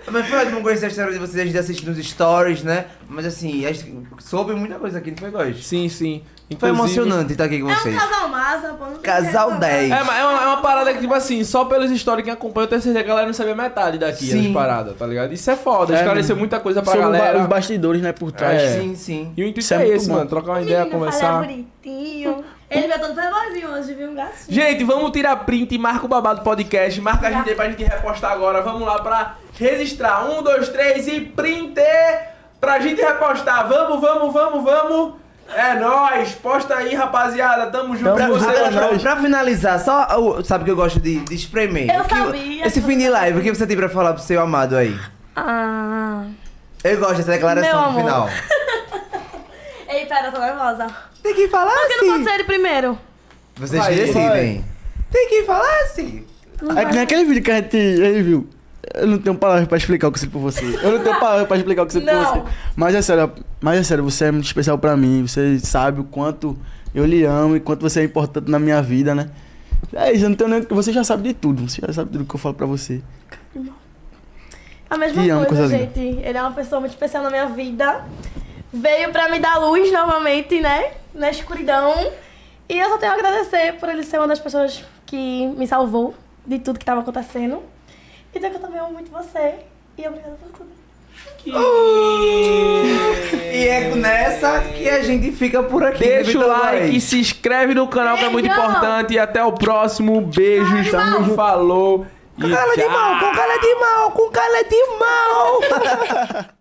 [SPEAKER 2] Mas foi ótimo conhecer a história de vocês, a gente assiste nos stories, né? Mas assim, a gente soube muita coisa aqui, não foi, Góis?
[SPEAKER 1] Sim, sim.
[SPEAKER 2] Foi
[SPEAKER 1] Inclusive-
[SPEAKER 2] emocionante estar aqui com
[SPEAKER 3] É um
[SPEAKER 2] vocês.
[SPEAKER 3] casal massa, pô. não tem
[SPEAKER 2] Casal
[SPEAKER 3] que
[SPEAKER 2] 10.
[SPEAKER 1] É, mas é uma, é uma parada que, tipo assim, só pelas histórias que acompanha, eu tenho certeza que a galera não sabia metade daqui
[SPEAKER 2] Sim.
[SPEAKER 1] das paradas, tá ligado? Isso é foda,
[SPEAKER 4] É,
[SPEAKER 1] esclareceu
[SPEAKER 4] mano.
[SPEAKER 1] muita coisa pra
[SPEAKER 4] Sobre
[SPEAKER 1] galera.
[SPEAKER 4] ba- os bastidores, né, por trás.
[SPEAKER 1] É.
[SPEAKER 2] Sim, sim.
[SPEAKER 1] E o intuito
[SPEAKER 4] Isso é
[SPEAKER 1] é,
[SPEAKER 4] muito
[SPEAKER 1] esse,
[SPEAKER 4] bom.
[SPEAKER 1] mano, trocar uma
[SPEAKER 3] O
[SPEAKER 1] ideia,
[SPEAKER 3] menino fala é
[SPEAKER 1] conversar.
[SPEAKER 3] bonitinho. Ele veio todo playboyzinho hoje, viu? Um gatinho.
[SPEAKER 1] Gente, vamos tirar print e marca o babado podcast, marca a gente aí pra gente repostar agora. Vamos lá pra registrar. Um, dois, três e print! pra gente repostar. Vamos, vamos, vamos, vamos. É nóis, posta aí, rapaziada. Tamo junto
[SPEAKER 4] Tamo
[SPEAKER 1] com
[SPEAKER 4] junto,
[SPEAKER 1] vocês.
[SPEAKER 4] é nóis.
[SPEAKER 2] Pra, pra finalizar, só o- sabe que eu gosto de, de espremer.
[SPEAKER 3] Eu
[SPEAKER 2] O que-
[SPEAKER 3] sabia
[SPEAKER 2] Esse
[SPEAKER 3] que
[SPEAKER 2] fim de
[SPEAKER 3] você-
[SPEAKER 2] live, o que você tem pra falar pro seu amado aí?
[SPEAKER 3] Ah.
[SPEAKER 2] Eu gosto dessa
[SPEAKER 3] Meu
[SPEAKER 2] declaração no
[SPEAKER 3] amor.
[SPEAKER 2] final.
[SPEAKER 3] Ei, pera, eu tô nervosa.
[SPEAKER 2] Tem que falar assim.
[SPEAKER 3] Por que não pode ser ele primeiro?
[SPEAKER 2] Vocês
[SPEAKER 4] Vai,
[SPEAKER 2] decidem. Tem que falar assim.
[SPEAKER 4] É que nem aquele vídeo que a gente reviu. Eu não tenho palavras pra explicar o que eu sinto por você. Eu não tenho palavras pra explicar o que eu sinto por
[SPEAKER 3] Não.
[SPEAKER 4] você. Mas é sério, mas é sério, você é muito especial pra mim. Você sabe o quanto eu lhe amo e quanto você é importante na minha vida, né? É isso, eu não tenho nem... Você já sabe de tudo. Você já sabe tudo que eu falo pra você.
[SPEAKER 3] A mesma
[SPEAKER 4] Te amo,
[SPEAKER 3] coisa,
[SPEAKER 4] coisa
[SPEAKER 3] gente. Ele é uma pessoa muito especial na minha vida. Veio pra me dar luz novamente, né? Na escuridão. E eu só tenho a agradecer por ele ser uma das pessoas que me salvou de tudo que tava acontecendo. E dizer que eu também amo muito você. E obrigada por tudo.
[SPEAKER 2] E é nessa que a gente fica por aqui.
[SPEAKER 1] Deixa
[SPEAKER 2] né,
[SPEAKER 1] o
[SPEAKER 2] Vitor
[SPEAKER 1] like,
[SPEAKER 2] Guarani?
[SPEAKER 1] se inscreve no canal que é muito
[SPEAKER 3] Beijão.
[SPEAKER 1] importante. E até o próximo. Beijos, tamo junto. Falou.
[SPEAKER 2] Com cara de mal, com cara de mal, com cara de mal.